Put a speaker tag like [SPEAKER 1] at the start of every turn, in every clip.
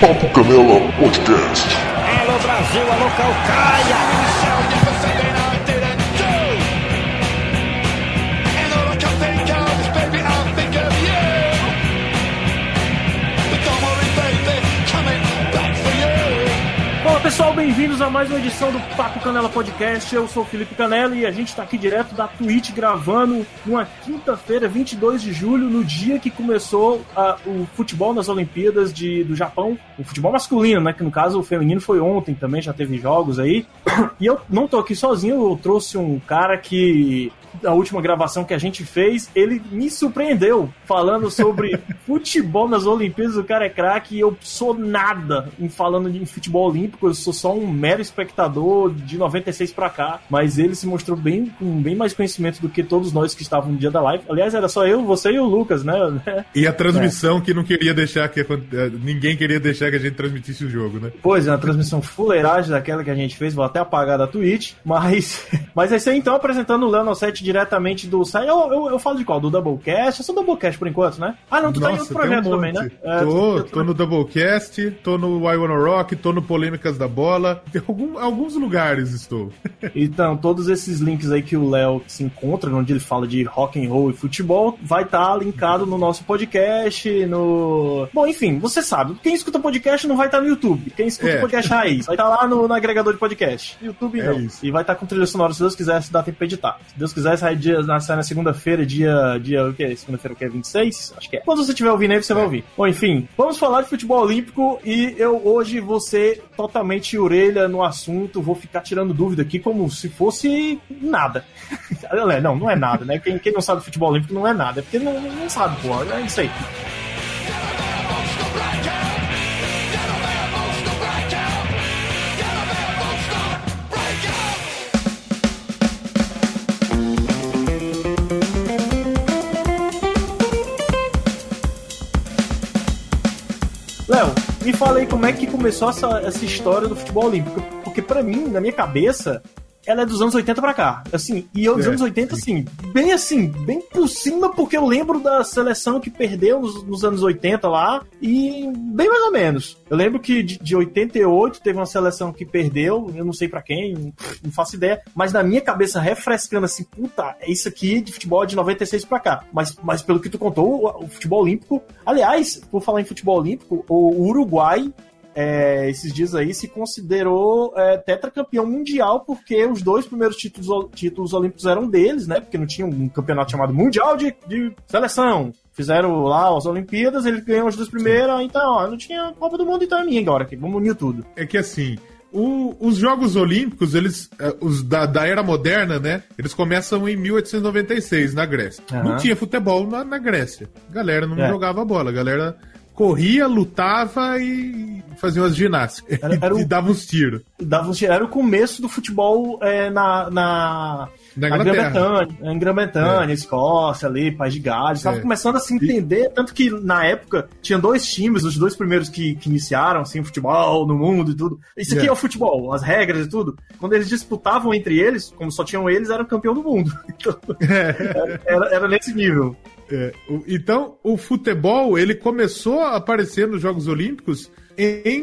[SPEAKER 1] Papo Canela Podcast.
[SPEAKER 2] Alô Brasil, alô Calcaia!
[SPEAKER 3] Fala pessoal, bem-vindos a mais uma edição do Papo Canela Podcast. Eu sou o Felipe Canela e a gente está aqui direto da Twitch gravando numa quinta-feira, 22 de julho, no dia que começou ah, o futebol nas Olimpíadas de- do Japão. O futebol masculino, né? Que no caso o feminino foi ontem também, já teve jogos aí. E eu não tô aqui sozinho, eu trouxe um cara que da última gravação que a gente fez, ele me surpreendeu falando sobre futebol nas Olimpíadas, o cara é craque e eu sou nada em falando de futebol olímpico, eu sou só um mero espectador de 96 pra cá, mas ele se mostrou bem com bem mais conhecimento do que todos nós que estavam no dia da live. Aliás, era só eu, você e o Lucas, né?
[SPEAKER 4] E a transmissão que não queria deixar que acon- eh, ninguém queria deixar que a gente transmitisse o jogo, né?
[SPEAKER 3] Pois é, uma transmissão fuleiragem daquela que a gente fez, vou até apagar da Twitch, mas, mas é isso aí então, apresentando o Leonel 7 diretamente do site. Eu, eu, eu falo de qual? Do Doublecast? É só Doublecast por enquanto, né? Ah, não, tu tá em outro projeto
[SPEAKER 4] tem um
[SPEAKER 3] também,
[SPEAKER 4] monte.
[SPEAKER 3] né? É,
[SPEAKER 4] tô, tô no Doublecast, tô no I Wanna Rock, tô no Polêmicas da Bola. Em algum- alguns lugares estou.
[SPEAKER 3] Então, todos esses links aí que o Léo se encontra, onde ele fala de rock and roll e futebol, vai estar linkado no nosso podcast, no... Bom, enfim, você sabe, quem escuta podcast não vai estar no YouTube, quem escuta
[SPEAKER 4] É.
[SPEAKER 3] podcast raiz, vai estar lá no, no agregador de podcast. YouTube
[SPEAKER 4] É
[SPEAKER 3] não.
[SPEAKER 4] isso.
[SPEAKER 3] E vai estar com trilha sonora, se Deus quiser, se dá tempo pra editar. Se Deus quiser, sai, dia, na- sai na segunda-feira, dia, dia... o que é? Segunda-feira o que é? 26? Acho que é. Quando você estiver ouvindo aí, você
[SPEAKER 4] É.
[SPEAKER 3] vai ouvir. Bom, enfim, vamos falar de futebol olímpico e eu hoje vou ser totalmente orelha no assunto, vou ficar tirando dúvida aqui como se fosse nada. É, não, não é nada, né? Quem, quem não sabe futebol olímpico não é nada, é porque não, não sabe, pô, é isso aí. Léo, me fala aí como é que começou essa, essa história do futebol olímpico. Porque pra mim, na minha cabeça, ela é dos anos 80 pra cá. Assim, e eu dos
[SPEAKER 4] É,
[SPEAKER 3] anos 80, assim, bem assim, bem por cima, porque eu lembro da seleção que perdeu nos, nos anos 80 lá, e bem mais ou menos. Eu lembro que de, de 88 teve uma seleção que perdeu, eu não sei pra quem, não faço ideia, mas na minha cabeça, refrescando assim, puta, é isso aqui de futebol de 96 pra cá. Mas, mas pelo que tu contou, o, o futebol olímpico. Aliás, por falar em futebol olímpico, o Uruguai. é, esses dias aí se considerou é, tetracampeão mundial porque os dois primeiros títulos, ol- títulos olímpicos eram deles, né? Porque não tinha um campeonato chamado Mundial de, de Seleção. Fizeram lá as Olimpíadas, ele ganhou os dois primeiros, então ó, não tinha Copa do Mundo, então é minha agora, que vamos unir tudo.
[SPEAKER 4] É que assim, o- os Jogos Olímpicos, eles, eh, os da, da era moderna, né? Eles começam em 1896 na Grécia.
[SPEAKER 3] Aham.
[SPEAKER 4] Não tinha futebol na, na Grécia. A galera não
[SPEAKER 3] É.
[SPEAKER 4] jogava bola, a galera corria, lutava e fazia umas ginásticas
[SPEAKER 3] Era- era um
[SPEAKER 4] e,
[SPEAKER 3] o-
[SPEAKER 4] dava uns tiros.
[SPEAKER 3] Dava, um- era o começo do futebol é, na, na, na
[SPEAKER 4] Na Inglaterra.
[SPEAKER 3] Grã-Bretanha, na Grã-Bretanha, Escócia, ali, País de Gales. Estava
[SPEAKER 4] É.
[SPEAKER 3] começando a se entender, tanto que na época tinha dois times, os dois primeiros que, que iniciaram assim, o futebol no mundo e tudo. Isso aqui é.
[SPEAKER 4] É.
[SPEAKER 3] o futebol, as regras e tudo. Quando eles disputavam entre eles, como só tinham eles, eram campeão do mundo. Então, era, era nesse nível.
[SPEAKER 4] É, o- então, o futebol, ele começou a aparecer nos Jogos Olímpicos em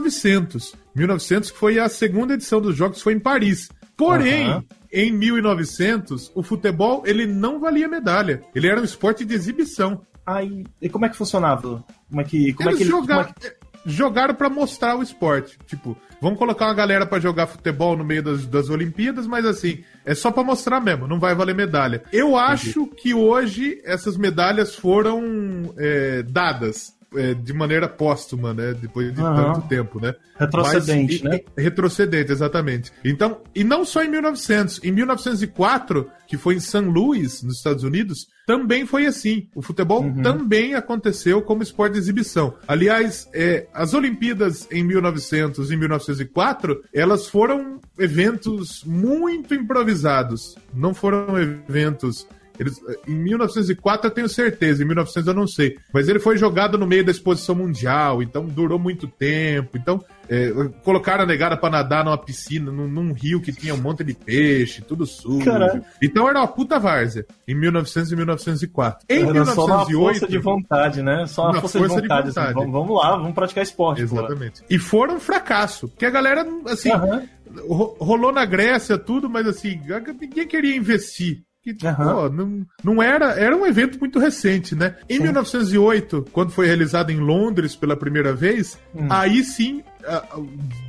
[SPEAKER 4] 1900. 1900 que foi a segunda edição dos Jogos, foi em Paris. Porém,
[SPEAKER 3] Aham.
[SPEAKER 4] em 1900, o futebol, ele não valia medalha. Ele era um esporte de exibição.
[SPEAKER 3] Aí, e como é que funcionava? Como é que, como é
[SPEAKER 4] Eles
[SPEAKER 3] que ele- como é
[SPEAKER 4] joga-
[SPEAKER 3] que-
[SPEAKER 4] jogaram pra mostrar o esporte. Tipo, vamos colocar uma galera pra jogar futebol no meio das, das Olimpíadas, mas assim, é só pra mostrar mesmo, não vai valer medalha. Eu acho que hoje essas medalhas foram é, dadas. é, de maneira póstuma, né? Depois de
[SPEAKER 3] Aham.
[SPEAKER 4] tanto tempo, né?
[SPEAKER 3] Retrocedente,
[SPEAKER 4] Mas-
[SPEAKER 3] né?
[SPEAKER 4] Retrocedente, exatamente. Então, e não só em 1900, em 1904, que foi em São Luís, nos Estados Unidos, também foi assim. O futebol
[SPEAKER 3] Uhum.
[SPEAKER 4] também aconteceu como esporte de exibição. Aliás, é, as Olimpíadas em 1900 e 1904, elas foram eventos muito improvisados. Não foram eventos Eles, eh, em 1904 eu tenho certeza, em 1900 eu não sei. Mas ele foi jogado no meio da exposição mundial, então durou muito tempo. Então é, colocaram a negada pra nadar numa piscina, num, num rio que tinha um monte de peixe, tudo sujo.
[SPEAKER 3] Caralho.
[SPEAKER 4] Então era uma puta várzea, em 1900 e 1904. Em
[SPEAKER 3] Era só uma força
[SPEAKER 4] 1908...
[SPEAKER 3] de vontade, né? Só uma
[SPEAKER 4] Uma
[SPEAKER 3] força, de
[SPEAKER 4] força de
[SPEAKER 3] vontade. assim,
[SPEAKER 4] vontade.
[SPEAKER 3] vamos, vamos lá, vamos praticar esporte. pô.
[SPEAKER 4] Exatamente. E foram um fracasso. Porque a galera, assim,
[SPEAKER 3] né? Aham.
[SPEAKER 4] ro- rolou na Grécia tudo, mas assim, a- ninguém queria investir. Que, tipo,
[SPEAKER 3] Aham.
[SPEAKER 4] pô, não, não era. Era um evento muito recente, né? Em 1908, quando foi realizado em Londres pela primeira vez,
[SPEAKER 3] Hum.
[SPEAKER 4] aí sim. a- a-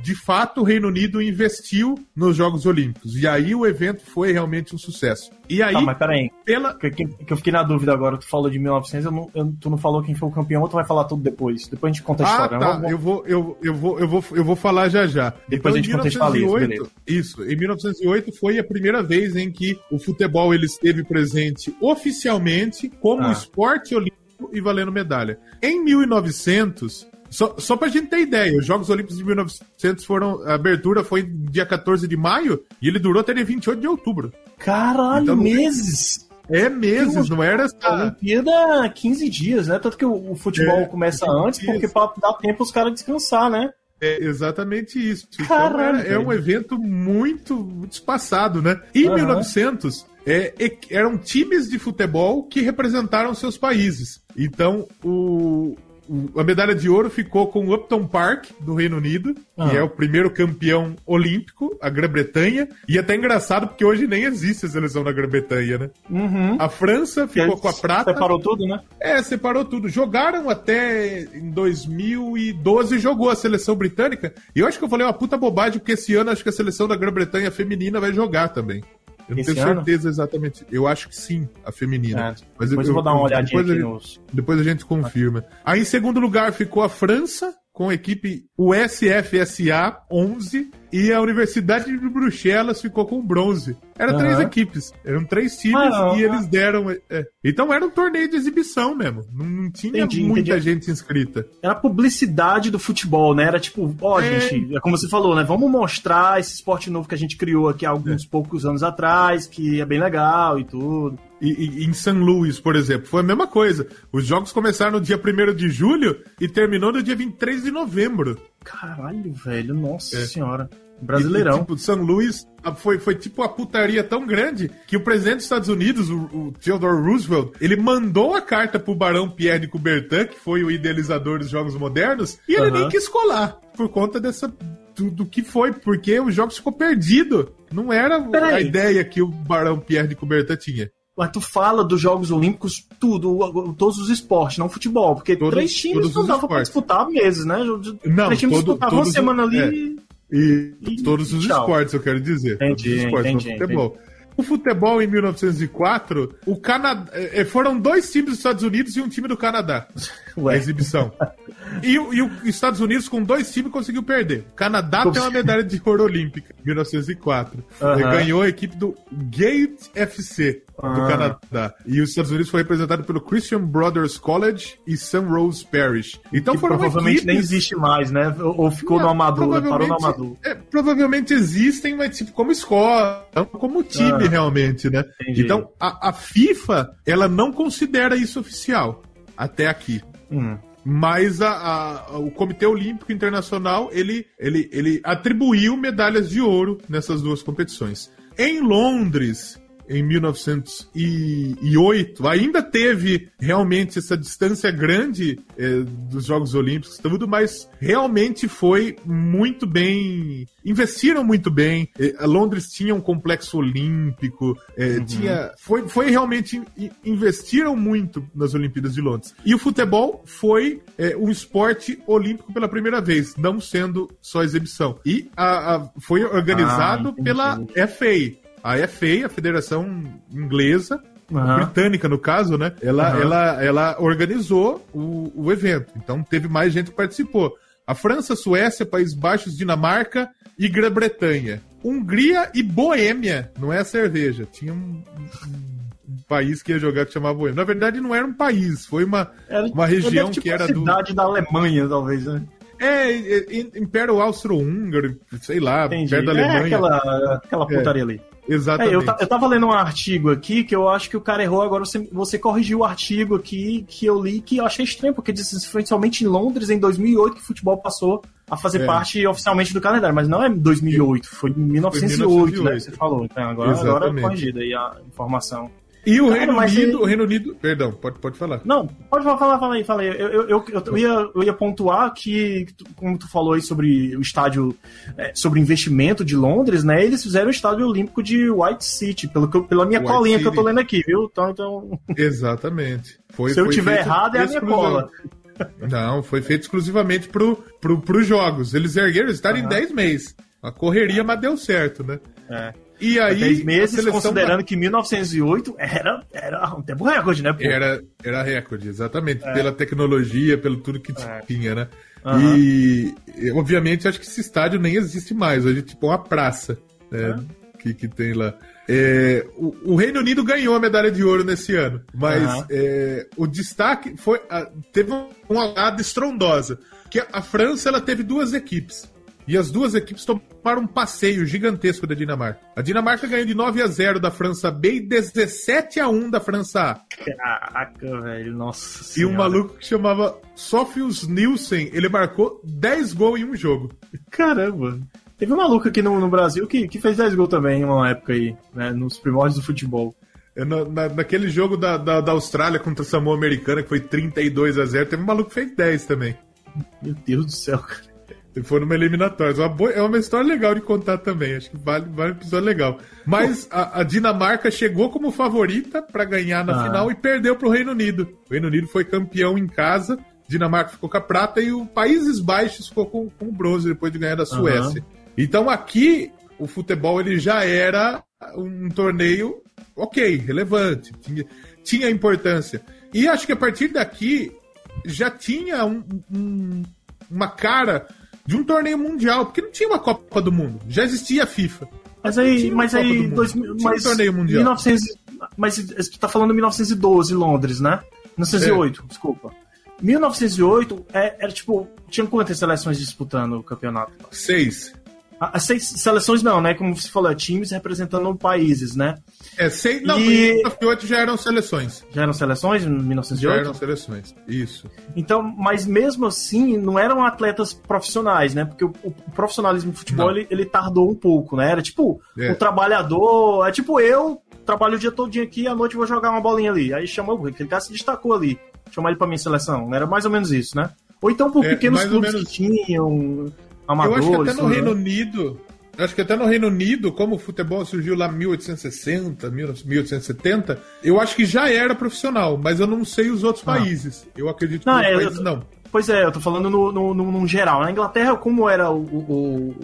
[SPEAKER 4] De fato, o Reino Unido investiu nos Jogos Olímpicos. E aí o evento foi realmente um sucesso. E aí,
[SPEAKER 3] Tá, mas peraí.
[SPEAKER 4] pela.
[SPEAKER 3] Que, que- que eu fiquei na dúvida agora. Tu falou de 1900, eu não- eu- tu não falou quem foi o campeão, ou tu vai falar tudo depois? Depois a gente conta a
[SPEAKER 4] Ah,
[SPEAKER 3] história.
[SPEAKER 4] tá.
[SPEAKER 3] Vamos-
[SPEAKER 4] Eu vou, eu, eu, vou, eu, vou, eu vou falar já já. Então,
[SPEAKER 3] Depois a gente
[SPEAKER 4] em
[SPEAKER 3] contextualiza,
[SPEAKER 4] 1908,
[SPEAKER 3] beleza.
[SPEAKER 4] Isso. Em 1908 foi a primeira vez em que o futebol ele esteve presente oficialmente como
[SPEAKER 3] Ah.
[SPEAKER 4] esporte olímpico e valendo medalha. Em 1900, só, só pra gente ter ideia, os Jogos Olímpicos de 1900 foram. A abertura foi dia 14 de maio e ele durou até dia 28 de outubro.
[SPEAKER 3] Caralho,
[SPEAKER 4] Então não-
[SPEAKER 3] meses!
[SPEAKER 4] É meses, não era um essa.
[SPEAKER 3] A Olimpíada 15 dias, né? Tanto que o, o futebol
[SPEAKER 4] É,
[SPEAKER 3] começa
[SPEAKER 4] 15
[SPEAKER 3] antes, porque
[SPEAKER 4] dias.
[SPEAKER 3] pra dar tempo os caras descansar, né?
[SPEAKER 4] É exatamente isso. então
[SPEAKER 3] Caralho,
[SPEAKER 4] era- é um
[SPEAKER 3] velho.
[SPEAKER 4] evento muito, muito espaçado, né? Em
[SPEAKER 3] Aham.
[SPEAKER 4] 1900, é, e- eram times de futebol que representaram seus países. Então, o, o- a medalha de ouro ficou com o Upton Park, do Reino Unido,
[SPEAKER 3] Ah.
[SPEAKER 4] que é o primeiro campeão olímpico, a Grã-Bretanha. E é até engraçado, porque hoje nem existe a seleção da Grã-Bretanha, né?
[SPEAKER 3] Uhum.
[SPEAKER 4] A França ficou com a prata.
[SPEAKER 3] Separou tudo, né?
[SPEAKER 4] É, separou tudo. Jogaram até em 2012, jogou a seleção britânica. E eu acho que eu falei uma puta bobagem, porque esse ano acho que a seleção da Grã-Bretanha feminina vai jogar também. Eu não
[SPEAKER 3] Esse
[SPEAKER 4] tenho
[SPEAKER 3] ano?
[SPEAKER 4] certeza exatamente. Eu acho que sim, a feminina.
[SPEAKER 3] É, depois eu, vou dar uma olhadinha aqui
[SPEAKER 4] depois a gente,
[SPEAKER 3] nos.
[SPEAKER 4] Depois a gente confirma. Aí em segundo lugar ficou a França, com a equipe USFSA 11. E a Universidade de Bruxelas ficou com bronze. Eram três
[SPEAKER 3] Aham.
[SPEAKER 4] equipes. Eram três times
[SPEAKER 3] Ah,
[SPEAKER 4] e eles deram. é. Então era um torneio de exibição mesmo. Não, não tinha
[SPEAKER 3] Entendi,
[SPEAKER 4] muita
[SPEAKER 3] entendi.
[SPEAKER 4] gente inscrita.
[SPEAKER 3] Era a publicidade do futebol, né? Era tipo, ó,
[SPEAKER 4] É.
[SPEAKER 3] gente, é como você falou, né? Vamos mostrar esse esporte novo que a gente criou aqui há
[SPEAKER 4] É.
[SPEAKER 3] alguns poucos anos atrás, que é bem legal e tudo.
[SPEAKER 4] E, e- em St. Louis, por exemplo, foi a mesma coisa. Os jogos começaram no dia 1 de julho e terminou no dia 23 de novembro.
[SPEAKER 3] Caralho, velho, nossa
[SPEAKER 4] É.
[SPEAKER 3] senhora.
[SPEAKER 4] E,
[SPEAKER 3] Brasileirão.
[SPEAKER 4] tipo, São Luís ah, foi, foi tipo uma putaria tão grande que o presidente dos Estados Unidos, o, o Theodore Roosevelt, ele mandou a carta pro barão Pierre de Coubertin, que foi o idealizador dos Jogos Modernos, e ele
[SPEAKER 3] Aham.
[SPEAKER 4] nem quis colar por conta dessa do, do que foi, porque os jogos ficou perdido. Não era a
[SPEAKER 3] Peraí.
[SPEAKER 4] ideia que o barão Pierre de Coubertin tinha.
[SPEAKER 3] Mas tu fala dos Jogos Olímpicos, tudo, o- o- todos os esportes, não futebol, porque
[SPEAKER 4] Todos-
[SPEAKER 3] três times
[SPEAKER 4] todos
[SPEAKER 3] não
[SPEAKER 4] os
[SPEAKER 3] dava pra
[SPEAKER 4] esportes.
[SPEAKER 3] disputar meses, né? Não,
[SPEAKER 4] Não,
[SPEAKER 3] três times
[SPEAKER 4] todo-
[SPEAKER 3] disputavam uma
[SPEAKER 4] todos-
[SPEAKER 3] semana ali.
[SPEAKER 4] é.
[SPEAKER 3] e-
[SPEAKER 4] E
[SPEAKER 3] E-
[SPEAKER 4] todos os
[SPEAKER 3] tchau.
[SPEAKER 4] esportes, eu quero dizer.
[SPEAKER 3] Entendi,
[SPEAKER 4] todos os esportes,
[SPEAKER 3] entendi,
[SPEAKER 4] não futebol. O futebol em 1904, o Canadá, eh, eh, foram dois times dos Estados Unidos e um time do Canadá na
[SPEAKER 3] Ué.
[SPEAKER 4] exibição. e, o- e os Estados Unidos com dois times conseguiu perder. O Canadá tem uma medalha de ouro olímpica, em 1904.
[SPEAKER 3] Aham.
[SPEAKER 4] Eh, Ganhou a equipe do Gate FC do
[SPEAKER 3] Ah.
[SPEAKER 4] Canadá. E os Estados Unidos foi representado pelo Christian Brothers College e St. Rose Parish. Então
[SPEAKER 3] que
[SPEAKER 4] foram
[SPEAKER 3] provavelmente nem
[SPEAKER 4] equipes-
[SPEAKER 3] existe mais, né? Ou ou ficou
[SPEAKER 4] não,
[SPEAKER 3] no Amador, né? parou no
[SPEAKER 4] provavelmente-
[SPEAKER 3] Amador.
[SPEAKER 4] é, provavelmente existem, mas tipo, como escola, não como time
[SPEAKER 3] Ah,
[SPEAKER 4] realmente, né?
[SPEAKER 3] entendi.
[SPEAKER 4] Então, a, a FIFA, ela não considera isso oficial até aqui.
[SPEAKER 3] Hum.
[SPEAKER 4] Mas a- a- o Comitê Olímpico Internacional, ele, ele, ele atribuiu medalhas de ouro nessas duas competições. Em Londres, em 1908, ainda teve realmente essa distância grande eh, dos Jogos Olímpicos, tudo, mas realmente foi muito bem. Investiram muito bem. Eh, Londres tinha um complexo olímpico, eh,
[SPEAKER 3] Uhum.
[SPEAKER 4] tinha. Foi, foi realmente. in- Investiram muito nas Olimpíadas de Londres. E o futebol foi eh, um esporte olímpico pela primeira vez, não sendo só exibição. E a- a- foi
[SPEAKER 3] Ah,
[SPEAKER 4] organizado
[SPEAKER 3] entendi.
[SPEAKER 4] pela FA. A FA, a Federação Inglesa,
[SPEAKER 3] Aham.
[SPEAKER 4] britânica no caso, né? Ela,
[SPEAKER 3] Aham.
[SPEAKER 4] ela, ela organizou o, o evento. Então teve mais gente que participou. A França, Suécia, Países Baixos, Dinamarca e Grã-Bretanha. Hungria e Boêmia. Não é a cerveja. Tinha um, um país que ia jogar que chamava Boêmia. Na verdade, não era um país. Foi uma,
[SPEAKER 3] Era-
[SPEAKER 4] uma região
[SPEAKER 3] deve ter
[SPEAKER 4] que
[SPEAKER 3] uma
[SPEAKER 4] era do.
[SPEAKER 3] cidade da Alemanha, talvez, né?
[SPEAKER 4] É, é, é, Império Austro-Húngaro, sei lá,
[SPEAKER 3] Entendi.
[SPEAKER 4] perto da
[SPEAKER 3] É
[SPEAKER 4] Alemanha. É,
[SPEAKER 3] aquela, aquela putaria ali.
[SPEAKER 4] Exatamente.
[SPEAKER 3] É, eu, ta- eu tava lendo um artigo aqui que eu acho que o cara errou, agora você, você corrigiu o artigo aqui que eu li que eu achei estranho, porque disse principalmente em Londres, em 2008, que o futebol passou a fazer
[SPEAKER 4] É.
[SPEAKER 3] parte oficialmente do calendário, mas não é 2008, foi em 1908, né, que você falou. Então, agora, agora é
[SPEAKER 4] Exatamente.
[SPEAKER 3] corrigida aí a informação.
[SPEAKER 4] E o
[SPEAKER 3] Cara,
[SPEAKER 4] Reino
[SPEAKER 3] mas
[SPEAKER 4] Unido,
[SPEAKER 3] ele-
[SPEAKER 4] o Reino Unido. Perdão, pode, pode falar.
[SPEAKER 3] Não, pode falar, fala, fala aí, fala aí. Eu, eu, eu, eu ia, eu ia pontuar que, tu- como tu falou aí sobre o estádio, é, sobre investimento de Londres, né? Eles fizeram o estádio olímpico de White City, pelo que eu- pela minha
[SPEAKER 4] White
[SPEAKER 3] colinha que eu tô
[SPEAKER 4] City.
[SPEAKER 3] lendo aqui, viu? Então, então
[SPEAKER 4] Exatamente. Foi-
[SPEAKER 3] se eu
[SPEAKER 4] foi
[SPEAKER 3] tiver
[SPEAKER 4] feito
[SPEAKER 3] errado, é a minha
[SPEAKER 4] exclusivo-
[SPEAKER 3] cola.
[SPEAKER 4] Não, foi feito exclusivamente pro, pro, pros jogos. Eles ergueram, eles estavam em 10 meses. A correria, mas deu certo, né?
[SPEAKER 3] É.
[SPEAKER 4] E aí.
[SPEAKER 3] Dez
[SPEAKER 4] a
[SPEAKER 3] meses,
[SPEAKER 4] seleção
[SPEAKER 3] considerando que 1908 era, era um tempo recorde, né? pô?
[SPEAKER 4] Era, era recorde, exatamente. Pela tecnologia, pelo tudo que
[SPEAKER 3] É.
[SPEAKER 4] tinha, né?
[SPEAKER 3] Aham.
[SPEAKER 4] E, e, obviamente, acho que esse estádio nem existe mais. Hoje é tipo uma praça né, que, que tem lá. É, o, o Reino Unido ganhou a medalha de ouro nesse ano, mas
[SPEAKER 3] Aham.
[SPEAKER 4] é, o destaque foi. a- teve uma olhada estrondosa. Que a França ela teve duas equipes. E as duas equipes tomaram um passeio gigantesco da Dinamarca. A Dinamarca ganhou de 9 a 0 da França B e 17 a 1 da França A.
[SPEAKER 3] Caraca, velho, nossa
[SPEAKER 4] E um
[SPEAKER 3] senhora.
[SPEAKER 4] maluco que chamava Sofius Nielsen, ele marcou 10 gols em um jogo.
[SPEAKER 3] Caramba. Teve um maluco aqui no, no Brasil que, que fez 10 gols também em uma época aí, né? Nos primórdios do futebol.
[SPEAKER 4] É na- na- naquele jogo da, da, da Austrália contra a Samoa Americana, que foi 32 a 0 teve um maluco que fez 10 também.
[SPEAKER 3] Meu Deus do céu, cara.
[SPEAKER 4] E foi numa eliminatória. Uma boa- é uma história legal de contar também. Acho que vale, vale um episódio legal. Mas a, a Dinamarca chegou como favorita pra ganhar na
[SPEAKER 3] Ah.
[SPEAKER 4] final e perdeu pro Reino Unido. O Reino Unido foi campeão em casa. Dinamarca ficou com a prata e o Países Baixos ficou com, com o bronze depois de ganhar da Suécia. Então aqui o futebol ele já era um torneio ok, relevante, tinha, tinha importância. E acho que a partir daqui já tinha um- um- uma cara de um torneio mundial, porque não tinha uma Copa do Mundo, já existia a FIFA.
[SPEAKER 3] Mas
[SPEAKER 4] Não
[SPEAKER 3] aí,
[SPEAKER 4] tinha
[SPEAKER 3] mas
[SPEAKER 4] Copa do
[SPEAKER 3] aí,
[SPEAKER 4] Mundo,
[SPEAKER 3] dois,
[SPEAKER 4] não
[SPEAKER 3] mil-
[SPEAKER 4] tinha
[SPEAKER 3] mas
[SPEAKER 4] torneio mundial.
[SPEAKER 3] 1900, mas tu tá falando 1912, Londres, né? 1908,
[SPEAKER 4] É.
[SPEAKER 3] desculpa. 1908 é- era tipo, tinha quantas seleções disputando o campeonato?
[SPEAKER 4] Seis.
[SPEAKER 3] Ah, As seis seleções não, né? Como você falou, é times representando países, né?
[SPEAKER 4] É, seis. Não,
[SPEAKER 3] E-
[SPEAKER 4] em 1908 já eram seleções.
[SPEAKER 3] Já eram seleções em
[SPEAKER 4] Já
[SPEAKER 3] 1908?
[SPEAKER 4] eram seleções. Isso.
[SPEAKER 3] Então, mas mesmo assim, não eram atletas profissionais, né? Porque o, o profissionalismo do futebol,
[SPEAKER 4] Não.
[SPEAKER 3] ele, ele tardou um pouco, né? Era tipo,
[SPEAKER 4] É.
[SPEAKER 3] o trabalhador, é tipo eu, trabalho o dia todo aqui e à noite vou jogar uma bolinha ali. Aí chamou, aquele cara se destacou ali, chamar ele pra minha seleção. Era mais ou menos isso, né? Ou então por
[SPEAKER 4] É,
[SPEAKER 3] pequenos
[SPEAKER 4] mais ou
[SPEAKER 3] clubes
[SPEAKER 4] menos.
[SPEAKER 3] que tinham,
[SPEAKER 4] Eu
[SPEAKER 3] amadores...
[SPEAKER 4] acho que até no
[SPEAKER 3] né?
[SPEAKER 4] Reino Unido. eu Acho que até no Reino Unido, como o futebol surgiu lá em 1860, 1870, eu acho que já era profissional, mas eu não sei os outros
[SPEAKER 3] Ah.
[SPEAKER 4] países. Eu acredito que
[SPEAKER 3] Não,
[SPEAKER 4] os
[SPEAKER 3] é, eu
[SPEAKER 4] países
[SPEAKER 3] tô-
[SPEAKER 4] não.
[SPEAKER 3] Pois é, eu tô falando no, no, no, num geral. Na Inglaterra, como era o, o,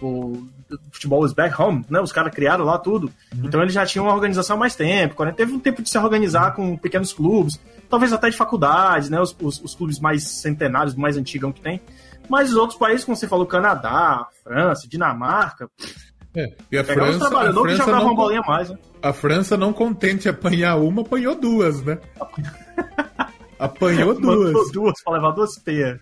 [SPEAKER 3] o- o futebol is back home, né? Os caras criaram lá tudo.
[SPEAKER 4] Uhum.
[SPEAKER 3] Então eles já tinham uma organização há mais tempo. Quando teve um tempo de se organizar com pequenos clubes, talvez até de faculdades, né? Os, os, os clubes mais centenários, mais antigão que tem. Mas os outros países, como você falou, Canadá, França, Dinamarca,
[SPEAKER 4] É. E a
[SPEAKER 3] pegaram os
[SPEAKER 4] França, a
[SPEAKER 3] trabalhadores que
[SPEAKER 4] França,
[SPEAKER 3] jogavam uma
[SPEAKER 4] não,
[SPEAKER 3] bolinha a mais, né?
[SPEAKER 4] a França não contente em apanhar uma, apanhou duas, né? Apanhou duas.
[SPEAKER 3] Mandou duas pra levar duas peias.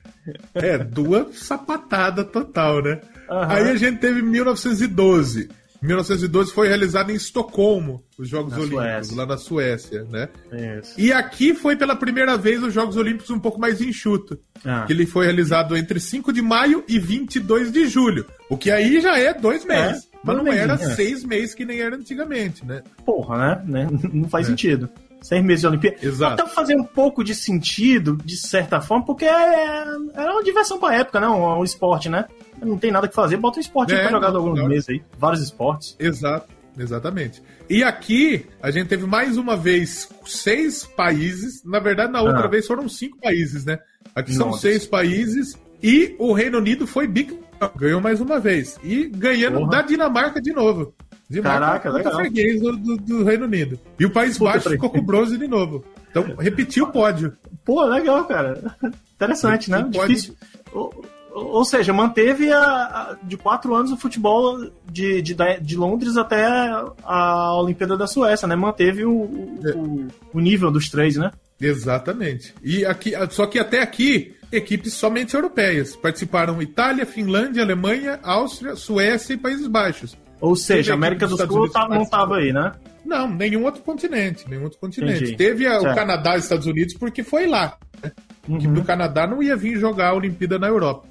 [SPEAKER 4] É, duas sapatada total, né?
[SPEAKER 3] Aham.
[SPEAKER 4] Aí a gente teve 1912. 1912 foi realizado em Estocolmo, os Jogos
[SPEAKER 3] Na
[SPEAKER 4] Olímpicos,
[SPEAKER 3] Suécia.
[SPEAKER 4] lá na Suécia, né?
[SPEAKER 3] Isso.
[SPEAKER 4] E aqui foi pela primeira vez os Jogos Olímpicos um pouco mais enxuto.
[SPEAKER 3] Ah.
[SPEAKER 4] Que ele foi realizado entre 5 de maio e 22 de julho. O que aí já é dois meses. mas
[SPEAKER 3] dois
[SPEAKER 4] não era
[SPEAKER 3] mesinhos, é.
[SPEAKER 4] seis meses que nem era antigamente, né?
[SPEAKER 3] porra, né? né? Não faz sentido. Seis meses de Olimpíada.
[SPEAKER 4] É. Exato.
[SPEAKER 3] Até fazer um pouco de sentido, de certa forma, porque é- era uma diversão pra época, né? Um, um esporte, né? Não tem nada que fazer, bota um esporte aí
[SPEAKER 4] É,
[SPEAKER 3] pra jogar
[SPEAKER 4] não,
[SPEAKER 3] alguns
[SPEAKER 4] claro.
[SPEAKER 3] meses aí. Vários esportes.
[SPEAKER 4] Exato, exatamente. E aqui a gente teve mais uma vez seis países. Na verdade, na outra
[SPEAKER 3] Ah.
[SPEAKER 4] vez foram cinco países, né? Aqui são
[SPEAKER 3] Nossa.
[SPEAKER 4] seis países e o Reino Unido foi big, ganhou mais uma vez e ganhando
[SPEAKER 3] Porra.
[SPEAKER 4] da Dinamarca de novo.
[SPEAKER 3] Caraca,
[SPEAKER 4] puta
[SPEAKER 3] legal.
[SPEAKER 4] freguês do, do- do Reino Unido. E o País
[SPEAKER 3] Puta
[SPEAKER 4] Baixo
[SPEAKER 3] freguês.
[SPEAKER 4] ficou com o bronze de novo. Então repetiu o pódio.
[SPEAKER 3] Pô, legal, cara. Interessante, né?
[SPEAKER 4] Não pode-
[SPEAKER 3] Difícil. Ou, ou seja, manteve a, a- de quatro anos o futebol de, de, da- de Londres até a Olimpíada da Suécia, né? Manteve o, o-
[SPEAKER 4] É.
[SPEAKER 3] o- o nível dos três, né?
[SPEAKER 4] Exatamente. E aqui, só que até aqui, equipes somente europeias. Participaram Itália, Finlândia, Alemanha, Áustria, Suécia e Países Baixos.
[SPEAKER 3] Ou seja,
[SPEAKER 4] Teve
[SPEAKER 3] a América do
[SPEAKER 4] equipe dos Estados
[SPEAKER 3] Sul
[SPEAKER 4] Unidos
[SPEAKER 3] tá-
[SPEAKER 4] que
[SPEAKER 3] não tava aí, né?
[SPEAKER 4] Não, nenhum outro continente, nenhum outro continente.
[SPEAKER 3] Entendi.
[SPEAKER 4] Teve a- o
[SPEAKER 3] Certo. Uhum.
[SPEAKER 4] Canadá e Estados Unidos porque foi lá. né? A equipe do Canadá não ia vir jogar a Olimpíada na Europa.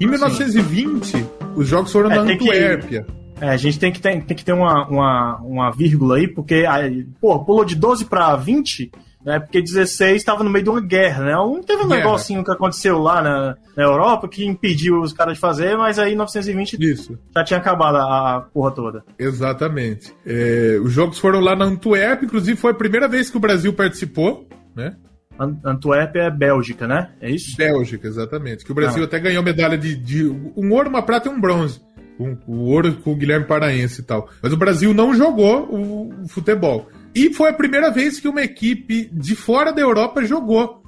[SPEAKER 4] Em 1920, os jogos foram
[SPEAKER 3] É,
[SPEAKER 4] na
[SPEAKER 3] tem que-
[SPEAKER 4] Antuérpia.
[SPEAKER 3] É, a gente tem que ter, tem que ter uma, uma, uma vírgula aí, porque, aí, pô, pulou de 12 pra 20, né? Porque 16 estava no meio de uma guerra, né? Um, teve um
[SPEAKER 4] Guerra.
[SPEAKER 3] negocinho que aconteceu lá na, na Europa que impediu os caras de fazer, mas aí em 920
[SPEAKER 4] Isso.
[SPEAKER 3] já tinha acabado a, a porra toda.
[SPEAKER 4] Exatamente. É, os jogos foram lá na Antuérpia, inclusive foi a primeira vez que o Brasil participou, né?
[SPEAKER 3] An- Antuérpia é Bélgica, né? É isso?
[SPEAKER 4] Bélgica, exatamente. Que o Brasil
[SPEAKER 3] Ah.
[SPEAKER 4] até ganhou medalha de, de um ouro, uma prata e um bronze. Um, o ouro com o Guilherme Paraense e tal. Mas o Brasil não jogou o, o futebol. E foi a primeira vez que uma equipe de fora da Europa jogou.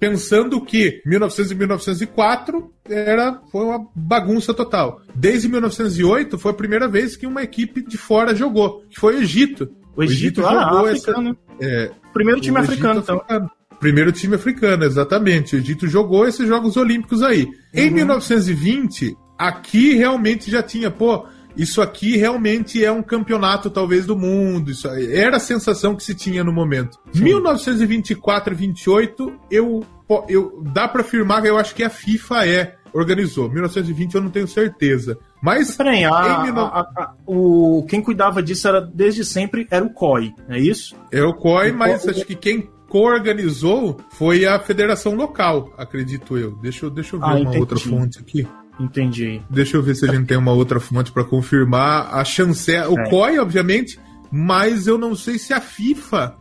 [SPEAKER 4] Pensando que 1900 e 1904 era, foi uma bagunça total. Desde 1908 foi a primeira vez que uma equipe de fora jogou, que foi o Egito.
[SPEAKER 3] O Egito, ah, africano.
[SPEAKER 4] é,
[SPEAKER 3] Primeiro time
[SPEAKER 4] o
[SPEAKER 3] africano,
[SPEAKER 4] Egito
[SPEAKER 3] então.
[SPEAKER 4] africano. Primeiro time africano, exatamente. O Egito jogou esses Jogos Olímpicos aí.
[SPEAKER 3] Uhum.
[SPEAKER 4] Em 1920, aqui realmente já tinha, pô, isso aqui realmente é um campeonato talvez do mundo. Isso aí- era a sensação que se tinha no momento. 1924 e 28, eu, pô, eu dá pra afirmar que eu acho que a FIFA é organizou. 1920 eu não tenho certeza. Mas
[SPEAKER 3] Peraí, a-
[SPEAKER 4] Em mil-
[SPEAKER 3] a- a- a- o, quem cuidava disso era desde sempre era o COI, é isso?
[SPEAKER 4] É o COI, mas
[SPEAKER 3] O-
[SPEAKER 4] acho que quem co-organizou foi a federação local, acredito eu. Deixa eu, deixa eu ver
[SPEAKER 3] Ah,
[SPEAKER 4] uma
[SPEAKER 3] entendi.
[SPEAKER 4] outra fonte aqui.
[SPEAKER 3] Entendi.
[SPEAKER 4] Deixa eu ver se a gente tem uma outra fonte para confirmar a chancela. O
[SPEAKER 3] É.
[SPEAKER 4] COI, obviamente, mas eu não sei se a FIFA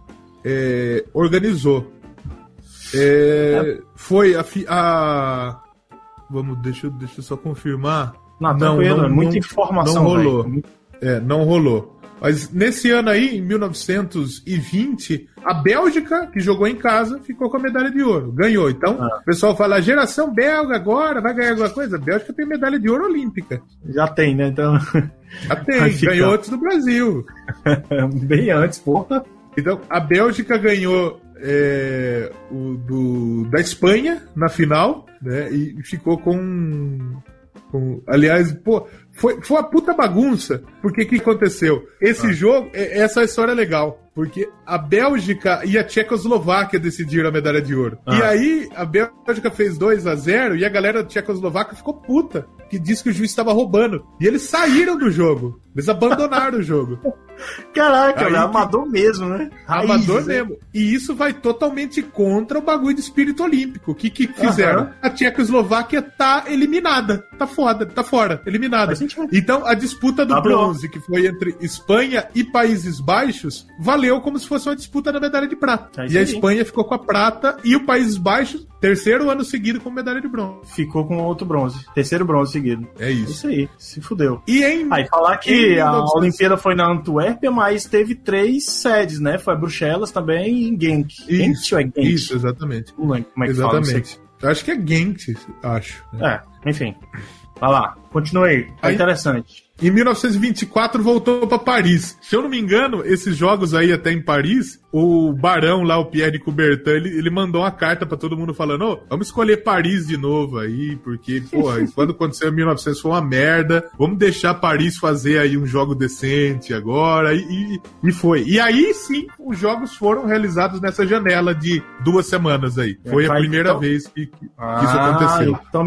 [SPEAKER 4] é, organizou. É, Foi a, fi- a. Vamos, deixa, eu- deixa eu só confirmar.
[SPEAKER 3] Não,
[SPEAKER 4] Não,
[SPEAKER 3] tranquilo,
[SPEAKER 4] não,
[SPEAKER 3] é muita
[SPEAKER 4] não-
[SPEAKER 3] informação.
[SPEAKER 4] não rolou.
[SPEAKER 3] velho.
[SPEAKER 4] É, não rolou. Mas nesse ano aí, em 1920, a Bélgica, que jogou em casa, ficou com a medalha de ouro. Ganhou. Então, o pessoal fala, geração belga agora, vai ganhar alguma coisa? A Bélgica tem medalha de ouro olímpica.
[SPEAKER 3] Já tem, né? Então,
[SPEAKER 4] Já
[SPEAKER 3] Vai
[SPEAKER 4] tem,
[SPEAKER 3] ficar.
[SPEAKER 4] ganhou antes do Brasil.
[SPEAKER 3] bem antes, porra.
[SPEAKER 4] Então, a Bélgica ganhou é, o do, da Espanha na final, né? E ficou com. com- aliás, pô, foi, foi uma puta bagunça. Porque o que aconteceu? Esse jogo, é- essa história é legal. Porque a Bélgica e a Tchecoslováquia decidiram a medalha de ouro.
[SPEAKER 3] Ah.
[SPEAKER 4] E aí, a Bélgica fez 2 a 0 e a galera tchecoslovaca ficou puta. Que disse que o juiz estava roubando. E eles saíram do jogo. Eles abandonaram o jogo.
[SPEAKER 3] Caraca,
[SPEAKER 4] Aí
[SPEAKER 3] velho,
[SPEAKER 4] que-
[SPEAKER 3] amador mesmo, né?
[SPEAKER 4] Amador
[SPEAKER 3] Raízes, né?
[SPEAKER 4] mesmo. E isso vai totalmente contra o bagulho de espírito olímpico. O que, que fizeram?
[SPEAKER 3] Aham.
[SPEAKER 4] A Tchecoslováquia tá eliminada. Tá foda, tá fora, eliminada.
[SPEAKER 3] Faz sentido.
[SPEAKER 4] Então, a disputa do
[SPEAKER 3] Tá bom.
[SPEAKER 4] bronze, que foi entre Espanha e Países Baixos, valeu como se fosse uma disputa na medalha de prata.
[SPEAKER 3] É isso
[SPEAKER 4] e a
[SPEAKER 3] aí.
[SPEAKER 4] Espanha ficou com a prata e o Países Baixos, terceiro ano seguido, com medalha de bronze.
[SPEAKER 3] Ficou com outro bronze. Terceiro bronze seguido.
[SPEAKER 4] É
[SPEAKER 3] Isso
[SPEAKER 4] isso. Hum.
[SPEAKER 3] Ah, é aí, se fudeu.
[SPEAKER 4] E em.
[SPEAKER 3] Aí falar que
[SPEAKER 4] Em
[SPEAKER 3] a
[SPEAKER 4] 1900.
[SPEAKER 3] Olimpíada foi na Antuérpia, mas teve três sedes, né? Foi Bruxelas também e em Genk. Genk
[SPEAKER 4] Isso,
[SPEAKER 3] ou é Genk?
[SPEAKER 4] isso, exatamente.
[SPEAKER 3] Não lembro como é que fala, não sei.
[SPEAKER 4] Exatamente. Acho que é Gent, acho.
[SPEAKER 3] É, enfim. Vai lá, continuei. Tá
[SPEAKER 4] Aí-
[SPEAKER 3] interessante.
[SPEAKER 4] Em 1924 voltou para Paris. Se eu não me engano, esses jogos aí até em Paris, o barão lá, o Pierre de Coubertin, ele, ele mandou uma carta para todo mundo falando: "Ô, vamos escolher Paris de novo aí, porque porra, quando aconteceu em 1900 foi uma merda. Vamos deixar Paris fazer aí um jogo decente agora". E, e, e foi. E aí sim, os jogos foram realizados nessa janela de duas semanas aí. Foi a
[SPEAKER 3] Vai,
[SPEAKER 4] primeira
[SPEAKER 3] então.
[SPEAKER 4] vez que, que isso aconteceu.
[SPEAKER 3] Ah, Então,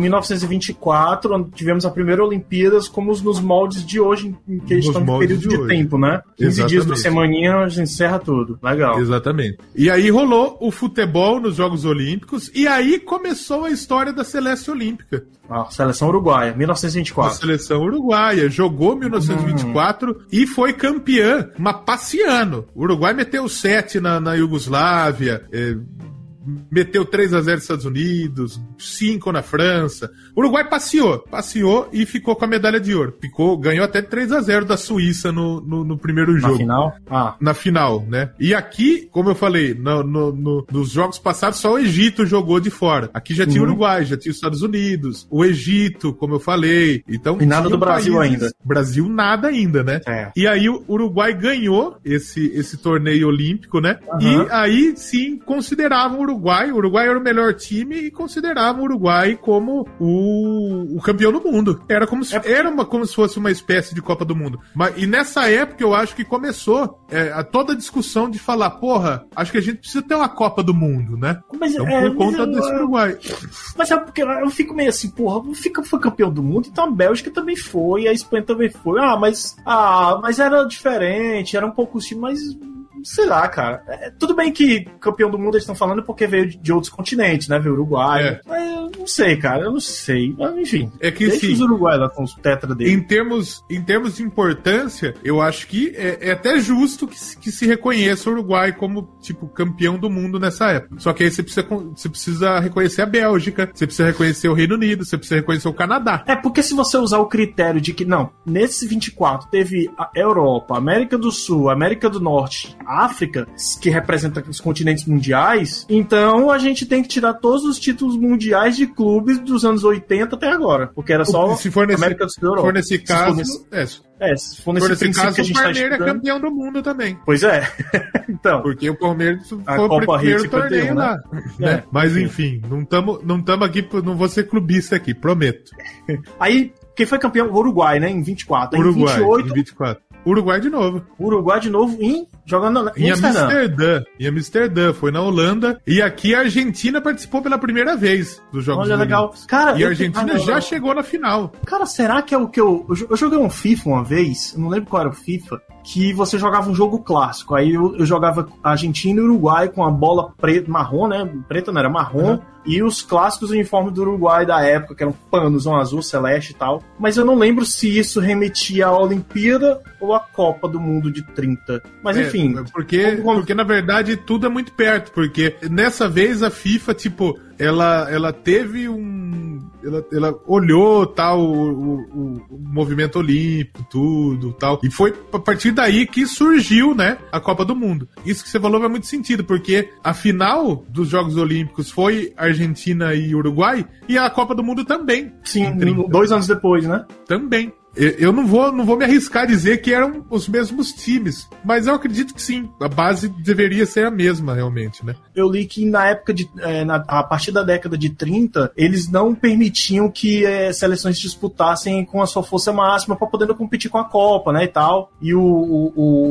[SPEAKER 3] 1924, onde tivemos a primeira Olimpíadas, como os- nos moldes de hoje, em questão
[SPEAKER 4] Nos
[SPEAKER 3] de
[SPEAKER 4] moldes
[SPEAKER 3] período de,
[SPEAKER 4] de hoje.
[SPEAKER 3] tempo, né? 15 dias da
[SPEAKER 4] Exatamente.
[SPEAKER 3] semaninha, a gente encerra tudo. Legal.
[SPEAKER 4] Exatamente. E aí rolou o futebol nos Jogos Olímpicos e aí começou a história da Celeste Olímpica.
[SPEAKER 3] Ah, seleção uruguaia,
[SPEAKER 4] A
[SPEAKER 3] 1924.
[SPEAKER 4] seleção uruguaia jogou 1924 e foi campeã, mas passeando. O Uruguai meteu 7 na, na Yugoslávia, é, meteu 3 a 0 nos Estados Unidos, 5 na França. O Uruguai passeou, passeou e ficou com a medalha de ouro. Ficou, ganhou até 3 a 0 da Suíça no, no, no primeiro
[SPEAKER 5] Na
[SPEAKER 4] é jogo.
[SPEAKER 5] final? Ah,
[SPEAKER 4] Na final, né? E aqui, como eu falei, no- no- no- nos jogos passados só o Egito jogou de fora. Aqui já
[SPEAKER 5] Uhum.
[SPEAKER 4] tinha o Uruguai, já tinha os Estados Unidos, o Egito, como eu falei. Então,
[SPEAKER 5] E nada
[SPEAKER 4] tinha
[SPEAKER 5] do Brasil ainda.
[SPEAKER 4] Brasil nada ainda, né?
[SPEAKER 5] É.
[SPEAKER 4] E aí o Uruguai ganhou esse, esse torneio olímpico, né?
[SPEAKER 5] Aham.
[SPEAKER 4] E aí sim consideravam o Uruguai, o Uruguai era o melhor time e consideravam o Uruguai como o, o campeão do mundo. Era como
[SPEAKER 3] É
[SPEAKER 4] se, era uma, como se fosse uma espécie de Copa do Mundo. Mas, e nessa época eu acho que começou é, a toda a discussão de falar, porra, acho que a gente precisa ter uma Copa do Mundo, né?
[SPEAKER 3] Mas,
[SPEAKER 4] Então,
[SPEAKER 3] é,
[SPEAKER 4] por
[SPEAKER 3] mas,
[SPEAKER 4] conta
[SPEAKER 3] eu-
[SPEAKER 4] desse Uruguai.
[SPEAKER 3] Mas sabe porque eu fico meio assim, porra, fica foi campeão do mundo, então a Bélgica também foi, a Espanha também foi. Ah, mas ah, mas era diferente, eram poucos times, mas sei lá, cara. É, tudo bem que campeão do mundo eles estão falando porque veio de, de outros continentes, né? Veio Uruguai.
[SPEAKER 4] É.
[SPEAKER 3] Mas eu não sei, cara, eu não sei. Mas, enfim.
[SPEAKER 4] É que
[SPEAKER 3] deixa
[SPEAKER 4] sim.
[SPEAKER 3] os Uruguai lá com os tetra dele.
[SPEAKER 4] Em termos, em termos de importância, eu acho que é, é até justo que, se- que se reconheça o Uruguai como, tipo, campeão do mundo nessa época. Só que aí você precisa, con- você precisa reconhecer a Bélgica, você precisa reconhecer o Reino Unido, você precisa reconhecer o Canadá.
[SPEAKER 3] É porque se você usar o critério de que, não, nesse 24 teve a Europa, América do Sul, América do Norte, África, que representa os continentes mundiais, então a gente tem que tirar todos os títulos mundiais de clubes dos anos 80 até agora. Porque era só
[SPEAKER 4] se for nesse,
[SPEAKER 3] América do Sul e Europa.
[SPEAKER 4] for nesse
[SPEAKER 3] Se for
[SPEAKER 4] caso,
[SPEAKER 3] nesse-
[SPEAKER 4] é, se
[SPEAKER 3] é, se for
[SPEAKER 4] for
[SPEAKER 3] nesse
[SPEAKER 4] nesse
[SPEAKER 3] princípio que a
[SPEAKER 4] caso o
[SPEAKER 3] gente tá
[SPEAKER 4] Parmeira é
[SPEAKER 3] estudando...
[SPEAKER 4] campeão do mundo também.
[SPEAKER 3] Pois é. então,
[SPEAKER 4] Porque o Palmeiras foi
[SPEAKER 3] A
[SPEAKER 4] o
[SPEAKER 3] Copa
[SPEAKER 4] primeiro
[SPEAKER 3] Rio 51,
[SPEAKER 4] torneio
[SPEAKER 3] né?
[SPEAKER 4] lá. né?
[SPEAKER 3] É,
[SPEAKER 4] Mas
[SPEAKER 3] sim.
[SPEAKER 4] enfim, não estamos não tamo aqui, não vou ser clubista aqui, prometo.
[SPEAKER 3] aí quem foi campeão? O Uruguai, né? Em 24. Aí
[SPEAKER 4] Uruguai,
[SPEAKER 3] em 28,
[SPEAKER 4] em 24. Uruguai de novo.
[SPEAKER 3] Uruguai de novo em... Jogando na-
[SPEAKER 4] Em
[SPEAKER 3] em Amsterdã.
[SPEAKER 4] Amsterdã. Em Amsterdã, foi na Holanda. E aqui a Argentina participou pela primeira vez dos Jogos
[SPEAKER 3] Olha, legal.
[SPEAKER 4] Olímpicos.
[SPEAKER 3] Cara,
[SPEAKER 4] E a
[SPEAKER 3] eu- Ah,
[SPEAKER 4] Argentina
[SPEAKER 3] não,
[SPEAKER 4] já
[SPEAKER 3] não.
[SPEAKER 4] chegou na final.
[SPEAKER 3] Cara, será que é o que eu. Eu jo- eu joguei um FIFA uma vez, eu não lembro qual era o FIFA, que você jogava um jogo clássico. Aí eu, eu jogava Argentina e Uruguai com a bola preta, marrom, né? Preta não era marrom.
[SPEAKER 4] Uhum.
[SPEAKER 3] E os clássicos uniformes do Uruguai da época, que eram panozão azul, celeste e tal. Mas eu não lembro se isso remetia à Olimpíada ou à Copa do Mundo de 30. Mas
[SPEAKER 4] É,
[SPEAKER 3] enfim.
[SPEAKER 4] porque,
[SPEAKER 3] vamos- vamos-
[SPEAKER 4] porque, na verdade, tudo é muito perto. Porque nessa vez a FIFA, tipo, ela, ela teve um. Ela, ela olhou tal o, o- o movimento olímpico, tudo tal. E foi a partir daí que surgiu, né, a Copa do Mundo. Isso que você falou faz muito sentido, porque a final dos Jogos Olímpicos foi Argentina e Uruguai, e a Copa do Mundo também.
[SPEAKER 3] Sim,
[SPEAKER 4] em 30.
[SPEAKER 3] dois anos depois, né?
[SPEAKER 4] Também. Eu eu não vou, não vou me arriscar a dizer que eram os mesmos times, mas eu acredito que sim. A base deveria ser a mesma, realmente, né?
[SPEAKER 3] eu li que na época de. eh, na- a partir da década de 30, eles não permitiam que eh, seleções disputassem com a sua força máxima para poder competir com a Copa, né? E tal. E o, o-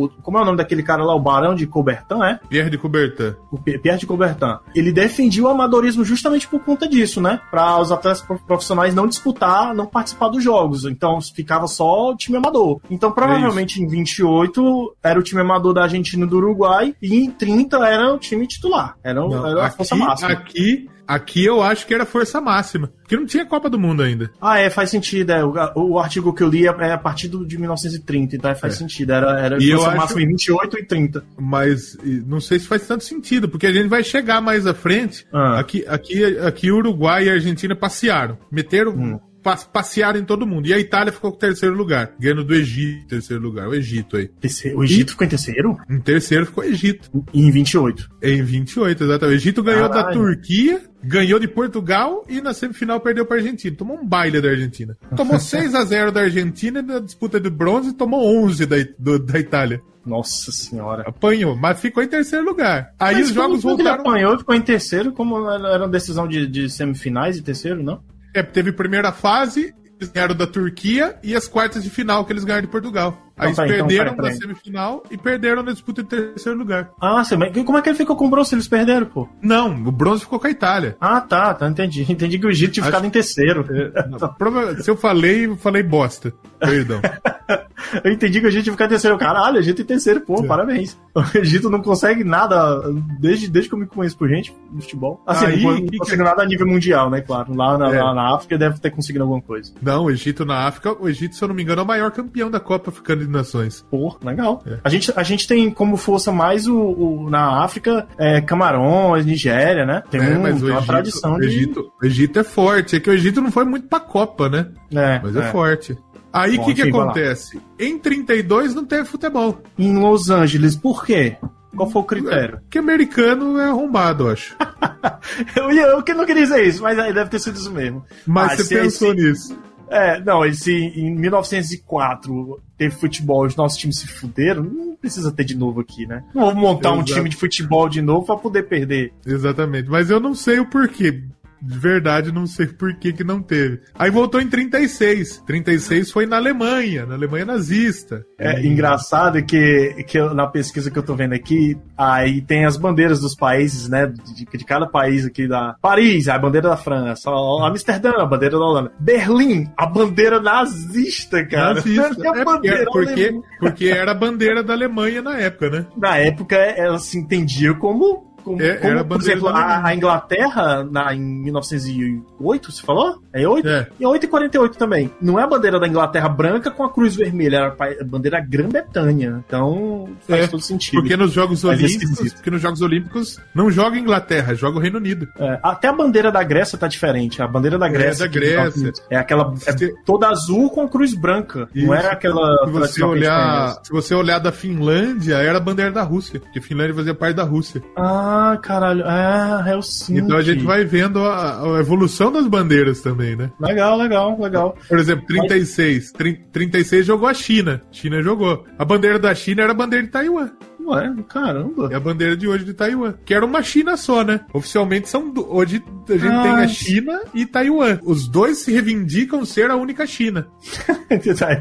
[SPEAKER 3] o- Como é o nome daquele cara lá? O Barão de Coubertin, é?
[SPEAKER 4] Pierre de Coubertin.
[SPEAKER 3] O P- Pierre de Coubertin. Ele defendia o amadorismo justamente por conta disso, né? Para os atletas pro- profissionais não disputar, não participar dos jogos. Então ficava só o time amador. Então provavelmente em 28 era o time amador da Argentina e do Uruguai e em 30 era o time titular. Era, o-
[SPEAKER 4] Não,
[SPEAKER 3] era a
[SPEAKER 4] aqui,
[SPEAKER 3] força máxima.
[SPEAKER 4] Aqui, aqui eu acho que era força máxima, porque não tinha Copa do Mundo ainda.
[SPEAKER 3] Ah, é, faz sentido. É, o, o artigo que eu li é, é a partir do- de 1930, então é, faz
[SPEAKER 4] É.
[SPEAKER 3] sentido. Era, era
[SPEAKER 4] E eu
[SPEAKER 3] força
[SPEAKER 4] acho-
[SPEAKER 3] máxima em 28 e 30.
[SPEAKER 4] Mas e, não sei se faz tanto sentido, porque a gente vai chegar mais à frente.
[SPEAKER 3] Ah.
[SPEAKER 4] Aqui, aqui, aqui Uruguai e Argentina passearam, meteram.
[SPEAKER 3] Hum.
[SPEAKER 4] pas- Passearam em todo mundo. E a Itália ficou com o terceiro lugar. Ganhando do Egito, terceiro lugar. O Egito aí.
[SPEAKER 3] Terceiro- O Egito ficou em terceiro?
[SPEAKER 4] Em terceiro ficou o Egito.
[SPEAKER 3] E em 28.
[SPEAKER 4] Em 28, exatamente. O Egito ganhou da
[SPEAKER 3] Caralho.
[SPEAKER 4] Turquia, ganhou de Portugal e na semifinal perdeu para a Argentina. Tomou um baile da Argentina. Tomou 6 a 0 da Argentina na disputa de bronze e tomou 11 da, I- do- da Itália.
[SPEAKER 3] Nossa senhora.
[SPEAKER 4] Apanhou, mas ficou em terceiro lugar. Aí
[SPEAKER 3] Mas
[SPEAKER 4] os jogos
[SPEAKER 3] como que Ele
[SPEAKER 4] voltaram.
[SPEAKER 3] apanhou e ficou em terceiro, como era era uma decisão de, de semifinais e terceiro, não?
[SPEAKER 4] É, teve primeira fase, eles ganharam da Turquia e as quartas de final que eles ganharam de Portugal. Aí eles
[SPEAKER 3] tá, então,
[SPEAKER 4] perderam
[SPEAKER 3] pera, pera
[SPEAKER 4] na
[SPEAKER 3] aí.
[SPEAKER 4] semifinal e perderam na disputa de terceiro lugar.
[SPEAKER 3] Ah, sim, mas como é que ele ficou com o bronze? Eles perderam, pô.
[SPEAKER 4] Não, o bronze ficou com a Itália.
[SPEAKER 3] Ah, tá, tá, entendi. Entendi que o Egito tinha
[SPEAKER 4] Acho- é.
[SPEAKER 3] ficado em terceiro.
[SPEAKER 4] Não, prova- Se eu falei, eu falei bosta. Perdão.
[SPEAKER 3] Eu entendi que o Egito fica em terceiro. Caralho, Egito em terceiro,
[SPEAKER 4] É.
[SPEAKER 3] pô, parabéns. O Egito não consegue nada, desde, desde que eu me conheço por gente, no futebol. Assim,
[SPEAKER 4] Aí,
[SPEAKER 3] não, não
[SPEAKER 4] que-
[SPEAKER 3] conseguiu nada a nível mundial, né, claro. Lá na,
[SPEAKER 4] É.
[SPEAKER 3] lá na África deve ter conseguido alguma coisa.
[SPEAKER 4] Não, o Egito na África, o Egito, se eu não me engano, é o maior campeão da Copa Africana de Nações.
[SPEAKER 3] Pô, legal.
[SPEAKER 4] É.
[SPEAKER 3] A, gente, a gente tem como força mais o, o- na África, é, Camarões, Nigéria, né? Tem,
[SPEAKER 4] né?
[SPEAKER 3] um-
[SPEAKER 4] mas o
[SPEAKER 3] tem uma
[SPEAKER 4] Egito,
[SPEAKER 3] tradição
[SPEAKER 4] o
[SPEAKER 3] de...
[SPEAKER 4] Egito, o Egito é forte. É que o Egito não foi muito pra Copa, né?
[SPEAKER 3] É,
[SPEAKER 4] Mas é,
[SPEAKER 3] é.
[SPEAKER 4] forte. Aí o
[SPEAKER 3] Bom,
[SPEAKER 4] que, que
[SPEAKER 3] enfim, vai lá.
[SPEAKER 4] acontece? Em 32 não teve futebol.
[SPEAKER 3] Em Los Angeles, por quê? Qual foi o critério?
[SPEAKER 4] Porque americano é arrombado, eu acho.
[SPEAKER 3] Ah, Eu, ia- eu que não queria dizer isso, mas aí deve ter sido isso mesmo.
[SPEAKER 4] É. Mas
[SPEAKER 3] Ah,
[SPEAKER 4] você
[SPEAKER 3] se-
[SPEAKER 4] pensou
[SPEAKER 3] se-
[SPEAKER 4] nisso.
[SPEAKER 3] É, não, e se em 1904 teve futebol e os nossos times se fuderam, não precisa ter de novo aqui, né? Não vou montar um
[SPEAKER 4] Exato.
[SPEAKER 3] time de futebol de novo pra poder perder.
[SPEAKER 4] Exatamente. Mas eu não sei o porquê. De verdade, não sei por que que não teve. Aí voltou em 36. 36 foi na Alemanha, na Alemanha nazista.
[SPEAKER 3] É engraçado que, que eu- na pesquisa que eu tô vendo aqui, aí tem as bandeiras dos países, né? De, de cada país aqui da. Paris, a bandeira da França. ó, Amsterdã, a bandeira da Holanda. Berlim, a bandeira nazista, cara.
[SPEAKER 4] Nazista.
[SPEAKER 3] Tem a
[SPEAKER 4] É
[SPEAKER 3] bandeira
[SPEAKER 4] porque, porque,
[SPEAKER 3] alemã.
[SPEAKER 4] porque era a bandeira da Alemanha na época, né?
[SPEAKER 3] na época é, ela se entendia como. Como,
[SPEAKER 4] É,
[SPEAKER 3] como,
[SPEAKER 4] era a
[SPEAKER 3] por
[SPEAKER 4] bandeira
[SPEAKER 3] exemplo,
[SPEAKER 4] da Alemanha.
[SPEAKER 3] a, a Inglaterra, na, em 1908, você falou? É 8?
[SPEAKER 4] É.
[SPEAKER 3] E 8 e 48 também. Não é a bandeira da Inglaterra branca com a cruz vermelha, era a pa- a bandeira Grã-Bretanha. Então faz
[SPEAKER 4] É,
[SPEAKER 3] todo sentido.
[SPEAKER 4] Porque nos Jogos
[SPEAKER 3] Mas é
[SPEAKER 4] Olímpicos,
[SPEAKER 3] esquisito.
[SPEAKER 4] porque nos Jogos Olímpicos não joga a Inglaterra, joga o Reino Unido.
[SPEAKER 3] É, até a bandeira da Grécia tá diferente. A bandeira da Grécia.
[SPEAKER 4] É, da
[SPEAKER 3] que-
[SPEAKER 4] Grécia.
[SPEAKER 3] É aquela.
[SPEAKER 4] Se-
[SPEAKER 3] É toda azul com cruz branca.
[SPEAKER 4] Isso.
[SPEAKER 3] Não era aquela.
[SPEAKER 4] Se você
[SPEAKER 3] tradicional que a gente
[SPEAKER 4] olhar,
[SPEAKER 3] conhece.
[SPEAKER 4] se você olhar da Finlândia, era a bandeira da Rússia, porque a Finlândia fazia parte da Rússia.
[SPEAKER 3] Ah, caralho. Ah, Helsinki.
[SPEAKER 4] Então a gente vai vendo a, a evolução das bandeiras também, né?
[SPEAKER 3] Legal, legal, legal.
[SPEAKER 4] Por exemplo, 36, Trin- 36 jogou a China. China jogou. A bandeira da China era a bandeira de Taiwan.
[SPEAKER 3] Ué, caramba.
[SPEAKER 4] É a bandeira de hoje de Taiwan. Que era uma China só, né? Oficialmente são. du- Hoje a gente tem a
[SPEAKER 3] Ah.
[SPEAKER 4] China e Taiwan. Os dois se reivindicam ser a única China.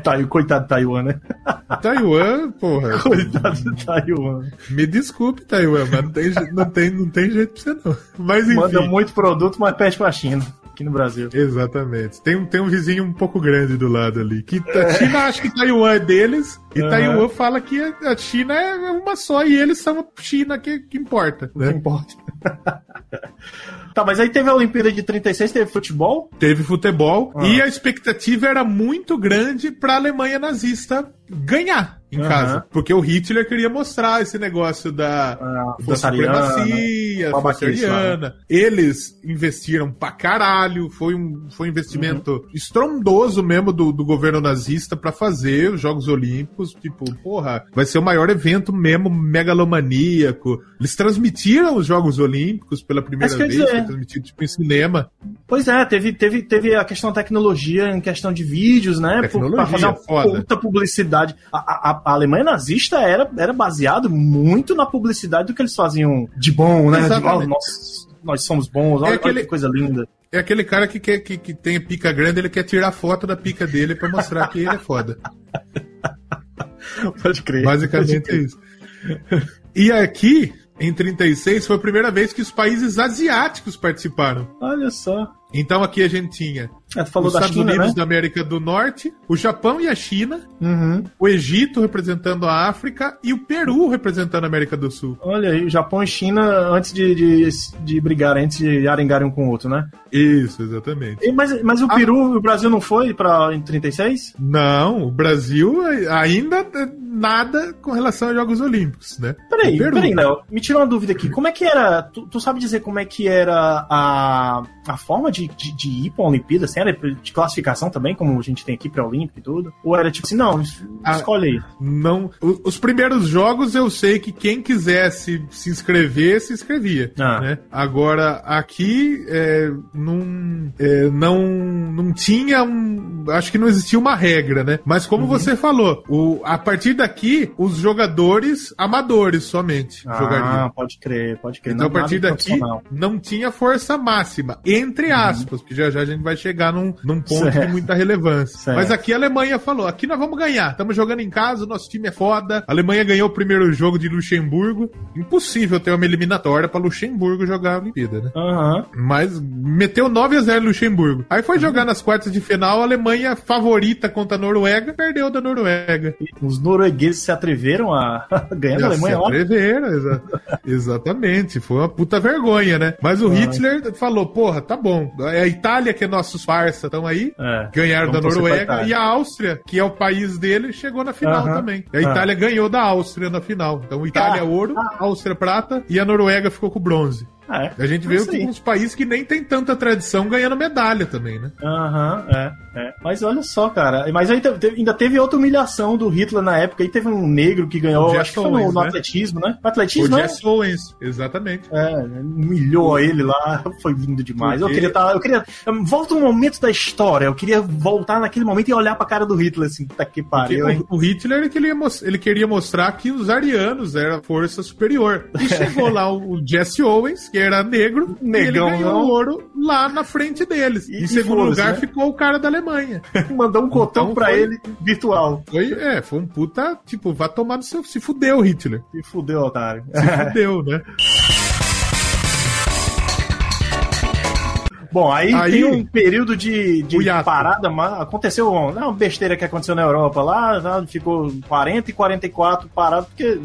[SPEAKER 3] tá, e o coitado de Taiwan, né?
[SPEAKER 4] Taiwan, porra.
[SPEAKER 3] Coitado de Taiwan.
[SPEAKER 4] Me desculpe, Taiwan, mas não tem, je- não tem, não tem jeito pra você não. Mas enfim.
[SPEAKER 3] Manda muito produto, mas pede pra China. Aqui no Brasil.
[SPEAKER 4] Exatamente. Tem, um- tem um vizinho um pouco grande do lado ali. Que ta- a China acha que Taiwan é deles, e
[SPEAKER 3] Aham.
[SPEAKER 4] Taiwan fala que a a China é uma só e eles são a China que, que importa.
[SPEAKER 3] Não
[SPEAKER 4] Né?
[SPEAKER 3] importa. tá, mas aí teve a Olimpíada de 36, teve futebol?
[SPEAKER 4] Teve futebol
[SPEAKER 3] Ah.
[SPEAKER 4] e a expectativa era muito grande pra Alemanha nazista ganhar em
[SPEAKER 3] Aham.
[SPEAKER 4] casa. Porque o Hitler queria mostrar esse negócio da,
[SPEAKER 3] Ah, né?
[SPEAKER 4] da
[SPEAKER 3] força ariana,
[SPEAKER 4] supremacia,
[SPEAKER 3] Babaquice
[SPEAKER 4] força ariana. Eles investiram pra caralho, foi um, foi um investimento
[SPEAKER 3] Uhum.
[SPEAKER 4] estrondoso mesmo do, do governo nazista pra fazer os Jogos Olímpicos, tipo, porra, vai ser o maior evento mesmo megalomaníaco. Eles transmitiram os Jogos Olímpicos pela primeira
[SPEAKER 3] Mas quer
[SPEAKER 4] vez,
[SPEAKER 3] dizer-
[SPEAKER 4] foi transmitido tipo em cinema.
[SPEAKER 3] Pois é, teve, teve, teve a questão da tecnologia em questão de vídeos, né?
[SPEAKER 4] Tecnologia,
[SPEAKER 3] pra fazer uma
[SPEAKER 4] foda.
[SPEAKER 3] puta publicidade. A, a- a Alemanha nazista era, era baseado muito na publicidade do que eles faziam de bom, né? De,
[SPEAKER 4] Exatamente. É
[SPEAKER 3] "Oh, nós, nós somos bons, olha, olha
[SPEAKER 4] aquele-
[SPEAKER 3] que coisa linda.
[SPEAKER 4] É aquele cara que quer que, que tem pica grande, ele quer tirar foto da pica dele pra mostrar que ele é foda.
[SPEAKER 3] Pode crer.
[SPEAKER 4] Basicamente é isso. E aqui, em 36, foi a primeira vez que os países asiáticos participaram.
[SPEAKER 3] Olha só.
[SPEAKER 4] Então aqui a gente tinha
[SPEAKER 3] É, tu falou
[SPEAKER 4] os
[SPEAKER 3] da
[SPEAKER 4] Estados
[SPEAKER 3] China,
[SPEAKER 4] Unidos
[SPEAKER 3] né?
[SPEAKER 4] da América do Norte, o Japão e a China,
[SPEAKER 3] Uhum.
[SPEAKER 4] o Egito representando a África e o Peru representando a América do Sul.
[SPEAKER 3] Olha aí, o Japão e China antes de, de, de brigarem, antes de arengarem um com o outro, né?
[SPEAKER 4] Isso, exatamente.
[SPEAKER 3] E, mas, mas o
[SPEAKER 4] Ah.
[SPEAKER 3] Peru, o Brasil não foi pra, em 36?
[SPEAKER 4] Não, o Brasil eh, ainda nada com relação aos Jogos Olímpicos, né?
[SPEAKER 3] Peraí,
[SPEAKER 4] O Peru.
[SPEAKER 3] peraí, Léo. Me tira uma dúvida aqui. Como é que era. Tu, tu sabe dizer como é que era a, a forma de, de, de ir pra Olimpíada? Assim, era de classificação também, como a gente tem aqui pra Olímpico e tudo? Ou era tipo assim, não, es-
[SPEAKER 4] Ah.
[SPEAKER 3] escolhe aí.
[SPEAKER 4] Não, o- os primeiros jogos eu sei que quem quisesse se inscrever se inscrevia.
[SPEAKER 3] Ah.
[SPEAKER 4] né? Agora aqui é, não, é, não
[SPEAKER 3] Uhum.
[SPEAKER 4] não tinha um, acho que não existia uma regra, né? Mas como você falou, o, a partir da daqui, os jogadores amadores somente jogariam.
[SPEAKER 3] Ah, pode crer, pode crer.
[SPEAKER 4] Então, a
[SPEAKER 3] Não,
[SPEAKER 4] partir
[SPEAKER 3] nada
[SPEAKER 4] daqui,
[SPEAKER 3] profissional. Uhum.
[SPEAKER 4] não tinha força máxima, entre aspas, porque já já a gente vai chegar num, num ponto
[SPEAKER 3] Certo.
[SPEAKER 4] de muita relevância.
[SPEAKER 3] Certo.
[SPEAKER 4] Mas aqui a Alemanha falou: aqui nós vamos ganhar, estamos jogando em casa, o nosso time é foda. A Alemanha ganhou o primeiro jogo de Luxemburgo. Impossível ter uma eliminatória para Luxemburgo jogar a Olimpíada, né?
[SPEAKER 3] Aham.
[SPEAKER 4] Mas meteu 9 a 0 Luxemburgo. Aí
[SPEAKER 3] Uhum.
[SPEAKER 4] foi jogar nas quartas de final, a Alemanha favorita contra a Noruega, perdeu da Noruega.
[SPEAKER 3] Os noruegueses se atreveram a ganhar é da
[SPEAKER 4] Já se
[SPEAKER 3] Alemanha, ó.
[SPEAKER 4] atreveram, exa- exatamente. Foi uma puta vergonha, né? Mas o Hitler falou: porra, tá bom. É a Itália que é nossos parça, estão aí.
[SPEAKER 3] É,
[SPEAKER 4] Ganharam da
[SPEAKER 3] vamos torcer pra
[SPEAKER 4] Noruega
[SPEAKER 3] Itália.
[SPEAKER 4] e a Áustria, que é o país dele, chegou na final
[SPEAKER 3] Aham.
[SPEAKER 4] também. A
[SPEAKER 3] Ah.
[SPEAKER 4] Itália ganhou da Áustria na final. Então, Itália
[SPEAKER 3] Ah.
[SPEAKER 4] ouro, Áustria é prata e a Noruega ficou com bronze.
[SPEAKER 3] Ah, é.
[SPEAKER 4] A gente
[SPEAKER 3] É
[SPEAKER 4] vê
[SPEAKER 3] isso aí.
[SPEAKER 4] uns países que nem tem tanta tradição ganhando medalha também, né?
[SPEAKER 3] Aham, é, é. Mas olha só, cara. Mas aí te- te- ainda teve outra humilhação do Hitler na época. Aí teve um negro que
[SPEAKER 4] O
[SPEAKER 3] ganhou,
[SPEAKER 4] Jesse
[SPEAKER 3] acho que foi no,
[SPEAKER 4] Owens,
[SPEAKER 3] no
[SPEAKER 4] né?
[SPEAKER 3] atletismo, né? No
[SPEAKER 4] O
[SPEAKER 3] atletismo, né?
[SPEAKER 4] Jess Owens, é exatamente.
[SPEAKER 3] É, humilhou ele lá, foi lindo demais. Eu
[SPEAKER 4] Porque-
[SPEAKER 3] queria tá, eu queria. Volta um momento da história. Eu queria voltar naquele momento e olhar pra cara do Hitler assim, tá que
[SPEAKER 4] Porque
[SPEAKER 3] pariu, hein?
[SPEAKER 4] o, o Hitler ele queria, mos- ele queria mostrar que os arianos eram a força superior. E chegou lá o, o Jesse Owens, que era negro,
[SPEAKER 3] Negão,
[SPEAKER 4] e ele ganhou
[SPEAKER 3] não.
[SPEAKER 4] o ouro lá na frente deles.
[SPEAKER 3] E-
[SPEAKER 4] em
[SPEAKER 3] e
[SPEAKER 4] segundo
[SPEAKER 3] foda-se,
[SPEAKER 4] lugar
[SPEAKER 3] né?
[SPEAKER 4] ficou o cara da Alemanha.
[SPEAKER 3] Mandou um cotão
[SPEAKER 4] Então
[SPEAKER 3] pra
[SPEAKER 4] foi-
[SPEAKER 3] ele virtual.
[SPEAKER 4] Foi, é, foi um puta, tipo, vá tomar no seu. Se fudeu, Hitler.
[SPEAKER 3] E fudeu, otário.
[SPEAKER 4] Se fudeu, né?
[SPEAKER 3] Bom, aí,
[SPEAKER 4] Aí-
[SPEAKER 3] tem um período de, de
[SPEAKER 4] O hiato.
[SPEAKER 3] parada, mas aconteceu um- não, uma besteira que aconteceu na Europa lá, tá? ficou 40 e 44 parado, porque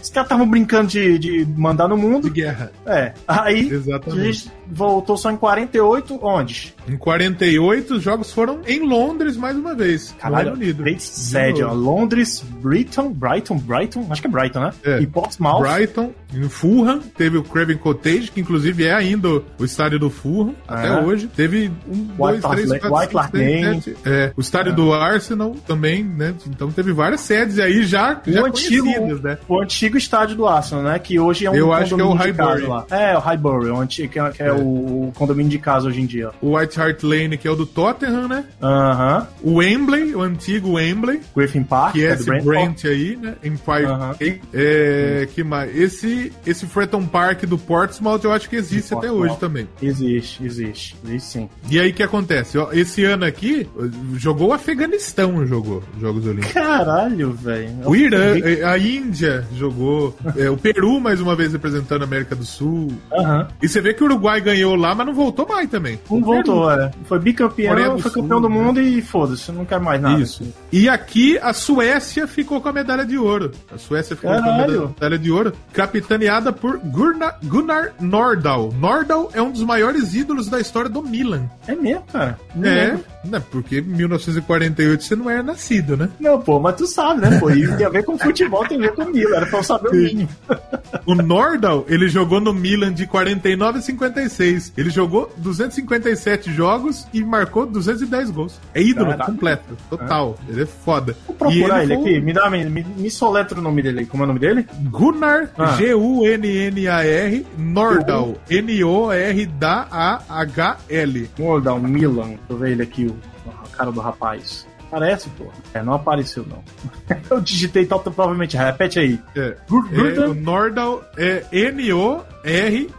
[SPEAKER 3] os caras estavam brincando de, de mandar no
[SPEAKER 4] De
[SPEAKER 3] mundo.
[SPEAKER 4] guerra.
[SPEAKER 3] É, aí
[SPEAKER 4] Exatamente.
[SPEAKER 3] a gente voltou só em 48, onde?
[SPEAKER 4] Em 48, os jogos foram em Londres mais uma vez.
[SPEAKER 3] Caralho,
[SPEAKER 4] no Reino Unido.
[SPEAKER 3] três sede,
[SPEAKER 4] De
[SPEAKER 3] ó,
[SPEAKER 4] novo.
[SPEAKER 3] Londres, Brighton, Brighton, Brighton, acho que é Brighton, né?
[SPEAKER 4] É.
[SPEAKER 3] E Portsmouth.
[SPEAKER 4] Brighton, em Fulham, teve o Craven Cottage, que inclusive é ainda o estádio do Fulham, até
[SPEAKER 3] Aham.
[SPEAKER 4] hoje. Teve um, dois,
[SPEAKER 3] É. Hart
[SPEAKER 4] três,
[SPEAKER 3] Lane-
[SPEAKER 4] quatro,
[SPEAKER 3] White
[SPEAKER 4] cinco,
[SPEAKER 3] Hart
[SPEAKER 4] seis,
[SPEAKER 3] Lane.
[SPEAKER 4] sete. É, o estádio do Arsenal também, né? Então teve várias sedes aí já, já
[SPEAKER 3] o Um antigo,
[SPEAKER 4] conhecidas, né?
[SPEAKER 3] o antigo estádio do Arsenal, né? Que hoje é um
[SPEAKER 4] Eu acho que é o
[SPEAKER 3] de casa
[SPEAKER 4] Highbury.
[SPEAKER 3] lá. É, o Highbury, o antigo, que é, que é o o condomínio de casa hoje em dia.
[SPEAKER 4] O White Hart Lane, que é o do Tottenham, né?
[SPEAKER 3] Aham.
[SPEAKER 4] O Wembley, o antigo Wembley,
[SPEAKER 3] Griffin Park,
[SPEAKER 4] que é
[SPEAKER 3] é do
[SPEAKER 4] esse
[SPEAKER 3] Brentford.
[SPEAKER 4] Brent aí, né? Empire
[SPEAKER 3] Aham.
[SPEAKER 4] State. É, que mais? Esse, esse Fretton Park do Portsmouth eu acho que existe
[SPEAKER 3] Do
[SPEAKER 4] até
[SPEAKER 3] Portsmouth.
[SPEAKER 4] hoje também.
[SPEAKER 3] Existe, existe. Existe sim.
[SPEAKER 4] E aí o que acontece? Ó, Esse ano aqui, jogou o Afeganistão, jogou Jogos Olímpicos.
[SPEAKER 3] Caralho, velho.
[SPEAKER 4] O Irã, eh, a Índia jogou, eh, o Peru mais uma vez representando a América do Sul.
[SPEAKER 3] Aham.
[SPEAKER 4] E você vê que o Uruguai ganhou lá, mas é. não voltou mais também.
[SPEAKER 3] Não voltou, é. Foi
[SPEAKER 4] Coreia
[SPEAKER 3] bicampeão,
[SPEAKER 4] do
[SPEAKER 3] foi
[SPEAKER 4] Sul,
[SPEAKER 3] campeão do
[SPEAKER 4] né?
[SPEAKER 3] mundo e foda-se, não quero mais nada.
[SPEAKER 4] Isso. E aqui a Suécia ficou com a medalha de ouro. A Suécia ficou com a
[SPEAKER 3] Caralho.
[SPEAKER 4] meda- medalha de ouro, capitaneada por Gunnar, Gunnar Nordahl. Nordahl é um dos maiores ídolos da história do Milan.
[SPEAKER 3] É mesmo, cara. Não
[SPEAKER 4] É,
[SPEAKER 3] lembro.
[SPEAKER 4] né, porque em 1948 você não era nascido, né?
[SPEAKER 3] Não, pô, mas tu sabe, né? Pô, isso tem a ver com futebol, tem a ver com Mila. Era pra eu saber o mínimo.
[SPEAKER 4] O Nordahl, ele jogou no Milan de 49 a 56. Ele jogou 257 jogos e marcou 210 gols. É ídolo
[SPEAKER 3] Caraca.
[SPEAKER 4] completo, total. Ele é foda.
[SPEAKER 3] Vou procurar
[SPEAKER 4] E
[SPEAKER 3] ele,
[SPEAKER 4] foi
[SPEAKER 3] aqui. Me, dá, me, me, me soletra o nome dele aí. Como é o nome dele?
[SPEAKER 4] Gunnar,
[SPEAKER 3] Ah. Uhum.
[SPEAKER 4] G-U-N-N-A-R, Nordahl, N-O-R-D-A-H-L.
[SPEAKER 3] Vamos dar um Milan. Deixa eu ver ele aqui, o, a cara do rapaz. Parece, pô. É, não apareceu, não. eu digitei tal, provavelmente. Repete aí.
[SPEAKER 4] É.
[SPEAKER 3] Gu-
[SPEAKER 4] É, o
[SPEAKER 3] Gunnar?
[SPEAKER 4] Nordahl é N-O-R-D-A-H-L.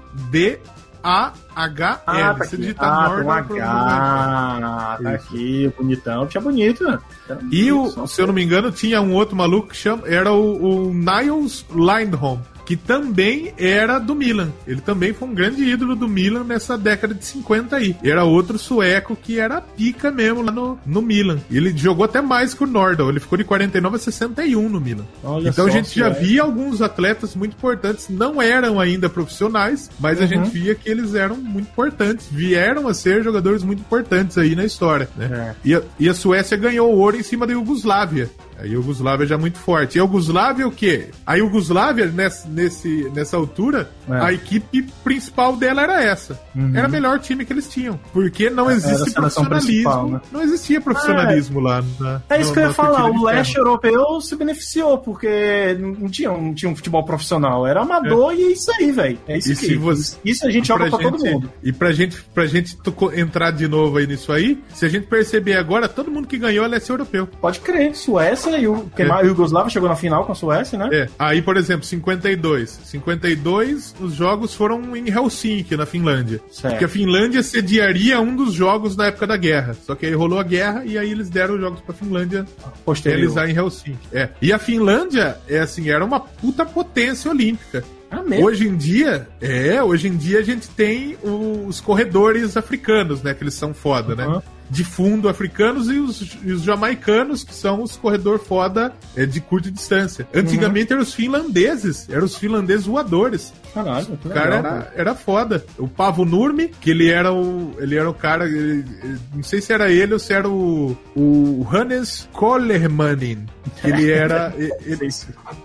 [SPEAKER 3] Ah, tá
[SPEAKER 4] É, Você
[SPEAKER 3] aqui.
[SPEAKER 4] digita
[SPEAKER 3] Ah, tem um
[SPEAKER 4] Nordahl, provavelmente-
[SPEAKER 3] H. Tá
[SPEAKER 4] Isso.
[SPEAKER 3] aqui, bonitão. Tinha bonito, né? Era
[SPEAKER 4] E,
[SPEAKER 3] bonito,
[SPEAKER 4] o,
[SPEAKER 3] só.
[SPEAKER 4] se eu não me engano, tinha um outro maluco que chama, era o, o Niles Lindholm, que também era do Milan. Ele também foi um grande ídolo do Milan nessa década de 50 aí. Era outro sueco que era pica mesmo lá no, no Milan. E Ele jogou até mais que o Nordal, ele ficou de 49 a 61 no Milan.
[SPEAKER 3] Olha
[SPEAKER 4] então
[SPEAKER 3] só,
[SPEAKER 4] a gente já
[SPEAKER 3] sueco.
[SPEAKER 4] via alguns atletas muito importantes, não eram ainda profissionais, mas a
[SPEAKER 3] Uhum.
[SPEAKER 4] gente via que eles eram muito importantes, vieram a ser jogadores muito importantes aí na história, né?
[SPEAKER 3] É.
[SPEAKER 4] E a, e a Suécia ganhou ouro em cima da Iugoslávia. A Iugoslávia já é muito forte. E a Iugoslávia é o quê? A Iugoslávia, nessa, nesse, nessa altura,
[SPEAKER 3] É. Uhum.
[SPEAKER 4] a equipe principal dela era essa. Era o melhor time que eles tinham. Porque não
[SPEAKER 3] É, a
[SPEAKER 4] existe
[SPEAKER 3] seleção principal,
[SPEAKER 4] profissionalismo.
[SPEAKER 3] né?
[SPEAKER 4] Não existia profissionalismo lá. Na,
[SPEAKER 3] É isso
[SPEAKER 4] no-
[SPEAKER 3] que eu ia
[SPEAKER 4] na
[SPEAKER 3] falar,
[SPEAKER 4] cortina
[SPEAKER 3] o
[SPEAKER 4] de
[SPEAKER 3] leste
[SPEAKER 4] ferro.
[SPEAKER 3] europeu se beneficiou, porque não tinha, não tinha um futebol profissional, era amador e é isso aí, velho. É isso
[SPEAKER 4] E
[SPEAKER 3] que
[SPEAKER 4] se você-
[SPEAKER 3] Isso a gente joga pra todo
[SPEAKER 4] gente-
[SPEAKER 3] mundo.
[SPEAKER 4] E pra gente, pra gente toco- entrar de novo aí nisso aí, se a gente perceber agora, todo mundo que ganhou é leste europeu.
[SPEAKER 3] Pode crer, Suécia Suécia e o, que
[SPEAKER 4] É.
[SPEAKER 3] mais, a Yugoslávia chegou na final com a Suécia, né?
[SPEAKER 4] É, aí, por exemplo, 52. 52, os jogos foram em Helsinki, na Finlândia.
[SPEAKER 3] Certo.
[SPEAKER 4] Porque a Finlândia sediaria um dos jogos na época da guerra. Só que aí rolou a guerra e aí eles deram os jogos pra Finlândia
[SPEAKER 3] Posterior.
[SPEAKER 4] realizar em Helsinki. É. E a Finlândia, é assim, era uma puta potência olímpica.
[SPEAKER 3] Ah, mesmo?
[SPEAKER 4] Hoje em dia, é, hoje em dia a gente tem os corredores africanos, né? Que eles são foda,
[SPEAKER 3] Uhum.
[SPEAKER 4] né? De fundo africanos e os, e os jamaicanos, que são os corredor foda é, de curta distância. Antigamente eram os finlandeses, eram os finlandeses voadores.
[SPEAKER 3] Caralho, que
[SPEAKER 4] O cara
[SPEAKER 3] legal,
[SPEAKER 4] era, era foda. O Pavo Nurmi, que ele era o. Ele era o cara. ele- ele- não sei se era ele ou se era o. O Hannes Kollermanin. que Ele era. e- ele-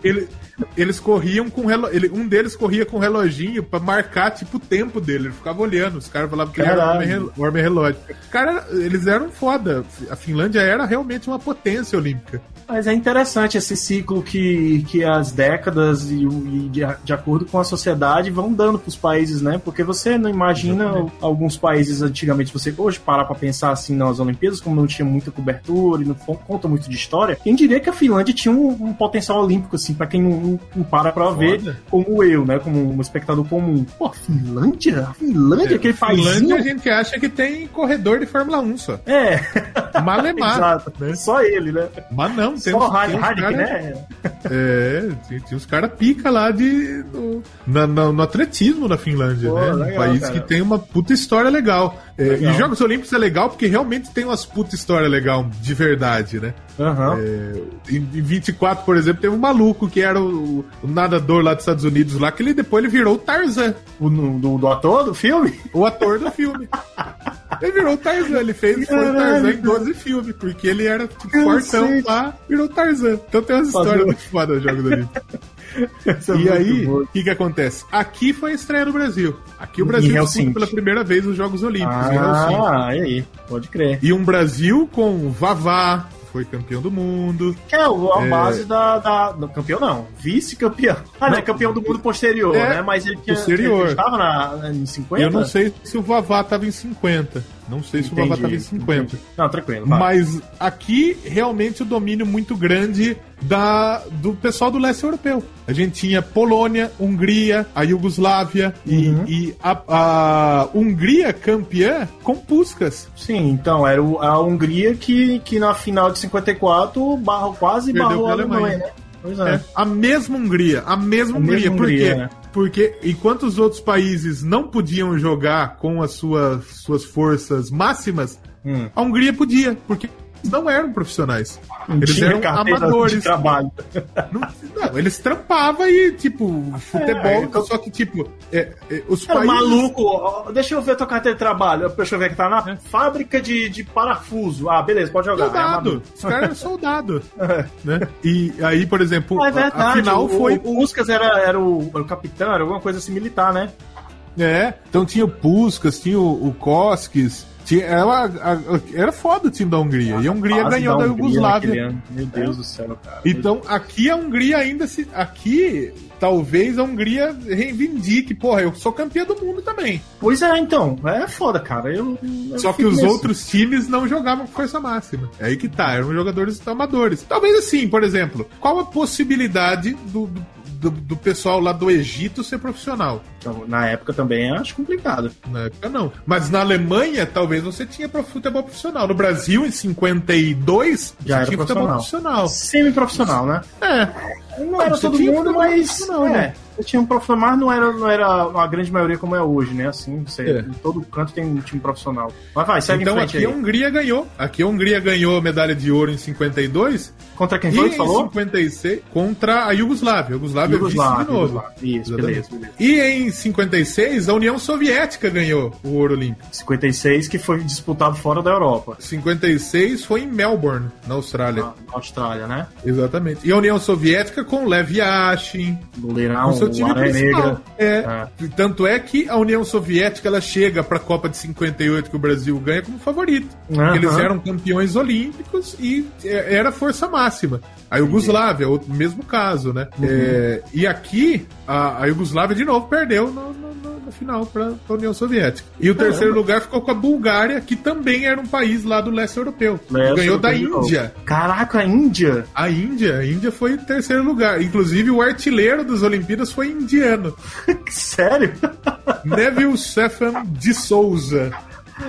[SPEAKER 4] ele- eles corriam com relo, ele, Um deles corria com reloginho pra marcar, tipo, o tempo dele. Ele ficava olhando. Os caras falavam que ele era um
[SPEAKER 3] Caralho.
[SPEAKER 4] o homem relo- o homem relógio. Cara, eles eram foda. A Finlândia era realmente uma potência olímpica.
[SPEAKER 3] Mas é interessante esse ciclo que, que as décadas e, o- e de, a- de acordo com a sociedade vão dando para os países, né? Porque você não imagina o- alguns países antigamente, você hoje parar para pensar assim nas Olimpíadas, como não tinha muita cobertura e não con- conta muito de história, quem diria que a Finlândia tinha um, um potencial olímpico, assim, para quem não, não- não para para ver, como eu, né? Como um espectador comum. Pô, a Finlândia? A Finlândia? aquele
[SPEAKER 4] É, Finlândia a
[SPEAKER 3] país.
[SPEAKER 4] gente acha que tem corredor de Fórmula 1 só.
[SPEAKER 3] É,
[SPEAKER 4] Malemar.
[SPEAKER 3] exato. Só ele, né?
[SPEAKER 4] Mas não, tem
[SPEAKER 3] Só
[SPEAKER 4] uns-
[SPEAKER 3] o Hard,
[SPEAKER 4] tem uns cara-
[SPEAKER 3] né?
[SPEAKER 4] É, tinha, tinha uns caras pica lá de, no, na- na- no atletismo da Finlândia,
[SPEAKER 3] Pô,
[SPEAKER 4] né? um
[SPEAKER 3] legal,
[SPEAKER 4] país
[SPEAKER 3] cara.
[SPEAKER 4] que tem uma puta história legal. É,
[SPEAKER 3] Legal.
[SPEAKER 4] E Jogos Olímpicos é legal porque realmente tem umas puta história legal de verdade, né?
[SPEAKER 3] Aham.
[SPEAKER 4] É, em, em 24, por exemplo, teve um maluco que era o, o nadador lá dos Estados Unidos, lá, que ele, depois ele virou o Tarzan,
[SPEAKER 3] O, no- do, do ator do filme?
[SPEAKER 4] o ator do filme. Ele virou o Tarzan, ele fez foi o Tarzan em
[SPEAKER 3] Caralho.
[SPEAKER 4] 12 filmes, porque ele era tipo,
[SPEAKER 3] Eu
[SPEAKER 4] fortão
[SPEAKER 3] sei.
[SPEAKER 4] lá, virou o Tarzan. Então tem umas histórias
[SPEAKER 3] Fazendo-
[SPEAKER 4] muito fodas nos Jogos Olímpicos.
[SPEAKER 3] Isso um- é
[SPEAKER 4] E
[SPEAKER 3] muito
[SPEAKER 4] aí,
[SPEAKER 3] bom.
[SPEAKER 4] o que, que acontece? Aqui foi a estreia do Brasil. Aqui o
[SPEAKER 3] Em
[SPEAKER 4] Brasil disputa
[SPEAKER 3] Helsinki.
[SPEAKER 4] pela primeira vez os Jogos Olímpicos em Helsinki.
[SPEAKER 3] Ah, e aí? Pode crer.
[SPEAKER 4] E um Brasil com Vavá, que foi campeão do mundo.
[SPEAKER 3] Que é o- a
[SPEAKER 4] É.
[SPEAKER 3] base da, da- do campeão, não. Vice-campeão. Ah, não, é campeão do mundo posterior,
[SPEAKER 4] É,
[SPEAKER 3] né? Mas ele tinha.
[SPEAKER 4] posterior.
[SPEAKER 3] Ele estava na, na- em 50?
[SPEAKER 4] Eu não sei se o Vavá tava em 50. Não sei se o Vavá tava em 50.
[SPEAKER 3] entendi. Não, tranquilo. vai.
[SPEAKER 4] Mas aqui, realmente, o domínio muito grande da, do pessoal do leste europeu. A gente tinha Polônia, Hungria, a Iugoslávia e,
[SPEAKER 3] Uhum.
[SPEAKER 4] e a, a Hungria campeã com Puskas.
[SPEAKER 3] Sim, então, era o- a Hungria que, que na final de 54 barrou, quase
[SPEAKER 4] Perdeu
[SPEAKER 3] barrou a
[SPEAKER 4] pra
[SPEAKER 3] Alemanha,
[SPEAKER 4] Alemanha.
[SPEAKER 3] né? Pois
[SPEAKER 4] É,
[SPEAKER 3] é.
[SPEAKER 4] A mesma Hungria, a mesma
[SPEAKER 3] A
[SPEAKER 4] Hungria.
[SPEAKER 3] mesma
[SPEAKER 4] Por
[SPEAKER 3] Hungria,
[SPEAKER 4] quê?
[SPEAKER 3] né?
[SPEAKER 4] Porque enquanto os outros países não podiam jogar com as suas, suas forças máximas,
[SPEAKER 3] Hum.
[SPEAKER 4] a Hungria podia, porque eles não eram profissionais.
[SPEAKER 3] Não
[SPEAKER 4] Eles
[SPEAKER 3] tinha
[SPEAKER 4] eram
[SPEAKER 3] carteira de
[SPEAKER 4] amadores. É
[SPEAKER 3] trabalho.
[SPEAKER 4] Não, não, eles trampavam e, tipo, futebol,
[SPEAKER 3] então-
[SPEAKER 4] só que, tipo, é, é, os
[SPEAKER 3] Cara,
[SPEAKER 4] países...
[SPEAKER 3] maluco, ó, deixa eu ver tua carteira de trabalho. Deixa eu ver que tá
[SPEAKER 4] É.
[SPEAKER 3] na fábrica de, de parafuso. Ah, beleza, pode jogar. É
[SPEAKER 4] Soldado.
[SPEAKER 3] amador.
[SPEAKER 4] Os caras eram soldado. né? E aí, por exemplo,
[SPEAKER 3] Ah, é
[SPEAKER 4] a- a
[SPEAKER 3] verdade.
[SPEAKER 4] final
[SPEAKER 3] o,
[SPEAKER 4] foi
[SPEAKER 3] o Uscas era, era, o, era o capitão, era alguma coisa assim militar, né?
[SPEAKER 4] É, então tinha o Puskas, tinha o, o Koskis, tinha, era, uma- a- a- era foda o time da Hungria. e a Hungria
[SPEAKER 3] Quase
[SPEAKER 4] ganhou da,
[SPEAKER 3] Hungria naquele
[SPEAKER 4] Yugoslávia.
[SPEAKER 3] ano. Meu Deus do céu, cara.
[SPEAKER 4] Então aqui a Hungria ainda se. Aqui talvez a Hungria reivindique, porra, eu sou campeã do mundo também.
[SPEAKER 3] Pois é, então. É foda, cara. Eu, eu
[SPEAKER 4] Só que
[SPEAKER 3] fico
[SPEAKER 4] os
[SPEAKER 3] nesse-
[SPEAKER 4] outros times não jogavam com força máxima. É aí que tá, eram jogadores amadores. Talvez assim, por exemplo, qual a possibilidade do, do, do- do pessoal lá do Egito ser profissional?
[SPEAKER 3] Então, na época também acho complicado.
[SPEAKER 4] Na época não. Mas na Alemanha, talvez você tinha pro- futebol profissional. No Brasil, em 52,
[SPEAKER 3] Já
[SPEAKER 4] você
[SPEAKER 3] era
[SPEAKER 4] tinha futebol
[SPEAKER 3] profissional.
[SPEAKER 4] profissional.
[SPEAKER 3] É um Semi-profissional, né?
[SPEAKER 4] É.
[SPEAKER 3] Não era
[SPEAKER 4] você
[SPEAKER 3] todo
[SPEAKER 4] tinha
[SPEAKER 3] mundo,
[SPEAKER 4] um
[SPEAKER 3] mas.
[SPEAKER 4] profissional,
[SPEAKER 3] é,
[SPEAKER 4] né?
[SPEAKER 3] Eu tinha um profissional, mas não era, não era uma grande maioria como é hoje, né? Assim, você,
[SPEAKER 4] É.
[SPEAKER 3] em todo canto tem um time profissional. Mas vai, segue
[SPEAKER 4] Então
[SPEAKER 3] em frente
[SPEAKER 4] aqui
[SPEAKER 3] aí.
[SPEAKER 4] a Hungria ganhou. Aqui a Hungria ganhou a medalha de ouro em 52
[SPEAKER 3] Contra quem
[SPEAKER 4] e
[SPEAKER 3] foi,
[SPEAKER 4] em
[SPEAKER 3] tu falou?
[SPEAKER 4] 56 contra a Iugoslávia. A Iugoslávia,
[SPEAKER 3] Yugoslávia,
[SPEAKER 4] vice de novo.
[SPEAKER 3] Yugoslávia. Isso,
[SPEAKER 4] Exatamente.
[SPEAKER 3] beleza, beleza.
[SPEAKER 4] E em 56 a União Soviética ganhou o ouro olímpico.
[SPEAKER 3] 56, que foi disputado fora da Europa.
[SPEAKER 4] 56 foi em Melbourne, na Austrália.
[SPEAKER 3] Na na Austrália, né?
[SPEAKER 4] Exatamente. E a União Soviética com Lev Yashin,
[SPEAKER 3] Goleirão,
[SPEAKER 4] o seu time
[SPEAKER 3] Aranha
[SPEAKER 4] principal.
[SPEAKER 3] Negra.
[SPEAKER 4] É.
[SPEAKER 3] Ah.
[SPEAKER 4] Tanto é que a União Soviética ela chega para a Copa de 58 que o Brasil ganha como favorito.
[SPEAKER 3] Aham.
[SPEAKER 4] Eles eram campeões olímpicos e é, era força máxima. A Iugoslávia, o Uhum. mesmo caso, né? É, e aqui a, a Iugoslávia de novo perdeu no, no- no- na final para a União Soviética. E o Caramba. terceiro lugar ficou com a Bulgária, que também era um país lá do leste europeu. Leste ganhou da europeu. Índia.
[SPEAKER 3] Caraca, a Índia?
[SPEAKER 4] A Índia. A Índia foi em terceiro lugar. Inclusive, o artilheiro das Olimpíadas foi indiano.
[SPEAKER 3] Sério?
[SPEAKER 4] Neville Stefan de Souza.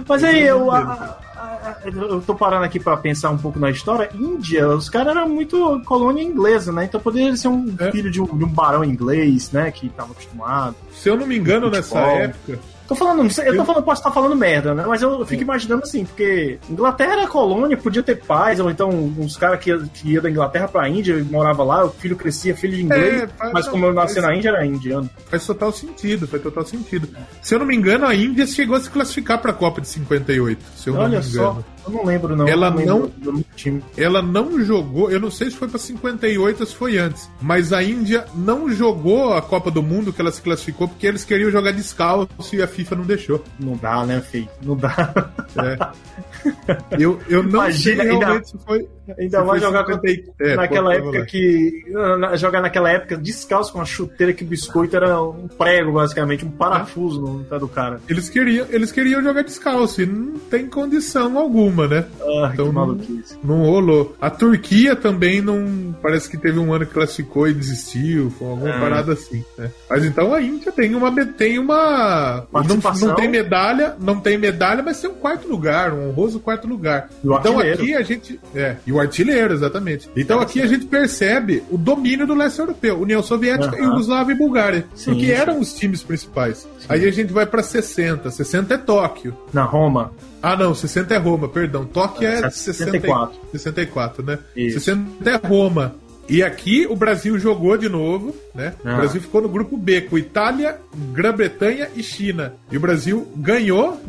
[SPEAKER 3] Mas aí, eu, a, a, eu tô parando aqui para pensar um pouco na história. Índia, os caras eram muito colônia inglesa, né? Então poderia ser um é. filho de um, de um, barão inglês, né? Que tava acostumado.
[SPEAKER 4] Se eu não me engano, nessa época.
[SPEAKER 3] Tô falando, eu, eu tô falando, posso estar falando merda, né? Mas eu
[SPEAKER 4] É.
[SPEAKER 3] fico imaginando assim, porque Inglaterra era colônia, podia ter paz, ou então uns caras que, que ia da Inglaterra pra Índia e morava lá, o filho crescia, filho de inglês, é, faz, mas como eu nasci na Índia, era indiano.
[SPEAKER 4] Faz total sentido, faz total sentido. Se eu não me engano, a Índia chegou a se classificar pra Copa de 58, se eu Olha não me engano.
[SPEAKER 3] Só. Eu não lembro, não.
[SPEAKER 4] Ela
[SPEAKER 3] não,
[SPEAKER 4] não, do time. ela não jogou, eu não sei se foi para 58 ou se foi antes, mas a Índia não jogou a Copa do Mundo que ela se classificou porque eles queriam jogar descalço e a FIFA não deixou.
[SPEAKER 3] Não dá, né, filho? Não dá.
[SPEAKER 4] É. Eu, eu não Imagina, sei realmente ainda, se foi.
[SPEAKER 3] Ainda vai jogar 50, é, naquela pô, época que. Na, jogar naquela época descalço com uma chuteira que biscoito era um prego, basicamente, um parafuso no pé do cara.
[SPEAKER 4] Eles queriam, eles queriam jogar descalço e não tem condição alguma. Né?
[SPEAKER 3] Ah, então,
[SPEAKER 4] não, não, rolou. A Turquia também não. Parece que teve um ano que classificou e desistiu. Foi alguma é. parada assim. Né? Mas então a Índia tem uma. Tem uma não, não, tem medalha, não tem medalha, mas tem um quarto lugar, um honroso quarto lugar.
[SPEAKER 3] E o
[SPEAKER 4] então
[SPEAKER 3] artilheiro.
[SPEAKER 4] aqui a gente. É, e o artilheiro, exatamente. Então é aqui assim. a gente percebe o domínio do leste europeu, União Soviética, uhum. Iugoslávia e Bulgária. Sim, porque sim. eram os times principais. Sim. Aí a gente vai para 60. 60 é Tóquio.
[SPEAKER 3] Na Roma.
[SPEAKER 4] Ah, não, 60 é Roma, perdão. Tóquio é, é
[SPEAKER 3] 64.
[SPEAKER 4] 64, né? Isso. 60 é Roma. E aqui o Brasil jogou de novo, né? Ah. O Brasil ficou no grupo B com Itália, Grã-Bretanha e China. E o Brasil ganhou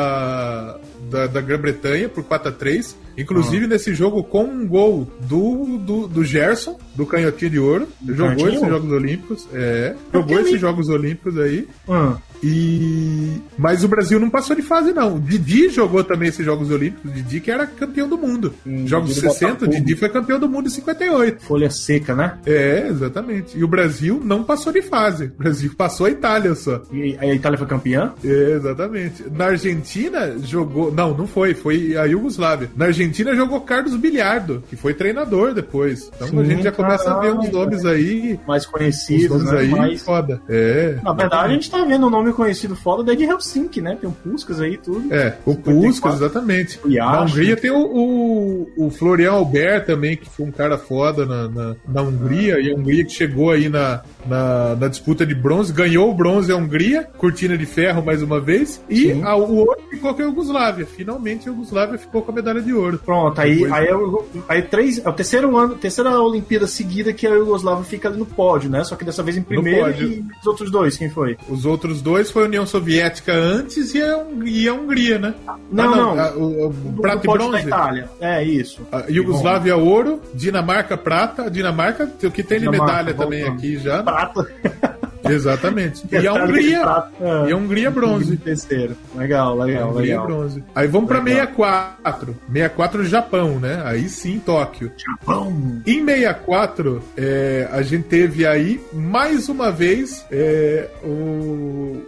[SPEAKER 4] da, da, da Grã-Bretanha por 4 a 3 Inclusive ah. nesse jogo com um gol do, do, do Gerson, do canhotinho de ouro. Do jogou canhotinho? esses Jogos Olímpicos. É. Jogou esses Jogos Olímpicos aí.
[SPEAKER 3] Hum.
[SPEAKER 4] Ah. E. Mas o Brasil não passou de fase, não. O Didi jogou também esses Jogos Olímpicos. O Didi que era campeão do mundo. Hum, Jogos Didi 60, o Didi foi campeão do mundo em 58.
[SPEAKER 3] Folha seca, né?
[SPEAKER 4] É, exatamente. E o Brasil não passou de fase. O Brasil passou a Itália só.
[SPEAKER 3] E a Itália foi campeã?
[SPEAKER 4] É, exatamente. Na Argentina jogou. Não, não foi. Foi a Iugoslávia. Na Argentina Argentina jogou Carlos Bilhardo, que foi treinador depois. Então Sim, a gente já começa caralho, a ver uns nomes cara. aí.
[SPEAKER 3] Mais conhecidos,
[SPEAKER 4] nomes né? aí Mais... foda. É.
[SPEAKER 3] Na verdade, a gente tá vendo um nome conhecido foda desde Helsinki, né? Tem o Puskas aí tudo.
[SPEAKER 4] É, o 54. Puskas, exatamente. O Yash, na Hungria tem o, o, o, Florian Albert também, que foi um cara foda na, na, na Hungria. Ah, e a Hungria que chegou aí na, na, na, disputa de bronze, ganhou o bronze a Hungria, cortina de ferro mais uma vez. E a, o ouro ficou com a Iugoslávia. Finalmente a Iugoslávia ficou com a medalha de ouro.
[SPEAKER 3] Pronto, aí, Depois... aí, é, aí três, é o terceiro ano, terceira Olimpíada seguida que a Iugoslávia fica ali no pódio, né? Só que dessa vez em primeiro e os outros dois, quem foi?
[SPEAKER 4] Os outros dois foi a União Soviética antes e a, e a Hungria, né?
[SPEAKER 3] Não, ah, não. não.
[SPEAKER 4] A, o, o prata e bronze. Ah, Da
[SPEAKER 3] Itália. É isso.
[SPEAKER 4] A Iugoslávia ouro, Dinamarca prata, a Dinamarca, o que tem Dinamarca, de medalha também vamos. aqui já. né?
[SPEAKER 3] Prata.
[SPEAKER 4] Exatamente.
[SPEAKER 3] é
[SPEAKER 4] E a Hungria. E a Hungria bronze.
[SPEAKER 3] Terceiro. Legal, legal, Hungria É, legal.
[SPEAKER 4] bronze. Aí vamos para 64. 64 Japão, né? Aí sim, Tóquio.
[SPEAKER 3] Japão.
[SPEAKER 4] Em 64, é, a gente teve aí mais uma vez é,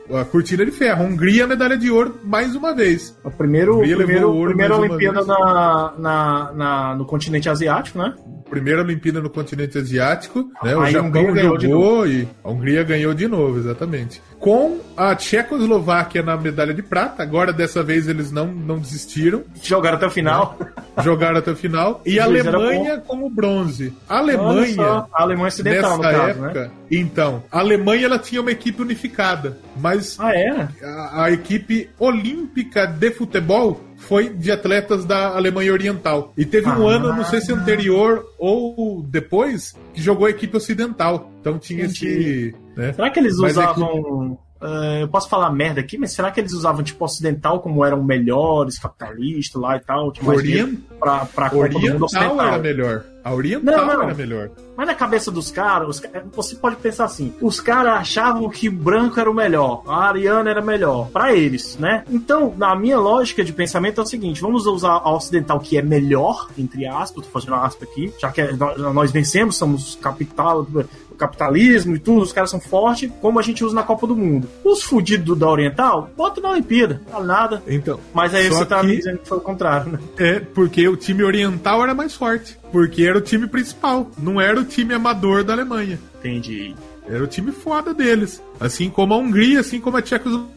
[SPEAKER 4] o, a cortina de ferro. Hungria medalha de ouro mais uma vez.
[SPEAKER 3] O primeiro, primeiro, ouro, primeira Olimpíada na, na, na, no continente asiático, né?
[SPEAKER 4] primeira Olimpíada no continente asiático, né? O Aí Japão jogou e a Hungria ganhou de novo, exatamente. Com a Tchecoslováquia na medalha de prata, agora dessa vez eles não, não desistiram.
[SPEAKER 3] Jogaram até o final.
[SPEAKER 4] Né? Jogaram até o final. E a Alemanha com o bronze. A É. Alemanha.
[SPEAKER 3] A Alemanha ocidental, nessa caso,
[SPEAKER 4] época,
[SPEAKER 3] né?
[SPEAKER 4] Então, a Alemanha ela tinha uma equipe unificada, mas
[SPEAKER 3] ah, é?
[SPEAKER 4] a, a equipe olímpica de futebol foi de atletas da Alemanha Oriental. E teve um ah, ano, não sei se anterior ou depois, que jogou a equipe ocidental. Então tinha entendi. esse. Né?
[SPEAKER 3] Será que eles Mas usavam. Uh, eu posso falar merda aqui, mas será que eles usavam tipo ocidental como eram melhores, capitalistas lá e tal?
[SPEAKER 4] Orient...
[SPEAKER 3] Pra, pra
[SPEAKER 4] Oriental era melhor. A A oriental
[SPEAKER 3] Não, não.
[SPEAKER 4] era melhor.
[SPEAKER 3] Mas na cabeça dos caras, os ca- você pode pensar assim: os caras achavam que branco era o melhor, a Ariana era melhor, pra eles, né? Então, na minha lógica de pensamento é o seguinte: vamos usar a ocidental que é melhor, entre aspas, tô fazendo aspa aqui, já que é- nós- nós vencemos, somos capital. o Capitalismo e tudo, os caras são fortes, como a gente usa na Copa do Mundo. Os fudidos da Oriental, bota na Olimpíada, não fala nada.
[SPEAKER 4] Então,
[SPEAKER 3] Mas aí
[SPEAKER 4] só
[SPEAKER 3] você tá
[SPEAKER 4] que
[SPEAKER 3] me dizendo que foi o contrário, né?
[SPEAKER 4] É, porque o time oriental era mais forte. Porque era o time principal. Não era o time amador da Alemanha.
[SPEAKER 3] Entendi.
[SPEAKER 4] Era o time foda deles. Assim como a Hungria, assim como a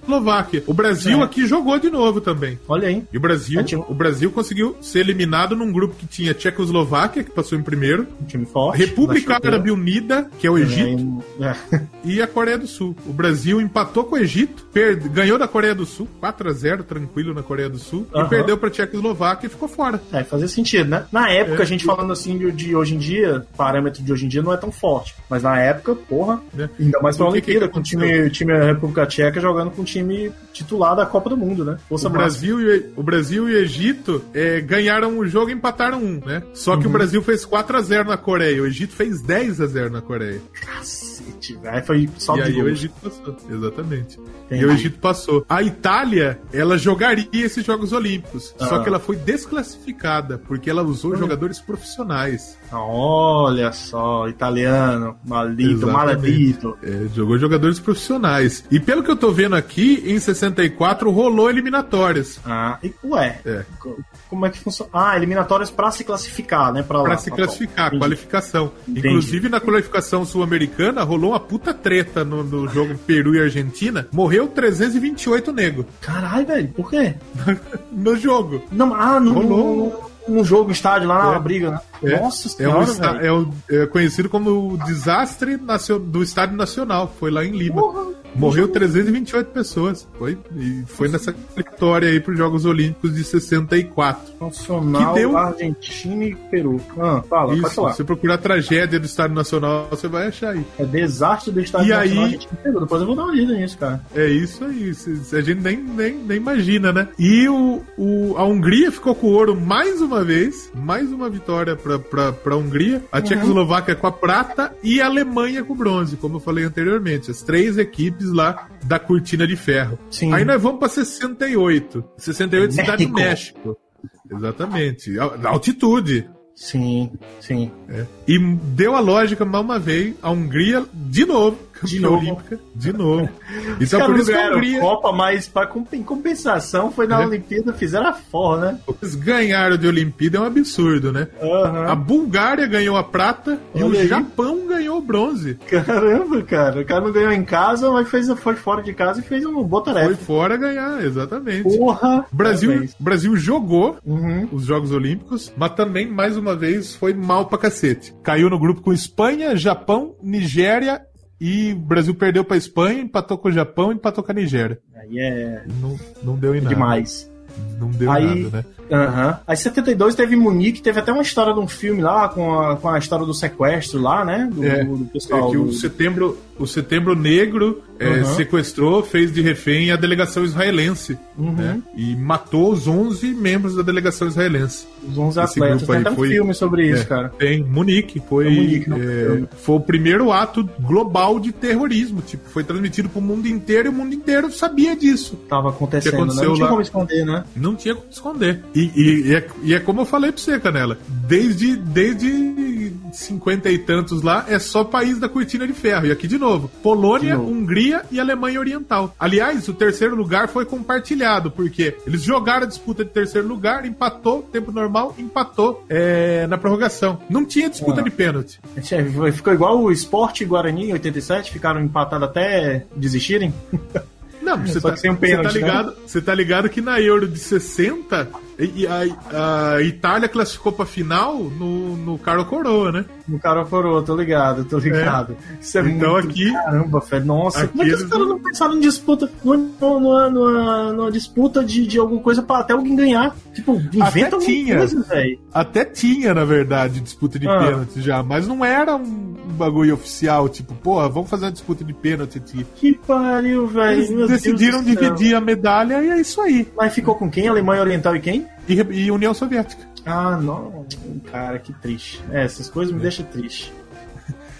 [SPEAKER 4] Tchecoslováquia. O Brasil
[SPEAKER 3] É.
[SPEAKER 4] aqui jogou de novo também.
[SPEAKER 3] Olha aí.
[SPEAKER 4] E o Brasil,
[SPEAKER 3] É, tinha-
[SPEAKER 4] o Brasil conseguiu ser eliminado num grupo que tinha Tchecoslováquia, que passou em primeiro,
[SPEAKER 3] Um time forte.
[SPEAKER 4] República
[SPEAKER 3] da chuteira.
[SPEAKER 4] Árabe Unida, que é o Egito,
[SPEAKER 3] É, é.
[SPEAKER 4] e a Coreia do Sul. O Brasil empatou com o Egito, perde- ganhou da Coreia do Sul, 4 a 0 tranquilo na Coreia do Sul, e
[SPEAKER 3] Aham.
[SPEAKER 4] perdeu pra Tchecoslováquia e ficou fora.
[SPEAKER 3] É, fazia sentido, né? Na época,
[SPEAKER 4] É.
[SPEAKER 3] a gente falando assim de, de hoje em dia, o parâmetro de hoje em dia não é tão forte. Mas na época, porra,
[SPEAKER 4] Né?
[SPEAKER 3] ainda mais pra
[SPEAKER 4] O que que
[SPEAKER 3] Olimpíada, com o
[SPEAKER 4] aconteceu?
[SPEAKER 3] time, time da República Tcheca jogando com o time titular da Copa do Mundo, né? Força
[SPEAKER 4] O
[SPEAKER 3] Brasil.
[SPEAKER 4] Brasil, e, o Brasil e o Egito é, ganharam o jogo e empataram um, né? Só que o Brasil fez 4 a 0 na Coreia, o Egito fez 10 a 0 na Coreia.
[SPEAKER 3] Cacete, velho. Foi só
[SPEAKER 4] e
[SPEAKER 3] de
[SPEAKER 4] aí o
[SPEAKER 3] gol.
[SPEAKER 4] Egito passou, exatamente.
[SPEAKER 3] Entendi.
[SPEAKER 4] E o Egito passou. A Itália, ela jogaria esses Jogos Olímpicos, só
[SPEAKER 3] Ah.
[SPEAKER 4] que ela foi desclassificada porque ela usou jogadores profissionais.
[SPEAKER 3] Ah, Olha só, italiano, maldito,
[SPEAKER 4] Exatamente.
[SPEAKER 3] maledito.
[SPEAKER 4] É, jogou jogadores profissionais. E pelo que eu tô vendo aqui, em 64 rolou eliminatórias.
[SPEAKER 3] Ah, e, ué,
[SPEAKER 4] É.
[SPEAKER 3] co- como é que funciona? Ah, eliminatórias pra se classificar, né? Pra, lá,
[SPEAKER 4] Pra se
[SPEAKER 3] tá bom.
[SPEAKER 4] classificar,
[SPEAKER 3] Entendi.
[SPEAKER 4] qualificação.
[SPEAKER 3] Entendi.
[SPEAKER 4] Inclusive, na qualificação sul-americana, rolou uma puta treta no, no jogo Peru e Argentina. Morreu 328 nego
[SPEAKER 3] Caralho, velho, por quê?
[SPEAKER 4] no jogo.
[SPEAKER 3] Não, ah, no,
[SPEAKER 4] Rolou.
[SPEAKER 3] no, no jogo, estádio, lá na
[SPEAKER 4] É.
[SPEAKER 3] briga, né?
[SPEAKER 4] É,
[SPEAKER 3] Nossa
[SPEAKER 4] é, um
[SPEAKER 3] senhora,
[SPEAKER 4] esta-
[SPEAKER 3] velho.
[SPEAKER 4] é um- é conhecido como o desastre nacio- do Estádio Nacional. Foi lá em Lima.
[SPEAKER 3] Porra.
[SPEAKER 4] Morreu 328 pessoas. Foi, e foi nessa vitória aí para os Jogos Olímpicos de 64.
[SPEAKER 3] Nacional,
[SPEAKER 4] Que deu-
[SPEAKER 3] Argentina e Peru. Ah, fala, pode
[SPEAKER 4] Isso,
[SPEAKER 3] falar.
[SPEAKER 4] se você procurar a tragédia do Estádio Nacional, você vai achar aí.
[SPEAKER 3] É desastre do estádio
[SPEAKER 4] E
[SPEAKER 3] Nacional,
[SPEAKER 4] aí-
[SPEAKER 3] Argentina e Peru. Depois eu vou dar uma lida nisso, cara.
[SPEAKER 4] É isso aí, se- se a gente nem, nem, nem imagina, né? E o, o- a Hungria ficou com o ouro mais uma vez, mais uma vitória pra, pra, pra Hungria,
[SPEAKER 3] Uhum.
[SPEAKER 4] a Tchecoslováquia com a prata e a Alemanha com o bronze, como eu falei anteriormente, as três equipes lá da cortina de ferro.
[SPEAKER 3] Sim.
[SPEAKER 4] Aí nós vamos pra 68, 68 cidade do
[SPEAKER 3] México.
[SPEAKER 4] México. Exatamente, al- altitude.
[SPEAKER 3] Sim, sim.
[SPEAKER 4] É. E deu a lógica mais uma vez, a Hungria de novo,
[SPEAKER 3] De
[SPEAKER 4] campeã
[SPEAKER 3] novo.
[SPEAKER 4] olímpica, de novo.
[SPEAKER 3] Os
[SPEAKER 4] Então
[SPEAKER 3] caras
[SPEAKER 4] por
[SPEAKER 3] não
[SPEAKER 4] isso que a
[SPEAKER 3] ganharam
[SPEAKER 4] Hungria.
[SPEAKER 3] Copa, mas pra, com- em compensação foi na
[SPEAKER 4] É.
[SPEAKER 3] Olimpíada, fizeram a forra, né?
[SPEAKER 4] Eles ganharam de Olimpíada é um absurdo, né? A
[SPEAKER 3] Aham.
[SPEAKER 4] Bulgária ganhou a prata e
[SPEAKER 3] É. Olha
[SPEAKER 4] o
[SPEAKER 3] aí.
[SPEAKER 4] Japão ganhou o bronze.
[SPEAKER 3] Caramba, cara. O cara não ganhou em casa, mas fez, foi fora de casa e fez uma boa
[SPEAKER 4] Foi
[SPEAKER 3] tarefa.
[SPEAKER 4] fora ganhar, exatamente.
[SPEAKER 3] Porra.
[SPEAKER 4] O Brasil,
[SPEAKER 3] Parabéns.
[SPEAKER 4] Brasil jogou
[SPEAKER 3] Uhum.
[SPEAKER 4] os Jogos Olímpicos, mas também, mais uma vez, foi mal pra cacete. Caiu no grupo com Espanha, Japão, Nigéria e o Brasil perdeu pra Espanha, empatou com o Japão, empatou com a Nigéria.
[SPEAKER 3] Aí é
[SPEAKER 4] Não, não deu em nada.
[SPEAKER 3] demais.
[SPEAKER 4] Não deu em
[SPEAKER 3] Aí-
[SPEAKER 4] nada, né?
[SPEAKER 3] Aham. Aí 72 teve Munique, teve até uma história de um filme lá, com a, com a história do sequestro lá, né? Do,
[SPEAKER 4] É.
[SPEAKER 3] do
[SPEAKER 4] É
[SPEAKER 3] pessoal.
[SPEAKER 4] que o
[SPEAKER 3] do-
[SPEAKER 4] setembro, o setembro negro é,
[SPEAKER 3] Uhum.
[SPEAKER 4] sequestrou, fez de refém a delegação israelense.
[SPEAKER 3] Uhum.
[SPEAKER 4] né? E matou os 11 membros da delegação israelense.
[SPEAKER 3] Os 11
[SPEAKER 4] Esse
[SPEAKER 3] atletas.
[SPEAKER 4] grupo
[SPEAKER 3] Tem
[SPEAKER 4] aí
[SPEAKER 3] até um
[SPEAKER 4] foi-
[SPEAKER 3] filme sobre isso,
[SPEAKER 4] É,
[SPEAKER 3] cara.
[SPEAKER 4] Tem Munique, foi,
[SPEAKER 3] É Munique, não
[SPEAKER 4] é,
[SPEAKER 3] foi.
[SPEAKER 4] foi o primeiro ato global de terrorismo, tipo, foi transmitido pro mundo inteiro e o mundo inteiro sabia disso.
[SPEAKER 3] Tava acontecendo,
[SPEAKER 4] Que
[SPEAKER 3] né?
[SPEAKER 4] aconteceu
[SPEAKER 3] Não tinha
[SPEAKER 4] lá.
[SPEAKER 3] como esconder, né?
[SPEAKER 4] Não tinha como esconder. E, e- e é, e é como eu falei pra você, Canela. Desde, desde 50 e tantos lá, é só país da cortina de ferro. E aqui de novo: Polônia,
[SPEAKER 3] De novo.
[SPEAKER 4] Hungria e Alemanha Oriental. Aliás, o terceiro lugar foi compartilhado, porque eles jogaram a disputa de terceiro lugar, empatou, tempo normal, empatou é, na prorrogação. Não tinha disputa
[SPEAKER 3] Ah.
[SPEAKER 4] de pênalti.
[SPEAKER 3] É, Ficou igual o Esporte e Guarani em 87, ficaram empatados até desistirem.
[SPEAKER 4] Não, você
[SPEAKER 3] Só
[SPEAKER 4] tá,
[SPEAKER 3] que sem um
[SPEAKER 4] você
[SPEAKER 3] pênalti,
[SPEAKER 4] tá ligado, você tá ligado que na Euro de 60 e- e a, a Itália classificou pra final no, no Caro Coroa, né?
[SPEAKER 3] No cara coroa, tô ligado, tô ligado. Isso é
[SPEAKER 4] É. Então
[SPEAKER 3] muito
[SPEAKER 4] aqui-
[SPEAKER 3] Caramba, velho. Nossa,
[SPEAKER 4] aqui
[SPEAKER 3] como é que os
[SPEAKER 4] eles
[SPEAKER 3] caras não pensaram em disputa? Numa, numa, numa, numa disputa de, de alguma coisa pra até alguém ganhar. Tipo, inventa alguma
[SPEAKER 4] tinha.
[SPEAKER 3] coisa, velho.
[SPEAKER 4] Até tinha, na verdade, disputa de
[SPEAKER 3] Ah.
[SPEAKER 4] pênalti já, mas não era um bagulho oficial, tipo, porra, vamos fazer uma disputa de pênalti aqui.
[SPEAKER 3] Que pariu,
[SPEAKER 4] Eles
[SPEAKER 3] velho. Meu Deus
[SPEAKER 4] decidiram
[SPEAKER 3] do céu.
[SPEAKER 4] dividir a medalha e é isso aí.
[SPEAKER 3] Mas ficou com quem? Alemanha Oriental e quem?
[SPEAKER 4] E, e União Soviética.
[SPEAKER 3] Ah, não. Cara, que triste. É, essas coisas me deixam triste.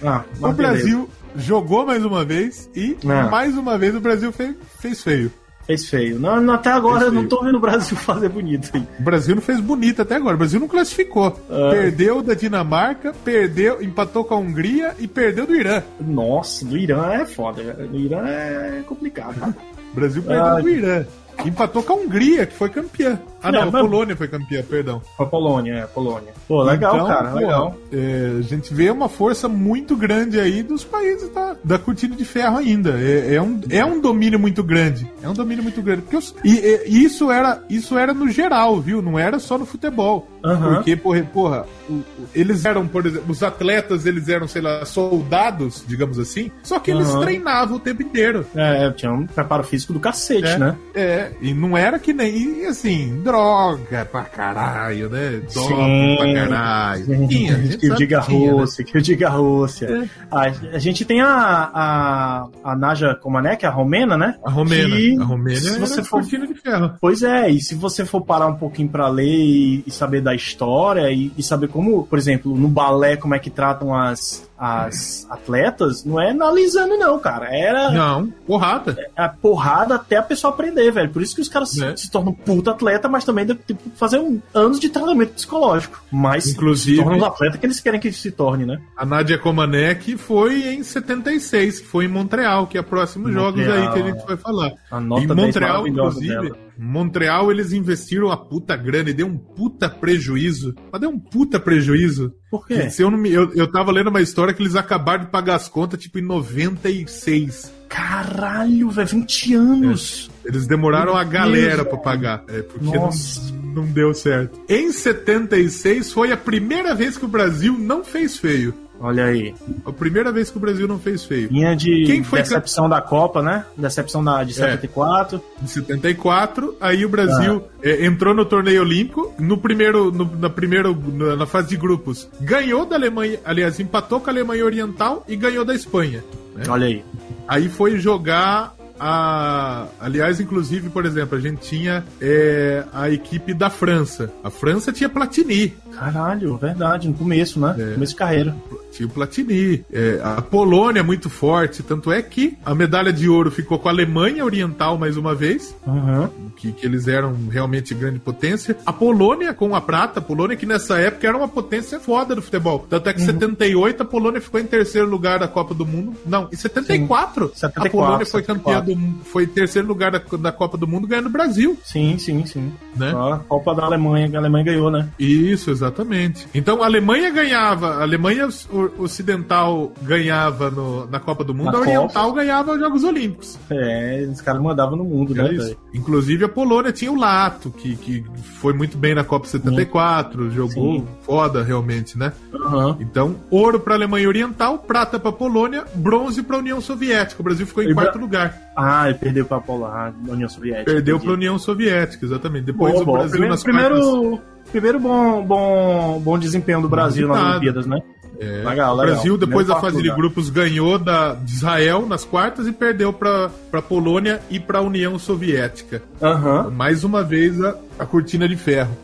[SPEAKER 3] Ah,
[SPEAKER 4] O
[SPEAKER 3] mas beleza. Ah.
[SPEAKER 4] Brasil jogou mais uma vez e
[SPEAKER 3] Não.
[SPEAKER 4] mais uma vez o Brasil fe- fez feio.
[SPEAKER 3] Fez feio. Não, não, até agora
[SPEAKER 4] Fez
[SPEAKER 3] eu não
[SPEAKER 4] feio.
[SPEAKER 3] tô vendo o Brasil fazer bonito. aí.
[SPEAKER 4] O Brasil não fez bonito até agora. O Brasil não classificou.
[SPEAKER 3] Ah.
[SPEAKER 4] Perdeu da Dinamarca, perdeu, empatou com a Hungria e perdeu do Irã.
[SPEAKER 3] Nossa, do Irã é foda. cara. Do Irã é complicado. cara.
[SPEAKER 4] O Brasil perdeu
[SPEAKER 3] Ai.
[SPEAKER 4] do Irã. Empatou com a Hungria, que foi campeã. Ah,
[SPEAKER 3] Não,
[SPEAKER 4] não,
[SPEAKER 3] mas-
[SPEAKER 4] a Polônia foi campeã, perdão.
[SPEAKER 3] A Polônia, é, a Polônia. Pô, legal,
[SPEAKER 4] Então,
[SPEAKER 3] cara,
[SPEAKER 4] pô,
[SPEAKER 3] legal.
[SPEAKER 4] é, a gente vê uma força muito grande aí dos países da, da cortina de ferro ainda. É, é um, é um domínio muito grande. É um domínio muito grande. Porque os- e, e isso, era, isso era no geral, viu? Não era só no futebol.
[SPEAKER 3] Aham.
[SPEAKER 4] Porque, porra, porra, o- o- eles eram, por exemplo, os atletas, eles eram, sei lá, soldados, digamos assim, só que eles
[SPEAKER 3] Aham.
[SPEAKER 4] treinavam o tempo inteiro.
[SPEAKER 3] É, tinha um preparo físico do cacete,
[SPEAKER 4] É,
[SPEAKER 3] né?
[SPEAKER 4] é, e não era que nem, e assim, droga pra caralho, né? Droga
[SPEAKER 3] Sim.
[SPEAKER 4] pra caralho. Tinha, a gente
[SPEAKER 3] que eu
[SPEAKER 4] sabe
[SPEAKER 3] diga
[SPEAKER 4] que tinha, né? É.
[SPEAKER 3] Rússia, que eu diga Rússia. A, a gente tem a, a, a Naja Comanec, a romena, né?
[SPEAKER 4] A Romênia.
[SPEAKER 3] Que,
[SPEAKER 4] a Romênia
[SPEAKER 3] se você
[SPEAKER 4] era
[SPEAKER 3] for-
[SPEAKER 4] cortina de ferro.
[SPEAKER 3] Pois é, e se você for parar um pouquinho pra ler e, e saber da história e, e saber como, por exemplo, no balé, como é que tratam as, as atletas, não é analisando, não, cara. Era
[SPEAKER 4] Não, porrada.
[SPEAKER 3] a porrada até a pessoa aprender, velho. Por isso que os caras se-
[SPEAKER 4] É.
[SPEAKER 3] se tornam puta atleta, mas também devem ter que fazer um, anos de tratamento psicológico. Mas
[SPEAKER 4] Inclusive-
[SPEAKER 3] se tornam os atletas que eles querem que se torne, né?
[SPEAKER 4] A Nadia Comaneci foi em 76, que foi em Montreal, que é próximos jogos
[SPEAKER 3] Montreal,
[SPEAKER 4] aí que a gente vai falar.
[SPEAKER 3] A nota
[SPEAKER 4] em
[SPEAKER 3] 10
[SPEAKER 4] Montreal,
[SPEAKER 3] maravilhosa
[SPEAKER 4] inclusive,
[SPEAKER 3] dela.
[SPEAKER 4] em Montreal eles investiram a puta grana e deu um puta prejuízo. Mas deu um puta prejuízo.
[SPEAKER 3] Por quê?
[SPEAKER 4] Se eu, não me, eu, eu tava lendo uma história que eles acabaram de pagar as contas, tipo, em 96.
[SPEAKER 3] Caralho, velho, 20 anos.
[SPEAKER 4] Eles demoraram a galera pra pagar. É, porque não,
[SPEAKER 3] Nossa.
[SPEAKER 4] não deu certo. Em 76 foi a primeira vez que o Brasil não fez feio.
[SPEAKER 3] Olha aí.
[SPEAKER 4] A primeira vez que o Brasil não fez feio.
[SPEAKER 3] Linha de
[SPEAKER 4] Quem foi É.
[SPEAKER 3] decepção da Copa, né? Decepção da, de 74.
[SPEAKER 4] Em 74, aí o Brasil é, entrou no torneio olímpico, no primeiro, no- na, primeiro na, na fase de grupos. Ganhou da Alemanha, aliás, empatou com a Alemanha Oriental e ganhou da Espanha.
[SPEAKER 3] Olha aí.
[SPEAKER 4] Aí foi jogar a. Aliás, inclusive, por exemplo, a gente tinha é, a equipe da França. A França tinha Platini.
[SPEAKER 3] Caralho, verdade, no começo, né?
[SPEAKER 4] É.
[SPEAKER 3] Começo de carreira.
[SPEAKER 4] Tinha o Platini. É, a Polônia é muito forte. Tanto é que a medalha de ouro ficou com a Alemanha Oriental mais uma vez.
[SPEAKER 3] Uhum.
[SPEAKER 4] Que, que eles eram realmente grande potência. A Polônia com a prata. A Polônia que nessa época era uma potência foda do futebol. Tanto é que em 78 a Polônia ficou em terceiro lugar da Copa do Mundo. Não, em 74, a
[SPEAKER 3] 74,
[SPEAKER 4] Polônia foi campeã
[SPEAKER 3] 74.
[SPEAKER 4] do mu- foi em terceiro lugar da, da Copa do Mundo ganhando o Brasil,
[SPEAKER 3] Sim, sim, sim.
[SPEAKER 4] né?
[SPEAKER 3] Ó, A Copa da Alemanha, que a Alemanha ganhou, né?
[SPEAKER 4] Isso, exatamente. Então a Alemanha ganhava, a Alemanha o- Ocidental ganhava no- na Copa do Mundo,
[SPEAKER 3] Na
[SPEAKER 4] a
[SPEAKER 3] Copa.
[SPEAKER 4] Oriental ganhava os Jogos Olímpicos.
[SPEAKER 3] É, os caras mandavam no mundo, né?
[SPEAKER 4] Era É isso.
[SPEAKER 3] velho?
[SPEAKER 4] Inclusive a Polônia tinha o Lato, que, que foi muito bem na Copa 74, jogou
[SPEAKER 3] Sim.
[SPEAKER 4] foda realmente, né?
[SPEAKER 3] Aham.
[SPEAKER 4] Então, ouro para a Alemanha Oriental, prata para a Polônia, bronze para a União Soviética. O Brasil ficou
[SPEAKER 3] E
[SPEAKER 4] em
[SPEAKER 3] Bra-
[SPEAKER 4] quarto lugar.
[SPEAKER 3] Ah, ele perdeu pra Polônia, na União Soviética.
[SPEAKER 4] Perdeu para a
[SPEAKER 3] entendi.
[SPEAKER 4] União Soviética, exatamente. Depois
[SPEAKER 3] Boa,
[SPEAKER 4] o
[SPEAKER 3] boa.
[SPEAKER 4] Brasil
[SPEAKER 3] primeiro,
[SPEAKER 4] nas quartas-
[SPEAKER 3] primeiro, primeiro bom, bom, bom desempenho do Brasil nas
[SPEAKER 4] resultado.
[SPEAKER 3] Olimpíadas, né?
[SPEAKER 4] É,
[SPEAKER 3] Legal, legal.
[SPEAKER 4] o Brasil, depois
[SPEAKER 3] Primeiro
[SPEAKER 4] da
[SPEAKER 3] quarto
[SPEAKER 4] fase
[SPEAKER 3] lugar.
[SPEAKER 4] de grupos, ganhou da de Israel nas quartas e perdeu para a Polônia e para a União Soviética.
[SPEAKER 3] Aham.
[SPEAKER 4] Mais uma vez, a, a cortina de ferro.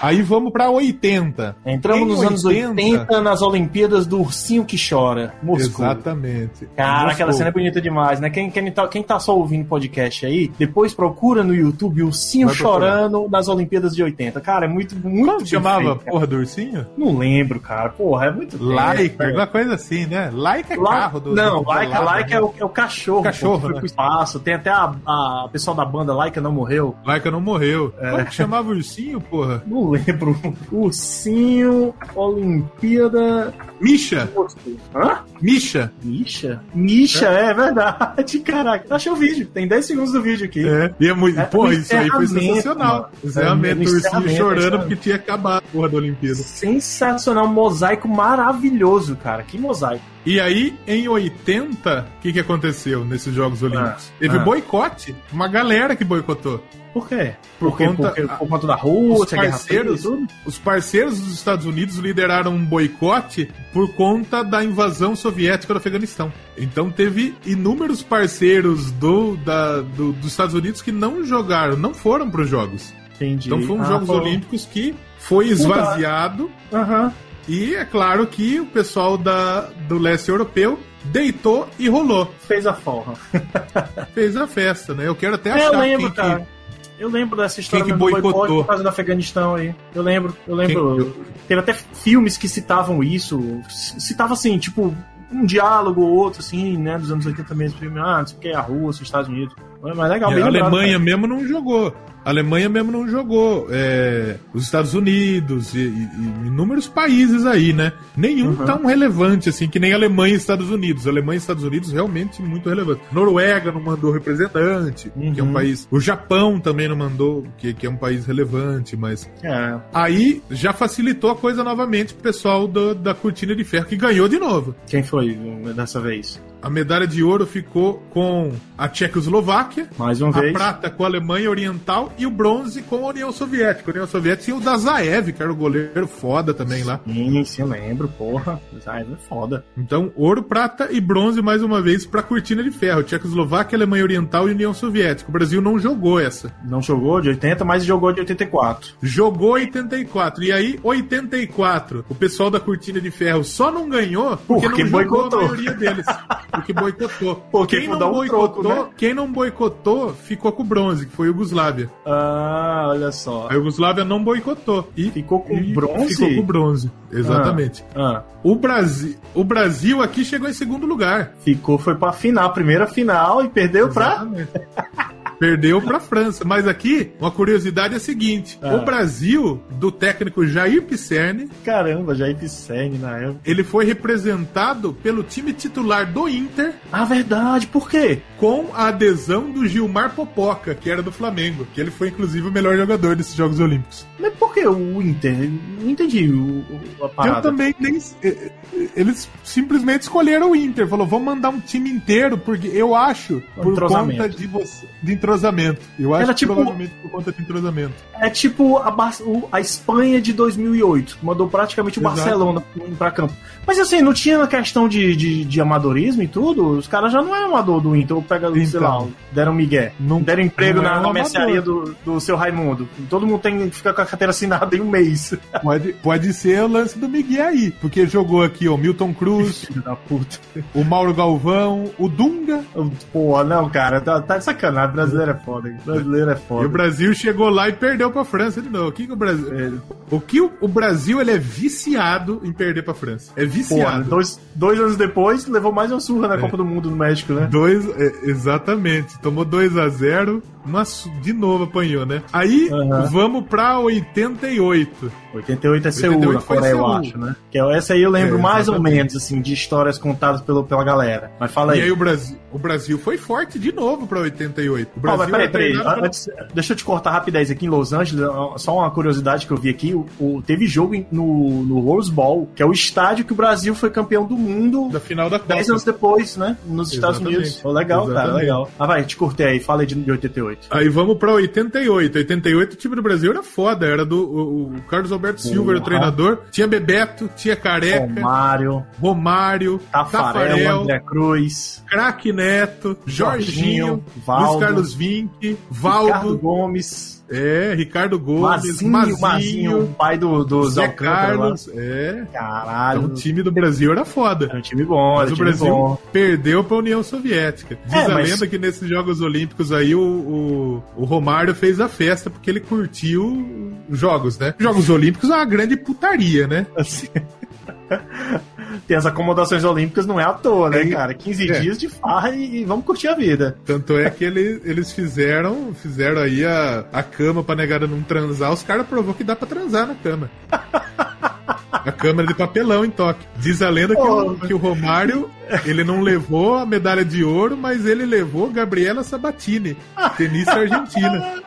[SPEAKER 4] Aí vamos para 80.
[SPEAKER 3] Entramos
[SPEAKER 4] Em
[SPEAKER 3] nos anos 80 nas Olimpíadas do Ursinho que Chora, Moscou.
[SPEAKER 4] Exatamente.
[SPEAKER 3] Cara, aquela
[SPEAKER 4] Moscou.
[SPEAKER 3] cena é bonita demais, né? Quem, quem, tá, quem tá só ouvindo podcast aí, depois procura no YouTube Ursinho
[SPEAKER 4] Vai procurar.
[SPEAKER 3] Chorando nas Olimpíadas de 80. Cara, é muito, muito
[SPEAKER 4] Como
[SPEAKER 3] bem
[SPEAKER 4] chamava
[SPEAKER 3] feito, cara.
[SPEAKER 4] porra do ursinho?
[SPEAKER 3] Não lembro, cara. Porra, é muito tempo,
[SPEAKER 4] Laika,
[SPEAKER 3] cara.
[SPEAKER 4] alguma coisa assim, né? Laika é
[SPEAKER 3] Lá-
[SPEAKER 4] carro do
[SPEAKER 3] Não,
[SPEAKER 4] do
[SPEAKER 3] Laika,
[SPEAKER 4] lado,
[SPEAKER 3] Laika é,
[SPEAKER 4] né?
[SPEAKER 3] o, é o cachorro.
[SPEAKER 4] Cachorro,
[SPEAKER 3] pô, que foi
[SPEAKER 4] né?
[SPEAKER 3] pro espaço. Tem até a, a o pessoal da banda Laika não morreu.
[SPEAKER 4] Laika não morreu.
[SPEAKER 3] É.
[SPEAKER 4] Como que chamava o ursinho, porra?
[SPEAKER 3] Não lembro. Ursinho, Olimpíada.
[SPEAKER 4] Misha!
[SPEAKER 3] Hã?
[SPEAKER 4] Misha!
[SPEAKER 3] Misha? Misha, é, verdade, caraca. Achei o vídeo, tem 10 segundos do vídeo aqui.
[SPEAKER 4] É, e é muito.
[SPEAKER 3] É,
[SPEAKER 4] Pô,
[SPEAKER 3] no
[SPEAKER 4] isso aí foi
[SPEAKER 3] encerramento,
[SPEAKER 4] sensacional.
[SPEAKER 3] mano.
[SPEAKER 4] Encerramento,
[SPEAKER 3] É,
[SPEAKER 4] o
[SPEAKER 3] no
[SPEAKER 4] ursinho
[SPEAKER 3] encerramento,
[SPEAKER 4] assim, chorando
[SPEAKER 3] encerramento.
[SPEAKER 4] porque tinha acabado a porra da Olimpíada.
[SPEAKER 3] Sensacional, um mosaico maravilhoso, cara. Que mosaico.
[SPEAKER 4] E aí, em 80, o que, que aconteceu nesses Jogos Olímpicos?
[SPEAKER 3] Ah,
[SPEAKER 4] Teve
[SPEAKER 3] ah.
[SPEAKER 4] boicote, uma galera que boicotou.
[SPEAKER 3] Por quê?
[SPEAKER 4] Por
[SPEAKER 3] Porque-
[SPEAKER 4] conta-
[SPEAKER 3] porque- por conta da
[SPEAKER 4] Os
[SPEAKER 3] Rússia, Guerra Fria e
[SPEAKER 4] parceiros,
[SPEAKER 3] tudo?
[SPEAKER 4] os parceiros dos Estados Unidos lideraram um boicote por conta da invasão soviética do Afeganistão. Então teve inúmeros parceiros do, da- do- dos Estados Unidos que não jogaram, não foram para os Jogos.
[SPEAKER 3] Entendi.
[SPEAKER 4] Então foram
[SPEAKER 3] Ah,
[SPEAKER 4] Jogos
[SPEAKER 3] foram-
[SPEAKER 4] Olímpicos que foi esvaziado
[SPEAKER 3] Aham.
[SPEAKER 4] e é claro que o pessoal da, do leste europeu deitou e rolou.
[SPEAKER 3] Fez a forra.
[SPEAKER 4] Fez a festa, né? Eu quero até achar
[SPEAKER 3] É, eu lembro,
[SPEAKER 4] quem que- tá
[SPEAKER 3] cara. Eu lembro dessa história
[SPEAKER 4] Quem que
[SPEAKER 3] do boicote
[SPEAKER 4] boicotou?
[SPEAKER 3] por causa do Afeganistão aí. Eu lembro, eu lembro. Teve até filmes que citavam isso. C- Citava assim, tipo, um diálogo ou outro, assim, né? Dos anos 80 mesmo. Filme, ah, não sei o que, a Rússia, os Estados Unidos. Mas legal, bem
[SPEAKER 4] É, a
[SPEAKER 3] lembrado,
[SPEAKER 4] Alemanha
[SPEAKER 3] cara.
[SPEAKER 4] mesmo não jogou. A Alemanha mesmo não jogou. É, os Estados Unidos e, e- e inúmeros países aí, né? Nenhum
[SPEAKER 3] Uhum.
[SPEAKER 4] tão relevante assim que nem Alemanha e Estados Unidos. Alemanha e Estados Unidos realmente muito relevante. Noruega não mandou representante, que é um
[SPEAKER 3] Uhum.
[SPEAKER 4] país. O Japão também não mandou, que, que é um país relevante, mas
[SPEAKER 3] É.
[SPEAKER 4] aí já facilitou a coisa novamente pro pessoal do- da cortina de ferro que ganhou de novo.
[SPEAKER 3] É, Quem foi dessa vez?
[SPEAKER 4] A medalha de ouro ficou com a Tchecoslováquia,
[SPEAKER 3] Mais uma
[SPEAKER 4] a
[SPEAKER 3] vez.
[SPEAKER 4] prata com a Alemanha Oriental e o bronze com a União Soviética. A União Soviética tinha o Dazaev, que era o goleiro foda também lá.
[SPEAKER 3] Sim, sim, eu lembro, porra. Zayn é foda.
[SPEAKER 4] Então, ouro, prata e bronze mais uma vez para cortina de ferro. Tchecoslováquia, Alemanha Oriental e União Soviética. O Brasil não jogou essa.
[SPEAKER 3] Não jogou de 80, mas jogou de 84.
[SPEAKER 4] Jogou 84. E aí, 84. O pessoal da cortina de ferro só não ganhou porque,
[SPEAKER 3] Porque
[SPEAKER 4] não
[SPEAKER 3] boicotou.
[SPEAKER 4] jogou a maioria deles. Porque boicotou.
[SPEAKER 3] Porque
[SPEAKER 4] quem
[SPEAKER 3] vou
[SPEAKER 4] não
[SPEAKER 3] dar um
[SPEAKER 4] boicotou,
[SPEAKER 3] troco, né?
[SPEAKER 4] quem não boicotou ficou com o bronze, que foi a Yugoslávia.
[SPEAKER 3] Ah, olha só.
[SPEAKER 4] A Iugoslávia não boicotou. E
[SPEAKER 3] Ficou com
[SPEAKER 4] e
[SPEAKER 3] bronze?
[SPEAKER 4] Ficou com bronze, exatamente.
[SPEAKER 3] Ah,
[SPEAKER 4] O, Brasil, o Brasil aqui chegou em segundo lugar.
[SPEAKER 3] ficou, foi pra final, primeira final e perdeu pra.
[SPEAKER 4] Exatamente. Perdeu pra França. Mas aqui, uma curiosidade é a seguinte:
[SPEAKER 3] Ah.
[SPEAKER 4] o Brasil, do técnico Jair Pisserni,
[SPEAKER 3] Caramba, já Pisserni na época.
[SPEAKER 4] ele foi representado pelo time titular do Inter
[SPEAKER 3] Ah, verdade, por quê?
[SPEAKER 4] com a adesão do Gilmar Popoca, que era do Flamengo, que ele foi inclusive o melhor jogador desses Jogos Olímpicos.
[SPEAKER 3] Mas por que o Inter? Não entendi o, o- a
[SPEAKER 4] Eu
[SPEAKER 3] parada.
[SPEAKER 4] também nem. eh, eh, Eles simplesmente escolheram o Inter. Falou, vamos mandar um time inteiro, porque eu acho, por
[SPEAKER 3] Um Entrosamento.
[SPEAKER 4] conta de, você, de entrosamento. Eu acho
[SPEAKER 3] Era
[SPEAKER 4] que
[SPEAKER 3] tipo-
[SPEAKER 4] provavelmente por conta de entrosamento.
[SPEAKER 3] É tipo a, Bar- o- a Espanha de 2008, que mandou praticamente o
[SPEAKER 4] Exato.
[SPEAKER 3] Barcelona pra campo. Mas assim, não tinha questão de, de, de amadorismo e tudo? Os caras já não é amador do Inter, ou pega, sei
[SPEAKER 4] Então.
[SPEAKER 3] lá, deram migué.
[SPEAKER 4] Não-
[SPEAKER 3] deram emprego
[SPEAKER 4] não é
[SPEAKER 3] na,
[SPEAKER 4] um
[SPEAKER 3] na
[SPEAKER 4] amador.
[SPEAKER 3] mercearia do, do seu Raimundo. Todo mundo tem que ficar com a carteira assinada em um mês.
[SPEAKER 4] Pode, pode ser o lance do Miguel aí, porque jogou aqui ó, o Milton Cruz,
[SPEAKER 3] Filho da puta.
[SPEAKER 4] o Mauro Galvão, o Dunga.
[SPEAKER 3] Porra, não, cara, tá, tá de sacanagem. Brasileiro é foda, hein? Brasileiro é
[SPEAKER 4] E o
[SPEAKER 3] foda.
[SPEAKER 4] Brasil chegou lá e perdeu pra França de novo. O que, que o Brasil.
[SPEAKER 3] É,
[SPEAKER 4] O que o, o Brasil ele é viciado em perder pra França. É
[SPEAKER 3] porra,
[SPEAKER 4] viciado. É.
[SPEAKER 3] dois, dois anos depois, levou mais uma surra na Copa do Mundo no México, né?
[SPEAKER 4] Dois, é, exatamente. Tomou 2 a 0 mas de novo apanhou, né? Aí
[SPEAKER 3] Aham.
[SPEAKER 4] vamos pra 88.
[SPEAKER 3] 88 é Seul,
[SPEAKER 4] 88
[SPEAKER 3] na
[SPEAKER 4] foi
[SPEAKER 3] Coreia, eu
[SPEAKER 4] Seul.
[SPEAKER 3] acho, né? Que é- essa aí eu lembro
[SPEAKER 4] É,
[SPEAKER 3] mais ou
[SPEAKER 4] exatamente.
[SPEAKER 3] menos, assim, de histórias contadas pelo, pela galera. Mas fala aí.
[SPEAKER 4] E aí o Brasil, o Brasil foi forte de novo pra 88. O
[SPEAKER 3] Ó,
[SPEAKER 4] Brasil
[SPEAKER 3] mas peraí,
[SPEAKER 4] é
[SPEAKER 3] peraí.
[SPEAKER 4] treinado pelo-
[SPEAKER 3] Antes, deixa eu te cortar rapidez aqui em Los Angeles. ó, Só uma curiosidade que eu vi aqui: o, o- teve jogo em- no, no Rose Bowl, que é o estádio que o Brasil foi campeão do mundo
[SPEAKER 4] da final da Copa.
[SPEAKER 3] 10 anos depois, né? Nos Estados
[SPEAKER 4] Exatamente.
[SPEAKER 3] Unidos. Pô, legal, cara,
[SPEAKER 4] Exatamente.
[SPEAKER 3] legal. Ah, vai, te cortei aí, fala aí de, de 88.
[SPEAKER 4] Aí vamos pra 88. 88 o time do Brasil era foda, era do o, o Carlos Alberto Silva, era o
[SPEAKER 3] Porra.
[SPEAKER 4] treinador. Tinha Bebeto, tinha Careca,
[SPEAKER 3] Romário,
[SPEAKER 4] Romário,
[SPEAKER 3] Tafarel,
[SPEAKER 4] É, Tafarel,
[SPEAKER 3] André Cruz,
[SPEAKER 4] Craque Neto, Jorginho,
[SPEAKER 3] Jorginho, Valdo,
[SPEAKER 4] Luiz Carlos Vinck,
[SPEAKER 3] Ricardo
[SPEAKER 4] Valdo,
[SPEAKER 3] Gomes,
[SPEAKER 4] É, Ricardo Gomes,
[SPEAKER 3] Mazinho,
[SPEAKER 4] Mazinho,
[SPEAKER 3] Mazinho, pai do, do
[SPEAKER 4] Zé
[SPEAKER 3] Alcântara lá.
[SPEAKER 4] Carlos. É.
[SPEAKER 3] Caralho.
[SPEAKER 4] Então, o time do Brasil era
[SPEAKER 3] Era
[SPEAKER 4] foda.
[SPEAKER 3] um time bom,
[SPEAKER 4] Mas
[SPEAKER 3] era um
[SPEAKER 4] o
[SPEAKER 3] time
[SPEAKER 4] Brasil
[SPEAKER 3] bom.
[SPEAKER 4] perdeu pra União Soviética. Diz
[SPEAKER 3] É,
[SPEAKER 4] a
[SPEAKER 3] mas-
[SPEAKER 4] lenda que nesses Jogos Olímpicos aí o, o, o Romário fez a festa porque ele curtiu os jogos, né? Jogos Olímpicos é uma grande putaria, né?
[SPEAKER 3] Assim. Tem as acomodações olímpicas, não é à toa, né,
[SPEAKER 4] Tem-
[SPEAKER 3] cara? 15
[SPEAKER 4] é.
[SPEAKER 3] dias de farra e, e vamos curtir a vida.
[SPEAKER 4] Tanto é que ele- eles fizeram fizeram aí a, a cama pra negada não transar, os caras provou que dá pra transar na cama. A câmera de papelão em toque. Diz a lenda que, o, que o Romário ele não levou a medalha de ouro, mas ele levou Gabriela Sabatini, tenista argentina.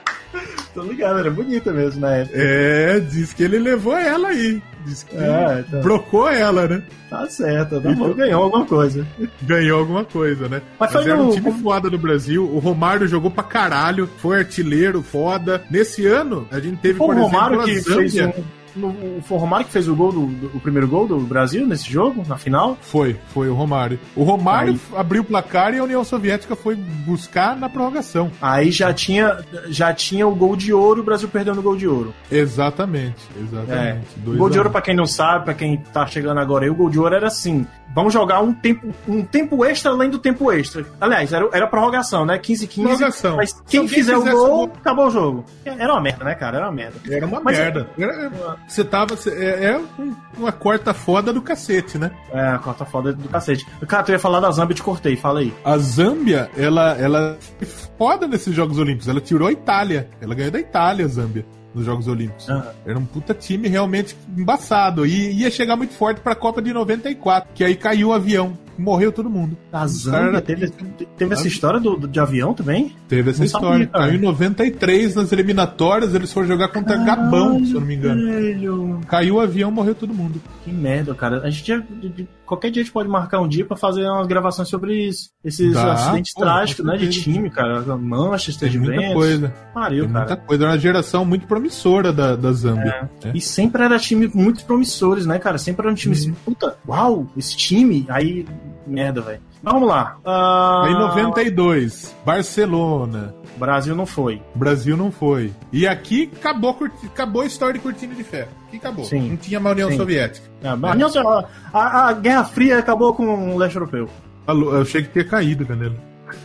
[SPEAKER 3] Tô ligado, era bonita mesmo né? na época.
[SPEAKER 4] É, diz que ele levou ela aí. Diz que
[SPEAKER 3] Ah, então.
[SPEAKER 4] brocou ela, né?
[SPEAKER 3] Tá certo, tá bom, ganhou alguma coisa.
[SPEAKER 4] Ganhou alguma coisa, né?
[SPEAKER 6] Mas
[SPEAKER 4] Mas,
[SPEAKER 6] foi
[SPEAKER 4] era um
[SPEAKER 6] no-
[SPEAKER 4] time foda do Brasil. O Romário jogou pra caralho, foi artilheiro foda. Nesse ano, a gente teve,
[SPEAKER 3] Foi
[SPEAKER 4] por
[SPEAKER 3] o Romário
[SPEAKER 4] exemplo,
[SPEAKER 3] que
[SPEAKER 4] a
[SPEAKER 3] fez
[SPEAKER 4] Zâmbia.
[SPEAKER 3] um. no- Foi o Romário que fez o gol do, do- o primeiro gol do Brasil nesse jogo, na final?
[SPEAKER 4] Foi, foi o Romário. O Romário
[SPEAKER 3] Aí.
[SPEAKER 4] f- abriu o placar e a União Soviética foi buscar na prorrogação.
[SPEAKER 3] Aí já tinha, já tinha o gol de ouro, o Brasil perdendo o gol de ouro.
[SPEAKER 4] Exatamente,
[SPEAKER 3] É.
[SPEAKER 4] exatamente.
[SPEAKER 3] O
[SPEAKER 4] Dois
[SPEAKER 3] gol de
[SPEAKER 4] a
[SPEAKER 3] ouro,
[SPEAKER 4] um.
[SPEAKER 3] pra quem não sabe, pra quem tá chegando agora aí, o gol de ouro era assim: vamos jogar um tempo, um tempo extra além do tempo extra. Aliás, era, era prorrogação, né? 15-15.
[SPEAKER 4] Prorrogação.
[SPEAKER 3] Mas
[SPEAKER 4] Se
[SPEAKER 3] quem
[SPEAKER 4] alguém
[SPEAKER 3] fizer o
[SPEAKER 4] fizesse
[SPEAKER 3] gol,
[SPEAKER 4] gol- É.
[SPEAKER 3] acabou o jogo. Era uma merda, né, cara? Era uma merda.
[SPEAKER 4] Era uma
[SPEAKER 3] Mas- é-
[SPEAKER 4] merda. Era- você tava. você- é é um- uma corta foda do cacete, né?
[SPEAKER 3] É, corta foda do cacete. Cara, tu ia falar da Zambia, eu te cortei, fala aí.
[SPEAKER 4] A Zâmbia, ela, ela foi foda nesses Jogos Olímpicos. Ela tirou a Itália. Ela ganhou da Itália, a Zâmbia, nos Jogos Olímpicos.
[SPEAKER 3] Aham.
[SPEAKER 4] Era um puta time realmente embaçado. E ia chegar muito forte pra Copa de 94, que aí caiu o avião. Morreu todo mundo.
[SPEAKER 3] A
[SPEAKER 4] Cara,
[SPEAKER 3] Zâmbia teve, teve essa história do, do- de avião também?
[SPEAKER 4] Teve essa
[SPEAKER 3] Não sabia,
[SPEAKER 4] história.
[SPEAKER 3] cara.
[SPEAKER 4] Caiu em 93, nas eliminatórias, eles foram jogar contra Gabão, se eu não me engano.
[SPEAKER 3] Velho,
[SPEAKER 4] Caiu o avião, morreu todo mundo.
[SPEAKER 3] que merda, cara. A gente já- de- de- qualquer dia a gente pode marcar um dia pra fazer umas gravações sobre isso. Esses
[SPEAKER 4] Dá,
[SPEAKER 3] acidentes
[SPEAKER 4] pô,
[SPEAKER 3] trágicos,
[SPEAKER 4] com
[SPEAKER 3] né? De
[SPEAKER 4] certeza.
[SPEAKER 3] time, cara. Manchester,
[SPEAKER 4] Tem muita
[SPEAKER 3] Juventus.
[SPEAKER 4] coisa.
[SPEAKER 3] Pariu,
[SPEAKER 4] Tem
[SPEAKER 3] cara. É.
[SPEAKER 4] muita coisa. Era uma geração muito promissora da, da Zâmbia. né?
[SPEAKER 3] E sempre era time muito promissores, né, cara? Sempre era um time
[SPEAKER 4] Uhum.
[SPEAKER 3] assim, puta, uau, esse time. Aí, merda, velho. Mas vamos lá. Ah,
[SPEAKER 4] Aí 92, Barcelona.
[SPEAKER 3] o Brasil não foi.
[SPEAKER 4] Brasil não foi. E aqui acabou, curti- acabou a história de cortina de ferro. Aqui acabou.
[SPEAKER 3] Sim.
[SPEAKER 4] Não tinha mais União
[SPEAKER 3] Sim.
[SPEAKER 4] Soviética.
[SPEAKER 3] Ah, mas, não, senhora, a, a Guerra Fria acabou com o leste europeu.
[SPEAKER 4] Alô, eu achei que tinha caído, Canelo.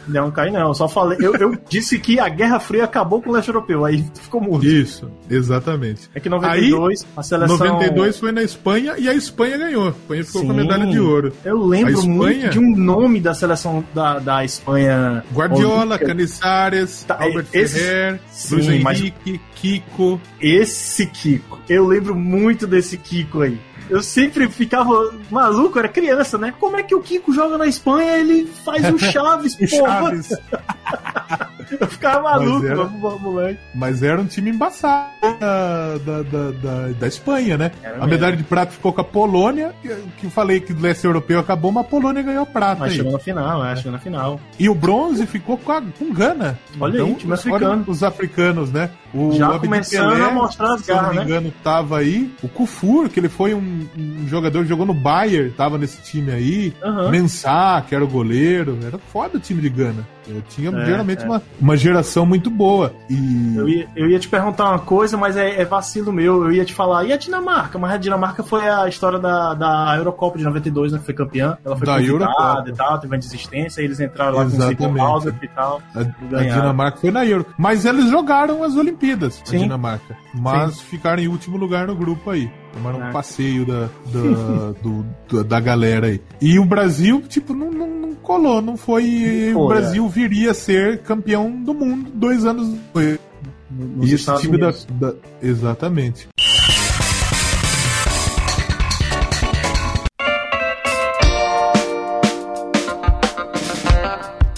[SPEAKER 3] Não, cai não. Eu só falei. Eu, eu disse que a Guerra Fria acabou com o leste europeu. Aí ficou mudo.
[SPEAKER 4] Isso, exatamente.
[SPEAKER 3] É que 92, a seleção.
[SPEAKER 4] 92 foi na Espanha e a Espanha ganhou. A Espanha ficou com a
[SPEAKER 3] Sim.
[SPEAKER 4] medalha de ouro.
[SPEAKER 3] Eu
[SPEAKER 4] A
[SPEAKER 3] lembro
[SPEAKER 4] Espanha?
[SPEAKER 3] muito de um nome da seleção da, da Espanha.
[SPEAKER 4] Guardiola,
[SPEAKER 3] Olímpica.
[SPEAKER 4] Canizares,
[SPEAKER 3] Tá,
[SPEAKER 4] Albert
[SPEAKER 3] esses-
[SPEAKER 4] Ferrer,
[SPEAKER 3] Sim,
[SPEAKER 4] Luiz
[SPEAKER 3] mas-
[SPEAKER 4] Henrique, Kiko.
[SPEAKER 3] Esse Kiko. Eu lembro muito desse Kiko aí. Eu sempre ficava maluco, eu era criança, né? Como é que o Kiko joga na Espanha ele faz o Chaves,
[SPEAKER 4] E
[SPEAKER 3] porra?
[SPEAKER 4] Chaves. é.
[SPEAKER 3] Eu ficava maluco,
[SPEAKER 4] Mas era-
[SPEAKER 3] mano, moleque.
[SPEAKER 4] Mas era um time embaçado da, da, da, da, da Espanha, né?
[SPEAKER 3] Era
[SPEAKER 4] a
[SPEAKER 3] mesmo.
[SPEAKER 4] medalha de prata ficou com a Polônia, que, que eu falei que o leste europeu acabou, mas a Polônia ganhou a prata.
[SPEAKER 3] Mas
[SPEAKER 4] aí.
[SPEAKER 3] chegou na final, é, chegou na final.
[SPEAKER 4] E o bronze ficou com, a, com Gana. Então,
[SPEAKER 3] Olha aí, time africano.
[SPEAKER 4] Os africanos, né? O
[SPEAKER 3] Já
[SPEAKER 4] Abdi
[SPEAKER 3] começando a mostrar as
[SPEAKER 4] se eu não
[SPEAKER 3] garras,
[SPEAKER 4] me
[SPEAKER 3] né?
[SPEAKER 4] engano, tava aí. O Kufur, que ele foi um, um jogador que jogou no Bayern, tava nesse time aí.
[SPEAKER 3] Aham.
[SPEAKER 4] Mensah, que era o goleiro. Era foda o time de Gana. Eu tinha
[SPEAKER 3] É,
[SPEAKER 4] geralmente
[SPEAKER 3] é.
[SPEAKER 4] Uma, uma geração muito boa. E...
[SPEAKER 3] Eu ia, eu ia te perguntar uma coisa, mas é, é vacilo meu. Eu ia te falar, e a Dinamarca? Mas a Dinamarca foi a história da, da Eurocopa de 92, né? Que foi campeã. Ela foi
[SPEAKER 4] Da Eurocopa.
[SPEAKER 3] e tal, teve uma desistência, aí eles entraram lá
[SPEAKER 4] Exatamente.
[SPEAKER 3] com o Zippo e tal.
[SPEAKER 4] A, a
[SPEAKER 3] Ganharam.
[SPEAKER 4] Dinamarca foi na Euro. Mas eles jogaram as Olimpíadas, a
[SPEAKER 3] Sim.
[SPEAKER 4] Dinamarca. Mas ficaram em último lugar no grupo aí. Tomaram um
[SPEAKER 3] Ah.
[SPEAKER 4] passeio da, da, do- da, da galera aí. E o Brasil, tipo, não, não, não colou, não foi. e o
[SPEAKER 3] foi, é.
[SPEAKER 4] Brasil viria a ser campeão do mundo dois anos depois.
[SPEAKER 3] Nos
[SPEAKER 4] E esse
[SPEAKER 3] Estados
[SPEAKER 4] time da,
[SPEAKER 3] Unidos.
[SPEAKER 4] da- Exatamente.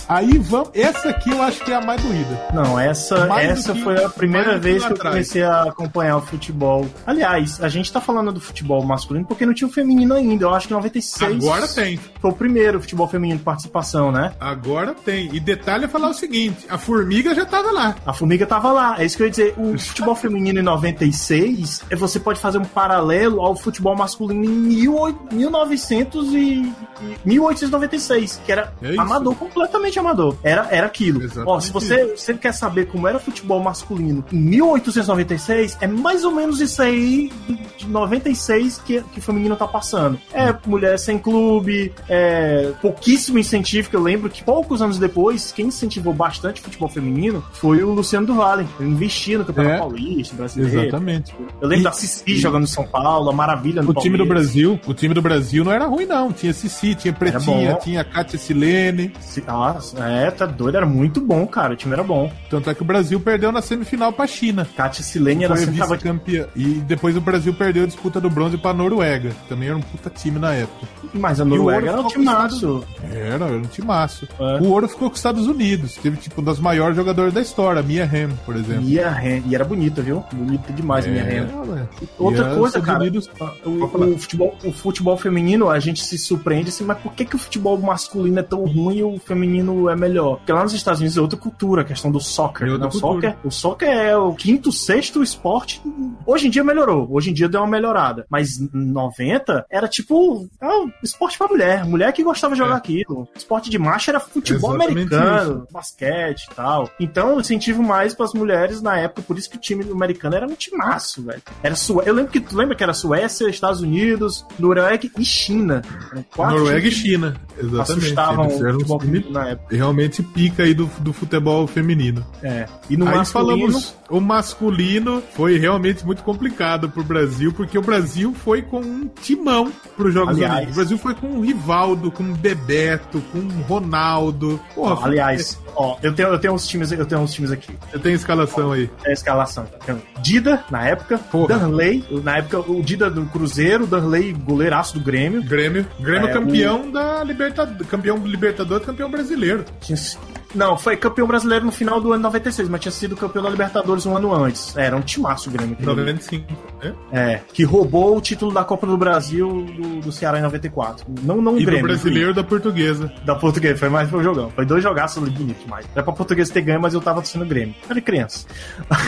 [SPEAKER 4] Aí vamos. Essa aqui eu acho que é a mais doída.
[SPEAKER 3] Não, essa,
[SPEAKER 4] Mais do
[SPEAKER 3] essa
[SPEAKER 4] que-
[SPEAKER 3] foi a primeira
[SPEAKER 4] mais do que
[SPEAKER 3] vez
[SPEAKER 4] lá
[SPEAKER 3] que eu
[SPEAKER 4] atrás.
[SPEAKER 3] comecei a acompanhar o futebol. Aliás, a gente tá falando do futebol masculino porque não tinha o feminino ainda. Eu acho que 96
[SPEAKER 4] Agora tem.
[SPEAKER 3] foi o primeiro futebol feminino de participação, né?
[SPEAKER 4] Agora tem. E detalhe é falar o seguinte: a formiga já tava lá.
[SPEAKER 3] A formiga tava lá. É isso que eu ia dizer. O futebol feminino em 96, é, você pode fazer um paralelo ao futebol masculino em 1800 1900 e, e 1896, que era
[SPEAKER 4] É isso.
[SPEAKER 3] amador, completamente amador. Era, era aquilo.
[SPEAKER 4] Exatamente
[SPEAKER 3] Ó, se você, você quer saber como era o futebol masculino em 1896, é mais ou menos isso aí de 96 que, que o feminino tá passando. É mulher sem clube, é pouquíssimo incentivo, que eu lembro que poucos anos depois, quem incentivou bastante o futebol feminino foi o Luciano do Vale. Ele investia no Campeonato
[SPEAKER 4] É.
[SPEAKER 3] Paulista, brasileiro.
[SPEAKER 4] Exatamente.
[SPEAKER 3] Eu lembro
[SPEAKER 4] E-
[SPEAKER 3] da Cici jogando no São Paulo, a Maravilha no
[SPEAKER 4] O time do
[SPEAKER 3] Palmeiras.
[SPEAKER 4] Brasil, o time do Brasil não era ruim, não. Tinha Cici, tinha Pretinha,
[SPEAKER 3] bom.
[SPEAKER 4] tinha Kátia Silene.
[SPEAKER 3] Se- Ah, Nossa, é, tá doido, era muito bom, cara, o time era bom.
[SPEAKER 4] Tanto é que o Brasil perdeu na semifinal pra China.
[SPEAKER 3] Katia Silene era
[SPEAKER 4] Foi
[SPEAKER 3] sempre tava...
[SPEAKER 4] vice-campeã. E depois o Brasil perdeu a disputa do bronze pra Noruega. Também era um puta time na época.
[SPEAKER 3] Mas a
[SPEAKER 4] ouro
[SPEAKER 3] Noruega era um
[SPEAKER 4] ficou
[SPEAKER 3] timaço.
[SPEAKER 4] Era, era um timaço.
[SPEAKER 3] É.
[SPEAKER 4] O ouro ficou com os Estados Unidos. Teve, tipo, um dos maiores jogadores da história, Mia Hamm, por exemplo.
[SPEAKER 3] Mia Hamm, e era bonita, viu? Bonita demais, Mia Hamm.
[SPEAKER 4] ué.
[SPEAKER 3] Outra
[SPEAKER 4] É. E os
[SPEAKER 3] coisa,
[SPEAKER 4] Estados
[SPEAKER 3] cara,
[SPEAKER 4] Unidos- Pode falar.
[SPEAKER 3] O, o futebol, o futebol feminino, a gente se surpreende assim, mas por que, que o futebol masculino é tão ruim e o feminino é melhor? Porque lá nos Estados Unidos é outra cultura, a questão do soccer.
[SPEAKER 4] É
[SPEAKER 3] né?
[SPEAKER 4] outra
[SPEAKER 3] o,
[SPEAKER 4] cultura.
[SPEAKER 3] soccer o soccer é o quinto, sexto esporte. Hoje em dia melhorou, hoje em dia deu uma melhorada. Mas em 90 era tipo é um esporte pra mulher, mulher que gostava de jogar
[SPEAKER 4] É.
[SPEAKER 3] aquilo. Esporte de macho era futebol
[SPEAKER 4] Exatamente
[SPEAKER 3] americano, basquete e tal. Então, incentivo mais pras mulheres na época, por isso que o time americano era um timaço, velho. Era Sue... Eu lembro que tu lembra que era Suécia, Estados Unidos, Noruega e China. Eram quatro
[SPEAKER 4] Noruega e
[SPEAKER 3] times
[SPEAKER 4] China.
[SPEAKER 3] que
[SPEAKER 4] Exatamente.
[SPEAKER 3] assustavam
[SPEAKER 4] Eles
[SPEAKER 3] o
[SPEAKER 4] eram
[SPEAKER 3] futebol
[SPEAKER 4] um time
[SPEAKER 3] feminino na época.
[SPEAKER 4] realmente pica aí do, do futebol feminino.
[SPEAKER 3] É. E no
[SPEAKER 4] aí
[SPEAKER 3] masculino,
[SPEAKER 4] falamos, o masculino foi realmente muito complicado pro Brasil, porque o Brasil foi com um timão pros Jogos
[SPEAKER 3] Aliás.
[SPEAKER 4] Olímpicos. O Brasil foi com o Rivaldo, com o Bebeto, com o Ronaldo. Porra,
[SPEAKER 3] ó, aliás, ó, eu tenho, eu tenho uns times, eu tenho uns times aqui.
[SPEAKER 4] eu tenho escalação aí.
[SPEAKER 3] É a escalação. Então, Dida, na época,
[SPEAKER 4] Porra.
[SPEAKER 3] Danley, na época o Dida do Cruzeiro, Danley goleiraço do Grêmio.
[SPEAKER 4] Grêmio. Grêmio
[SPEAKER 3] É,
[SPEAKER 4] campeão da Libertadores, campeão Libertadores, campeão brasileiro.
[SPEAKER 3] Tinha si- Não, foi campeão brasileiro no final do ano 96, mas tinha sido campeão da Libertadores um ano antes. Era um timaço o Grêmio. aquele Grêmio.
[SPEAKER 4] 95, né?
[SPEAKER 3] É, que roubou o título da Copa do Brasil do, do Ceará em 94. Não, não o
[SPEAKER 4] E do
[SPEAKER 3] Grêmio.
[SPEAKER 4] brasileiro da portuguesa.
[SPEAKER 3] enfim, Da Portuguesa, foi mais foi um jogão. Foi dois jogaços ali bonito demais. Era pra Portuguesa ter ganho, mas eu tava sendo Grêmio. Era criança.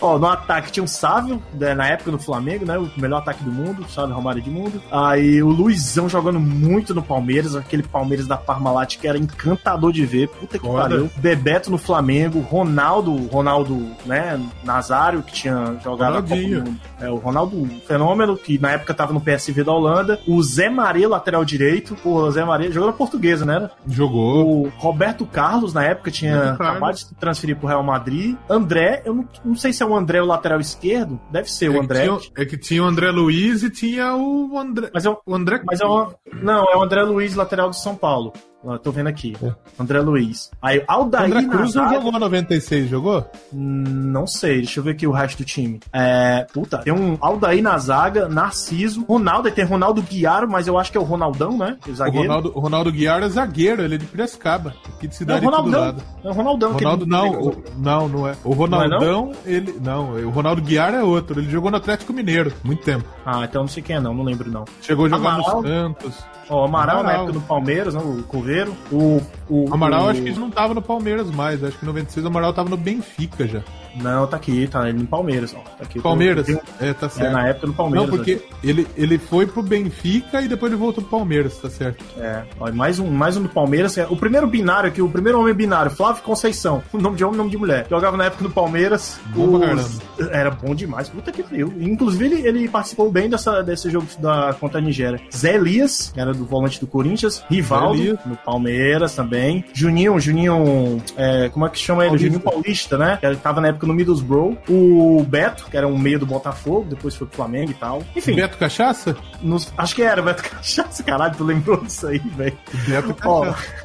[SPEAKER 3] Ó, no ataque tinha o Sávio, né, na época do Flamengo, né? O melhor ataque do mundo, o Sávio Romário de mundo. Aí o Luizão jogando muito no Palmeiras, aquele Palmeiras da Parmalat que era encantador de ver. Puta que
[SPEAKER 4] Foda.
[SPEAKER 3] pariu. Bebeto no Flamengo, Ronaldo, Ronaldo, né, Nazário, que tinha jogado a Copa do
[SPEAKER 4] Ronaldinho.
[SPEAKER 3] Mundo. É, o Ronaldo Fenômeno, que na época tava no PSV da Holanda. O Zé Maria, lateral direito. Porra, o Zé Maria jogou na portuguesa, né?
[SPEAKER 4] Jogou.
[SPEAKER 3] O Roberto Carlos, na época, tinha
[SPEAKER 4] Roberto Carlos.
[SPEAKER 3] acabado de se transferir pro Real Madrid. André, eu não, não sei se é o André o lateral esquerdo. Deve ser
[SPEAKER 4] É
[SPEAKER 3] o
[SPEAKER 4] que
[SPEAKER 3] André.
[SPEAKER 4] tinha- é que tinha o André Luiz e tinha o André.
[SPEAKER 3] Mas é o,
[SPEAKER 4] O André.
[SPEAKER 3] mas é o, não, é o André Luiz, lateral do São Paulo. Ó, tô vendo aqui. André Luiz. Aí, Aldair
[SPEAKER 4] É. André Cruz não
[SPEAKER 3] Nazário-
[SPEAKER 4] jogou 96, jogou?
[SPEAKER 3] Hum, Não sei, deixa eu ver aqui o resto do time. É, puta, tem um Aldair na zaga, Narciso, Ronaldo, aí tem Ronaldo Guiar, mas eu acho que é o Ronaldão, né? O
[SPEAKER 4] O
[SPEAKER 3] zagueiro.
[SPEAKER 4] Ronaldo, o Ronaldo Guiar é zagueiro, ele é de Piracicaba,
[SPEAKER 3] não, é
[SPEAKER 4] aqui de
[SPEAKER 3] o
[SPEAKER 4] cidade aqui do
[SPEAKER 3] Ronaldão.
[SPEAKER 4] lado.
[SPEAKER 3] É o Ronaldão. que
[SPEAKER 4] Ronaldo
[SPEAKER 3] ele-
[SPEAKER 4] não, o- não, não é. O
[SPEAKER 3] é não?
[SPEAKER 4] Ronaldão, ele. Não, o Ronaldo Guiar é outro. Ele jogou no Atlético Mineiro, muito tempo.
[SPEAKER 3] Ah, então não sei quem é não, não lembro não.
[SPEAKER 4] Chegou a jogar
[SPEAKER 3] Amaral?
[SPEAKER 4] no Santos.
[SPEAKER 3] Ó, o Amaral, na
[SPEAKER 4] Amaral.
[SPEAKER 3] época do Palmeiras, né, o Coveiro. O, o,
[SPEAKER 4] O Amaral
[SPEAKER 3] o-
[SPEAKER 4] acho que ele não tava no Palmeiras mais. Acho que em 96 o Amaral tava no Benfica já.
[SPEAKER 3] Não, tá aqui, tá ele no Palmeiras. Ó, tá aqui,
[SPEAKER 4] Palmeiras?
[SPEAKER 3] Tem-
[SPEAKER 4] É, tá
[SPEAKER 3] É,
[SPEAKER 4] certo.
[SPEAKER 3] na época do Palmeiras. né?
[SPEAKER 4] Não, porque ele, ele foi pro Benfica e depois ele voltou pro Palmeiras, tá certo.
[SPEAKER 3] É, ó, e mais um, mais um do Palmeiras. O primeiro binário aqui, o primeiro homem binário, Flávio Conceição. Nome de homem, nome de mulher. Jogava na época do Palmeiras.
[SPEAKER 4] Bom pra
[SPEAKER 3] Os- Era bom demais. Puta que pariu. Inclusive, ele, ele participou bem dessa, desse jogo da contra a Nigéria. Zé Elias, que era do volante do Corinthians. Rivaldo,
[SPEAKER 4] Zé Elias.
[SPEAKER 3] no Palmeiras também. Juninho, Juninho. é, como é que chama ele?
[SPEAKER 4] Paulista.
[SPEAKER 3] Juninho Paulista, né? Que era- tava na época no Middlesbrough. O Beto, que era um meio do Botafogo, depois foi pro Flamengo e tal. Enfim,
[SPEAKER 4] Beto Cachaça?
[SPEAKER 3] nos- acho que era Beto Cachaça. Caralho, tu lembrou disso aí, velho.
[SPEAKER 4] Beto
[SPEAKER 3] Ó.
[SPEAKER 4] Cachaça.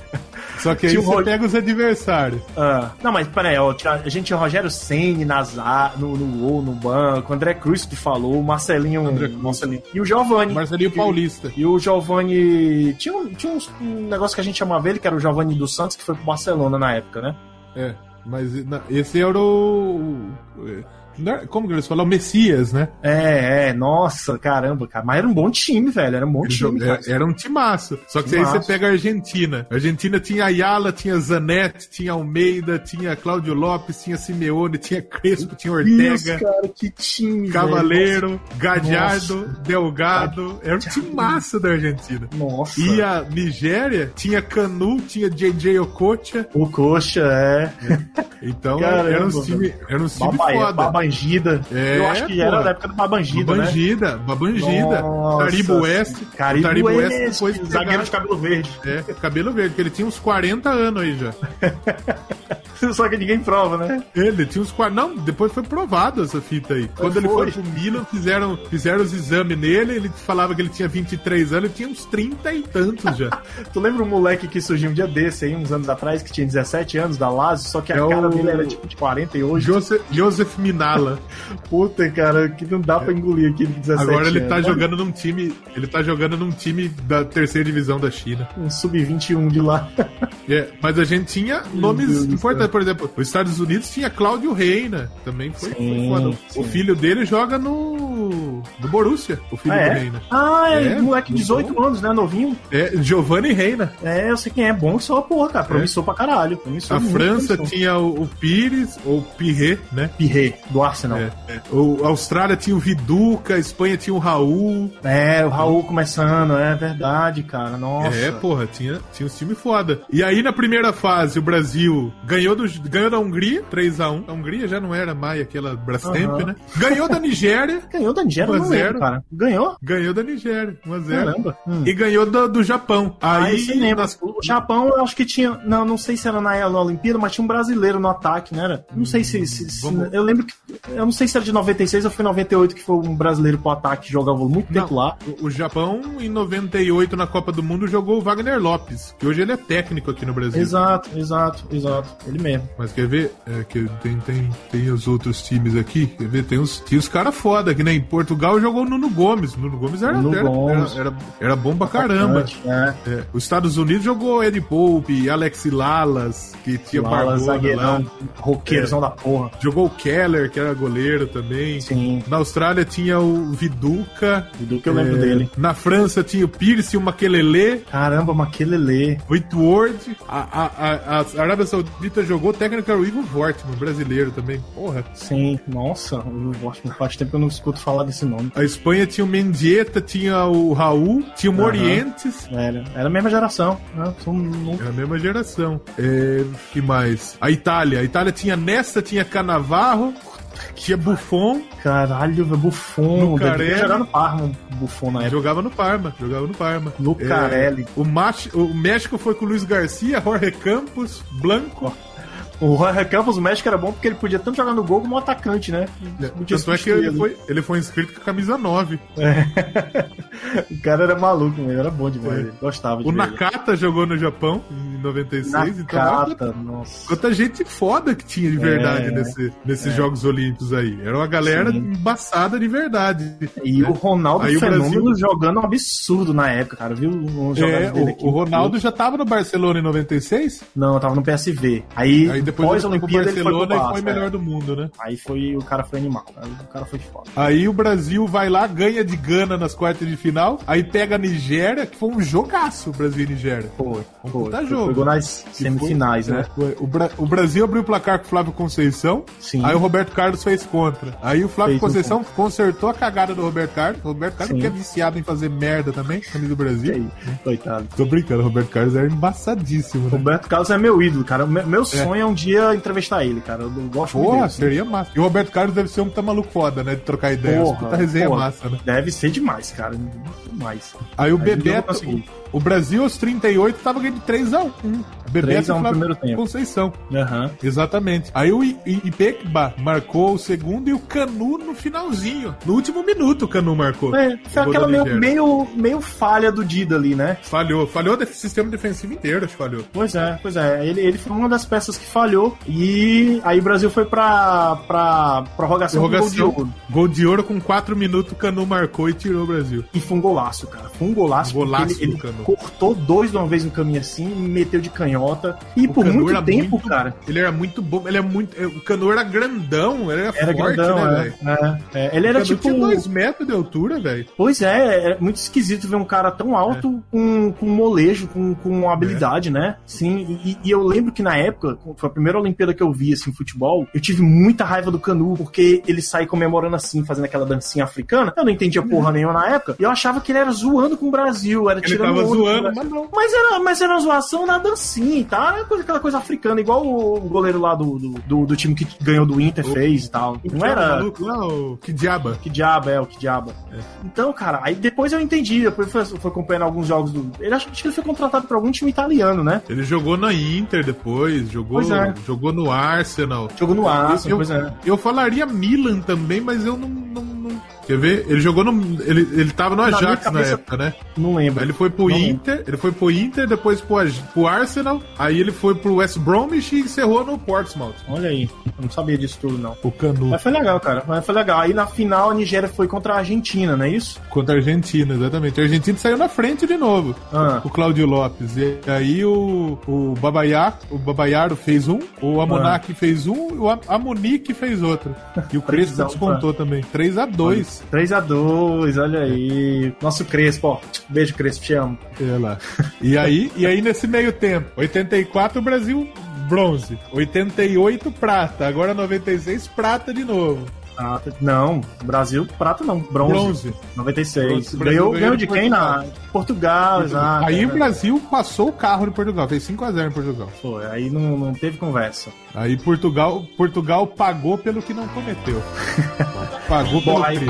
[SPEAKER 4] Só que aí
[SPEAKER 3] Tinha um o
[SPEAKER 4] você
[SPEAKER 3] Rod-
[SPEAKER 4] pega os adversários.
[SPEAKER 3] Ah, não, mas peraí, ó, tinha- a gente tinha o Rogério Senni Nazar, no, no gol, no banco, André Cruz que tu falou, o Marcelinho,
[SPEAKER 4] André Cruz.
[SPEAKER 3] Marcelinho e o Giovanni.
[SPEAKER 4] Marcelinho
[SPEAKER 3] E-
[SPEAKER 4] Paulista.
[SPEAKER 3] E o Giovanni. Tinha, um, tinha uns- um negócio que a gente chamava ele, que era o Giovanni dos Santos, que foi pro Barcelona na época, né?
[SPEAKER 4] É, mas na- esse era o. o- não era- Como que eles falam? O Messias, né?
[SPEAKER 3] É, é, nossa, caramba, cara. Mas era um bom time, velho. Era um bom
[SPEAKER 4] Ele
[SPEAKER 3] time,
[SPEAKER 4] jogou-
[SPEAKER 3] cara.
[SPEAKER 4] é- era um timaço. Só que aí você
[SPEAKER 3] Timaço.
[SPEAKER 4] pega a Argentina. A Argentina tinha Ayala, tinha Zanetti, tinha Almeida, tinha Cláudio Lopes, tinha Simeone, tinha Crespo, tinha
[SPEAKER 3] Deus,
[SPEAKER 4] Ortega,
[SPEAKER 3] cara, que time, velho.
[SPEAKER 4] Cavaleiro, Gadiardo, Delgado. Era um timaço da Argentina.
[SPEAKER 3] Nossa.
[SPEAKER 4] E a Nigéria tinha Canu, tinha JJ Okocha.
[SPEAKER 3] O Coxa, é.
[SPEAKER 4] Então
[SPEAKER 3] Caramba,
[SPEAKER 4] era um time, era um time
[SPEAKER 3] Babaia,
[SPEAKER 4] foda.
[SPEAKER 3] Babangida.
[SPEAKER 4] É,
[SPEAKER 3] Eu acho que
[SPEAKER 4] pô.
[SPEAKER 3] era da época do Babangida, né?
[SPEAKER 4] Babangida, Babangida.
[SPEAKER 3] Nossa,
[SPEAKER 4] Caribe West.
[SPEAKER 3] Caribe,
[SPEAKER 4] o Caribe
[SPEAKER 3] West,
[SPEAKER 4] West depois
[SPEAKER 3] zagueiro de
[SPEAKER 4] pegaram-
[SPEAKER 3] cabelo verde.
[SPEAKER 4] É, cabelo verde, que ele tinha uns 40 anos aí já.
[SPEAKER 3] Só que ninguém prova, né?
[SPEAKER 4] Ele tinha uns quatro. Não, depois foi provado essa fita aí. Quando ele foi pro Milan, fizeram, fizeram os exames nele, ele falava que ele tinha 23 anos, ele tinha uns 30 e tantos já.
[SPEAKER 3] Tu lembra um moleque que surgiu um dia desse aí, uns anos atrás, que tinha 17 anos, da Lazio, só que a
[SPEAKER 4] É
[SPEAKER 3] cara
[SPEAKER 4] o-
[SPEAKER 3] dele era tipo de 48?
[SPEAKER 4] Joseph, Joseph Minala.
[SPEAKER 3] Puta, cara, que não dá pra engolir aquele 17
[SPEAKER 4] Agora ele tá
[SPEAKER 3] anos.
[SPEAKER 4] jogando num time. Ele tá jogando num time da terceira divisão da China.
[SPEAKER 3] Um sub-21 de lá.
[SPEAKER 4] É, mas a gente tinha
[SPEAKER 3] Deus
[SPEAKER 4] nomes
[SPEAKER 3] do
[SPEAKER 4] importantes. Por exemplo, os Estados Unidos tinha Cláudio Reina. Também foi, foi
[SPEAKER 3] Sim,
[SPEAKER 4] foda.
[SPEAKER 3] sim.
[SPEAKER 4] O filho dele joga no. no Borussia, o filho
[SPEAKER 3] Ah,
[SPEAKER 4] do
[SPEAKER 3] é?
[SPEAKER 4] Reina.
[SPEAKER 3] Ah, é,
[SPEAKER 4] É,
[SPEAKER 3] moleque de
[SPEAKER 4] muito
[SPEAKER 3] 18 anos, né? Novinho.
[SPEAKER 4] É, Giovanni Reina.
[SPEAKER 3] É, eu sei quem é. Bom que só, porra, cara. Promissor pra caralho. Promissor
[SPEAKER 4] A
[SPEAKER 3] muito
[SPEAKER 4] França
[SPEAKER 3] promissor.
[SPEAKER 4] tinha o, o Pires, ou Pirret, né?
[SPEAKER 3] Pirré, do Arsenal.
[SPEAKER 4] É, é. O, a Austrália tinha o Viduca, a Espanha tinha o Raul.
[SPEAKER 3] É, o Raul começando, é verdade, cara. Nossa.
[SPEAKER 4] É, porra, tinha, tinha uns times foda. E aí na primeira fase o Brasil ganhou, do, ganhou da Hungria, 3x1. A Hungria já não era mais aquela Brastemp,
[SPEAKER 3] Aham.
[SPEAKER 4] né? Ganhou da Nigéria,
[SPEAKER 3] Ganhou da Nigéria, não
[SPEAKER 4] 1 a 0.
[SPEAKER 3] lembro, cara. Ganhou?
[SPEAKER 4] ganhou da Nigéria, 1x0.
[SPEAKER 3] Caramba. Hum. Ah,
[SPEAKER 4] E ganhou do, do Japão.
[SPEAKER 3] Aí,
[SPEAKER 4] Aí,
[SPEAKER 3] você lembra.
[SPEAKER 4] nas-
[SPEAKER 3] O Japão, eu acho que tinha. Não, não sei se era na na Olimpíada, mas tinha um brasileiro no ataque, né? era? Não sei se. se- se-
[SPEAKER 4] vamos-
[SPEAKER 3] eu lembro que. Eu não sei se era de 96 ou foi 98 que foi um brasileiro pro ataque que jogava muito tempo lá.
[SPEAKER 4] o- o Japão, em 98, na Copa do Mundo, jogou o Wagner Lopes, que hoje ele é técnico aqui no Brasil.
[SPEAKER 3] Exato, exato, exato. Ele mesmo.
[SPEAKER 4] Mas quer ver? É, que tem, tem, tem os outros times aqui. Quer ver? Tem os, tem os caras foda, que nem em Portugal jogou o Nuno Gomes. Nuno Gomes era,
[SPEAKER 3] Nuno
[SPEAKER 4] era,
[SPEAKER 3] Gomes.
[SPEAKER 4] era, era, era bom pra caramba.
[SPEAKER 3] É.
[SPEAKER 4] É, os Estados Unidos jogou Eddie Pope, Alex Lalas, que tinha
[SPEAKER 3] Bala,
[SPEAKER 4] barbona lá. É.
[SPEAKER 3] zagueirão, roqueirozão da porra.
[SPEAKER 4] Jogou o Keller, que era goleiro também.
[SPEAKER 3] Sim.
[SPEAKER 4] Na Austrália tinha o Viduca.
[SPEAKER 3] Do que eu lembro
[SPEAKER 4] É,
[SPEAKER 3] dele.
[SPEAKER 4] Na França tinha o Pierce, o Makelele,
[SPEAKER 3] Caramba, Maquelele.
[SPEAKER 4] o Itward. A, a, a, a Arábia Saudita jogou, o técnico era o Ivo Vortman, brasileiro também. Porra,
[SPEAKER 3] Sim, nossa, o Washington faz tempo que eu não escuto falar desse nome.
[SPEAKER 4] A Espanha tinha o Mendieta, tinha o Raul, tinha o
[SPEAKER 3] Aham.
[SPEAKER 4] Morientes.
[SPEAKER 3] Era, era a mesma geração, né? São- não-
[SPEAKER 4] Era a mesma geração. É, que mais? A Itália. A Itália tinha Nesta, tinha Canavarro, tinha Buffon,
[SPEAKER 3] Caralho, velho, Buffon.
[SPEAKER 4] Lucarelli.
[SPEAKER 3] Devia jogar no Parma, Buffon na época.
[SPEAKER 4] jogava no Parma. Jogava no Parma.
[SPEAKER 3] É. Lucarelli.
[SPEAKER 4] É, o, Mach- o México foi com o Luiz Garcia, Jorge Campos, Blanco.
[SPEAKER 3] O Jorge Campos, o México era bom porque ele podia tanto jogar no gol como atacante, né? Não tinha
[SPEAKER 4] Tanto é que
[SPEAKER 3] substituído.
[SPEAKER 4] ele foi, ele foi inscrito com a camisa 9.
[SPEAKER 3] É. o cara era maluco, mesmo, era bom demais.
[SPEAKER 4] É.
[SPEAKER 3] Ele gostava de
[SPEAKER 4] O
[SPEAKER 3] ver
[SPEAKER 4] Nakata jogou no Japão em 96.
[SPEAKER 3] ele.
[SPEAKER 4] Então, olha
[SPEAKER 3] Nakata, nossa.
[SPEAKER 4] Quanta gente foda que tinha de verdade
[SPEAKER 3] É,
[SPEAKER 4] nesse- nesses Jogos Olímpicos aí. Era uma galera
[SPEAKER 3] Sim.
[SPEAKER 4] embaçada de verdade. Né?
[SPEAKER 3] E o Ronaldo
[SPEAKER 4] Aí o
[SPEAKER 3] Fenômeno
[SPEAKER 4] Brasil-
[SPEAKER 3] jogando um absurdo na época, cara. Viu? Um jogador
[SPEAKER 4] É,
[SPEAKER 3] dele
[SPEAKER 4] o,
[SPEAKER 3] aqui.
[SPEAKER 4] o Ronaldo já tava no Barcelona em 96,
[SPEAKER 3] Não, eu tava no PSV. Aí,
[SPEAKER 4] aí depois
[SPEAKER 3] pós
[SPEAKER 4] ele foi pro
[SPEAKER 3] Olimpíada ele foi pro
[SPEAKER 4] Barcelona
[SPEAKER 3] Barça,
[SPEAKER 4] e foi
[SPEAKER 3] é.
[SPEAKER 4] melhor do mundo, né?
[SPEAKER 3] Aí foi o cara foi animal. Aí o cara foi foda.
[SPEAKER 4] Aí o Brasil vai lá, ganha de Gana nas quartas de final, aí pega a Nigéria, que foi um jogaço o Brasil e Nigéria.
[SPEAKER 3] Foi,
[SPEAKER 4] Um
[SPEAKER 3] foi.
[SPEAKER 4] puta
[SPEAKER 3] Foi-
[SPEAKER 4] jogo.
[SPEAKER 3] Pegou nas
[SPEAKER 4] Que
[SPEAKER 3] semifinais,
[SPEAKER 4] foi- é,
[SPEAKER 3] né?
[SPEAKER 4] foi. O, Bra- o Brasil abriu o placar com o Flávio Conceição.
[SPEAKER 3] Sim.
[SPEAKER 4] Aí o Roberto Carlos fez contra. Aí o Flávio
[SPEAKER 3] Fez um
[SPEAKER 4] Conceição consertou a cagada do Roberto Carlos. O Roberto Carlos
[SPEAKER 3] Sim. é
[SPEAKER 4] que é viciado em fazer merda também, camisa do
[SPEAKER 3] E
[SPEAKER 4] Brasil.
[SPEAKER 3] aí, coitado.
[SPEAKER 4] Tô brincando, o Roberto Carlos era embaçadíssimo, né?
[SPEAKER 3] Roberto Carlos é meu ídolo, cara. Me- Meu sonho é um dia entrevistar ele, cara. Eu gosto muito
[SPEAKER 4] Porra,
[SPEAKER 3] dele, assim.
[SPEAKER 4] seria massa. E o Roberto Carlos deve ser um tá maluco foda, né? De trocar ideia. Os puta resenha
[SPEAKER 3] porra.
[SPEAKER 4] massa, né?
[SPEAKER 3] Deve ser demais, cara. Demais.
[SPEAKER 4] Aí
[SPEAKER 3] Aí
[SPEAKER 4] o
[SPEAKER 3] eu não
[SPEAKER 4] Bebeto.
[SPEAKER 3] consegui.
[SPEAKER 4] O o Brasil, aos 38, tava ganhando de 3x1. Bebeto
[SPEAKER 3] 3 a 1 no
[SPEAKER 4] e Flávio
[SPEAKER 3] primeiro tempo.
[SPEAKER 4] Conceição.
[SPEAKER 3] Aham.
[SPEAKER 4] Exatamente. Aí o I- I- Ipekba marcou o segundo e o Canu no finalzinho. No último minuto o Canu marcou.
[SPEAKER 3] É, foi
[SPEAKER 4] O gol
[SPEAKER 3] aquela
[SPEAKER 4] da
[SPEAKER 3] meio,
[SPEAKER 4] Nigéria.
[SPEAKER 3] meio, meio falha do Dida ali, né?
[SPEAKER 4] Falhou. Falhou o sistema defensivo inteiro, acho que falhou.
[SPEAKER 3] Pois é, pois é. Ele, ele foi uma das peças que falhou. E aí o Brasil foi pra, pra prorrogação, com
[SPEAKER 4] Prorrogação.
[SPEAKER 3] o gol de ouro.
[SPEAKER 4] Gol de ouro com 4 minutos, o Canu marcou e tirou o Brasil.
[SPEAKER 3] E foi um golaço, cara. Foi um golaço. porque
[SPEAKER 4] Golaço
[SPEAKER 3] ele,
[SPEAKER 4] do
[SPEAKER 3] ele
[SPEAKER 4] Cano.
[SPEAKER 3] cortou dois de uma vez no caminho assim, meteu de canhota. E
[SPEAKER 4] O
[SPEAKER 3] por
[SPEAKER 4] Canu
[SPEAKER 3] muito
[SPEAKER 4] era
[SPEAKER 3] tempo,
[SPEAKER 4] muito-
[SPEAKER 3] cara.
[SPEAKER 4] Ele era muito bom, ele é muito. é, O Canu era grandão, ele era,
[SPEAKER 3] Era
[SPEAKER 4] forte,
[SPEAKER 3] grandão,
[SPEAKER 4] né,
[SPEAKER 3] é.
[SPEAKER 4] velho?
[SPEAKER 3] É, é. Ele era
[SPEAKER 4] Canu
[SPEAKER 3] tipo.
[SPEAKER 4] tinha 2 metros de altura, velho.
[SPEAKER 3] Pois é, era muito esquisito ver um cara tão alto com, com molejo, com, com habilidade, né? Sim, e, e eu lembro que na época, foi a primeira Olimpíada que eu vi, assim, futebol, eu tive muita raiva do Canu, porque ele sai comemorando assim, fazendo aquela dancinha africana. Eu não entendia porra nenhuma na época, e eu achava que ele era zoando com o Brasil, era
[SPEAKER 4] Ele
[SPEAKER 3] tirando
[SPEAKER 4] tava
[SPEAKER 3] onda com o né?
[SPEAKER 4] zoando,
[SPEAKER 3] Brasil.
[SPEAKER 4] mas não.
[SPEAKER 3] Mas era, mas era uma zoação na dancinha, cabelinho e tal. Era coisa- aquela coisa africana, igual o o goleiro lá do, do, do- do time que ganhou do Inter fez e tal. Não era.
[SPEAKER 4] Maluco lá, Então, o que diaba?
[SPEAKER 3] Que diabo é, o que diabo. Então, cara, aí depois eu entendi. Depois foi, foi acompanhando alguns jogos do. Ele acho que ele foi contratado por algum time italiano, né?
[SPEAKER 4] Ele jogou na Inter depois, jogou,
[SPEAKER 3] Pois é.
[SPEAKER 4] jogou no Arsenal.
[SPEAKER 3] Jogou no Arsenal,
[SPEAKER 4] eu,
[SPEAKER 3] pois é.
[SPEAKER 4] eu falaria Milan também, mas eu não. não- não- Quer ver? Ele jogou no. Ele, ele tava no
[SPEAKER 3] Na minha
[SPEAKER 4] Ajax na,
[SPEAKER 3] cabeça-
[SPEAKER 4] época, né?
[SPEAKER 3] Não lembro.
[SPEAKER 4] Aí ele foi pro
[SPEAKER 3] Não lembro.
[SPEAKER 4] Inter, ele foi pro Inter, depois pro, Aj- pro Arsenal, aí ele foi pro West Bromwich e encerrou no Portsmouth.
[SPEAKER 3] Olha aí, eu não sabia disso tudo, não.
[SPEAKER 4] O Canu.
[SPEAKER 3] Mas foi legal, cara. Mas foi legal. Aí na final a Nigéria foi contra a Argentina, não é isso?
[SPEAKER 4] Contra a Argentina, exatamente. A Argentina saiu na frente de novo.
[SPEAKER 3] Ah.
[SPEAKER 4] O Cláudio Lopes. E aí o, o Babaiá, o Babaiaro fez um, o
[SPEAKER 3] Ah.
[SPEAKER 4] Amonac fez um, e o Am- Amunique fez outro. E o Crespo
[SPEAKER 3] Trêsão,
[SPEAKER 4] descontou também. 3 a 2
[SPEAKER 3] 3x2, olha aí. Nosso Crespo, ó. Beijo, Crespo, te amo.
[SPEAKER 4] É lá. E aí, e aí nesse meio tempo, 84 o Brasil bronze, 88 prata, agora 96 prata de novo.
[SPEAKER 3] Prata. Ah, Não, Brasil, prata não, bronze.
[SPEAKER 4] Bronze.
[SPEAKER 3] 96.
[SPEAKER 4] Bronze, Brasil
[SPEAKER 3] ganhou,
[SPEAKER 4] ganhou
[SPEAKER 3] ganhou
[SPEAKER 4] de
[SPEAKER 3] de quem? Na... Portugal, exato.
[SPEAKER 4] aí o
[SPEAKER 3] né?
[SPEAKER 4] Brasil passou o carro de Portugal, fez 5 a 0 em Portugal.
[SPEAKER 3] Foi, aí não, não teve conversa.
[SPEAKER 4] Aí Portugal, Portugal pagou pelo que não cometeu. pagou pelo
[SPEAKER 3] Bom, aí-
[SPEAKER 4] crime.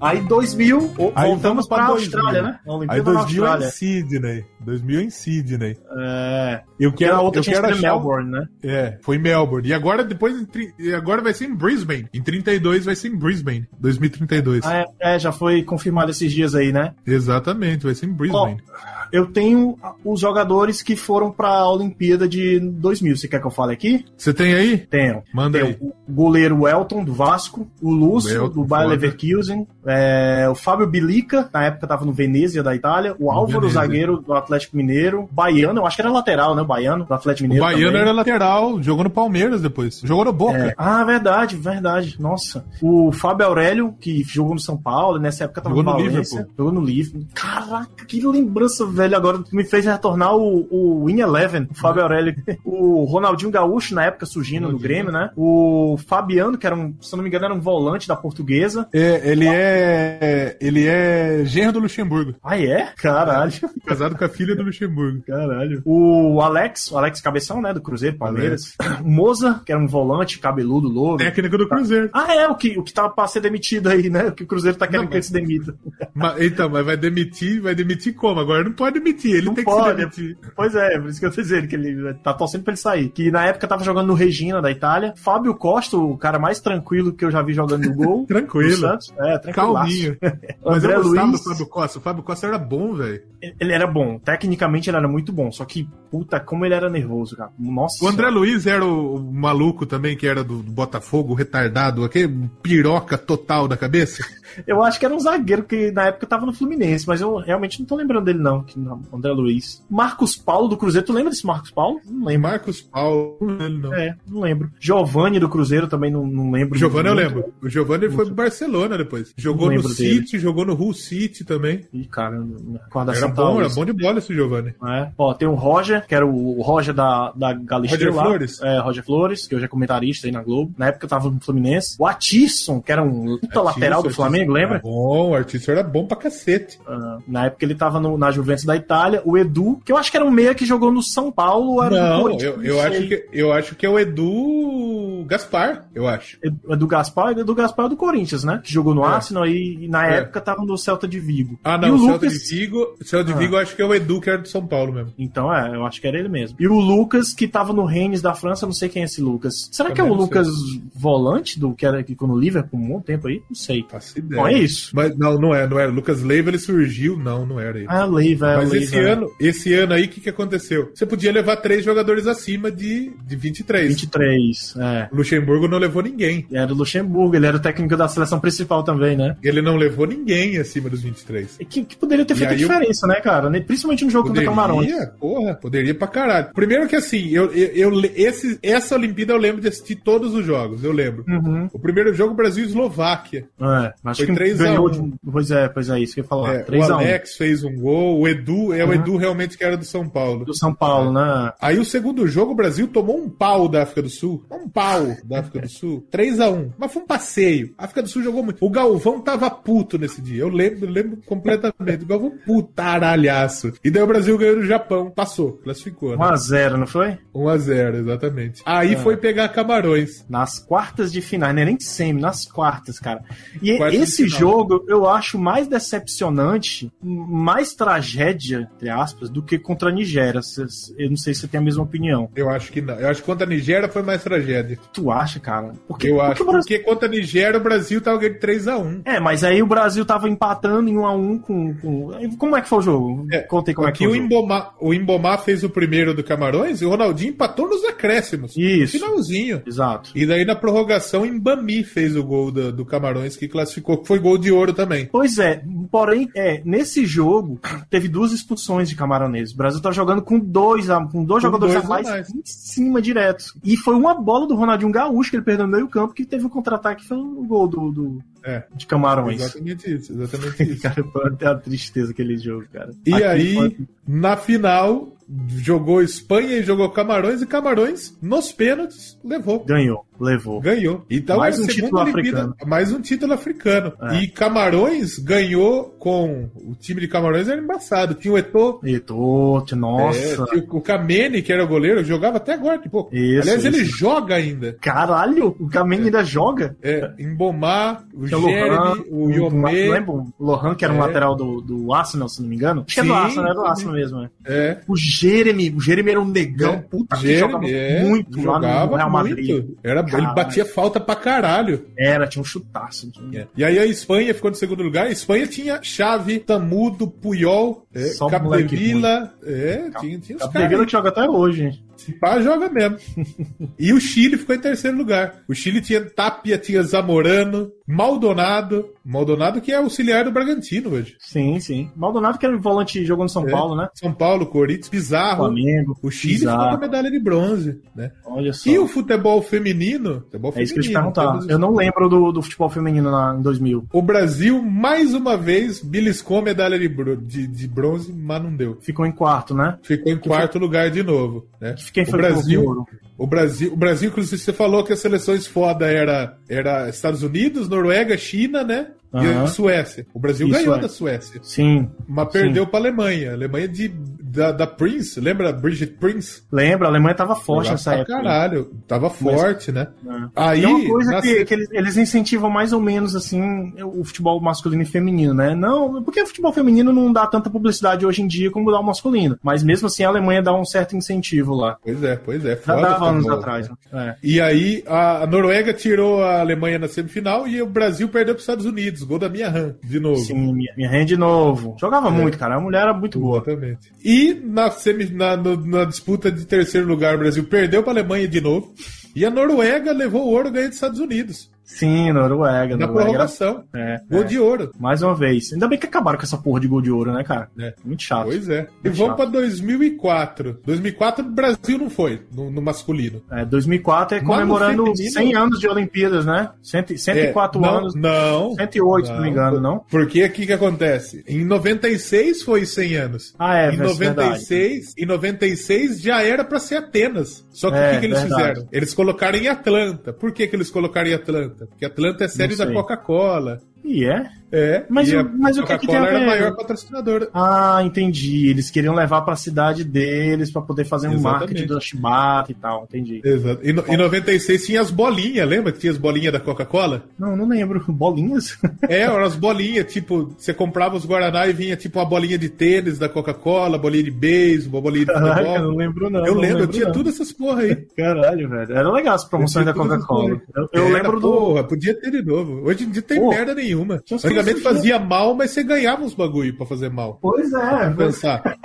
[SPEAKER 3] Aí 2000, o-
[SPEAKER 4] Aí
[SPEAKER 3] voltamos
[SPEAKER 4] vamos pra
[SPEAKER 3] para a
[SPEAKER 4] 2000.
[SPEAKER 3] Austrália, né? A
[SPEAKER 4] Aí
[SPEAKER 3] Olimpíada na
[SPEAKER 4] 2000 em
[SPEAKER 3] Austrália.
[SPEAKER 4] Sydney. 2000 em Sydney.
[SPEAKER 3] É,
[SPEAKER 4] Eu
[SPEAKER 3] que
[SPEAKER 4] quero,
[SPEAKER 3] era outra
[SPEAKER 4] eu
[SPEAKER 3] tinha
[SPEAKER 4] quero
[SPEAKER 3] sido em
[SPEAKER 4] achar...
[SPEAKER 3] Melbourne, né?
[SPEAKER 4] É, foi em Melbourne. E agora depois em tri- e agora vai ser em Brisbane. Em 32 vai ser em Brisbane, 2032.
[SPEAKER 3] Ah, É, é, já foi confirmado esses dias aí, né?
[SPEAKER 4] Exatamente, vai ser em Brisbane.
[SPEAKER 3] Eu tenho os jogadores que foram para a Olimpíada de 2000. Você quer que eu fale aqui?
[SPEAKER 4] Você tem aí?
[SPEAKER 3] Tenho.
[SPEAKER 4] Manda
[SPEAKER 3] Tenho
[SPEAKER 4] aí.
[SPEAKER 3] o goleiro Elton do Vasco, o Lúcio
[SPEAKER 4] Elton,
[SPEAKER 3] do Bayer
[SPEAKER 4] foda.
[SPEAKER 3] Leverkusen, é, o Fábio Bilica, na época estava no Venezia da Itália, o Álvaro,
[SPEAKER 4] Venezia.
[SPEAKER 3] zagueiro do Atlético Mineiro, Baiano, eu acho que era lateral, né? O Baiano, do Atlético
[SPEAKER 4] O
[SPEAKER 3] Mineiro.
[SPEAKER 4] Baiano
[SPEAKER 3] também.
[SPEAKER 4] era lateral, jogou no Palmeiras depois. Jogou no Boca.
[SPEAKER 3] É. Ah, verdade, verdade. Nossa. O Fábio Aurélio, que jogou no São Paulo, nessa época tava
[SPEAKER 4] Jogou
[SPEAKER 3] no
[SPEAKER 4] no
[SPEAKER 3] Valência.
[SPEAKER 4] Liverpool.
[SPEAKER 3] Jogou no Liverpool. Caraca, que lembrança, velho. Agora me fez retornar o, o In Eleven, o Fábio Aurélio. O Ronaldinho Gaúcho, na época, surgindo no
[SPEAKER 4] Né? Ronaldinho.
[SPEAKER 3] Grêmio, né? O Fabiano, que era um, se eu não me engano, era um volante da portuguesa.
[SPEAKER 4] É, ele é. Ele é genro do Luxemburgo.
[SPEAKER 3] Ah, é? Caralho.
[SPEAKER 4] Casado com a filha do Luxemburgo.
[SPEAKER 3] Caralho. O Alex, o Alex Cabeção, né? Do Cruzeiro, Palmeiras. O Moza, que era um volante, cabeludo, louro.
[SPEAKER 4] Técnico do Cruzeiro.
[SPEAKER 3] Ah, é, o que, o que tava pra ser demitido aí, né? O que o Cruzeiro tá querendo
[SPEAKER 4] Não,
[SPEAKER 3] que ele se demita.
[SPEAKER 4] Mas, então, mas vai demitir, vai demitir como? Agora não pode demitir, ele
[SPEAKER 3] Não
[SPEAKER 4] tem
[SPEAKER 3] pode.
[SPEAKER 4] que se demitir.
[SPEAKER 3] Pois é, por isso que eu tô dizendo que ele tá torcendo pra ele sair. Que na época tava jogando no Regina, da Itália. Fábio Costa, o cara mais tranquilo que eu já vi jogando no gol.
[SPEAKER 4] Tranquilo.
[SPEAKER 3] Do Santos. É, tranquilo.
[SPEAKER 4] Calminho. Mas
[SPEAKER 3] André
[SPEAKER 4] eu gostava
[SPEAKER 3] Luiz,
[SPEAKER 4] do Fábio Costa. O Fábio Costa era bom, velho.
[SPEAKER 3] ele era bom. Tecnicamente ele era muito bom. Só que, puta, como ele era nervoso, cara. Nossa.
[SPEAKER 4] O André Luiz era o, o maluco também, que era do, do Botafogo, retardado, aquele piroca total da cabeça.
[SPEAKER 3] Eu acho que era um zagueiro que na época tava no Fluminense, mas eu realmente não tô lembrando dele, não. Que não, André Luiz. Marcos Paulo do Cruzeiro. Tu lembra desse Marcos Paulo? Não lembro.
[SPEAKER 4] Marcos Paulo, ele não.
[SPEAKER 3] É, não lembro. Giovanni do Cruzeiro também não, não
[SPEAKER 4] O
[SPEAKER 3] lembro.
[SPEAKER 4] Giovanni eu
[SPEAKER 3] Muito.
[SPEAKER 4] lembro. O Giovanni ele foi pro Barcelona depois. Jogou
[SPEAKER 3] Não
[SPEAKER 4] no
[SPEAKER 3] lembro dele.
[SPEAKER 4] City, jogou no Hull City também.
[SPEAKER 3] Ih, cara, minha
[SPEAKER 4] Era
[SPEAKER 3] recordação tá
[SPEAKER 4] bom, era
[SPEAKER 3] ruim.
[SPEAKER 4] bom de bola esse Giovanni.
[SPEAKER 3] É. Ó, tem o Roger, que era o o Roger da, da Galisteu
[SPEAKER 4] Roger
[SPEAKER 3] lá.
[SPEAKER 4] Flores?
[SPEAKER 3] É, Roger Flores, que hoje é comentarista aí na Globo. Na época tava no Fluminense. O Atisson, que era um puta lateral do
[SPEAKER 4] Artista,
[SPEAKER 3] Flamengo,
[SPEAKER 4] artista
[SPEAKER 3] lembra?
[SPEAKER 4] Era É, bom, o artista era bom pra cacete.
[SPEAKER 3] Ah, na época ele tava no- na Juventus da Itália. O Edu, que eu acho que era um meia que jogou Tá no São Paulo. ou Era do
[SPEAKER 4] Não,
[SPEAKER 3] Corinthians,
[SPEAKER 4] eu, eu,
[SPEAKER 3] sei.
[SPEAKER 4] acho que, eu acho que é o Edu Gaspar, eu acho.
[SPEAKER 3] Edu Edu É Gaspar, Edu Gaspar é do Corinthians, né? Que jogou no
[SPEAKER 4] É.
[SPEAKER 3] Arsenal e, e na
[SPEAKER 4] É.
[SPEAKER 3] época tava no Celta de Vigo.
[SPEAKER 4] Ah,
[SPEAKER 3] e
[SPEAKER 4] não,
[SPEAKER 3] o
[SPEAKER 4] o Celta
[SPEAKER 3] Lucas, Ah.
[SPEAKER 4] de Vigo, o Celta de Vigo eu acho que é o Edu que era de São Paulo mesmo.
[SPEAKER 3] Então é, eu acho que era ele mesmo. E o Lucas, que tava no Rennes da França, eu não sei quem é esse Lucas. Será que é o
[SPEAKER 4] Também não sei.
[SPEAKER 3] Lucas volante do que era que ficou no Liverpool um bom tempo aí? Não sei.
[SPEAKER 4] Faço ideia.
[SPEAKER 3] Bom, é isso.
[SPEAKER 4] Mas não, não é, não era. Lucas Leiva ele surgiu, não, não era ele.
[SPEAKER 3] Ah, lei, velho.
[SPEAKER 4] Mas esse ano, esse ano aí, o que, que aconteceu? Você podia levar três jogadores acima de, de 23.
[SPEAKER 3] 23, é. É.
[SPEAKER 4] Luxemburgo não levou ninguém.
[SPEAKER 3] Era o Luxemburgo, ele era o técnico da seleção principal também, né?
[SPEAKER 4] Ele não levou ninguém acima dos 23.
[SPEAKER 3] E Que, que poderia ter
[SPEAKER 4] E
[SPEAKER 3] feito a
[SPEAKER 4] aí o-
[SPEAKER 3] diferença, né, cara? Ne- Principalmente no jogo contra Camarões.
[SPEAKER 4] Poderia, porra, poderia pra caralho. Primeiro que assim, eu, eu, eu- esse, essa Olimpíada eu lembro de assistir todos os jogos, eu lembro.
[SPEAKER 3] Uhum.
[SPEAKER 4] O primeiro jogo Brasil e Eslováquia.
[SPEAKER 3] É, acho
[SPEAKER 4] Foi
[SPEAKER 3] que
[SPEAKER 4] 3 a
[SPEAKER 3] ganhou
[SPEAKER 4] 1.
[SPEAKER 3] de- Pois é, pois é, isso que eu ia falar.
[SPEAKER 4] É, o
[SPEAKER 3] 3x1
[SPEAKER 4] Alex fez um gol, o Edu,
[SPEAKER 3] Uhum.
[SPEAKER 4] é o Edu realmente que era do São Paulo.
[SPEAKER 3] do São
[SPEAKER 4] é.
[SPEAKER 3] Paulo, né?
[SPEAKER 4] Aí o segundo jogo, o Brasil tomou um pau da África do Sul. Um pau da África do Sul. 3 a 1 Mas foi um passeio. A África do Sul jogou muito. O Galvão tava puto nesse dia. Eu lembro, lembro completamente. O Galvão putaralhaço. E daí o Brasil ganhou do Japão. Passou, classificou. Né?
[SPEAKER 3] 1x0, não foi?
[SPEAKER 4] 1 a 0 exatamente. Aí
[SPEAKER 3] Ah.
[SPEAKER 4] foi pegar Camarões.
[SPEAKER 3] Nas quartas de final, não é nem semi, nas quartas, cara. E
[SPEAKER 4] Quartas de
[SPEAKER 3] esse
[SPEAKER 4] final.
[SPEAKER 3] jogo eu acho mais decepcionante, mais tragédia, entre aspas, do que contra a Nigéria. Cês- Eu não sei se você tem a mesma opinião.
[SPEAKER 4] Eu acho que não. Eu acho que contra a Nigéria foi mais tragédia.
[SPEAKER 3] Tu acha, cara? Porque,
[SPEAKER 4] Eu
[SPEAKER 3] porque
[SPEAKER 4] acho.
[SPEAKER 3] o Brasil-
[SPEAKER 4] Porque contra a Nigéria, o Brasil tá tava ganhando 3 a 1
[SPEAKER 3] É, mas aí o Brasil tava empatando em 1 a 1 com, com- Como é que foi o jogo?
[SPEAKER 4] É,
[SPEAKER 3] Contei como é que
[SPEAKER 4] Aqui
[SPEAKER 3] foi.
[SPEAKER 4] o
[SPEAKER 3] o jogo.
[SPEAKER 4] Imbomar, o Imbomar fez o primeiro do Camarões e o Ronaldinho empatou nos acréscimos.
[SPEAKER 3] Isso.
[SPEAKER 4] No finalzinho.
[SPEAKER 3] Exato.
[SPEAKER 4] E daí na prorrogação, Embami fez o gol do, do Camarões, que classificou, que foi gol de ouro também.
[SPEAKER 3] Pois é, porém, é, nesse jogo teve duas expulsões de camaronês. O Brasil tá jogando com dois, a- com dois
[SPEAKER 4] Com
[SPEAKER 3] jogadores
[SPEAKER 4] dois
[SPEAKER 3] a
[SPEAKER 4] a
[SPEAKER 3] mais,
[SPEAKER 4] mais.
[SPEAKER 3] em cima direto. E foi uma bola do Ronaldinho Gaúcho que ele perdeu no meio campo, que teve um contra-ataque que foi o gol do, do-
[SPEAKER 4] É.
[SPEAKER 3] de camarões.
[SPEAKER 4] Exatamente isso, exatamente isso.
[SPEAKER 3] Cara, foi até uma tristeza aquele jogo, cara.
[SPEAKER 4] E
[SPEAKER 3] Aquele
[SPEAKER 4] aí,
[SPEAKER 3] foi-
[SPEAKER 4] na final, jogou Espanha e jogou Camarões, e Camarões, nos pênaltis, levou.
[SPEAKER 3] ganhou, levou.
[SPEAKER 4] Ganhou. Então
[SPEAKER 3] Mais
[SPEAKER 4] é a
[SPEAKER 3] um
[SPEAKER 4] segunda
[SPEAKER 3] título
[SPEAKER 4] Olimpíada-
[SPEAKER 3] africano.
[SPEAKER 4] mais um título africano.
[SPEAKER 3] É.
[SPEAKER 4] E Camarões ganhou com o time de Camarões era embaçado. Tinha o Eto'o,
[SPEAKER 3] E Totti, nossa.
[SPEAKER 4] É, tinha o Camene, que era o goleiro, jogava até agora, tipo.
[SPEAKER 3] Isso,
[SPEAKER 4] Aliás, ele
[SPEAKER 3] isso.
[SPEAKER 4] joga ainda.
[SPEAKER 3] Caralho, o Caminho ainda joga.
[SPEAKER 4] É, Embomar, o
[SPEAKER 3] Tinha o é Lohan,
[SPEAKER 4] Jeremy, o Yomé.
[SPEAKER 3] lembra? O Lohan, que era um
[SPEAKER 4] É.
[SPEAKER 3] lateral do, do Arsenal, se não me engano. Acho que é do
[SPEAKER 4] Sim,
[SPEAKER 3] Arsenal, é do
[SPEAKER 4] sim.
[SPEAKER 3] Arsenal mesmo, é.
[SPEAKER 4] É,
[SPEAKER 3] O Jeremy, o Jeremy era um negão,
[SPEAKER 4] É,
[SPEAKER 3] puta, que jogava
[SPEAKER 4] Jeremy, é,
[SPEAKER 3] muito lá no
[SPEAKER 4] jogava
[SPEAKER 3] Real Madrid.
[SPEAKER 4] muito. Era, ele
[SPEAKER 3] Caralho.
[SPEAKER 4] batia falta pra caralho.
[SPEAKER 3] Era, tinha um chutaço. tinha-
[SPEAKER 4] É. E aí a Espanha ficou no segundo lugar. A Espanha tinha Chave, Tamudo, Puyol, é,
[SPEAKER 3] Só um
[SPEAKER 4] Capdevila. É, tinha, tinha os
[SPEAKER 3] A Brevila
[SPEAKER 4] caras.
[SPEAKER 3] que joga até hoje.
[SPEAKER 4] Se pá, joga mesmo. e o Chile ficou em terceiro lugar. O Chile tinha Tapia, tinha Zamorano, Maldonado. Maldonado que é auxiliar do Bragantino hoje.
[SPEAKER 3] Sim, sim. Maldonado que era um volante jogou no São
[SPEAKER 4] É.
[SPEAKER 3] Paulo, né?
[SPEAKER 4] São Paulo, Corinthians, Pizarro.
[SPEAKER 3] Flamengo.
[SPEAKER 4] O Chile ficou com a
[SPEAKER 3] Exato.
[SPEAKER 4] medalha de bronze, né?
[SPEAKER 3] Olha só.
[SPEAKER 4] E o futebol feminino? Futebol
[SPEAKER 3] É isso que eu ia te
[SPEAKER 4] feminino,
[SPEAKER 3] perguntar.
[SPEAKER 4] temos-
[SPEAKER 3] Eu não lembro do, do futebol feminino na, em 2000.
[SPEAKER 4] O Brasil, mais uma vez, beliscou a medalha de, bro- de- de bronze, mas não deu.
[SPEAKER 3] Ficou em quarto, né?
[SPEAKER 4] Ficou em quarto lugar de novo. Né?
[SPEAKER 3] Quem
[SPEAKER 4] O
[SPEAKER 3] foi né? pro
[SPEAKER 4] Brasil,
[SPEAKER 3] ouro?
[SPEAKER 4] o Brasil, o Brasil, inclusive, você falou que as seleções foda era, era Estados Unidos, Noruega, China, né? E
[SPEAKER 3] Aham.
[SPEAKER 4] a Suécia. O Brasil
[SPEAKER 3] E
[SPEAKER 4] ganhou
[SPEAKER 3] Suécia.
[SPEAKER 4] da Suécia,
[SPEAKER 3] Sim.
[SPEAKER 4] mas perdeu para a Alemanha. A Alemanha de, da, da Prince, lembra? Bridget Prince?
[SPEAKER 3] Lembra, a Alemanha tava forte
[SPEAKER 4] Jogava
[SPEAKER 3] nessa
[SPEAKER 4] pra
[SPEAKER 3] época.
[SPEAKER 4] Caralho, tava forte, né?
[SPEAKER 3] né?
[SPEAKER 4] Aí,
[SPEAKER 3] E é uma coisa
[SPEAKER 4] na
[SPEAKER 3] que, que eles, eles incentivam mais ou menos assim o futebol masculino e feminino, né? Não, porque o futebol feminino não dá tanta publicidade hoje em dia como dá o masculino. Mas mesmo assim a Alemanha dá um certo incentivo lá.
[SPEAKER 4] Pois é, pois
[SPEAKER 3] Já
[SPEAKER 4] é. Foda
[SPEAKER 3] dava
[SPEAKER 4] o
[SPEAKER 3] anos
[SPEAKER 4] futebol,
[SPEAKER 3] atrás.
[SPEAKER 4] né?
[SPEAKER 3] Né? É.
[SPEAKER 4] E aí a a Noruega tirou a Alemanha na semifinal e o Brasil perdeu para os Estados Unidos. Gol da minha RAM, de novo.
[SPEAKER 3] Sim, minha, minha hand de novo.
[SPEAKER 4] É.
[SPEAKER 3] Jogava muito, cara. A mulher era muito boa.
[SPEAKER 4] Exatamente. E na, semi, na, no- na disputa de terceiro lugar, o Brasil perdeu para a Alemanha de novo. E a Noruega levou o ouro ganhando dos Estados Unidos.
[SPEAKER 3] Sim, Noruega. Noruega era-
[SPEAKER 4] Na prorrogação.
[SPEAKER 3] É,
[SPEAKER 4] Gol
[SPEAKER 3] é.
[SPEAKER 4] de ouro.
[SPEAKER 3] Mais uma vez. Ainda bem que acabaram com essa porra de gol de ouro, né, cara?
[SPEAKER 4] É.
[SPEAKER 3] Muito chato.
[SPEAKER 4] Pois é. E
[SPEAKER 3] Muito
[SPEAKER 4] vamos
[SPEAKER 3] chato.
[SPEAKER 4] para 2004. 2004 o Brasil não foi, no, no masculino.
[SPEAKER 3] É, 2004 é
[SPEAKER 4] Mas no
[SPEAKER 3] comemorando
[SPEAKER 4] feminino-
[SPEAKER 3] 100 anos de Olimpíadas, né? Cento- 104
[SPEAKER 4] É, não,
[SPEAKER 3] anos.
[SPEAKER 4] Não.
[SPEAKER 3] 108, se não me
[SPEAKER 4] Ah,
[SPEAKER 3] engano, não?
[SPEAKER 4] Porque o que que acontece? Em 96 foi 100 anos.
[SPEAKER 3] Ah, é,
[SPEAKER 4] em
[SPEAKER 3] verdade.
[SPEAKER 4] 96, em 96 já era pra ser Atenas. Só que o
[SPEAKER 3] É,
[SPEAKER 4] que, que eles
[SPEAKER 3] verdade.
[SPEAKER 4] fizeram? Eles colocaram em Atlanta. Por que, que eles colocaram em Atlanta? Porque Atlanta é sede
[SPEAKER 3] Não
[SPEAKER 4] da
[SPEAKER 3] sei.
[SPEAKER 4] Coca-Cola.
[SPEAKER 3] E é?
[SPEAKER 4] É,
[SPEAKER 3] Mas
[SPEAKER 4] e
[SPEAKER 3] o-
[SPEAKER 4] a
[SPEAKER 3] mas o que que tem a
[SPEAKER 4] Coca-Cola era
[SPEAKER 3] ver?
[SPEAKER 4] a maior patrocinadora.
[SPEAKER 3] Ah, entendi. Eles queriam levar pra cidade deles pra poder fazer um
[SPEAKER 4] Exatamente.
[SPEAKER 3] marketing do Shibata e tal. Entendi.
[SPEAKER 4] Exato. Em, no- em 96 tinha as bolinhas, lembra que tinha as bolinhas da Coca-Cola?
[SPEAKER 3] Não, não lembro. Bolinhas?
[SPEAKER 4] É, eram as bolinhas, tipo, você comprava os Guaraná e vinha tipo uma bolinha de tênis da Coca-Cola, bolinha de beisebol, bolinha de
[SPEAKER 3] Caraca,
[SPEAKER 4] futebol.
[SPEAKER 3] não lembro não.
[SPEAKER 4] eu
[SPEAKER 3] não
[SPEAKER 4] lembro, eu tinha
[SPEAKER 3] não.
[SPEAKER 4] tudo essas porra aí.
[SPEAKER 3] Caralho, velho. Era legal as promoções da
[SPEAKER 4] Eu tinha tudo
[SPEAKER 3] Coca-Cola.
[SPEAKER 4] isso
[SPEAKER 3] Eu, eu
[SPEAKER 4] Era,
[SPEAKER 3] lembro do.
[SPEAKER 4] Porra, podia ter de novo. Hoje em dia tem
[SPEAKER 3] Porra.
[SPEAKER 4] merda nenhuma.
[SPEAKER 3] Tinha uns
[SPEAKER 4] Antigamente
[SPEAKER 3] caras que
[SPEAKER 4] fazia mal, mas você ganhava uns bagulho pra fazer mal.
[SPEAKER 3] Pois é.
[SPEAKER 4] Pensar.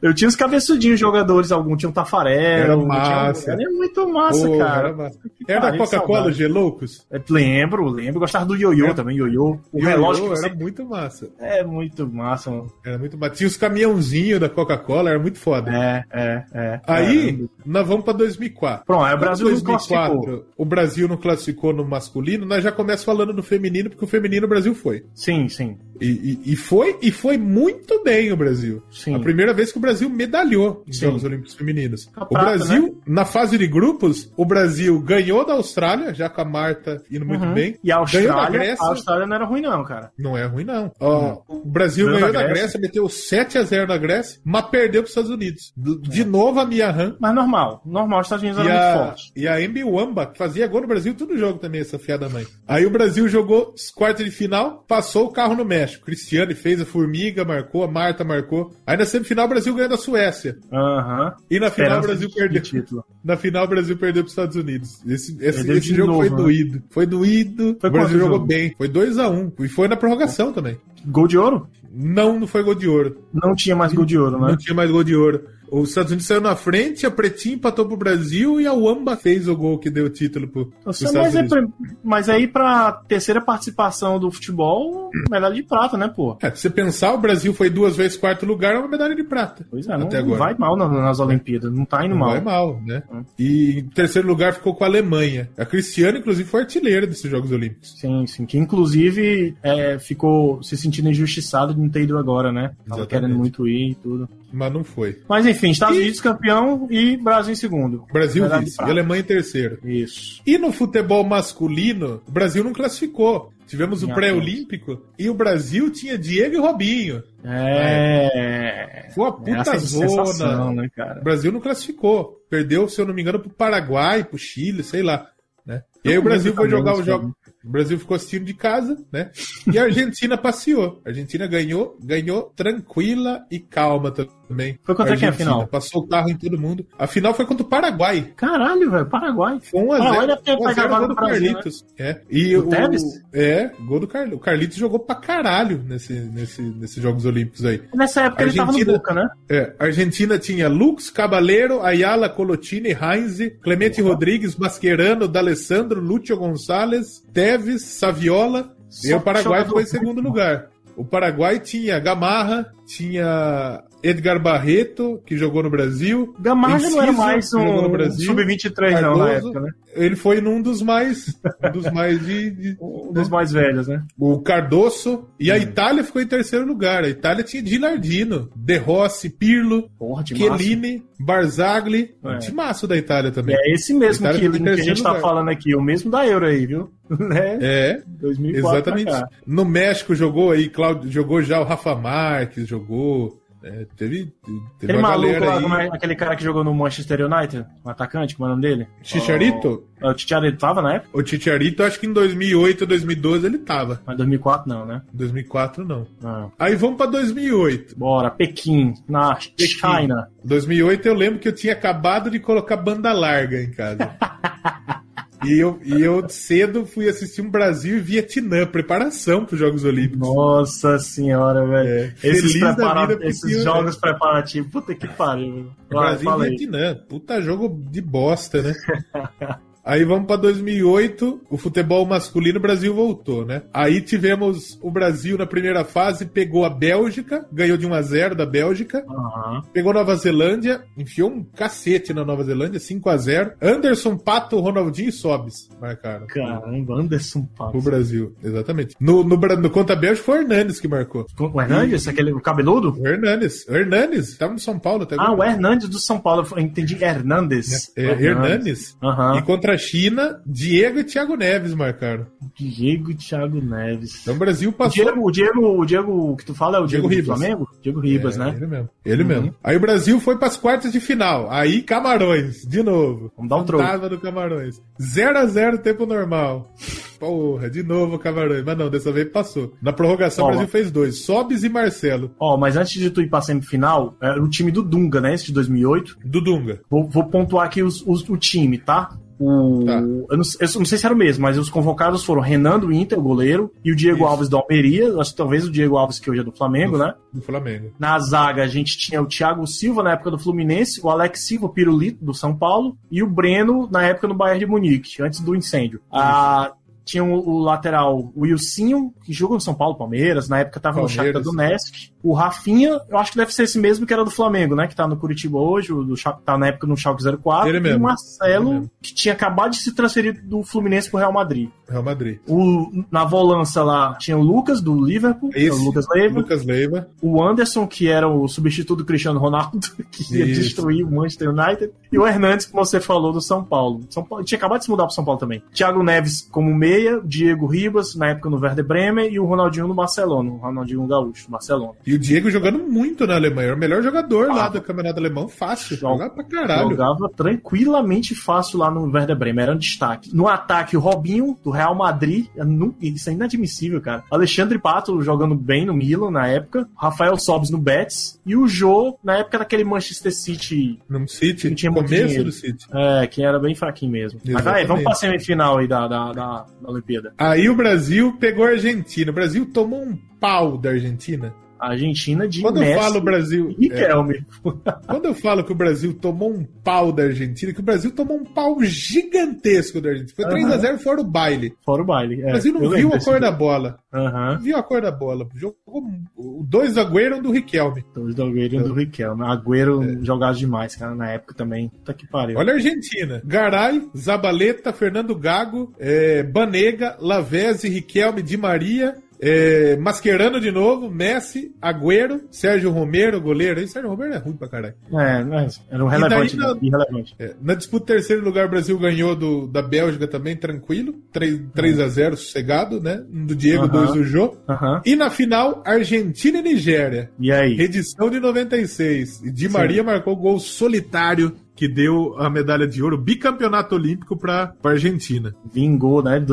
[SPEAKER 3] Eu tinha os cabeçudinhos jogadores, algum tinha o Tafarel.
[SPEAKER 4] Era
[SPEAKER 3] tinha um-
[SPEAKER 4] massa.
[SPEAKER 3] Era muito massa,
[SPEAKER 4] Pô,
[SPEAKER 3] cara.
[SPEAKER 4] era massa.
[SPEAKER 3] Que
[SPEAKER 4] Era da
[SPEAKER 3] pariu,
[SPEAKER 4] Coca-Cola,
[SPEAKER 3] saudade.
[SPEAKER 4] Geloucos?
[SPEAKER 3] É, Lembro, lembro. Gostava do ioiô também, ioiô. O
[SPEAKER 4] Ioiô
[SPEAKER 3] relógio que
[SPEAKER 4] era
[SPEAKER 3] você...
[SPEAKER 4] muito massa.
[SPEAKER 3] É muito massa, mano.
[SPEAKER 4] Era muito massa. Tinha os caminhãozinhos da Coca-Cola, era muito foda.
[SPEAKER 3] É, é, é.
[SPEAKER 4] Aí,
[SPEAKER 3] Caramba.
[SPEAKER 4] nós vamos pra 2004.
[SPEAKER 3] Pronto, aí o
[SPEAKER 4] Quando
[SPEAKER 3] Brasil não classificou.
[SPEAKER 4] o Brasil não classificou no masculino, nós já começamos falando do feminino, porque o feminino o Brasil foi.
[SPEAKER 3] Sim, sim.
[SPEAKER 4] E, e- e foi e foi muito bem o Brasil.
[SPEAKER 3] Sim.
[SPEAKER 4] A primeira vez que o Brasil medalhou nos
[SPEAKER 3] Sim.
[SPEAKER 4] Jogos Olímpicos Femininos.
[SPEAKER 3] A
[SPEAKER 4] o
[SPEAKER 3] prata, né?
[SPEAKER 4] Brasil, na fase de grupos, o Brasil ganhou da Austrália, já com a Marta indo muito
[SPEAKER 3] Uhum.
[SPEAKER 4] bem.
[SPEAKER 3] E a
[SPEAKER 4] ganhou da
[SPEAKER 3] Austrália,
[SPEAKER 4] Grécia.
[SPEAKER 3] a Austrália não era ruim, não, cara.
[SPEAKER 4] Não é ruim, não. Ó, O Brasil
[SPEAKER 3] Ganhou
[SPEAKER 4] ganhou
[SPEAKER 3] da
[SPEAKER 4] da Grécia, meteu 7x0 na Grécia, mas perdeu para os Estados Unidos. Do- De novo a Mia Han.
[SPEAKER 3] Mas normal, normal, os Estados Unidos
[SPEAKER 4] E
[SPEAKER 3] eram É. muito
[SPEAKER 4] a,
[SPEAKER 3] fortes.
[SPEAKER 4] e a Embi Wamba, que fazia gol no Brasil, tudo jogo também, essa fiada mãe. Aí o Brasil jogou os quartos de final, passou o carro no México. Cristiane fez a Formiga, marcou, a Marta marcou. Aí na semifinal o Brasil ganhou da Suécia.
[SPEAKER 3] Aham.
[SPEAKER 4] E na final o
[SPEAKER 3] Esperança
[SPEAKER 4] Brasil
[SPEAKER 3] de
[SPEAKER 4] perdeu.
[SPEAKER 3] título.
[SPEAKER 4] Na final o Brasil perdeu para os Estados Unidos. Esse, esse,
[SPEAKER 3] Perdeu
[SPEAKER 4] esse
[SPEAKER 3] de
[SPEAKER 4] jogo
[SPEAKER 3] novo,
[SPEAKER 4] foi
[SPEAKER 3] né?
[SPEAKER 4] doído. Foi doído.
[SPEAKER 3] Foi
[SPEAKER 4] o Brasil
[SPEAKER 3] quanto
[SPEAKER 4] jogou
[SPEAKER 3] jogo?
[SPEAKER 4] bem. Foi 2x1. E foi na prorrogação também.
[SPEAKER 3] Gol de ouro?
[SPEAKER 4] Não, não foi gol de ouro.
[SPEAKER 3] Não tinha mais gol de ouro, né?
[SPEAKER 4] Não tinha mais gol de ouro. Os Estados Unidos saiu na frente, a Pretinha empatou pro Brasil e a Wamba fez o gol que deu o título pro, pros
[SPEAKER 3] Você-
[SPEAKER 4] Estados
[SPEAKER 3] mas, é
[SPEAKER 4] Unidos.
[SPEAKER 3] pra- mas aí, pra terceira participação do futebol, medalha de prata, né, pô?
[SPEAKER 4] É, se você pensar, o Brasil foi duas vezes quarto lugar, é uma medalha de prata.
[SPEAKER 3] Pois é, não,
[SPEAKER 4] até
[SPEAKER 3] não
[SPEAKER 4] agora.
[SPEAKER 3] vai mal na- nas Olimpíadas, não tá indo
[SPEAKER 4] Não
[SPEAKER 3] mal. É.
[SPEAKER 4] vai mal, né? E em terceiro lugar ficou com a Alemanha. A Cristiane, inclusive, foi artilheira desses Jogos Olímpicos.
[SPEAKER 3] Sim, sim. Que inclusive é, ficou se sentindo injustiçado de não ter ido agora, né? Tava
[SPEAKER 4] Exatamente.
[SPEAKER 3] querendo muito ir e tudo.
[SPEAKER 4] Mas não foi.
[SPEAKER 3] Mas enfim, Estados Unidos campeão e Brasil em segundo.
[SPEAKER 4] Brasil
[SPEAKER 3] Medalha de
[SPEAKER 4] vice, e
[SPEAKER 3] prata.
[SPEAKER 4] Alemanha em terceiro.
[SPEAKER 3] Isso.
[SPEAKER 4] E no futebol masculino, o Brasil não classificou. Tivemos o
[SPEAKER 3] Minha
[SPEAKER 4] pré-olímpico e o Brasil tinha Diego e Robinho.
[SPEAKER 3] É.
[SPEAKER 4] Foi uma
[SPEAKER 3] é
[SPEAKER 4] puta
[SPEAKER 3] essa
[SPEAKER 4] zona.
[SPEAKER 3] sensação, né,
[SPEAKER 4] O
[SPEAKER 3] cara?
[SPEAKER 4] Brasil não classificou. Perdeu, se eu não me engano, pro Paraguai, pro Chile, sei lá. Né? E aí o Brasil foi
[SPEAKER 3] também,
[SPEAKER 4] jogar o
[SPEAKER 3] sim.
[SPEAKER 4] jogo. O Brasil ficou assistindo de casa, né? E a Argentina passeou. A Argentina ganhou, ganhou tranquila e calma também.
[SPEAKER 3] Foi contra quem a
[SPEAKER 4] Argentina
[SPEAKER 3] final?
[SPEAKER 4] Passou o carro em todo mundo. A final foi contra o Paraguai.
[SPEAKER 3] Caralho, velho, Paraguai.
[SPEAKER 4] Foi 1 a 0.
[SPEAKER 3] Paraguai deve ter
[SPEAKER 4] 1 a 0
[SPEAKER 3] pegado a
[SPEAKER 4] gol
[SPEAKER 3] vaga
[SPEAKER 4] do
[SPEAKER 3] do Brasil,
[SPEAKER 4] Carlitos. É. E
[SPEAKER 3] né? Do Tevez?
[SPEAKER 4] É, gol do Carlitos. O Carlitos jogou pra caralho nesse, nesse, nesses Jogos Olímpicos aí.
[SPEAKER 3] né? Nessa época ele tava
[SPEAKER 4] Argentina-
[SPEAKER 3] no Boca, né?
[SPEAKER 4] É, a Argentina tinha Lux, Cabaleiro, Ayala, Colotini, Heinz, Clemente Rodrigues, Mascherano, D'Alessandro, Lúcio Gonçalves, Teves, Saviola.
[SPEAKER 3] Só
[SPEAKER 4] e o Paraguai
[SPEAKER 3] jogador
[SPEAKER 4] foi em segundo lugar. O Paraguai tinha Gamarra, tinha Edgar Barreto, que jogou no Brasil.
[SPEAKER 3] Gamarra já não era
[SPEAKER 4] Enciso,
[SPEAKER 3] mais
[SPEAKER 4] que jogou
[SPEAKER 3] um
[SPEAKER 4] no Brasil.
[SPEAKER 3] sub-23 não na
[SPEAKER 4] Cardoso.
[SPEAKER 3] época, né?
[SPEAKER 4] Ele foi num dos mais, um dos mais de- de,
[SPEAKER 3] Um dos mais velhos, né?
[SPEAKER 4] o Cardoso. E
[SPEAKER 3] Hum.
[SPEAKER 4] a Itália ficou em terceiro lugar. A Itália tinha Dilardino, De Rossi, Pirlo,
[SPEAKER 3] Porra, de
[SPEAKER 4] Chiellini, Barzagli.
[SPEAKER 3] É.
[SPEAKER 4] Um timaço da Itália também.
[SPEAKER 3] É esse mesmo
[SPEAKER 4] Itália
[SPEAKER 3] que,
[SPEAKER 4] ficou em
[SPEAKER 3] que a gente
[SPEAKER 4] terceiro
[SPEAKER 3] tá
[SPEAKER 4] lugar.
[SPEAKER 3] falando aqui, o mesmo da Euro aí, viu? Né?
[SPEAKER 4] É,
[SPEAKER 3] 2004 pra
[SPEAKER 4] exatamente.
[SPEAKER 3] cá.
[SPEAKER 4] No México jogou aí, Claudio, jogou já o Rafa Marques, jogou. é, teve teve
[SPEAKER 3] Aquele
[SPEAKER 4] uma
[SPEAKER 3] maluco
[SPEAKER 4] galera
[SPEAKER 3] lá,
[SPEAKER 4] aí.
[SPEAKER 3] como é- aquele cara que jogou no Manchester United, um atacante, como é o nome dele?
[SPEAKER 4] Chicharito?
[SPEAKER 3] Ah, O Titiara, ele tava na época?
[SPEAKER 4] O Chicharito, acho que em 2008, 2012 ele tava.
[SPEAKER 3] Mas 2004 não, né?
[SPEAKER 4] Em 2004 não.
[SPEAKER 3] Não.
[SPEAKER 4] Aí vamos pra 2008.
[SPEAKER 3] Bora, Pequim, na China.
[SPEAKER 4] 2008 eu lembro que eu tinha acabado de colocar banda larga em casa. e, eu, e eu cedo fui assistir um Brasil e Vietnã, preparação para os Jogos Olímpicos.
[SPEAKER 3] Nossa senhora, velho.
[SPEAKER 4] É, feliz
[SPEAKER 3] esses
[SPEAKER 4] da
[SPEAKER 3] prepara-
[SPEAKER 4] vida, porque
[SPEAKER 3] esses
[SPEAKER 4] eu-
[SPEAKER 3] jogos preparativos, puta que pariu. velho. Vai,
[SPEAKER 4] Brasil
[SPEAKER 3] fala
[SPEAKER 4] e
[SPEAKER 3] aí.
[SPEAKER 4] Vietnã, puta jogo de bosta, né? Aí vamos para 2008, o futebol masculino, o Brasil voltou, né? Aí tivemos o Brasil na primeira fase, pegou a Bélgica, ganhou de 1 a 0 da Bélgica.
[SPEAKER 3] Aham.
[SPEAKER 4] Pegou Nova Zelândia, enfiou um cacete na Nova Zelândia, 5 a 0 Anderson, Pato, Ronaldinho e Sobis marcaram.
[SPEAKER 3] Caramba, Anderson
[SPEAKER 4] O
[SPEAKER 3] Pato.
[SPEAKER 4] Brasil, exatamente. No, no, Bra- no contra a Bélgica foi o Hernandes que marcou.
[SPEAKER 3] O Hernandes, aquele o cabeludo?
[SPEAKER 4] O Hernandes, o Hernandes, tava no São Paulo até
[SPEAKER 3] Ah, o Hernandes do São Paulo. Eu entendi, Hernandes.
[SPEAKER 4] É, Hernanes.
[SPEAKER 3] Aham.
[SPEAKER 4] E contra a China, Diego e Thiago Neves marcaram.
[SPEAKER 3] Diego e Thiago Neves.
[SPEAKER 4] Então o Brasil
[SPEAKER 3] O
[SPEAKER 4] passou.
[SPEAKER 3] Diego, o Diego, o Diego que tu fala é o Diego,
[SPEAKER 4] Diego
[SPEAKER 3] do
[SPEAKER 4] Ribas.
[SPEAKER 3] Flamengo? Diego Ribas,
[SPEAKER 4] É,
[SPEAKER 3] né?
[SPEAKER 4] Ele mesmo. Ele mesmo. Aí o Brasil foi para as quartas de final. Aí Camarões, de novo.
[SPEAKER 3] Vamos dar um troco.
[SPEAKER 4] Fantasma do Camarões. 0 a 0 tempo normal. Porra, de novo, Camarões. Mas não, dessa vez passou. Na prorrogação, o
[SPEAKER 3] Toma.
[SPEAKER 4] Brasil fez dois. Sobes e Marcelo.
[SPEAKER 3] Ó, mas antes de tu ir pra semifinal, é, era o time do Dunga, né? Esse de 2008.
[SPEAKER 4] Dudunga.
[SPEAKER 3] Vou, vou pontuar aqui os, os- o time, tá? O,
[SPEAKER 4] Tá.
[SPEAKER 3] Eu, não, eu não sei se era o mesmo, mas os convocados foram Renan do Inter, o goleiro, e o Diego
[SPEAKER 4] Isso.
[SPEAKER 3] Alves do Almeria. Eu Acho que talvez o Diego Alves, que hoje é do Flamengo, né?
[SPEAKER 4] Do Flamengo.
[SPEAKER 3] Na zaga, a gente tinha o Thiago Silva na época do Fluminense, o Alex Silva, o Pirulito, do São Paulo, e o Breno na época no Bayern de Munique, antes do incêndio. Ah, tinha o, o lateral, o Wilsinho, que jogou no São Paulo, Palmeiras, na época tava no Shakhtar
[SPEAKER 4] Palmeiras.
[SPEAKER 3] Donetsk. O Rafinha, eu acho que deve ser esse mesmo que era do Flamengo, né? Que tá no Curitiba hoje, o do, Shak- tá na época no Schalke 04.
[SPEAKER 4] Ele
[SPEAKER 3] E o
[SPEAKER 4] mesmo.
[SPEAKER 3] Marcelo,
[SPEAKER 4] Ele mesmo.
[SPEAKER 3] que tinha acabado de se transferir do Fluminense pro Real Madrid.
[SPEAKER 4] Real Madrid.
[SPEAKER 3] O, na volância lá tinha o Lucas, do Liverpool, que é o
[SPEAKER 4] Esse,
[SPEAKER 3] Lucas Leiva
[SPEAKER 4] Lucas Leiva.
[SPEAKER 3] o Anderson, que era o substituto do Cristiano Ronaldo, que ia
[SPEAKER 4] Isso.
[SPEAKER 3] destruir o Manchester United, e o Hernandes, que você falou, do São Paulo. São Paulo tinha acabado de se mudar para São Paulo também. Thiago Neves como meia, Diego Ribas, na época no Werder Bremen, e o Ronaldinho no Barcelona, o Ronaldinho Gaúcho, Barcelona.
[SPEAKER 4] E o Diego jogando muito na Alemanha. Era o melhor jogador lá
[SPEAKER 3] Ah.
[SPEAKER 4] do Campeonato Alemão. Fácil.
[SPEAKER 3] Joga-
[SPEAKER 4] Jogava pra caralho.
[SPEAKER 3] Jogava tranquilamente fácil lá no Werder Bremen, era um destaque. No ataque, o Robinho, do Real Madrid, eu nu- isso é inadmissível, cara. Alexandre Pato jogando bem no Milan na época, Rafael Sobis no Betis, e o Jô, na época daquele Manchester City
[SPEAKER 4] No City.
[SPEAKER 3] Não tinha muito
[SPEAKER 4] Começo
[SPEAKER 3] dinheiro.
[SPEAKER 4] do City.
[SPEAKER 3] É, que era bem fraquinho mesmo. Mas
[SPEAKER 4] Exatamente.
[SPEAKER 3] aí, vamos pra semifinal aí da, da, da, da Olimpíada.
[SPEAKER 4] Aí o Brasil pegou a Argentina. O Brasil tomou um pau da Argentina.
[SPEAKER 3] A Argentina de
[SPEAKER 4] Quando
[SPEAKER 3] Messi
[SPEAKER 4] eu falo Brasil.
[SPEAKER 3] e
[SPEAKER 4] é,
[SPEAKER 3] Riquelme.
[SPEAKER 4] Quando eu falo que o Brasil tomou um pau da Argentina, que o Brasil tomou um pau gigantesco da Argentina. Foi 3x0 fora o baile.
[SPEAKER 3] Fora o baile.
[SPEAKER 4] O
[SPEAKER 3] É,
[SPEAKER 4] Brasil não
[SPEAKER 3] eu
[SPEAKER 4] viu
[SPEAKER 3] lembro
[SPEAKER 4] a
[SPEAKER 3] desse
[SPEAKER 4] cor
[SPEAKER 3] jogo.
[SPEAKER 4] da bola.
[SPEAKER 3] Aham.
[SPEAKER 4] Não viu a cor da bola. Jogou o dois Agüero e um do Riquelme.
[SPEAKER 3] Dois do Agüero e um do
[SPEAKER 4] É.
[SPEAKER 3] Riquelme. Agüero jogava demais, cara, na época também. Tá que pariu.
[SPEAKER 4] Olha a Argentina. Garay, Zabaleta, Fernando Gago, eh, Banega, Lavezzi, Riquelme, Di Maria, eh, Mascherano de novo, Messi, Agüero, Sérgio Romero, goleiro. Aí Sérgio Romero é ruim pra caralho.
[SPEAKER 3] É, mas era um relevante.
[SPEAKER 4] E daí,
[SPEAKER 3] né? Irrelevante.
[SPEAKER 4] É, na disputa terceiro lugar, o Brasil ganhou do, da Bélgica também, tranquilo. 3, 3
[SPEAKER 3] Uhum.
[SPEAKER 4] a 0 sossegado, né? Um Do Diego,
[SPEAKER 3] Aham.
[SPEAKER 4] dois do Jô.
[SPEAKER 3] Aham.
[SPEAKER 4] E na final, Argentina e Nigéria.
[SPEAKER 3] E aí?
[SPEAKER 4] Edição de 96. E Di Maria marcou o gol solitário que deu a medalha de ouro, bicampeonato olímpico para a Argentina.
[SPEAKER 3] Vingou, né? de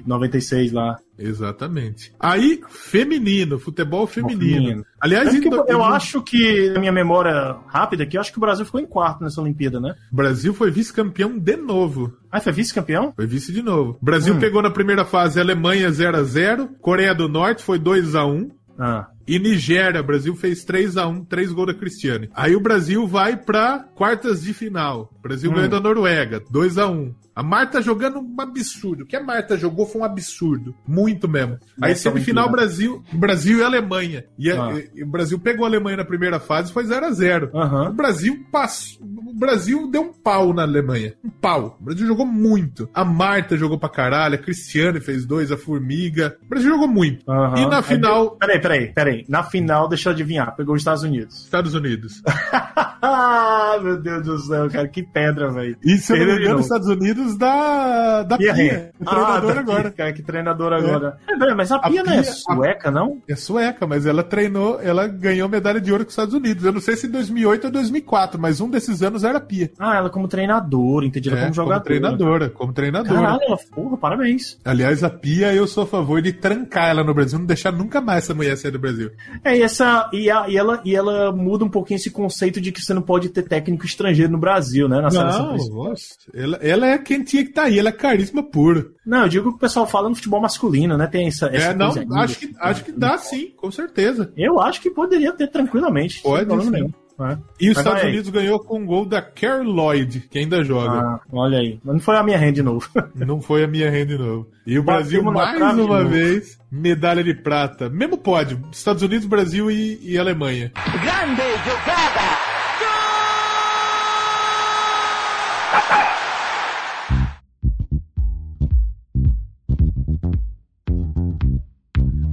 [SPEAKER 3] 2096 lá.
[SPEAKER 4] Exatamente. Aí, feminino, futebol feminino.
[SPEAKER 3] feminino.
[SPEAKER 4] Aliás,
[SPEAKER 3] Tanto
[SPEAKER 4] então,
[SPEAKER 3] que
[SPEAKER 4] em
[SPEAKER 3] eu,
[SPEAKER 4] do-
[SPEAKER 3] É eu
[SPEAKER 4] em-
[SPEAKER 3] acho que, na minha memória rápida aqui, eu acho que o Brasil ficou em quarto nessa Olimpíada, né?
[SPEAKER 4] o Brasil foi vice-campeão de novo.
[SPEAKER 3] Ah, foi vice-campeão?
[SPEAKER 4] Foi vice de novo. O Brasil pegou na primeira fase a Alemanha 0 a 0 Coreia do Norte foi 2 a 1
[SPEAKER 3] Ah.
[SPEAKER 4] E Nigéria, o Brasil fez 3 a 1 3 gols da Cristiane. Aí o Brasil vai pra quartas de final. O Brasil ganhou da Noruega, 2 a 1 A Marta jogando um absurdo. O que a Marta jogou foi um absurdo. Muito mesmo. Aí
[SPEAKER 3] Nessa
[SPEAKER 4] semifinal,
[SPEAKER 3] Olimpíada.
[SPEAKER 4] Brasil, Brasil e Alemanha. E, a-
[SPEAKER 3] Ah.
[SPEAKER 4] e- e o Brasil pegou a Alemanha na primeira fase foi 0 a 0
[SPEAKER 3] Aham.
[SPEAKER 4] O Brasil passou. O Brasil deu um pau na Alemanha. Um pau. O Brasil jogou muito. A Marta jogou pra caralho, a Cristiane fez dois, a Formiga. O Brasil jogou muito.
[SPEAKER 3] Aham.
[SPEAKER 4] E na
[SPEAKER 3] Aí,
[SPEAKER 4] final,
[SPEAKER 3] Peraí, peraí, peraí. Na final, deixa eu adivinhar, pegou os Estados Unidos.
[SPEAKER 4] Estados Unidos.
[SPEAKER 3] Ah, meu Deus do céu, cara, que pedra, velho.
[SPEAKER 4] E se eu não me
[SPEAKER 3] Ele
[SPEAKER 4] engano,
[SPEAKER 3] não.
[SPEAKER 4] os Estados Unidos da, da
[SPEAKER 3] E a
[SPEAKER 4] Ah, Pia,
[SPEAKER 3] Rê?
[SPEAKER 4] o treinador
[SPEAKER 3] tá
[SPEAKER 4] agora.
[SPEAKER 3] aqui, Cara, que treinador agora. É, peraí, mas a Pia não é
[SPEAKER 4] Pia- a-
[SPEAKER 3] sueca, não?
[SPEAKER 4] É sueca, mas ela treinou, ela ganhou medalha de ouro com os Estados Unidos. Eu não sei se em 2008 ou 2004, mas um desses anos era a Pia.
[SPEAKER 3] Ah, ela como treinadora, entendi, ela
[SPEAKER 4] É, né?
[SPEAKER 3] como jogadora.
[SPEAKER 4] treinadora, como treinadora.
[SPEAKER 3] Caralho, ela, porra, parabéns.
[SPEAKER 4] Aliás, a Pia, eu sou a favor de trancar ela no Brasil, não deixar nunca mais essa mulher sair do Brasil.
[SPEAKER 3] É, e, essa, e, a- e ela, e ela muda um pouquinho esse conceito de que você não pode ter técnico estrangeiro no Brasil, né? Na seleção
[SPEAKER 4] Não,
[SPEAKER 3] principal.
[SPEAKER 4] nossa, ela, ela é quem tinha que estar aí, ela é carisma puro.
[SPEAKER 3] não, eu digo que o pessoal fala no futebol masculino, né? Tem essa. essa
[SPEAKER 4] É, não,
[SPEAKER 3] coisa é ainda.
[SPEAKER 4] acho que, acho que dá sim, com certeza.
[SPEAKER 3] Eu acho que poderia ter tranquilamente.
[SPEAKER 4] Pode,
[SPEAKER 3] sem problema
[SPEAKER 4] sim.
[SPEAKER 3] nenhum. né?
[SPEAKER 4] E os
[SPEAKER 3] Mas
[SPEAKER 4] Estados
[SPEAKER 3] vai.
[SPEAKER 4] Unidos ganhou com um gol da Carol Lloyd, que ainda joga.
[SPEAKER 3] Ah, olha aí. Mas não foi a minha renda de novo.
[SPEAKER 4] Não foi a minha renda de novo. E o Brasil,
[SPEAKER 3] Batemos na
[SPEAKER 4] mais
[SPEAKER 3] trave de
[SPEAKER 4] uma
[SPEAKER 3] novo.
[SPEAKER 4] vez, medalha de prata. Mesmo pódio, Estados Unidos, Brasil e, e Alemanha.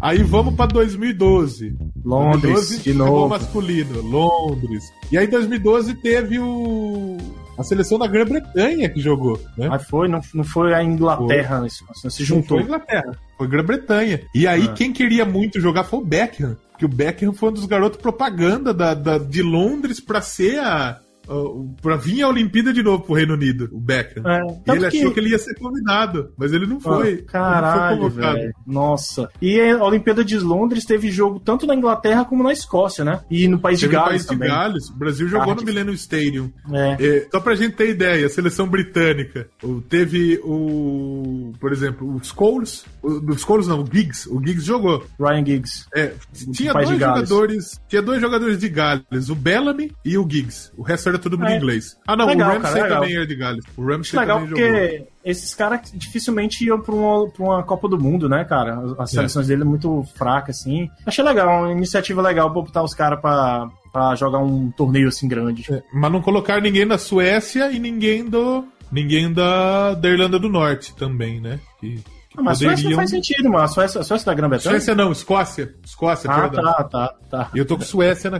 [SPEAKER 4] Aí vamos pra 2012.
[SPEAKER 3] Londres,
[SPEAKER 4] 2012,
[SPEAKER 3] de
[SPEAKER 4] futebol
[SPEAKER 3] novo.
[SPEAKER 4] masculino, Londres. E aí em 2012 teve o a seleção da Grã-Bretanha que jogou, né?
[SPEAKER 3] Mas foi, não, não foi a Inglaterra, isso, não se juntou.
[SPEAKER 4] Não foi Inglaterra, foi Grã-Bretanha. E aí,
[SPEAKER 3] Ah.
[SPEAKER 4] quem queria muito jogar foi o Beckham. Porque o Beckham foi um dos garotos propaganda da, da- de Londres pra ser a, uh, pra vir a Olimpíada de novo pro Reino Unido, o Beckham.
[SPEAKER 3] É,
[SPEAKER 4] e ele
[SPEAKER 3] tanto que- Ah,
[SPEAKER 4] achou que ele ia ser convidado, mas ele não foi. Ele não foi
[SPEAKER 3] Caralho,
[SPEAKER 4] convocado.
[SPEAKER 3] velho. Nossa. E a Olimpíada de Londres teve jogo tanto na Inglaterra como na Escócia, né? E no País
[SPEAKER 4] Teve
[SPEAKER 3] de
[SPEAKER 4] o
[SPEAKER 3] Gales
[SPEAKER 4] país de
[SPEAKER 3] também.
[SPEAKER 4] Gales, o Brasil jogou no
[SPEAKER 3] Cardiff.
[SPEAKER 4] Millennium Stadium.
[SPEAKER 3] É.
[SPEAKER 4] É, só pra gente ter ideia, a seleção britânica o- teve o. Por exemplo, os Scholes. o- Os Scholes não, o Giggs. O Giggs jogou.
[SPEAKER 3] Ryan Giggs.
[SPEAKER 4] É, tinha
[SPEAKER 3] país
[SPEAKER 4] dois
[SPEAKER 3] de Gales.
[SPEAKER 4] jogadores. Tinha dois jogadores de Gales, o Bellamy e o Giggs. O resto era todo mundo
[SPEAKER 3] É.
[SPEAKER 4] inglês. Ah, não,
[SPEAKER 3] Legal,
[SPEAKER 4] o Ramsey
[SPEAKER 3] cara, legal.
[SPEAKER 4] também era de Gales. O
[SPEAKER 3] Acho
[SPEAKER 4] Ramsey
[SPEAKER 3] legal
[SPEAKER 4] também jogou.
[SPEAKER 3] porque esses caras dificilmente iam pra uma, pra uma Copa do Mundo, né, cara? As- As
[SPEAKER 4] É.
[SPEAKER 3] seleções dele é muito fraca, assim. Achei legal, uma iniciativa legal pra botar os caras pra, pra jogar um torneio assim grande.
[SPEAKER 4] É, mas não colocaram ninguém da Suécia e ninguém do. Ninguém da, da Irlanda do Norte também, né? Que, que
[SPEAKER 3] Ah, mas a Suécia não
[SPEAKER 4] poderiam-
[SPEAKER 3] faz sentido, mano. A Suécia, a Suécia da Grã-Bretanha?
[SPEAKER 4] Suécia é não, Escócia. Escócia,
[SPEAKER 3] Ah,
[SPEAKER 4] perdão.
[SPEAKER 3] tá, tá, tá.
[SPEAKER 4] E eu tô com Suécia na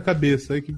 [SPEAKER 4] cabeça, aí que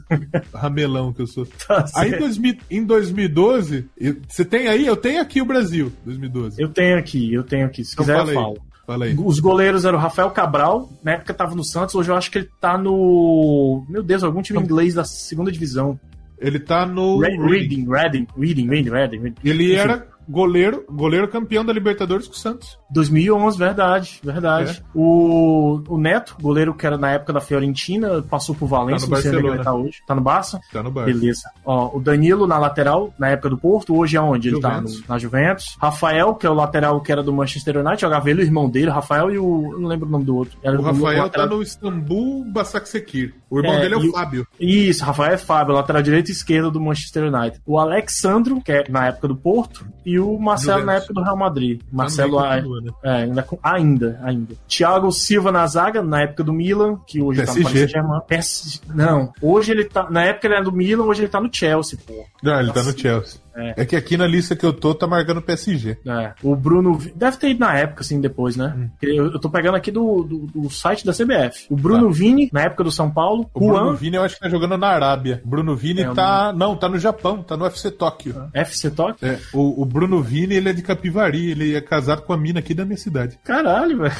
[SPEAKER 4] ramelão que eu sou.
[SPEAKER 3] Tá
[SPEAKER 4] Aí em,
[SPEAKER 3] certo.
[SPEAKER 4] 2000 em 2012, eu- você tem aí? Eu tenho aqui o Brasil, 2012.
[SPEAKER 3] Eu tenho aqui, eu tenho aqui. Se quiser, eu falo.
[SPEAKER 4] aí. Então Fala aí.
[SPEAKER 3] Os goleiros eram o Rafael Cabral, na época tava no Santos, hoje eu acho que ele tá no. Meu Deus, algum
[SPEAKER 4] Então-
[SPEAKER 3] time inglês da segunda divisão.
[SPEAKER 4] Ele tá no.
[SPEAKER 3] Re- Reading, Reading, Reading, Reading, Reading. Reading.
[SPEAKER 4] Ele
[SPEAKER 3] Enfim,
[SPEAKER 4] era goleiro, goleiro campeão da Libertadores com o Santos.
[SPEAKER 3] 2011, verdade,
[SPEAKER 4] É.
[SPEAKER 3] verdade. O, o Neto, goleiro que era na época da Fiorentina, passou pro Valência,
[SPEAKER 4] Tá no
[SPEAKER 3] não sei onde é que ele tá
[SPEAKER 4] Barcelona.
[SPEAKER 3] hoje. Tá no Barça?
[SPEAKER 4] Tá no Barça.
[SPEAKER 3] Beleza. Ó, o Danilo na lateral, na época do Porto, hoje é onde? Ele
[SPEAKER 4] Juventus.
[SPEAKER 3] tá no- na Juventus. Rafael, que é o lateral que era do Manchester United, jogava ele, o irmão dele, Rafael e o. eu Não lembro o nome do outro. Era
[SPEAKER 4] O Rafael tá
[SPEAKER 3] lateral-
[SPEAKER 4] no Istambul Basaksekir. O irmão
[SPEAKER 3] É,
[SPEAKER 4] dele é
[SPEAKER 3] e
[SPEAKER 4] o
[SPEAKER 3] o-
[SPEAKER 4] Fábio.
[SPEAKER 3] Isso, Rafael é Fábio, lateral direito e esquerdo do Manchester United. O Alexandro, que é na época do Porto, e o Marcelo
[SPEAKER 4] Juventus.
[SPEAKER 3] na época do Real Madrid. Marcelo
[SPEAKER 4] Também
[SPEAKER 3] a,
[SPEAKER 4] continua, né?
[SPEAKER 3] é, ainda, com- ainda, ainda. Thiago Silva na zaga, na época do Milan, que hoje tá no
[SPEAKER 4] PSG.
[SPEAKER 3] Paris Saint-Germain. PSG. Não, hoje ele tá. Na época ele era do Milan, hoje ele tá no Chelsea, pô.
[SPEAKER 4] Não, ele tá
[SPEAKER 3] Nossa.
[SPEAKER 4] no Chelsea. É. que aqui na lista que eu tô, tá marcando PSG.
[SPEAKER 3] É, o Bruno. Vi- Deve ter ido na época, assim, depois, né?
[SPEAKER 4] Hum.
[SPEAKER 3] Eu, eu tô pegando aqui do, do, do site da CBF. O Bruno Vini, na época do São Paulo.
[SPEAKER 4] Tá. O Bruno
[SPEAKER 3] Juan,
[SPEAKER 4] Vini eu acho que tá jogando na Arábia. Bruno Vini
[SPEAKER 3] É, eu Ah.
[SPEAKER 4] tá. Não, tá no Japão, tá no UFC Tóquio.
[SPEAKER 3] FC Tóquio.
[SPEAKER 4] É, o, o Bruno Vini, ele é de Capivari, ele é casado com a mina aqui da minha cidade.
[SPEAKER 3] Caralho, velho.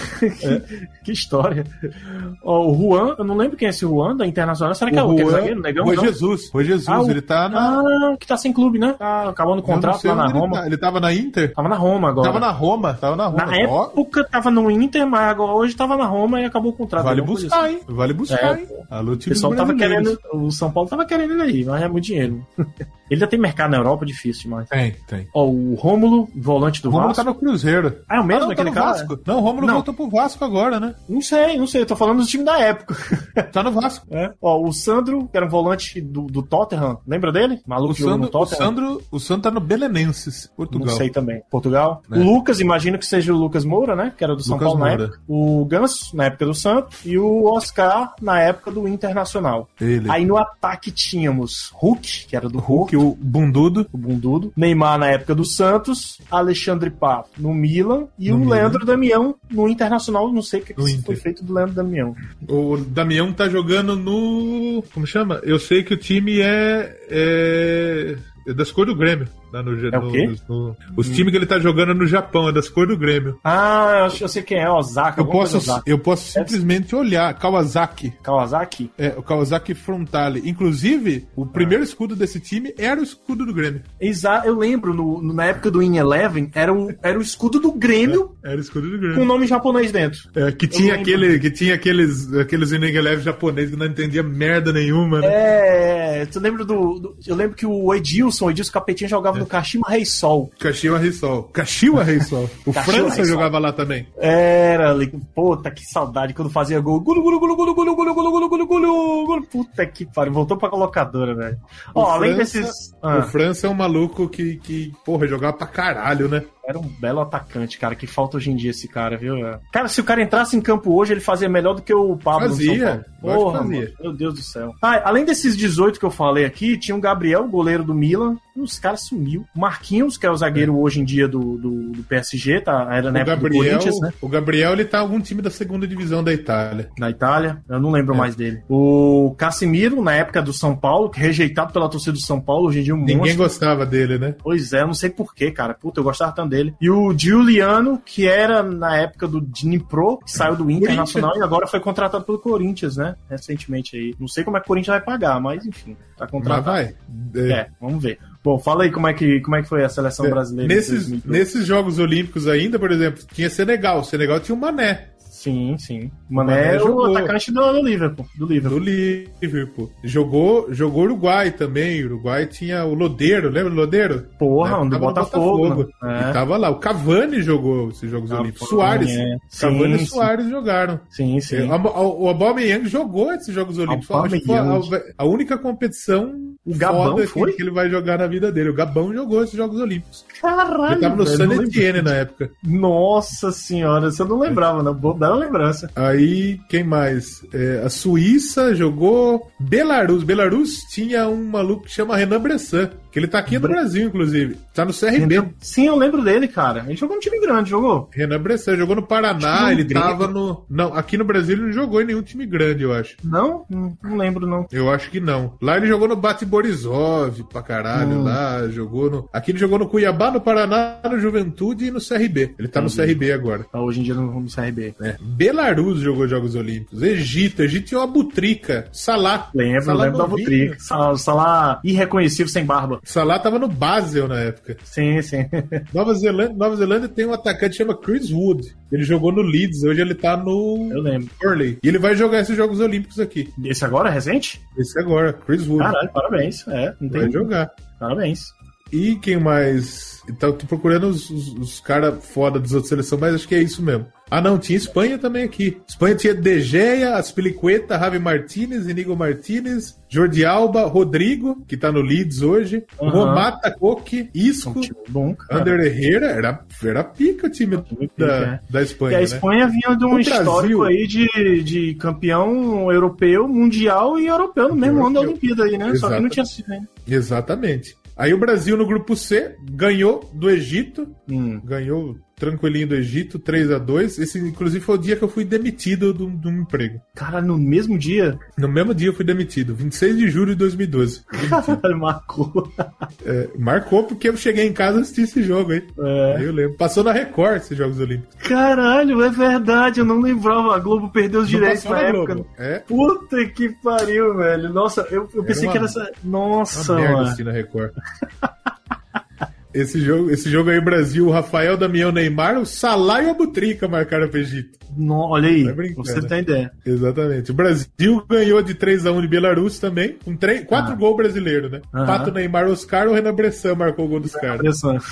[SPEAKER 4] É.
[SPEAKER 3] Que, que história. Ó, o Juan, eu não lembro quem é esse Juan da Internacional. Será que é o que é
[SPEAKER 4] Juan-
[SPEAKER 3] zagueiro, negão?
[SPEAKER 4] Juan
[SPEAKER 3] não?
[SPEAKER 4] Jesus. Rui Jesus,
[SPEAKER 3] Ah, o-
[SPEAKER 4] ele tá na.
[SPEAKER 3] Ah, que tá sem clube, né? Tá acabando o
[SPEAKER 4] eu não
[SPEAKER 3] contrato
[SPEAKER 4] sei
[SPEAKER 3] lá na
[SPEAKER 4] onde ele
[SPEAKER 3] Roma.
[SPEAKER 4] tá. Ele tava na Inter?
[SPEAKER 3] Tava na Roma agora.
[SPEAKER 4] Tava na Roma, tava na Roma.
[SPEAKER 3] Na
[SPEAKER 4] Ó,
[SPEAKER 3] época tava no Inter, mas agora hoje tava na Roma e acabou o contrato.
[SPEAKER 4] vale
[SPEAKER 3] Alguma coisa assim.
[SPEAKER 4] buscar, hein? Vale buscar,
[SPEAKER 3] É,
[SPEAKER 4] hein? Alô,
[SPEAKER 3] O
[SPEAKER 4] time
[SPEAKER 3] pessoal tava querendo. O São Paulo tava querendo ele aí, mas é muito dinheiro. ele ainda tem mercado na Europa, difícil demais.
[SPEAKER 4] Tem, tem.
[SPEAKER 3] Ó, o Rômulo, volante do
[SPEAKER 4] O Romulo
[SPEAKER 3] Vasco.
[SPEAKER 4] tá no Cruzeiro.
[SPEAKER 3] Ah, é o mesmo
[SPEAKER 4] não, tá
[SPEAKER 3] daquele
[SPEAKER 4] no
[SPEAKER 3] cara?
[SPEAKER 4] Vasco. Não, o Romulo
[SPEAKER 3] Não.
[SPEAKER 4] voltou pro Vasco agora, né?
[SPEAKER 3] Não sei, não sei. Eu tô falando do time da época.
[SPEAKER 4] Tá no Vasco.
[SPEAKER 3] É. Ó, o Sandro, que era um volante do, do Tottenham, lembra dele? Maluco
[SPEAKER 4] O
[SPEAKER 3] que jogou no
[SPEAKER 4] Sandro, o,
[SPEAKER 3] Tottenham.
[SPEAKER 4] Sandro, o Sandro tá no Belenenses, Portugal.
[SPEAKER 3] Não sei também. Portugal.
[SPEAKER 4] É.
[SPEAKER 3] O Lucas, imagino que seja o Lucas Moura, né? Que era do São
[SPEAKER 4] Lucas
[SPEAKER 3] Paulo na
[SPEAKER 4] Moura.
[SPEAKER 3] época. O Ganso, na época do Santos. E o Oscar, na época do Internacional.
[SPEAKER 4] Ele.
[SPEAKER 3] Aí no ataque tínhamos Hulk, que era do
[SPEAKER 4] Hulk,
[SPEAKER 3] Porto,
[SPEAKER 4] o Bundudo.
[SPEAKER 3] o Bundudo. Neymar, na época do Santos. Alexandre Pá, no Milan. E
[SPEAKER 4] No
[SPEAKER 3] o
[SPEAKER 4] Milan.
[SPEAKER 3] Leandro Damião, no Internacional. Não sei o que,
[SPEAKER 4] No
[SPEAKER 3] que foi
[SPEAKER 4] Inter.
[SPEAKER 3] feito do Leandro Damião.
[SPEAKER 4] O Damião tá jogando no. Como chama? Eu sei que o time é. É, é das cores do Grêmio. Lá no,
[SPEAKER 3] É o quê?
[SPEAKER 4] no- no- os times que ele tá jogando no Japão é das cores do Grêmio.
[SPEAKER 3] Ah, eu, acho que eu sei quem é, Osaka.
[SPEAKER 4] Eu
[SPEAKER 3] alguma
[SPEAKER 4] posso,
[SPEAKER 3] coisa Osaka.
[SPEAKER 4] eu posso simplesmente olhar. Kawasaki.
[SPEAKER 3] Kawasaki?
[SPEAKER 4] É, o Kawasaki Frontale. Inclusive, o primeiro escudo desse time era o escudo do Grêmio.
[SPEAKER 3] Exato, eu lembro, no- no- na época do In Eleven, era o, era o escudo do Grêmio
[SPEAKER 4] Era o escudo do
[SPEAKER 3] com o
[SPEAKER 4] Grêmio.
[SPEAKER 3] nome japonês dentro.
[SPEAKER 4] É, que tinha,
[SPEAKER 3] lembro.
[SPEAKER 4] aquele, que tinha aqueles, aqueles Inengeleve japoneses que não entendia merda nenhuma, né?
[SPEAKER 3] É, tu lembra do, do- Eu lembro que o Edilson, o Edilson Capetinho
[SPEAKER 4] É.
[SPEAKER 3] jogava no Kashima Rei Sol.
[SPEAKER 4] Caxiwa Rei Sol. Caxiwa Rei Sol. O
[SPEAKER 3] Caxiwa
[SPEAKER 4] França
[SPEAKER 3] Rei Sol.
[SPEAKER 4] jogava lá também.
[SPEAKER 3] Era, ali, puta que saudade quando fazia gol. Gulu, gulu, gulu, gulu, gulu, gulu, gulu, gulu, gulu, gulu. Puta que pariu, voltou pra colocadora, velho. Ó,
[SPEAKER 4] O
[SPEAKER 3] além
[SPEAKER 4] França-
[SPEAKER 3] desses.
[SPEAKER 4] O
[SPEAKER 3] Ah,
[SPEAKER 4] França é um maluco que, que, porra, jogava pra caralho, né?
[SPEAKER 3] era um belo atacante, cara. Que falta hoje em dia esse cara, viu? Cara, se o cara entrasse em campo hoje, ele fazia melhor do que o Pablo no
[SPEAKER 4] Fazia,
[SPEAKER 3] São Paulo.
[SPEAKER 4] lógico que
[SPEAKER 3] Porra,
[SPEAKER 4] fazia.
[SPEAKER 3] mano, meu Deus do céu. Ah, além desses 18 que eu falei aqui, tinha o Gabriel, um goleiro do Milan, os caras sumiu. Marquinhos, que é o zagueiro hoje em dia do, do, do PSG, tá? Era na
[SPEAKER 4] O
[SPEAKER 3] época do
[SPEAKER 4] Gabriel,
[SPEAKER 3] Corinthians, né?
[SPEAKER 4] o Gabriel, ele tá em algum time da segunda divisão da Itália.
[SPEAKER 3] Na Itália, eu não
[SPEAKER 4] É.
[SPEAKER 3] lembro mais dele. O Casimiro, na época do São Paulo, que rejeitado pela torcida do São Paulo, hoje em dia é um
[SPEAKER 4] Ninguém
[SPEAKER 3] monstro.
[SPEAKER 4] gostava dele, né?
[SPEAKER 3] Pois é, eu não sei porquê, cara. Puta, eu gostava tanto dele. E o Giuliano, que era na época do Dnipro, que saiu do Internacional e agora foi contratado pelo Corinthians, né? Recentemente aí. Não sei como é que o Corinthians vai pagar, mas enfim, tá
[SPEAKER 4] Mas
[SPEAKER 3] contratado.
[SPEAKER 4] vai. É,
[SPEAKER 3] É, vamos ver. Bom, fala aí como é que, como é que foi a seleção brasileira. em
[SPEAKER 4] Né, Nesses,
[SPEAKER 3] 2002.
[SPEAKER 4] nesses Jogos Olímpicos ainda, por exemplo, tinha Senegal. Senegal tinha o Mané,
[SPEAKER 3] Sim, sim. O Mané
[SPEAKER 4] Mané
[SPEAKER 3] é o
[SPEAKER 4] jogou.
[SPEAKER 3] atacante do, do Liverpool. Do
[SPEAKER 4] do
[SPEAKER 3] Liverpool.
[SPEAKER 4] Liverpool. Jogou, jogou Uruguai também. Uruguai tinha o Lodeiro, lembra o Lodeiro?
[SPEAKER 3] Porra,
[SPEAKER 4] Né?
[SPEAKER 3] um do
[SPEAKER 4] Tava no
[SPEAKER 3] Botafogo. né?
[SPEAKER 4] E
[SPEAKER 3] É.
[SPEAKER 4] tava lá. O Cavani jogou esses Jogos
[SPEAKER 3] Ah,
[SPEAKER 4] Olímpicos.
[SPEAKER 3] pô,
[SPEAKER 4] Soares.
[SPEAKER 3] é.
[SPEAKER 4] Cavani
[SPEAKER 3] Sim,
[SPEAKER 4] e Soares jogaram.
[SPEAKER 3] Sim, sim.
[SPEAKER 4] O Ab- O Aubameyang jogou esses Jogos Olímpicos. Acho que foi
[SPEAKER 3] Aubameyang.
[SPEAKER 4] a, a única competição
[SPEAKER 3] O Gabão
[SPEAKER 4] foda
[SPEAKER 3] foi?
[SPEAKER 4] que, que ele vai jogar na vida dele. O Gabão jogou esses Jogos Olímpicos.
[SPEAKER 3] Caralho,
[SPEAKER 4] ele tava no
[SPEAKER 3] velho,
[SPEAKER 4] San
[SPEAKER 3] não lembro.
[SPEAKER 4] Etienne na época.
[SPEAKER 3] Nossa senhora, você não lembrava, né? Boa- Bela lembrança.
[SPEAKER 4] Aí, quem mais? É, a Suíça jogou Belarus. Belarus tinha um maluco que chama Renan Bressan, que ele tá aqui no
[SPEAKER 3] Bre-
[SPEAKER 4] Brasil, inclusive. Tá no CRB. Renan,
[SPEAKER 3] Sim, eu lembro dele, cara. Ele jogou num time grande, jogou.
[SPEAKER 4] Bressan jogou no Paraná,
[SPEAKER 3] Time
[SPEAKER 4] ele
[SPEAKER 3] grego.
[SPEAKER 4] tava no. Não, aqui no Brasil ele não jogou em nenhum time grande, eu acho.
[SPEAKER 3] Não? Hum, Não lembro, não.
[SPEAKER 4] Eu acho que não. Lá ele jogou no Bate Borisov, pra caralho,
[SPEAKER 3] Hum.
[SPEAKER 4] lá jogou no. Aqui ele jogou no Cuiabá, no Paraná, no Juventude e no CRB. Ele tá no CRB agora.
[SPEAKER 3] Tá hoje em dia no, no CRB.
[SPEAKER 4] É. Belarus jogou Jogos Olímpicos. Egito, Egito tinha uma butrica. Salah.
[SPEAKER 3] Lembro,
[SPEAKER 4] Salah
[SPEAKER 3] lembro da
[SPEAKER 4] novinho.
[SPEAKER 3] Butrica. Sala, sala irreconhecível sem barba.
[SPEAKER 4] Salah tava no Basel na época.
[SPEAKER 3] Sim, sim.
[SPEAKER 4] Nova Zelândia, Nova Zelândia tem um atacante que chama Chris Wood. Ele jogou no Leeds, hoje ele tá
[SPEAKER 3] Eu
[SPEAKER 4] no
[SPEAKER 3] lembro.
[SPEAKER 4] Hurley. E ele vai jogar esses Jogos Olímpicos aqui.
[SPEAKER 3] Esse agora, é recente?
[SPEAKER 4] Esse agora, Chris Wood.
[SPEAKER 3] Caralho, parabéns. É, não
[SPEAKER 4] vai
[SPEAKER 3] tem.
[SPEAKER 4] jogar.
[SPEAKER 3] Parabéns.
[SPEAKER 4] E quem mais? Então, tô procurando os, os, os caras foda das outras seleções, mas acho que é isso mesmo. Ah, não, tinha Espanha também aqui. Espanha tinha De Gea, Aspilicueta, Javi Martínez, Inigo Martínez, Jordi Alba, Rodrigo, que tá no Leeds hoje,
[SPEAKER 3] Aham.
[SPEAKER 4] Romata, Coque,
[SPEAKER 3] É
[SPEAKER 4] Isco,
[SPEAKER 3] um time bom, cara.
[SPEAKER 4] Ander Herrera, era, era pica o time
[SPEAKER 3] time pica, é.
[SPEAKER 4] da, da
[SPEAKER 3] E
[SPEAKER 4] Espanha,
[SPEAKER 3] a
[SPEAKER 4] né?
[SPEAKER 3] Espanha vinha de um
[SPEAKER 4] O
[SPEAKER 3] histórico
[SPEAKER 4] Brasil-
[SPEAKER 3] aí de, de campeão europeu, mundial e europeu no mesmo ano da
[SPEAKER 4] Europeu.
[SPEAKER 3] Olimpíada aí, né? Só que não
[SPEAKER 4] Exato.
[SPEAKER 3] tinha sido ainda.
[SPEAKER 4] Exatamente. Aí o Brasil no grupo C ganhou do Egito,
[SPEAKER 3] Hum.
[SPEAKER 4] ganhou tranquilinho do Egito, 3 a 2 Esse, inclusive, foi o dia que eu fui demitido de um, de um emprego.
[SPEAKER 3] Cara, no mesmo dia,
[SPEAKER 4] No mesmo dia eu fui demitido, 26 de julho de 2012.
[SPEAKER 3] caralho, marcou.
[SPEAKER 4] É, marcou porque eu cheguei em casa e assisti esse jogo aí.
[SPEAKER 3] É.
[SPEAKER 4] Aí eu lembro. Passou na Record esses Jogos Olímpicos.
[SPEAKER 3] Caralho, é verdade, eu não lembrava. A Globo perdeu os
[SPEAKER 4] Não
[SPEAKER 3] direitos
[SPEAKER 4] passou
[SPEAKER 3] na
[SPEAKER 4] na
[SPEAKER 3] época.
[SPEAKER 4] Globo. É.
[SPEAKER 3] Puta que pariu, velho. Nossa, eu, eu pensei
[SPEAKER 4] uma-
[SPEAKER 3] que era essa.
[SPEAKER 4] Uma
[SPEAKER 3] Nossa,
[SPEAKER 4] merda
[SPEAKER 3] mano.
[SPEAKER 4] assim na Record. Esse jogo, esse jogo aí, Brasil, o Rafael, Damião, Neymar, o Salah e o Abutrica marcaram pro Egito.
[SPEAKER 3] No- olha aí,
[SPEAKER 4] Vai
[SPEAKER 3] pra
[SPEAKER 4] brincando,
[SPEAKER 3] você
[SPEAKER 4] né?
[SPEAKER 3] tem ideia.
[SPEAKER 4] Exatamente. O Brasil ganhou de 3x1 de Belarus também, com três, quatro
[SPEAKER 3] Ah.
[SPEAKER 4] gols brasileiros, né?
[SPEAKER 3] Aham.
[SPEAKER 4] Pato, Neymar, Oscar, o Renan Bressan marcou o gol dos caras.
[SPEAKER 3] Impressionante.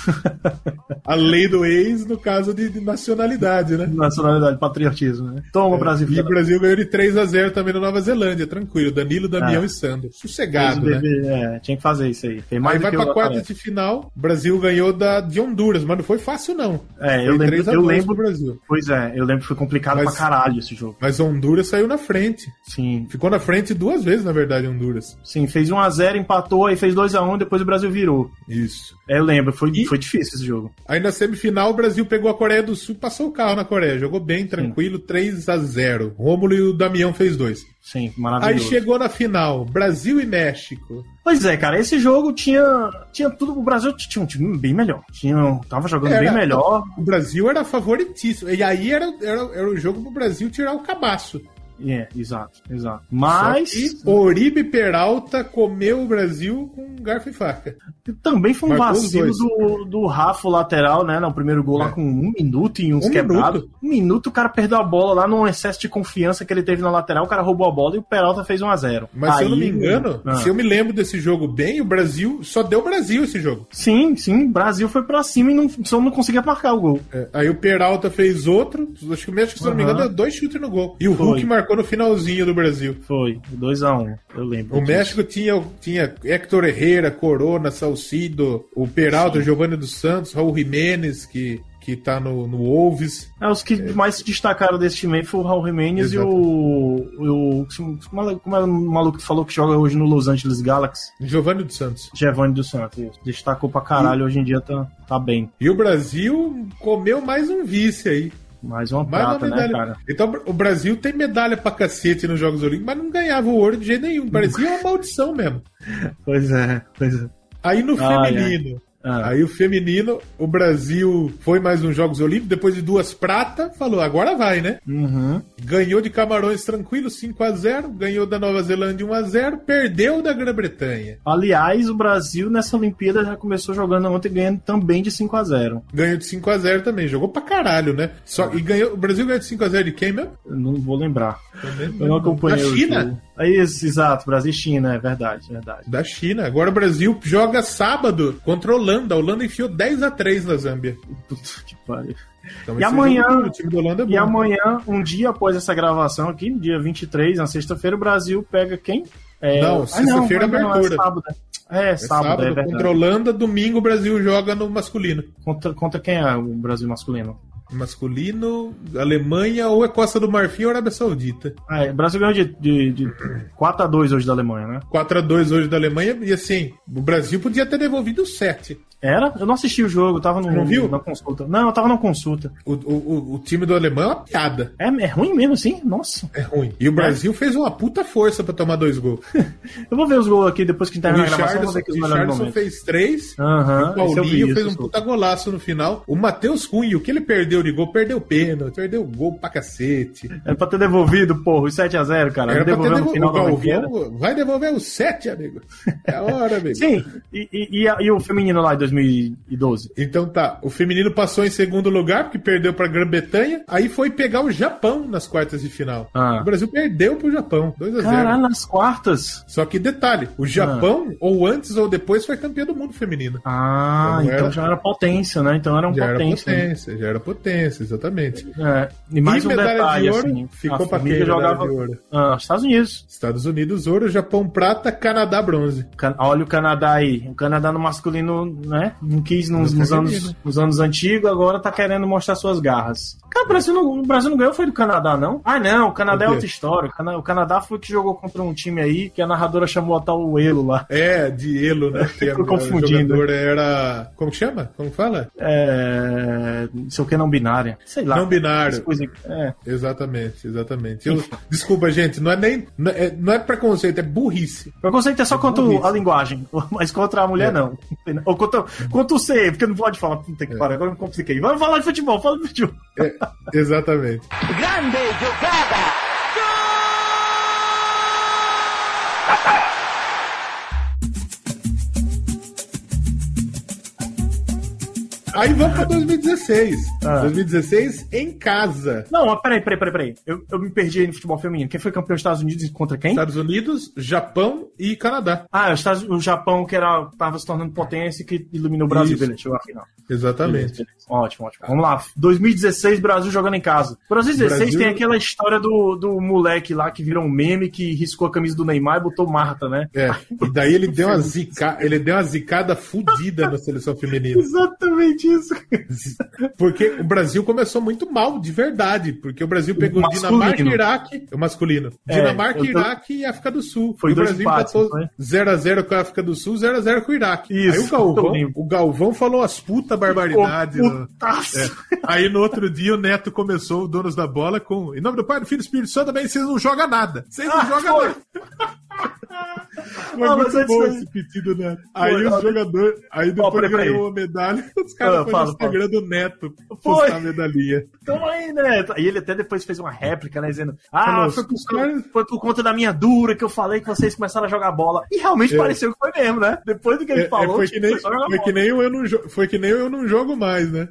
[SPEAKER 4] A lei do ex, no caso de, de nacionalidade, né?
[SPEAKER 3] Nacionalidade, patriotismo, né? Toma, Brasil.
[SPEAKER 4] E o
[SPEAKER 3] filha da-
[SPEAKER 4] Brasil ganhou de 3x0 também na Nova Zelândia, tranquilo. Danilo, Damião
[SPEAKER 3] Ah.
[SPEAKER 4] e Sandro.
[SPEAKER 3] Fez o
[SPEAKER 4] Sossegado, né?
[SPEAKER 3] dever, É, tinha que fazer isso aí. Tem mais
[SPEAKER 4] Aí
[SPEAKER 3] do
[SPEAKER 4] vai
[SPEAKER 3] que
[SPEAKER 4] pra
[SPEAKER 3] eu-
[SPEAKER 4] quarta de final. O Brasil ganhou da, de Honduras, mas não foi fácil, não.
[SPEAKER 3] É, eu
[SPEAKER 4] Foi
[SPEAKER 3] lembro,
[SPEAKER 4] 3 a
[SPEAKER 3] eu
[SPEAKER 4] 2
[SPEAKER 3] lembro.
[SPEAKER 4] pro Brasil.
[SPEAKER 3] Pois é, eu lembro que foi complicado
[SPEAKER 4] Mas-
[SPEAKER 3] pra caralho esse jogo.
[SPEAKER 4] Mas Honduras saiu na frente.
[SPEAKER 3] Sim.
[SPEAKER 4] Ficou na frente duas vezes, na verdade, Honduras.
[SPEAKER 3] Sim, fez 1x0, empatou, aí fez 2x1, depois o Brasil virou.
[SPEAKER 4] Isso.
[SPEAKER 3] É, eu lembro, foi,
[SPEAKER 4] E-
[SPEAKER 3] foi difícil esse jogo.
[SPEAKER 4] Aí na semifinal o Brasil pegou a Coreia do Sul e passou o carro na Coreia. Jogou bem, tranquilo, 3 a 0 Rômulo e o Damião fez dois.
[SPEAKER 3] Sim,
[SPEAKER 4] Aí
[SPEAKER 3] maravilhoso.
[SPEAKER 4] chegou na final, Brasil e México.
[SPEAKER 3] Pois é, cara, esse jogo tinha, tinha tudo. O Brasil tinha um time bem melhor. Tinha, tava jogando
[SPEAKER 4] Era.
[SPEAKER 3] bem melhor.
[SPEAKER 4] O Brasil era favoritíssimo. E aí era, era, era o jogo pro Brasil tirar o cabaço.
[SPEAKER 3] É, exato, exato.
[SPEAKER 4] E
[SPEAKER 3] Mas
[SPEAKER 4] Oribe Peralta comeu o Brasil com garfo e faca.
[SPEAKER 3] também foi um
[SPEAKER 4] Marcou os
[SPEAKER 3] vacilo
[SPEAKER 4] dois.
[SPEAKER 3] do, do Rafa o lateral, né? No primeiro gol lá
[SPEAKER 4] É.
[SPEAKER 3] com um minuto e uns
[SPEAKER 4] Um
[SPEAKER 3] quebrados.
[SPEAKER 4] minuto.
[SPEAKER 3] Um minuto o cara perdeu a bola lá num excesso de confiança que ele teve na lateral, o cara roubou a bola e o Peralta fez 1x0.
[SPEAKER 4] Mas se eu não me engano,
[SPEAKER 3] Ah.
[SPEAKER 4] se eu me lembro desse jogo bem, o Brasil só deu Brasil esse jogo.
[SPEAKER 3] Sim, sim, o Brasil foi pra cima e não, só não conseguia marcar o gol.
[SPEAKER 4] É, aí o Peralta fez outro. Acho que o México, se eu não me
[SPEAKER 3] Aham.
[SPEAKER 4] engano, deu dois chutes no gol. E o
[SPEAKER 3] Foi.
[SPEAKER 4] Hulk marcou no finalzinho do Brasil.
[SPEAKER 3] Foi, 2x1, eu lembro.
[SPEAKER 4] O
[SPEAKER 3] disso.
[SPEAKER 4] México tinha, tinha Héctor Herrera, Corona, Salcido, o Peralta, Giovanni dos Santos, Raul Jimenez, que que tá no, no Wolves.
[SPEAKER 3] É, os que mais se destacaram desse time aí foi o Raul Jimenez e
[SPEAKER 4] Exato.
[SPEAKER 3] o, e o. Como é o maluco que falou que joga hoje no Los Angeles Galaxy?
[SPEAKER 4] Giovanni dos Santos.
[SPEAKER 3] Giovanni dos Santos. Destacou pra caralho, hoje em dia tá, tá bem.
[SPEAKER 4] E o Brasil comeu mais um vice aí.
[SPEAKER 3] Mais uma
[SPEAKER 4] Mais
[SPEAKER 3] prata,
[SPEAKER 4] uma
[SPEAKER 3] né,
[SPEAKER 4] medalha.
[SPEAKER 3] cara?
[SPEAKER 4] então o Brasil tem medalha pra cacete nos Jogos Olímpicos, mas não ganhava o ouro de jeito nenhum. O Brasil é uma maldição mesmo.
[SPEAKER 3] Pois é, pois é.
[SPEAKER 4] Aí no
[SPEAKER 3] Ai,
[SPEAKER 4] feminino.
[SPEAKER 3] Ah.
[SPEAKER 4] Aí o feminino, o Brasil foi mais nos Jogos Olímpicos, depois de duas pratas, falou, agora vai, né?
[SPEAKER 3] Uhum.
[SPEAKER 4] Ganhou de Camarões tranquilo, 5 a 0 ganhou da Nova Zelândia 1 a 0 perdeu da Grã-Bretanha.
[SPEAKER 3] Aliás, o Brasil nessa Olimpíada já começou jogando ontem ganhando também de 5 a 0
[SPEAKER 4] Ganhou de 5 a 0 também, jogou pra caralho, né? Só, e ganhou, o Brasil ganhou de 5 a 0 de quem mesmo?
[SPEAKER 3] Eu Não vou lembrar.
[SPEAKER 4] Também
[SPEAKER 3] Eu não acompanhei.
[SPEAKER 4] Da
[SPEAKER 3] o
[SPEAKER 4] China?
[SPEAKER 3] jogo. É isso, exato. Brasil e China, é verdade, verdade.
[SPEAKER 4] Da China. Agora o Brasil joga sábado contra a Holanda. A Holanda enfiou 10 a 3 na Zâmbia.
[SPEAKER 3] Puta que pariu.
[SPEAKER 4] Então,
[SPEAKER 3] E
[SPEAKER 4] esse
[SPEAKER 3] amanhã-
[SPEAKER 4] jogo, o time da Holanda é bom.
[SPEAKER 3] E amanhã, um dia após essa gravação aqui, no dia 23, na sexta-feira, o Brasil pega quem? É,
[SPEAKER 4] Não,
[SPEAKER 3] ah,
[SPEAKER 4] sexta-feira é
[SPEAKER 3] não, não,
[SPEAKER 4] abertura.
[SPEAKER 3] É sábado, né? é,
[SPEAKER 4] É
[SPEAKER 3] sábado, é
[SPEAKER 4] sábado
[SPEAKER 3] verdade.
[SPEAKER 4] contra a Holanda, domingo o Brasil joga no masculino.
[SPEAKER 3] Conta, conta quem é o Brasil masculino.
[SPEAKER 4] masculino, Alemanha ou é Costa do Marfim ou Arábia Saudita.
[SPEAKER 3] Ah, é, o Brasil ganhou de, de, de 4x2 hoje da Alemanha, né?
[SPEAKER 4] 4 a 2 hoje da Alemanha e assim, o Brasil podia ter devolvido 7.
[SPEAKER 3] Era? Eu não assisti o jogo, eu tava no,
[SPEAKER 4] Não viu?
[SPEAKER 3] na consulta. Não, eu tava na consulta.
[SPEAKER 4] O, o, o- o time do alemão é uma piada.
[SPEAKER 3] É, é ruim mesmo, assim? Nossa.
[SPEAKER 4] É ruim. E o Brasil fez uma puta força pra tomar dois gols.
[SPEAKER 3] Tá, Eu vou ver os gols aqui depois que
[SPEAKER 4] O
[SPEAKER 3] terminar a gravação, eu vou
[SPEAKER 4] Richardson,
[SPEAKER 3] ver aqui os melhores
[SPEAKER 4] Richardson
[SPEAKER 3] momentos. Ah.
[SPEAKER 4] fez três.
[SPEAKER 3] Aham, esse
[SPEAKER 4] o
[SPEAKER 3] eu vi,
[SPEAKER 4] Paulinho
[SPEAKER 3] esse
[SPEAKER 4] fez
[SPEAKER 3] eu
[SPEAKER 4] um
[SPEAKER 3] soube.
[SPEAKER 4] puta golaço no final. O Matheus Cunha, o que ele perdeu de gol, perdeu pênalti, perdeu gol pra cacete.
[SPEAKER 3] Era pra ter devolvido, porra, os 7x0, cara.
[SPEAKER 4] Era
[SPEAKER 3] Não
[SPEAKER 4] pra ter
[SPEAKER 3] devolveu no
[SPEAKER 4] devolvido.
[SPEAKER 3] final
[SPEAKER 4] O
[SPEAKER 3] da Olimpíada.
[SPEAKER 4] Galvão vai devolver os sete, amigo. É a hora, amigo.
[SPEAKER 3] Sim, e, e, e a- e o feminino lá de 2012?
[SPEAKER 4] Então tá, o feminino passou em segundo lugar, porque perdeu pra Grã-Bretanha, aí foi pegar o Japão nas quartas de final.
[SPEAKER 3] Ah.
[SPEAKER 4] O Brasil perdeu pro Japão, 2 a 0
[SPEAKER 3] Caralho, Ah. nas quartas?
[SPEAKER 4] Só que detalhe, o Japão, ou antes ou depois, foi campeão do mundo feminino.
[SPEAKER 3] Ah,
[SPEAKER 4] Então
[SPEAKER 3] então,
[SPEAKER 4] era-
[SPEAKER 3] já era potência, né? Então era um
[SPEAKER 4] Já era
[SPEAKER 3] potência. né?
[SPEAKER 4] potência, já era potência, exatamente.
[SPEAKER 3] É, e mais
[SPEAKER 4] e
[SPEAKER 3] um
[SPEAKER 4] medalha
[SPEAKER 3] detalhe,
[SPEAKER 4] de ouro,
[SPEAKER 3] assim,
[SPEAKER 4] ficou
[SPEAKER 3] a
[SPEAKER 4] pra
[SPEAKER 3] formiga
[SPEAKER 4] quem jogava...
[SPEAKER 3] jogava
[SPEAKER 4] de ouro?
[SPEAKER 3] ah, Estados Unidos.
[SPEAKER 4] Estados Unidos, ouro, Japão, prata, Canadá, bronze.
[SPEAKER 3] Can- Olha o Canadá aí. O Canadá no masculino, né? Não quis nos,
[SPEAKER 4] No
[SPEAKER 3] nos anos,
[SPEAKER 4] é feminino.
[SPEAKER 3] nos anos antigos, agora tá querendo mostrar suas garras. Cara, o Brasil não, o Brasil não ganhou, foi do Canadá, não? Ah, não, o Canadá
[SPEAKER 4] É. O
[SPEAKER 3] é
[SPEAKER 4] quê?
[SPEAKER 3] outra história. O Cana- O Canadá foi que jogou contra um time aí que a narradora chamou a tal Elo lá.
[SPEAKER 4] É, de elo, né? Que a-
[SPEAKER 3] Tô confundindo.
[SPEAKER 4] A jogadora era... Como que chama? Como fala?
[SPEAKER 3] É, não sei o que, não binária. Sei lá.
[SPEAKER 4] Não binário.
[SPEAKER 3] Essas coisas aqui. É.
[SPEAKER 4] Exatamente, exatamente. Eu- desculpa, gente, não é nem. Não é, não é preconceito, é burrice.
[SPEAKER 3] Eu conceito é só contra
[SPEAKER 4] burrice.
[SPEAKER 3] a linguagem, mas contra a mulher
[SPEAKER 4] É.
[SPEAKER 3] não. Ou contra, contra o C, porque não pode falar. Puta que pariu, agora eu me compliquei. Vamos falar de futebol, fala de futebol.
[SPEAKER 4] É, exatamente. Aí vamos pra 2016.
[SPEAKER 3] Ah.
[SPEAKER 4] 2016 em casa.
[SPEAKER 3] Não, mas peraí, peraí, peraí, peraí. Eu, eu me perdi aí no futebol feminino. Quem foi campeão dos Estados Unidos contra quem?
[SPEAKER 4] Estados Unidos, Japão e Canadá.
[SPEAKER 3] Ah, os Estados- o Japão que era, tava se tornando potência e que iluminou o Brasil.
[SPEAKER 4] Isso.
[SPEAKER 3] Beleza, chegou à final. Beleza,
[SPEAKER 4] Exatamente.
[SPEAKER 3] beleza. Ótimo, ótimo. Vamos lá. 2016, Brasil jogando em casa. 2016
[SPEAKER 4] Brasil-
[SPEAKER 3] tem aquela história do, do moleque lá que virou um meme que riscou a camisa do Neymar e botou Marta, né?
[SPEAKER 4] É, e daí ele deu uma zica, ele deu uma zicada fudida na seleção feminina.
[SPEAKER 3] Exatamente isso.
[SPEAKER 4] Porque o Brasil começou muito mal, de verdade. Porque o Brasil pegou
[SPEAKER 3] masculino.
[SPEAKER 4] Dinamarca e Iraque. O masculino.
[SPEAKER 3] É,
[SPEAKER 4] Dinamarca,
[SPEAKER 3] eu tô-
[SPEAKER 4] Iraque e África do Sul.
[SPEAKER 3] Foi
[SPEAKER 4] e o
[SPEAKER 3] dois
[SPEAKER 4] Brasil
[SPEAKER 3] empates,
[SPEAKER 4] empatou
[SPEAKER 3] não
[SPEAKER 4] 0x0 com a África do Sul, 0x0 com o Iraque.
[SPEAKER 3] Isso,
[SPEAKER 4] Aí o Galvão,
[SPEAKER 3] eu lembro.
[SPEAKER 4] o Galvão falou as puta barbaridades.
[SPEAKER 3] Ô,
[SPEAKER 4] no-
[SPEAKER 3] putaço.
[SPEAKER 4] É. Aí no outro dia o Neto começou o Donos da Bola com. Em nome do Pai, do Filho e do Espírito Santo também, vocês não jogam nada. Vocês não jogam nada. Foi
[SPEAKER 3] Ah, mas
[SPEAKER 4] muito
[SPEAKER 3] antes
[SPEAKER 4] bom
[SPEAKER 3] da-
[SPEAKER 4] esse pedido, né? Aí
[SPEAKER 3] Foi, ó,
[SPEAKER 4] os jogadores. Aí
[SPEAKER 3] ó,
[SPEAKER 4] depois
[SPEAKER 3] peraí, peraí.
[SPEAKER 4] ganhou a medalha. Os caras
[SPEAKER 3] Ah,
[SPEAKER 4] foram
[SPEAKER 3] fala,
[SPEAKER 4] no Instagram do Neto
[SPEAKER 3] Foi.
[SPEAKER 4] postar a medalha.
[SPEAKER 3] Então aí, né? E ele até depois fez uma réplica, né? Dizendo, ah,
[SPEAKER 4] Falou,
[SPEAKER 3] foi por,
[SPEAKER 4] os caras-
[SPEAKER 3] foi por conta da minha dura que eu falei que vocês começaram a jogar bola. E realmente
[SPEAKER 4] É.
[SPEAKER 3] pareceu que foi mesmo, né? Depois do que ele
[SPEAKER 4] É, é,
[SPEAKER 3] falou,
[SPEAKER 4] foi,
[SPEAKER 3] o
[SPEAKER 4] que
[SPEAKER 3] time
[SPEAKER 4] nem,
[SPEAKER 3] começou a jogar
[SPEAKER 4] foi, que
[SPEAKER 3] bola.
[SPEAKER 4] nem o eu não jo- foi que nem o eu não jogo mais, né?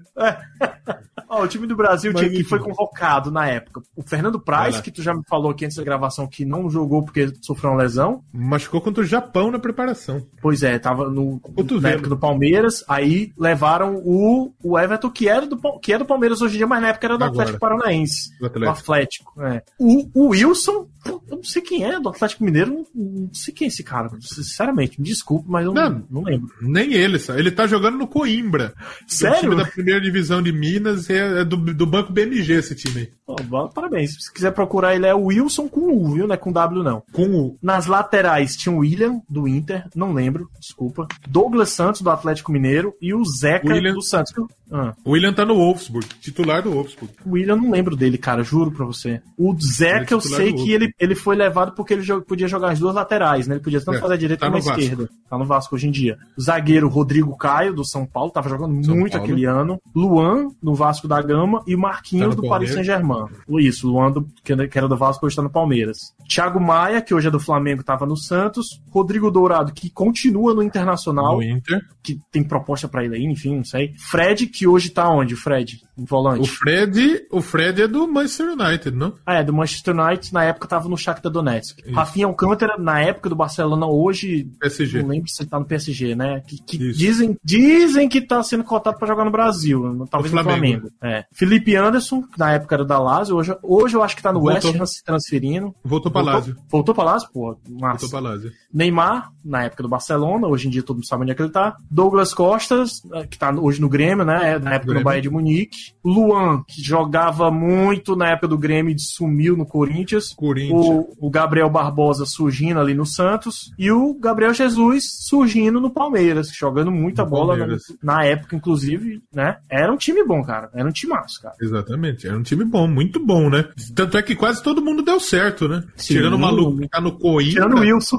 [SPEAKER 3] Ó, o time do Brasil
[SPEAKER 4] Mas
[SPEAKER 3] tinha, que
[SPEAKER 4] enfim.
[SPEAKER 3] foi convocado na época. O Fernando Praz,
[SPEAKER 4] Vai lá.
[SPEAKER 3] que tu já me falou aqui antes da gravação, que não jogou porque sofreu uma lesão.
[SPEAKER 4] Machucou contra o Japão na preparação.
[SPEAKER 3] Pois é, tava no,
[SPEAKER 4] Cotovelo.
[SPEAKER 3] na época do Palmeiras. Aí levaram o, o Everton, que, era do, Pal- que é do Palmeiras hoje em dia, mas na época era do
[SPEAKER 4] Agora.
[SPEAKER 3] Atlético Paranaense.
[SPEAKER 4] Do
[SPEAKER 3] Do Atlético, é. O, o Wilson, Eu não sei quem é do Atlético Mineiro, não, não sei quem é esse cara. Sinceramente, me desculpe, mas eu
[SPEAKER 4] Não.
[SPEAKER 3] não, não lembro.
[SPEAKER 4] Nem ele, sabe? ele tá jogando no Coimbra. O
[SPEAKER 3] Sério?
[SPEAKER 4] time da primeira divisão de Minas e é é do, do Banco BMG esse time aí.
[SPEAKER 3] Pô, bom, parabéns. Se quiser procurar, ele é o Wilson com U, viu? Não é com W, não.
[SPEAKER 4] Com o.
[SPEAKER 3] Nas laterais tinha o William, do Inter, não lembro, desculpa. Douglas Santos, do Atlético Mineiro, e o Zeca,
[SPEAKER 4] William.
[SPEAKER 3] do Santos. Ah,
[SPEAKER 4] o William tá no Wolfsburg, titular do Wolfsburg.
[SPEAKER 3] o William não lembro dele, cara, juro pra você. O Zeca, eu
[SPEAKER 4] é titular
[SPEAKER 3] sei
[SPEAKER 4] do
[SPEAKER 3] que
[SPEAKER 4] outro.
[SPEAKER 3] ele, ele foi levado porque ele jo- podia jogar as duas laterais, né? Ele podia tanto
[SPEAKER 4] É,
[SPEAKER 3] fazer a direita
[SPEAKER 4] tá
[SPEAKER 3] como a
[SPEAKER 4] no Vasco.
[SPEAKER 3] esquerda. Tá no Vasco hoje em dia. O zagueiro Rodrigo Caio, do São Paulo, tava jogando
[SPEAKER 4] São
[SPEAKER 3] muito
[SPEAKER 4] Paulo.
[SPEAKER 3] aquele ano. Luan, do Vasco da Gama, e o Marquinhos,
[SPEAKER 4] Tá no
[SPEAKER 3] do Paris
[SPEAKER 4] Palmeiras.
[SPEAKER 3] Saint-Germain. Isso, Luan, do, que era- que era do Vasco, hoje tá no Palmeiras. Thiago Maia, que hoje é do Flamengo, tava no Santos. Rodrigo Dourado, que continua no Internacional,
[SPEAKER 4] No Inter.
[SPEAKER 3] que tem proposta pra ele aí, enfim, não sei. Fred, que hoje tá onde, Fred? Em volante.
[SPEAKER 4] O Fred, o Fred é do Manchester United, não?
[SPEAKER 3] Ah, é, do Manchester United, na época tava no Shakhtar Donetsk.
[SPEAKER 4] Isso.
[SPEAKER 3] Rafinha Alcântara, na época do Barcelona, hoje,
[SPEAKER 4] PSG.
[SPEAKER 3] não lembro se ele tá no PSG, né? Que, que
[SPEAKER 4] Isso.
[SPEAKER 3] dizem, dizem que tá sendo cotado pra jogar no Brasil, né? talvez
[SPEAKER 4] No
[SPEAKER 3] no
[SPEAKER 4] Flamengo.
[SPEAKER 3] Flamengo. É. Felipe Anderson, que na época era da Lazio, hoje, hoje eu acho que tá no
[SPEAKER 4] Voltou.
[SPEAKER 3] West Ham se transferindo.
[SPEAKER 4] Voltou pra Lazio.
[SPEAKER 3] Voltou pra Lazio, pô, massa.
[SPEAKER 4] Voltou pra Lazio.
[SPEAKER 3] Neymar, na época do Barcelona, hoje em dia todo mundo sabe onde é que ele tá. Douglas Costas, eh, que tá hoje no Grêmio, né? é, Na época
[SPEAKER 4] Grêmio.
[SPEAKER 3] do Bahia de Munique. Luan, que jogava muito na época do Grêmio e sumiu no Corinthians.
[SPEAKER 4] Corinthians.
[SPEAKER 3] O, o Gabriel Barbosa surgindo ali no Santos. E o Gabriel Jesus surgindo no Palmeiras, jogando muita
[SPEAKER 4] No
[SPEAKER 3] bola na,
[SPEAKER 4] Palmeiras.
[SPEAKER 3] na época, inclusive, né? Era um time bom, cara. Era um time massa, cara.
[SPEAKER 4] Exatamente. Era um time bom, muito bom, né? Tanto é que quase todo mundo deu certo, né?
[SPEAKER 3] Sim.
[SPEAKER 4] Tirando o maluco que tá no Coimbra,
[SPEAKER 3] Tirando o Wilson.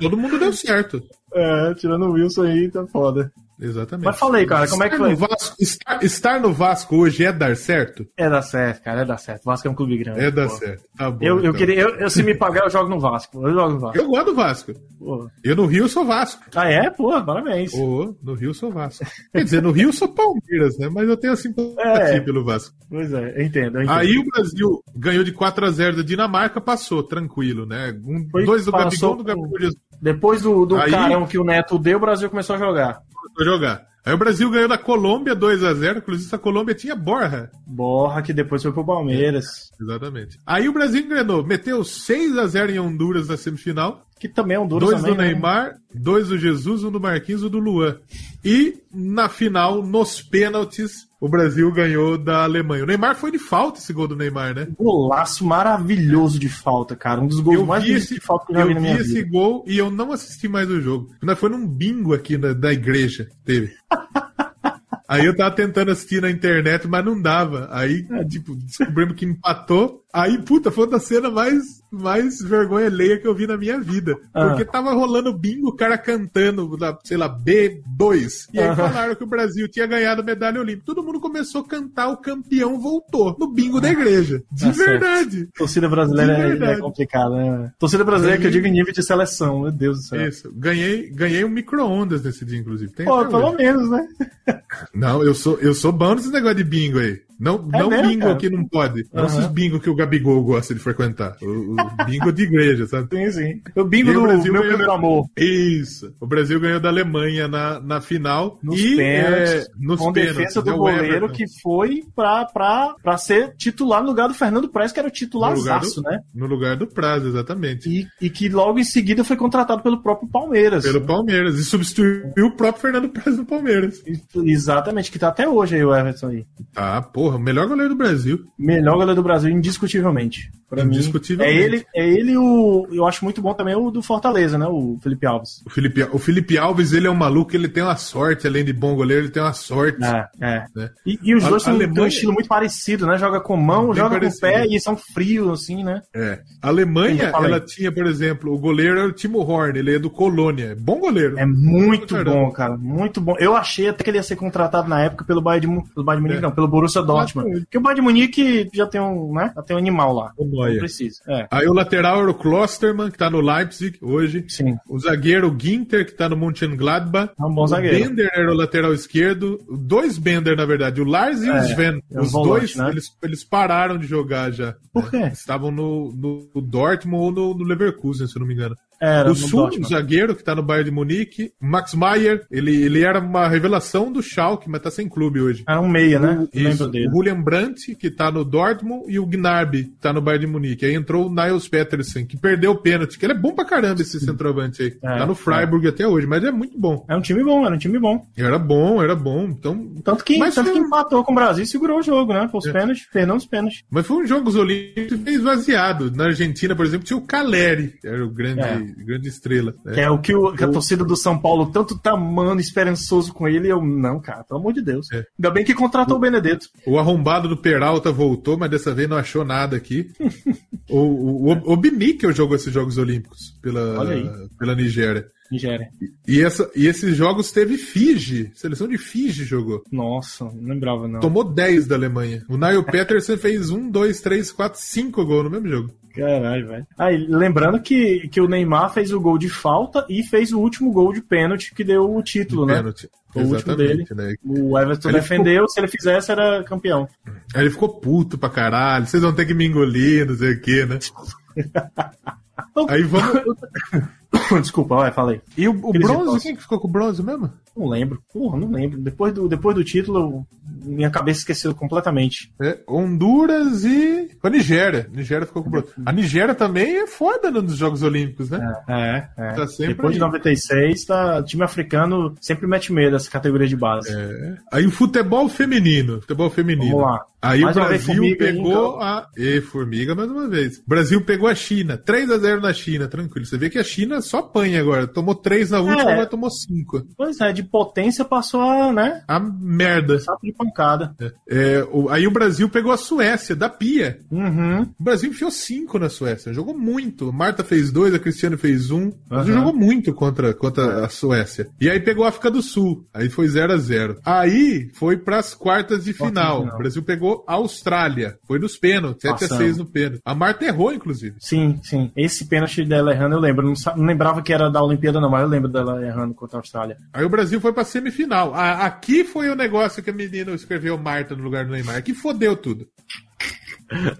[SPEAKER 4] todo mundo deu certo.
[SPEAKER 3] É, tirando o Wilson aí, tá foda.
[SPEAKER 4] Exatamente.
[SPEAKER 3] Mas falei, cara, como é que
[SPEAKER 4] Estar
[SPEAKER 3] foi?
[SPEAKER 4] no Vasco- estar, estar no Vasco hoje é dar certo?
[SPEAKER 3] É dar certo, cara, é dar certo. O Vasco é um clube grande.
[SPEAKER 4] É dar
[SPEAKER 3] pô.
[SPEAKER 4] certo. Tá bom.
[SPEAKER 3] Eu, eu
[SPEAKER 4] então.
[SPEAKER 3] queria, eu, eu, se me pagar, eu jogo no Vasco. Eu jogo no Vasco.
[SPEAKER 4] Eu gosto do Vasco.
[SPEAKER 3] Pô.
[SPEAKER 4] Eu no Rio sou Vasco.
[SPEAKER 3] Ah, é? Pô, parabéns.
[SPEAKER 4] Ô, no Rio sou Vasco. Quer dizer, no Rio sou Palmeiras, né? Mas eu tenho simpatia
[SPEAKER 3] É.
[SPEAKER 4] pelo Vasco.
[SPEAKER 3] Pois é, eu entendo. eu entendo.
[SPEAKER 4] Aí o Brasil ganhou de 4 a 0 da Dinamarca, passou, tranquilo, né? Um,
[SPEAKER 3] Foi,
[SPEAKER 4] dois do Gabigol,
[SPEAKER 3] passou
[SPEAKER 4] do Gabriel Jesus
[SPEAKER 3] Depois do, do
[SPEAKER 4] Aí-
[SPEAKER 3] carão que o Neto deu, o Brasil começou a jogar.
[SPEAKER 4] pra jogar. Aí o Brasil ganhou da Colômbia 2 a 0 inclusive a Colômbia tinha borra.
[SPEAKER 3] Borra, que depois foi pro Palmeiras.
[SPEAKER 4] Exatamente. Aí o Brasil engrenou, meteu 6 a 0 em Honduras na semifinal,
[SPEAKER 3] Que também é um duro
[SPEAKER 4] dois
[SPEAKER 3] também,
[SPEAKER 4] do
[SPEAKER 3] né?
[SPEAKER 4] Neymar, dois do Jesus, um do Marquinhos, um do Luan. E na final, nos pênaltis, o Brasil ganhou da Alemanha. O Neymar foi de falta esse gol do Neymar, né?
[SPEAKER 3] Um Golaço maravilhoso de falta, cara. Um dos gols
[SPEAKER 4] Eu
[SPEAKER 3] mais
[SPEAKER 4] vi
[SPEAKER 3] bonitos
[SPEAKER 4] esse,
[SPEAKER 3] de falta que eu já vi
[SPEAKER 4] eu
[SPEAKER 3] na
[SPEAKER 4] vi
[SPEAKER 3] minha
[SPEAKER 4] esse
[SPEAKER 3] vida.
[SPEAKER 4] gol e eu não assisti mais o jogo. Nós foi num bingo aqui na, da igreja, teve. Aí eu tava tentando assistir na internet, mas não dava. Aí,
[SPEAKER 3] É.
[SPEAKER 4] tipo, descobrimos que empatou. Aí, puta, foi uma das cenas mais, mais vergonha alheia que eu vi na minha vida.
[SPEAKER 3] Ah.
[SPEAKER 4] Porque tava rolando bingo, o cara cantando, lá, sei lá, B2. E aí
[SPEAKER 3] Aham.
[SPEAKER 4] falaram que o Brasil tinha ganhado medalha olímpica. Todo mundo começou a cantar, o campeão voltou no bingo da igreja. De
[SPEAKER 3] Tá certo.
[SPEAKER 4] verdade.
[SPEAKER 3] Torcida brasileira
[SPEAKER 4] De
[SPEAKER 3] é- é,
[SPEAKER 4] verdade. É
[SPEAKER 3] complicada, né? Torcida brasileira que eu digo em nível de seleção, meu Deus do céu.
[SPEAKER 4] Isso. Ganhei, ganhei um micro-ondas nesse dia, inclusive. Tem
[SPEAKER 3] Tá. Pô,
[SPEAKER 4] até
[SPEAKER 3] pelo
[SPEAKER 4] hoje.
[SPEAKER 3] menos, né?
[SPEAKER 4] Não, eu sou, eu sou bom nesse negócio de bingo aí. Não,
[SPEAKER 3] É
[SPEAKER 4] não
[SPEAKER 3] mesmo,
[SPEAKER 4] bingo
[SPEAKER 3] cara?
[SPEAKER 4] que não pode. Não
[SPEAKER 3] Aham.
[SPEAKER 4] esses bingo que o Gabigol gosta de frequentar. O, o bingo de igreja, sabe?
[SPEAKER 3] Sim, sim. O bingo
[SPEAKER 4] E o
[SPEAKER 3] do
[SPEAKER 4] Brasil
[SPEAKER 3] meu
[SPEAKER 4] ganhou-
[SPEAKER 3] primeiro amor.
[SPEAKER 4] Isso. O Brasil ganhou da Alemanha na, na final.
[SPEAKER 3] Nos
[SPEAKER 4] e,
[SPEAKER 3] pênaltis,
[SPEAKER 4] é, nos
[SPEAKER 3] com
[SPEAKER 4] pênaltis.
[SPEAKER 3] defesa do
[SPEAKER 4] É o
[SPEAKER 3] goleiro
[SPEAKER 4] Everton.
[SPEAKER 3] que foi pra, pra, pra ser titular no lugar do Fernando Press, que era o
[SPEAKER 4] No lugar
[SPEAKER 3] titularzaço,
[SPEAKER 4] do-
[SPEAKER 3] né?
[SPEAKER 4] No lugar do prazo, exatamente.
[SPEAKER 3] E, e que logo em seguida foi contratado pelo próprio Palmeiras.
[SPEAKER 4] Pelo Palmeiras. E substituiu o próprio Fernando Praz no Palmeiras.
[SPEAKER 3] Exatamente, que tá até hoje aí o Everton aí.
[SPEAKER 4] Tá, porra, o melhor goleiro do Brasil.
[SPEAKER 3] Melhor goleiro do Brasil, indiscutivelmente. Pra mim,
[SPEAKER 4] Indiscutivelmente.
[SPEAKER 3] é ele, é ele e o. Eu acho muito bom também o do Fortaleza, né? O Felipe Alves.
[SPEAKER 4] O Felipe, o Felipe Alves, ele é um maluco, ele tem uma sorte, além de bom goleiro, ele tem uma sorte.
[SPEAKER 3] É, é.
[SPEAKER 4] Né?
[SPEAKER 3] E, e os
[SPEAKER 4] A-
[SPEAKER 3] dois têm um- têm
[SPEAKER 4] Alemanha-
[SPEAKER 3] um estilo muito parecido, né? Joga com mão,
[SPEAKER 4] Bem
[SPEAKER 3] joga
[SPEAKER 4] parecido.
[SPEAKER 3] com o pé e são frios, assim, né?
[SPEAKER 4] É. A Alemanha,
[SPEAKER 3] Sim, eu falei.
[SPEAKER 4] ela tinha, por exemplo, o goleiro era o Timo Horn, ele é do Colônia. Bom goleiro.
[SPEAKER 3] É muito
[SPEAKER 4] Caramba.
[SPEAKER 3] bom, cara. Muito bom. Eu achei até que ele ia ser contratado na época pelo Bayern de, Mu- pelo Bayern de Munique,
[SPEAKER 4] É.
[SPEAKER 3] não, pelo Borussia Dortmund. Porque o Bayern de Munique já tem um, né? Já tem um animal lá.
[SPEAKER 4] O Neuer.
[SPEAKER 3] Não precisa. É.
[SPEAKER 4] Aí o lateral era o Klosterman, que tá no Leipzig hoje.
[SPEAKER 3] Sim.
[SPEAKER 4] O zagueiro o Ginter, que tá no Mönchengladbach.
[SPEAKER 3] É um bom
[SPEAKER 4] o
[SPEAKER 3] zagueiro.
[SPEAKER 4] Bender era o lateral esquerdo. Dois Bender, na verdade. O Lars e o
[SPEAKER 3] É,
[SPEAKER 4] Sven.
[SPEAKER 3] é um
[SPEAKER 4] Os
[SPEAKER 3] volante,
[SPEAKER 4] dois,
[SPEAKER 3] né?
[SPEAKER 4] eles, eles pararam de jogar já.
[SPEAKER 3] Por quê?
[SPEAKER 4] Estavam no, no Dortmund ou no, no Leverkusen, se eu não me engano.
[SPEAKER 3] Era,
[SPEAKER 4] o
[SPEAKER 3] no
[SPEAKER 4] Sul,
[SPEAKER 3] Dortmund.
[SPEAKER 4] zagueiro que tá no Bayern de Munique. Max Maier, ele, ele era uma revelação do Schalke, mas tá sem clube hoje.
[SPEAKER 3] Era um meia, né? Eu
[SPEAKER 4] Isso.
[SPEAKER 3] Lembro dele.
[SPEAKER 4] O Julian Brandt, que tá no Dortmund, e o Gnabry, que tá no Bayern de Munique. Aí entrou o Niles Petersen, que perdeu o pênalti, que ele é bom pra caramba esse centroavante aí.
[SPEAKER 3] É,
[SPEAKER 4] tá no Freiburg até hoje, mas ele é muito bom.
[SPEAKER 3] Era um time bom, era um time bom.
[SPEAKER 4] Era bom, era bom. Então,
[SPEAKER 3] Tanto que,
[SPEAKER 4] mas, É.
[SPEAKER 3] tanto que
[SPEAKER 4] foi,
[SPEAKER 3] empatou com o Brasil e segurou o jogo, né? Os pênaltis, Fernando os pênaltis.
[SPEAKER 4] mas foi um jogo os olímpicos bem esvaziado. Na Argentina, por exemplo, tinha o Caleri, que era o grande,
[SPEAKER 3] É.
[SPEAKER 4] grande estrela. né?
[SPEAKER 3] Que é o que, o- que a torcida do São Paulo tanto tá mano, esperançoso com ele. e Eu, não, cara, pelo amor de Deus.
[SPEAKER 4] É.
[SPEAKER 3] Ainda bem que contratou o Benedetto.
[SPEAKER 4] O arrombado do Peralta voltou, mas dessa vez não achou nada aqui. o o, o Obinikel jogou esses Jogos Olímpicos
[SPEAKER 3] Olha aí.
[SPEAKER 4] pela, pela Nigéria.
[SPEAKER 3] Nigéria.
[SPEAKER 4] E, essa, e esses jogos teve Fiji. Seleção de Fiji jogou.
[SPEAKER 3] Nossa, não lembrava, não.
[SPEAKER 4] Tomou 10 da Alemanha. O Niall Peterson fez 1, 2, 3, 4, 5 gols no mesmo jogo.
[SPEAKER 3] Caralho, velho. Aí, lembrando que, que o Neymar fez o gol de falta e fez o último gol de pênalti que deu o título, né?
[SPEAKER 4] Pênalti.
[SPEAKER 3] Foi o último dele.
[SPEAKER 4] né?
[SPEAKER 3] O Everton
[SPEAKER 4] Ele
[SPEAKER 3] defendeu, se ele fizesse, era campeão.
[SPEAKER 4] Aí ele ficou puto pra caralho. Vocês vão ter que me engolir, não sei o quê, né? Aí vamos.
[SPEAKER 3] Desculpa, vai, falei.
[SPEAKER 4] E o, o
[SPEAKER 3] Crise
[SPEAKER 4] bronze?
[SPEAKER 3] tosse.
[SPEAKER 4] Quem que ficou com o bronze mesmo?
[SPEAKER 3] Não lembro. Porra, não lembro. Depois do, depois do título, eu- minha cabeça esqueceu completamente.
[SPEAKER 4] É, Honduras e. com A Nigéria. Nigéria ficou com bronze. A Nigéria também é foda nos Jogos Olímpicos, né?
[SPEAKER 3] Uhum. É, é.
[SPEAKER 4] Tá sempre
[SPEAKER 3] depois de
[SPEAKER 4] aí.
[SPEAKER 3] 96, tá, time africano sempre mete medo dessa categoria de base.
[SPEAKER 4] É. Aí o futebol feminino. Futebol feminino.
[SPEAKER 3] Vamos lá.
[SPEAKER 4] Aí
[SPEAKER 3] Mais
[SPEAKER 4] o
[SPEAKER 3] uma vez
[SPEAKER 4] Brasil
[SPEAKER 3] formiga, hein,
[SPEAKER 4] pegou
[SPEAKER 3] então?
[SPEAKER 4] a. E formiga mais uma vez. O Brasil pegou a China. 3 a 0 na China, tranquilo. Você vê que a China só apanha agora. Tomou 3 na última,
[SPEAKER 3] É.
[SPEAKER 4] mas tomou 5.
[SPEAKER 3] Pois é, de potência passou a, né?
[SPEAKER 4] A merda.
[SPEAKER 3] Sapo de pancada.
[SPEAKER 4] É, o- aí o Brasil pegou a Suécia, da pia.
[SPEAKER 3] Uhum.
[SPEAKER 4] O Brasil enfiou 5 na Suécia. Jogou muito. A Marta fez 2, a Cristiano fez 1. Um. O Brasil
[SPEAKER 3] Aham.
[SPEAKER 4] jogou muito contra, contra a Suécia. E aí pegou a África do Sul. Aí foi 0 a 0 Aí foi pras quartas de final.
[SPEAKER 3] final.
[SPEAKER 4] O Brasil pegou a Austrália. Foi nos pênaltis, 7 a
[SPEAKER 3] Passamos.
[SPEAKER 4] 6 no pênalti. A Marta errou, inclusive.
[SPEAKER 3] Sim, sim. Esse pênalti dela errando eu lembro. Não, sa- não lembrava que era da Olimpíada, não, mas eu lembro dela errando contra a Austrália.
[SPEAKER 4] Aí o Brasil foi pra semifinal. A- aqui foi o negócio que a menina escreveu Marta no lugar do Neymar. Aqui fodeu tudo.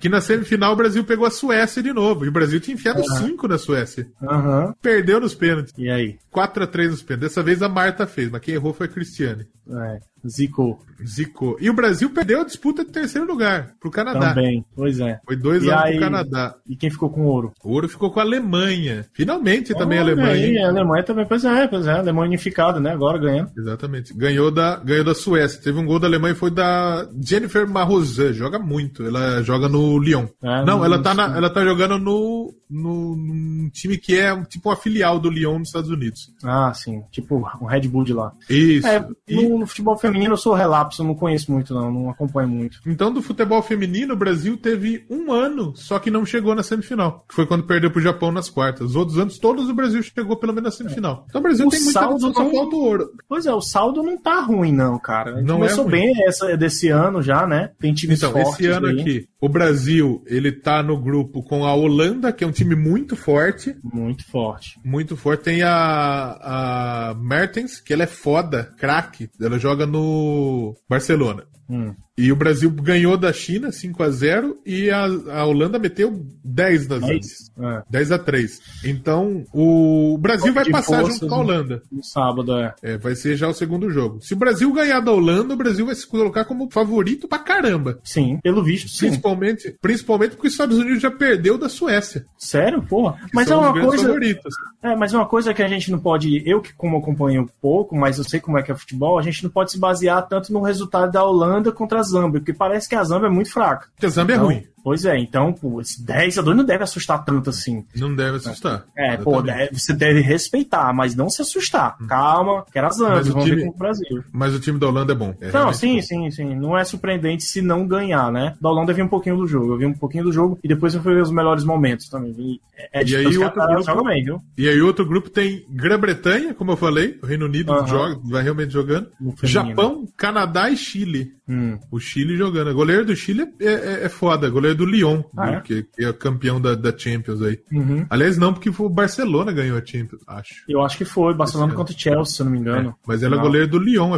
[SPEAKER 4] Que na semifinal o Brasil pegou a Suécia de novo. E o Brasil tinha enfiado 5 na Suécia.
[SPEAKER 3] Aham.
[SPEAKER 4] Perdeu nos pênaltis.
[SPEAKER 3] E aí?
[SPEAKER 4] 4x3 nos pênaltis. Dessa vez a Marta fez, mas quem errou foi a Cristiane.
[SPEAKER 3] É, Zico
[SPEAKER 4] Zicou. E o Brasil perdeu a disputa de terceiro lugar pro Canadá.
[SPEAKER 3] também. Pois é.
[SPEAKER 4] Foi 2x1
[SPEAKER 3] E
[SPEAKER 4] pro
[SPEAKER 3] aí?
[SPEAKER 4] Canadá.
[SPEAKER 3] E quem ficou com ouro?
[SPEAKER 4] O ouro ficou com a Alemanha. Finalmente também a
[SPEAKER 3] Olha
[SPEAKER 4] Alemanha.
[SPEAKER 3] aí,
[SPEAKER 4] hein?
[SPEAKER 3] a Alemanha também, pois é, pois é. A Alemanha unificada, né? Agora ganhando.
[SPEAKER 4] Exatamente. Ganhou da, ganhou da Suécia. Teve um gol da Alemanha e foi da Jennifer Marrosan. Joga muito. Ela joga no Lyon.
[SPEAKER 3] Ah,
[SPEAKER 4] não,
[SPEAKER 3] não
[SPEAKER 4] ela tá,
[SPEAKER 3] sei.
[SPEAKER 4] na- ela tá jogando no, no, num time que é um- tipo uma filial do Lyon nos Estados Unidos.
[SPEAKER 3] Ah, sim. Tipo um Red Bull de lá.
[SPEAKER 4] Isso.
[SPEAKER 3] É,
[SPEAKER 4] E-
[SPEAKER 3] no, no futebol feminino eu sou relapso, não conheço muito, não. Não acompanho muito.
[SPEAKER 4] Então, do futebol feminino, o Brasil teve um ano, só que não chegou na semifinal. Que foi quando perdeu pro Japão nas quartas. Os outros anos, todos o Brasil chegou pelo menos na semifinal. Então o Brasil
[SPEAKER 3] É. O
[SPEAKER 4] tem muita
[SPEAKER 3] saldo
[SPEAKER 4] disputa, só
[SPEAKER 3] não-
[SPEAKER 4] falta o ouro.
[SPEAKER 3] Pois é, o saldo não tá ruim, não, cara. A gente
[SPEAKER 4] Não é
[SPEAKER 3] Começou
[SPEAKER 4] ruim.
[SPEAKER 3] bem essa, desse ano já, né? Tem times
[SPEAKER 4] Então,
[SPEAKER 3] fortes.
[SPEAKER 4] esse ano
[SPEAKER 3] aí.
[SPEAKER 4] aqui, o Brasil, ele tá no grupo com a Holanda, que é um time muito forte.
[SPEAKER 3] Muito forte.
[SPEAKER 4] Muito forte. Tem a, a Mertens, que ela é foda, craque. Ela joga no Barcelona.
[SPEAKER 3] Hum.
[SPEAKER 4] E o Brasil ganhou da China 5 a 0 e a, a Holanda meteu 10 nas
[SPEAKER 3] Dez?
[SPEAKER 4] antes.
[SPEAKER 3] É.
[SPEAKER 4] 10 a 3. Então, o Brasil vai
[SPEAKER 3] de
[SPEAKER 4] passar
[SPEAKER 3] forças,
[SPEAKER 4] junto com a
[SPEAKER 3] né?
[SPEAKER 4] Holanda.
[SPEAKER 3] No sábado é.
[SPEAKER 4] É, vai ser já o segundo jogo. Se o Brasil ganhar da Holanda, o Brasil vai se colocar como favorito pra caramba.
[SPEAKER 3] Sim, pelo visto, sim.
[SPEAKER 4] Principalmente, principalmente porque os Estados Unidos já perdeu da Suécia.
[SPEAKER 3] Sério, porra.
[SPEAKER 4] que
[SPEAKER 3] Mas é
[SPEAKER 4] são os
[SPEAKER 3] uma
[SPEAKER 4] grandes
[SPEAKER 3] coisa.
[SPEAKER 4] favoritos.
[SPEAKER 3] É, mas uma coisa que a gente não pode, eu que como acompanho pouco, mas eu sei como é que é futebol, a gente não pode se basear tanto no resultado da Holanda contra a Zâmbia, porque parece que a Zâmbia é muito fraca.
[SPEAKER 4] Porque a Zâmbia é
[SPEAKER 3] Então,
[SPEAKER 4] ruim.
[SPEAKER 3] Pois é, então, pô, esse 10 a 2 não deve assustar tanto assim.
[SPEAKER 4] Não deve assustar.
[SPEAKER 3] É, pô,
[SPEAKER 4] Exatamente. Hum.
[SPEAKER 3] deve- você deve respeitar, mas não se assustar. Calma, que era a
[SPEAKER 4] Mas o
[SPEAKER 3] Zâmbia, vamos
[SPEAKER 4] time-
[SPEAKER 3] ver com o Brasil.
[SPEAKER 4] Mas o time da Holanda é bom. É
[SPEAKER 3] Não,
[SPEAKER 4] realmente
[SPEAKER 3] sim,
[SPEAKER 4] bom.
[SPEAKER 3] sim, sim. Não é surpreendente se não ganhar, né? Da Holanda eu vi um pouquinho do jogo, eu vi um pouquinho do jogo e depois eu fui ver os melhores momentos também. E, é, é,
[SPEAKER 4] E aí
[SPEAKER 3] os
[SPEAKER 4] outro
[SPEAKER 3] caras
[SPEAKER 4] grupo-
[SPEAKER 3] jogam bem, viu?
[SPEAKER 4] E aí outro grupo tem Grã-Bretanha, como eu falei, o Reino Unido
[SPEAKER 3] Aham.
[SPEAKER 4] joga, vai realmente jogando.
[SPEAKER 3] No feminino.
[SPEAKER 4] Japão, Canadá e Chile.
[SPEAKER 3] Hum.
[SPEAKER 4] O Chile jogando. O goleiro do Chile é, é, é foda. O goleiro ganhou do Lyon,
[SPEAKER 3] Ah,
[SPEAKER 4] viu?
[SPEAKER 3] é?
[SPEAKER 4] que, que é campeão da, da Champions aí.
[SPEAKER 3] Uhum.
[SPEAKER 4] Aliás, não, porque foi o Barcelona ganhou a Champions, acho.
[SPEAKER 3] Eu acho que foi, Barcelona
[SPEAKER 4] Esse
[SPEAKER 3] contra o Chelsea, se eu não me engano.
[SPEAKER 4] Mas ela é
[SPEAKER 3] Não.
[SPEAKER 4] goleiro do Lyon,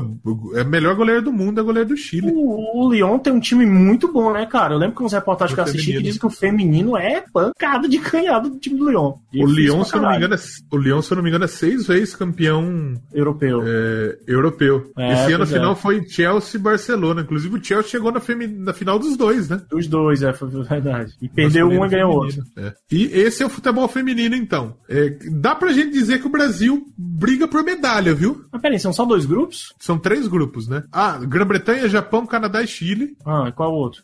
[SPEAKER 4] é, é a melhor goleiro do mundo, é goleiro do Chile.
[SPEAKER 3] O, o Lyon tem um time muito bom, né, cara? Eu lembro que uns reportagens
[SPEAKER 4] O
[SPEAKER 3] que eu assisti que
[SPEAKER 4] feminino.
[SPEAKER 3] dizem que o feminino é pancada de canhado do time do Lyon.
[SPEAKER 4] o
[SPEAKER 3] Difícil
[SPEAKER 4] Lyon,
[SPEAKER 3] Uh, pra
[SPEAKER 4] se eu não me
[SPEAKER 3] caralho.
[SPEAKER 4] engano, é, o Lyon, se eu não me engano, é seis vezes campeão
[SPEAKER 3] Europeu.
[SPEAKER 4] é, europeu.
[SPEAKER 3] É,
[SPEAKER 4] Esse ano a
[SPEAKER 3] pois é.
[SPEAKER 4] final foi Chelsea e Barcelona. Inclusive o Chelsea chegou na, femi- na final dos dois, né?
[SPEAKER 3] Dos dois, é, foi verdade. E perdeu
[SPEAKER 4] Masculino
[SPEAKER 3] um e ganhou outro.
[SPEAKER 4] feminino. É. E esse é o futebol feminino, então. É, dá pra gente dizer que o Brasil briga por medalha, viu?
[SPEAKER 3] Mas peraí, são só dois grupos?
[SPEAKER 4] São três grupos, né? Ah, Grã-Bretanha, Japão, Canadá e Chile.
[SPEAKER 3] Ah, e qual o outro?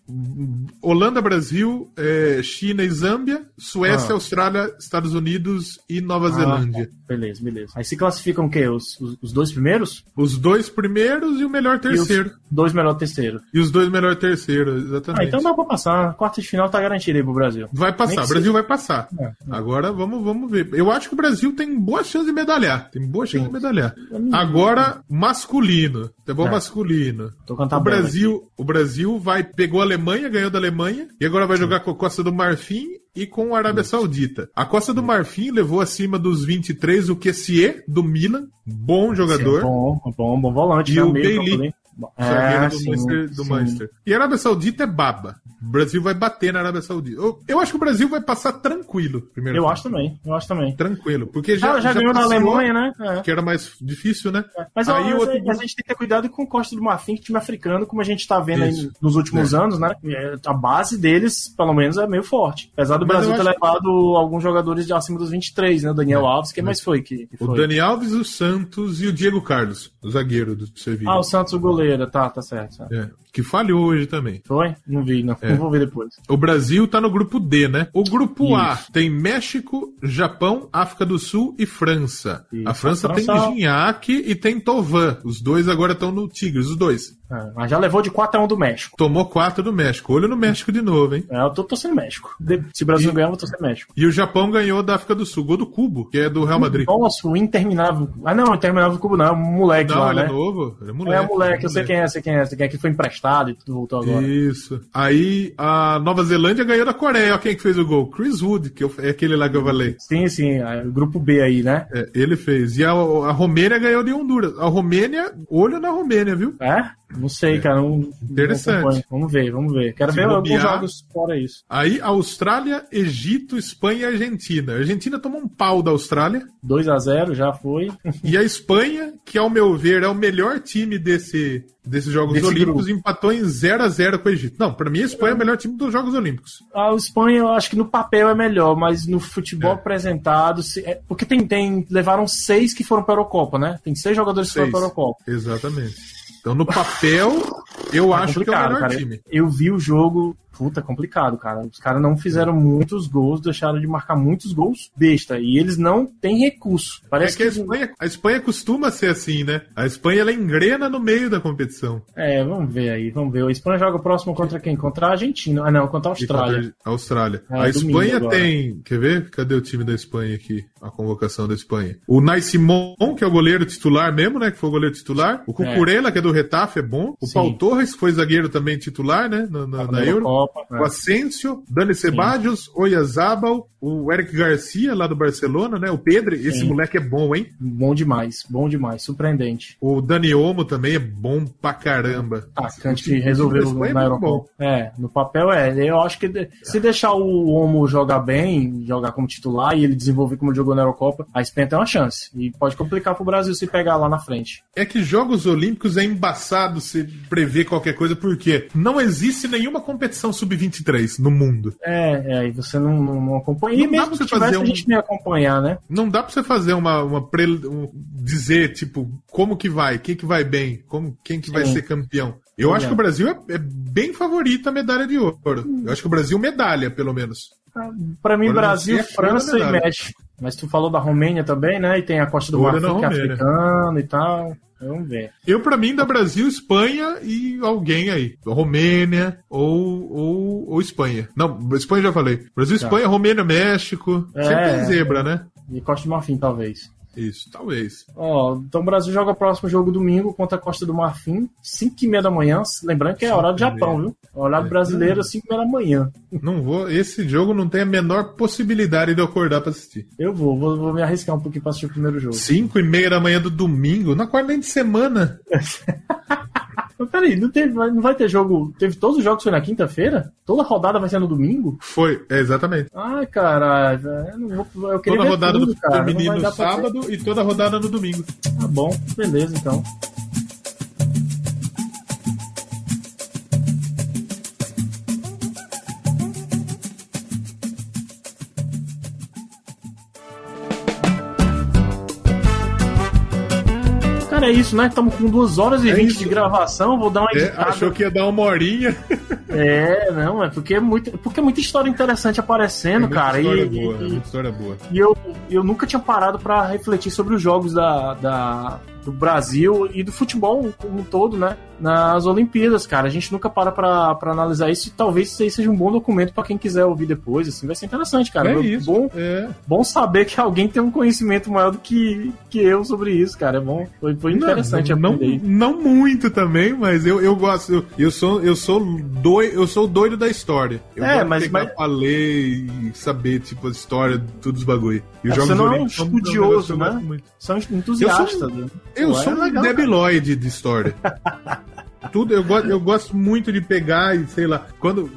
[SPEAKER 4] Holanda, Brasil, é, China e Zâmbia. Suécia,
[SPEAKER 3] Ah.
[SPEAKER 4] Austrália, Estados Unidos e Nova Zelândia.
[SPEAKER 3] Beleza, beleza. Aí se classificam o quê? Os, os, os dois primeiros?
[SPEAKER 4] Os dois primeiros e o
[SPEAKER 3] E
[SPEAKER 4] melhor
[SPEAKER 3] os
[SPEAKER 4] terceiro. E os,
[SPEAKER 3] dois melhor terceiro.
[SPEAKER 4] dois melhor terceiro, exatamente.
[SPEAKER 3] Ah, então dá pra passar. Quarta de final tá garantida aí pro Brasil.
[SPEAKER 4] Vai
[SPEAKER 3] Nem
[SPEAKER 4] passar, o
[SPEAKER 3] que
[SPEAKER 4] Brasil vai passar.
[SPEAKER 3] É, é.
[SPEAKER 4] Agora vamos, vamos ver. Eu acho que o Brasil tem boa chance de medalhar. Tem boa chance de medalhar.
[SPEAKER 3] não-
[SPEAKER 4] Agora, masculino. Tá bom,
[SPEAKER 3] né? É.
[SPEAKER 4] masculino.
[SPEAKER 3] Tô com a
[SPEAKER 4] O
[SPEAKER 3] tabela
[SPEAKER 4] Brasil, o Brasil vai pegou a Alemanha, ganhou da Alemanha, e agora vai jogar com a Costa do Marfim e com a Arábia Saudita. A Costa do Marfim levou acima dos 23 o Kessie do Milan, bom jogador.
[SPEAKER 3] é Bom, bom, bom volante.
[SPEAKER 4] E
[SPEAKER 3] né?
[SPEAKER 4] o
[SPEAKER 3] meio campo
[SPEAKER 4] Bailey,
[SPEAKER 3] ali.
[SPEAKER 4] Zagueiro
[SPEAKER 3] É,
[SPEAKER 4] do,
[SPEAKER 3] sim,
[SPEAKER 4] Manchester, do
[SPEAKER 3] sim.
[SPEAKER 4] Manchester. E a Arábia Saudita é baba. O Brasil vai bater na Arábia Saudita. Eu, eu acho que o Brasil vai passar tranquilo. Primeiro
[SPEAKER 3] Eu
[SPEAKER 4] turno.
[SPEAKER 3] acho também, eu acho também.
[SPEAKER 4] Tranquilo. Porque já,
[SPEAKER 3] Já, já, ganhou na
[SPEAKER 4] passou,
[SPEAKER 3] Alemanha, né? É.
[SPEAKER 4] Que era mais difícil, né?
[SPEAKER 3] Mas
[SPEAKER 4] aí
[SPEAKER 3] ó,
[SPEAKER 4] o
[SPEAKER 3] mas
[SPEAKER 4] outro.
[SPEAKER 3] a gente tem que ter cuidado com o Costa do Marfim, que time africano, como a gente tá vendo aí
[SPEAKER 4] Isso.
[SPEAKER 3] nos últimos anos, né? É, A base deles, pelo menos, é meio forte. Apesar do
[SPEAKER 4] Mas
[SPEAKER 3] Brasil
[SPEAKER 4] eu
[SPEAKER 3] ter
[SPEAKER 4] acho-
[SPEAKER 3] levado alguns jogadores de acima dos 23, né? O Daniel Alves, quem mais foi? Que, que
[SPEAKER 4] É. O
[SPEAKER 3] foi?
[SPEAKER 4] Dani Alves, o Santos e o Diego Carlos, o zagueiro do Sevilla.
[SPEAKER 3] Ah, o Santos, o goleiro, tá, tá certo. tá.
[SPEAKER 4] É, que falhou hoje também.
[SPEAKER 3] Foi? Não vi, não.
[SPEAKER 4] É.
[SPEAKER 3] Vou ver depois.
[SPEAKER 4] O Brasil tá no grupo D, né? O grupo A tem México, Japão, África do Sul e França.
[SPEAKER 3] Isso.
[SPEAKER 4] A França
[SPEAKER 3] A
[SPEAKER 4] tem
[SPEAKER 3] França-
[SPEAKER 4] Gignac e tem Tovan. Os dois agora estão no Tigres, os dois.
[SPEAKER 3] É, mas já levou de 4 a 1 do México.
[SPEAKER 4] Tomou quatro do México. Olho no México de novo, hein?
[SPEAKER 3] É, eu tô torcendo México. De- Se o Brasil ganhar, eu vou torcer México.
[SPEAKER 4] E o Japão ganhou da África do Sul. Gol do Cubo, que é do
[SPEAKER 3] Hum,
[SPEAKER 4] Real Madrid.
[SPEAKER 3] Nossa, o interminável. Ah, não, o interminável cubo não, é um moleque
[SPEAKER 4] Não,
[SPEAKER 3] lá,
[SPEAKER 4] ele
[SPEAKER 3] né?
[SPEAKER 4] é novo. Ele é moleque.
[SPEAKER 3] é um moleque, eu sei quem é, sei quem é, sei quem é, que foi emprestado e tudo voltou agora.
[SPEAKER 4] Isso. Aí a Nova Zelândia ganhou da Coreia. Olha quem que fez o gol. Chris Wood, que eu- é aquele lá que eu falei.
[SPEAKER 3] Sim, sim, é, o grupo B aí, né?
[SPEAKER 4] É, ele fez. E a, a Romênia ganhou de Honduras. A Romênia, olho na Romênia, viu?
[SPEAKER 3] É? Não sei, cara. Não,
[SPEAKER 4] Interessante.
[SPEAKER 3] não acompanho. vamos ver, vamos ver. Quero
[SPEAKER 4] Se
[SPEAKER 3] ver alguns
[SPEAKER 4] bobear-
[SPEAKER 3] jogos fora isso.
[SPEAKER 4] Aí Austrália, Egito, Espanha e Argentina. A Argentina tomou um pau da Austrália.
[SPEAKER 3] 2 a 0 já foi.
[SPEAKER 4] E a Espanha, que ao meu ver é o melhor time desse, desses Jogos
[SPEAKER 3] Desse
[SPEAKER 4] Olímpicos, empatou em 0 a 0 com o Egito. Não, pra mim a Espanha é o melhor time dos Jogos Olímpicos.
[SPEAKER 3] A Espanha, eu acho que no papel é melhor, mas no futebol
[SPEAKER 4] É.
[SPEAKER 3] apresentado. se- é- porque tem, tem. Levaram seis que foram para a Eurocopa, né? Tem seis jogadores que foram
[SPEAKER 4] Seis.
[SPEAKER 3] para a Eurocopa.
[SPEAKER 4] Exatamente. Então no papel, eu
[SPEAKER 3] É
[SPEAKER 4] acho que é o
[SPEAKER 3] complicado,
[SPEAKER 4] melhor
[SPEAKER 3] cara.
[SPEAKER 4] time.
[SPEAKER 3] Eu vi o jogo. Puta, é complicado, cara. Os caras não fizeram
[SPEAKER 4] É.
[SPEAKER 3] muitos gols, deixaram de marcar muitos gols besta. E eles não têm recurso.
[SPEAKER 4] É
[SPEAKER 3] Parece
[SPEAKER 4] que a
[SPEAKER 3] que
[SPEAKER 4] Espanha, a Espanha costuma ser assim, né? A Espanha ela engrena no meio da competição.
[SPEAKER 3] É, vamos ver aí, vamos ver. A Espanha joga próximo contra quem? Contra a Argentina. Ah, não, contra a Austrália.
[SPEAKER 4] A Austrália.
[SPEAKER 3] É,
[SPEAKER 4] a
[SPEAKER 3] domingo
[SPEAKER 4] Espanha
[SPEAKER 3] agora.
[SPEAKER 4] tem. Quer ver? Cadê o time da Espanha aqui? A convocação da Espanha. O Nai Simon, que é o goleiro titular mesmo, né? Que foi o goleiro titular. O Cucurella, que é do Retafe, é bom. O
[SPEAKER 3] Sim.
[SPEAKER 4] Paulo Torres, que foi zagueiro também titular, né? Na, na, na Euro.
[SPEAKER 3] Copa.
[SPEAKER 4] O Asensio, Dani Ceballos, Oyazabal, o Eric Garcia, lá do Barcelona, né? O Pedro, esse
[SPEAKER 3] Sim.
[SPEAKER 4] moleque é bom, hein?
[SPEAKER 3] Bom demais, bom demais, surpreendente.
[SPEAKER 4] O Dani Olmo também é bom pra caramba.
[SPEAKER 3] Atacante
[SPEAKER 4] O
[SPEAKER 3] que
[SPEAKER 4] time da
[SPEAKER 3] resolveu
[SPEAKER 4] Espanha é
[SPEAKER 3] na
[SPEAKER 4] muito
[SPEAKER 3] Eurocopa. É, no papel é. Eu acho que de- se deixar o Homo jogar bem, jogar como titular e ele desenvolver como ele jogou na Eurocopa, a Espanha tem uma chance. E pode complicar pro Brasil se pegar lá na frente.
[SPEAKER 4] É que Jogos Olímpicos é embaçado se prever qualquer coisa, porque não existe nenhuma competição sub-23 no mundo.
[SPEAKER 3] É, é, e você não, não, não acompanha. E
[SPEAKER 4] Não dá
[SPEAKER 3] mesmo
[SPEAKER 4] pra
[SPEAKER 3] se
[SPEAKER 4] você fazer
[SPEAKER 3] tivesse, a
[SPEAKER 4] um-
[SPEAKER 3] gente não ia acompanhar, né?
[SPEAKER 4] Não dá pra você fazer uma. uma pre- um- dizer, tipo, como que vai, quem que vai bem, como, quem que vai
[SPEAKER 3] Sim.
[SPEAKER 4] ser campeão. Eu acho que o Brasil é, é bem favorito à medalha de ouro. Eu acho que o Brasil medalha, pelo menos.
[SPEAKER 3] Pra mim,
[SPEAKER 4] Olha,
[SPEAKER 3] Brasil,
[SPEAKER 4] não sei a
[SPEAKER 3] França
[SPEAKER 4] China,
[SPEAKER 3] e
[SPEAKER 4] né?
[SPEAKER 3] México. Mas tu falou da Romênia também, né? E tem a Costa do
[SPEAKER 4] Olha
[SPEAKER 3] Marfim,
[SPEAKER 4] na
[SPEAKER 3] que é
[SPEAKER 4] Romênia.
[SPEAKER 3] africano e tal. Vamos ver.
[SPEAKER 4] Eu, pra mim, dá Brasil, Espanha e alguém aí. Romênia ou, ou, ou Espanha. Não, Espanha já falei. Brasil, Espanha, Romênia, México.
[SPEAKER 3] Tá. É.
[SPEAKER 4] Sempre tem zebra, né?
[SPEAKER 3] E Costa do Marfim, talvez.
[SPEAKER 4] Isso, talvez.
[SPEAKER 3] Ó, então o Brasil joga o próximo jogo domingo contra a Costa do Marfim, 5 e meia da manhã. Lembrando que é horário do
[SPEAKER 4] Cinco e
[SPEAKER 3] Japão,
[SPEAKER 4] meia.
[SPEAKER 3] viu? Horário
[SPEAKER 4] É.
[SPEAKER 3] brasileiro, 5 e meia da manhã.
[SPEAKER 4] Não vou. Esse jogo não tem a menor possibilidade de eu acordar pra assistir.
[SPEAKER 3] Eu vou, vou, vou me arriscar um pouquinho pra assistir o primeiro jogo.
[SPEAKER 4] Cinco e meia da manhã do domingo, não acorda nem de semana.
[SPEAKER 3] Mas peraí, não, teve, não vai ter jogo. Teve todos os jogos foi na quinta-feira? Toda rodada vai ser no domingo?
[SPEAKER 4] Foi, é, exatamente.
[SPEAKER 3] Ai, caralho, velho, eu não vou. Eu queria
[SPEAKER 4] Toda
[SPEAKER 3] ver
[SPEAKER 4] rodada
[SPEAKER 3] tudo,
[SPEAKER 4] do
[SPEAKER 3] cara. Não
[SPEAKER 4] feminino
[SPEAKER 3] vai
[SPEAKER 4] no
[SPEAKER 3] dar pra ter-
[SPEAKER 4] sábado e toda rodada no domingo.
[SPEAKER 3] Tá bom, beleza então. Cara, é isso, né? Estamos com 2 horas e
[SPEAKER 4] É
[SPEAKER 3] 20
[SPEAKER 4] isso.
[SPEAKER 3] de gravação. Vou dar uma
[SPEAKER 4] É,
[SPEAKER 3] editada.
[SPEAKER 4] achou que ia dar uma horinha.
[SPEAKER 3] Tá É, não, é porque é, muito, porque é muita história interessante aparecendo,
[SPEAKER 4] É muita
[SPEAKER 3] cara.
[SPEAKER 4] história
[SPEAKER 3] e,
[SPEAKER 4] boa, né?
[SPEAKER 3] e-
[SPEAKER 4] muita história boa.
[SPEAKER 3] e eu, eu nunca tinha parado pra refletir sobre os jogos da, da- do Brasil e do futebol como um todo, né? Nas Olimpíadas, cara. A gente nunca para pra, pra analisar isso e talvez isso aí seja um bom documento pra quem quiser ouvir depois, assim. Vai ser interessante, cara.
[SPEAKER 4] é isso.
[SPEAKER 3] Bom,
[SPEAKER 4] É.
[SPEAKER 3] bom saber que alguém tem um conhecimento maior do que, que eu sobre isso, cara. É bom. Foi, foi interessante
[SPEAKER 4] é não,
[SPEAKER 3] aprender
[SPEAKER 4] não,
[SPEAKER 3] isso.
[SPEAKER 4] não muito também, mas eu, eu gosto. Eu, eu sou eu sou doido, eu sou o doido da história. Eu
[SPEAKER 3] É,
[SPEAKER 4] gosto de
[SPEAKER 3] mas-
[SPEAKER 4] pegar
[SPEAKER 3] mas-
[SPEAKER 4] pra ler e saber tipo a história, todos os bagulho. E
[SPEAKER 3] É,
[SPEAKER 4] os
[SPEAKER 3] você não é um
[SPEAKER 4] olímpicos são negócio
[SPEAKER 3] estudioso,
[SPEAKER 4] que eu
[SPEAKER 3] né?
[SPEAKER 4] gosto muito.
[SPEAKER 3] São entusiastas. né?
[SPEAKER 4] Eu
[SPEAKER 3] Pô, é
[SPEAKER 4] sou um
[SPEAKER 3] legal, cara.
[SPEAKER 4] debiloide de história. Tudo, eu, go eu gosto muito de pegar e sei lá. Quando,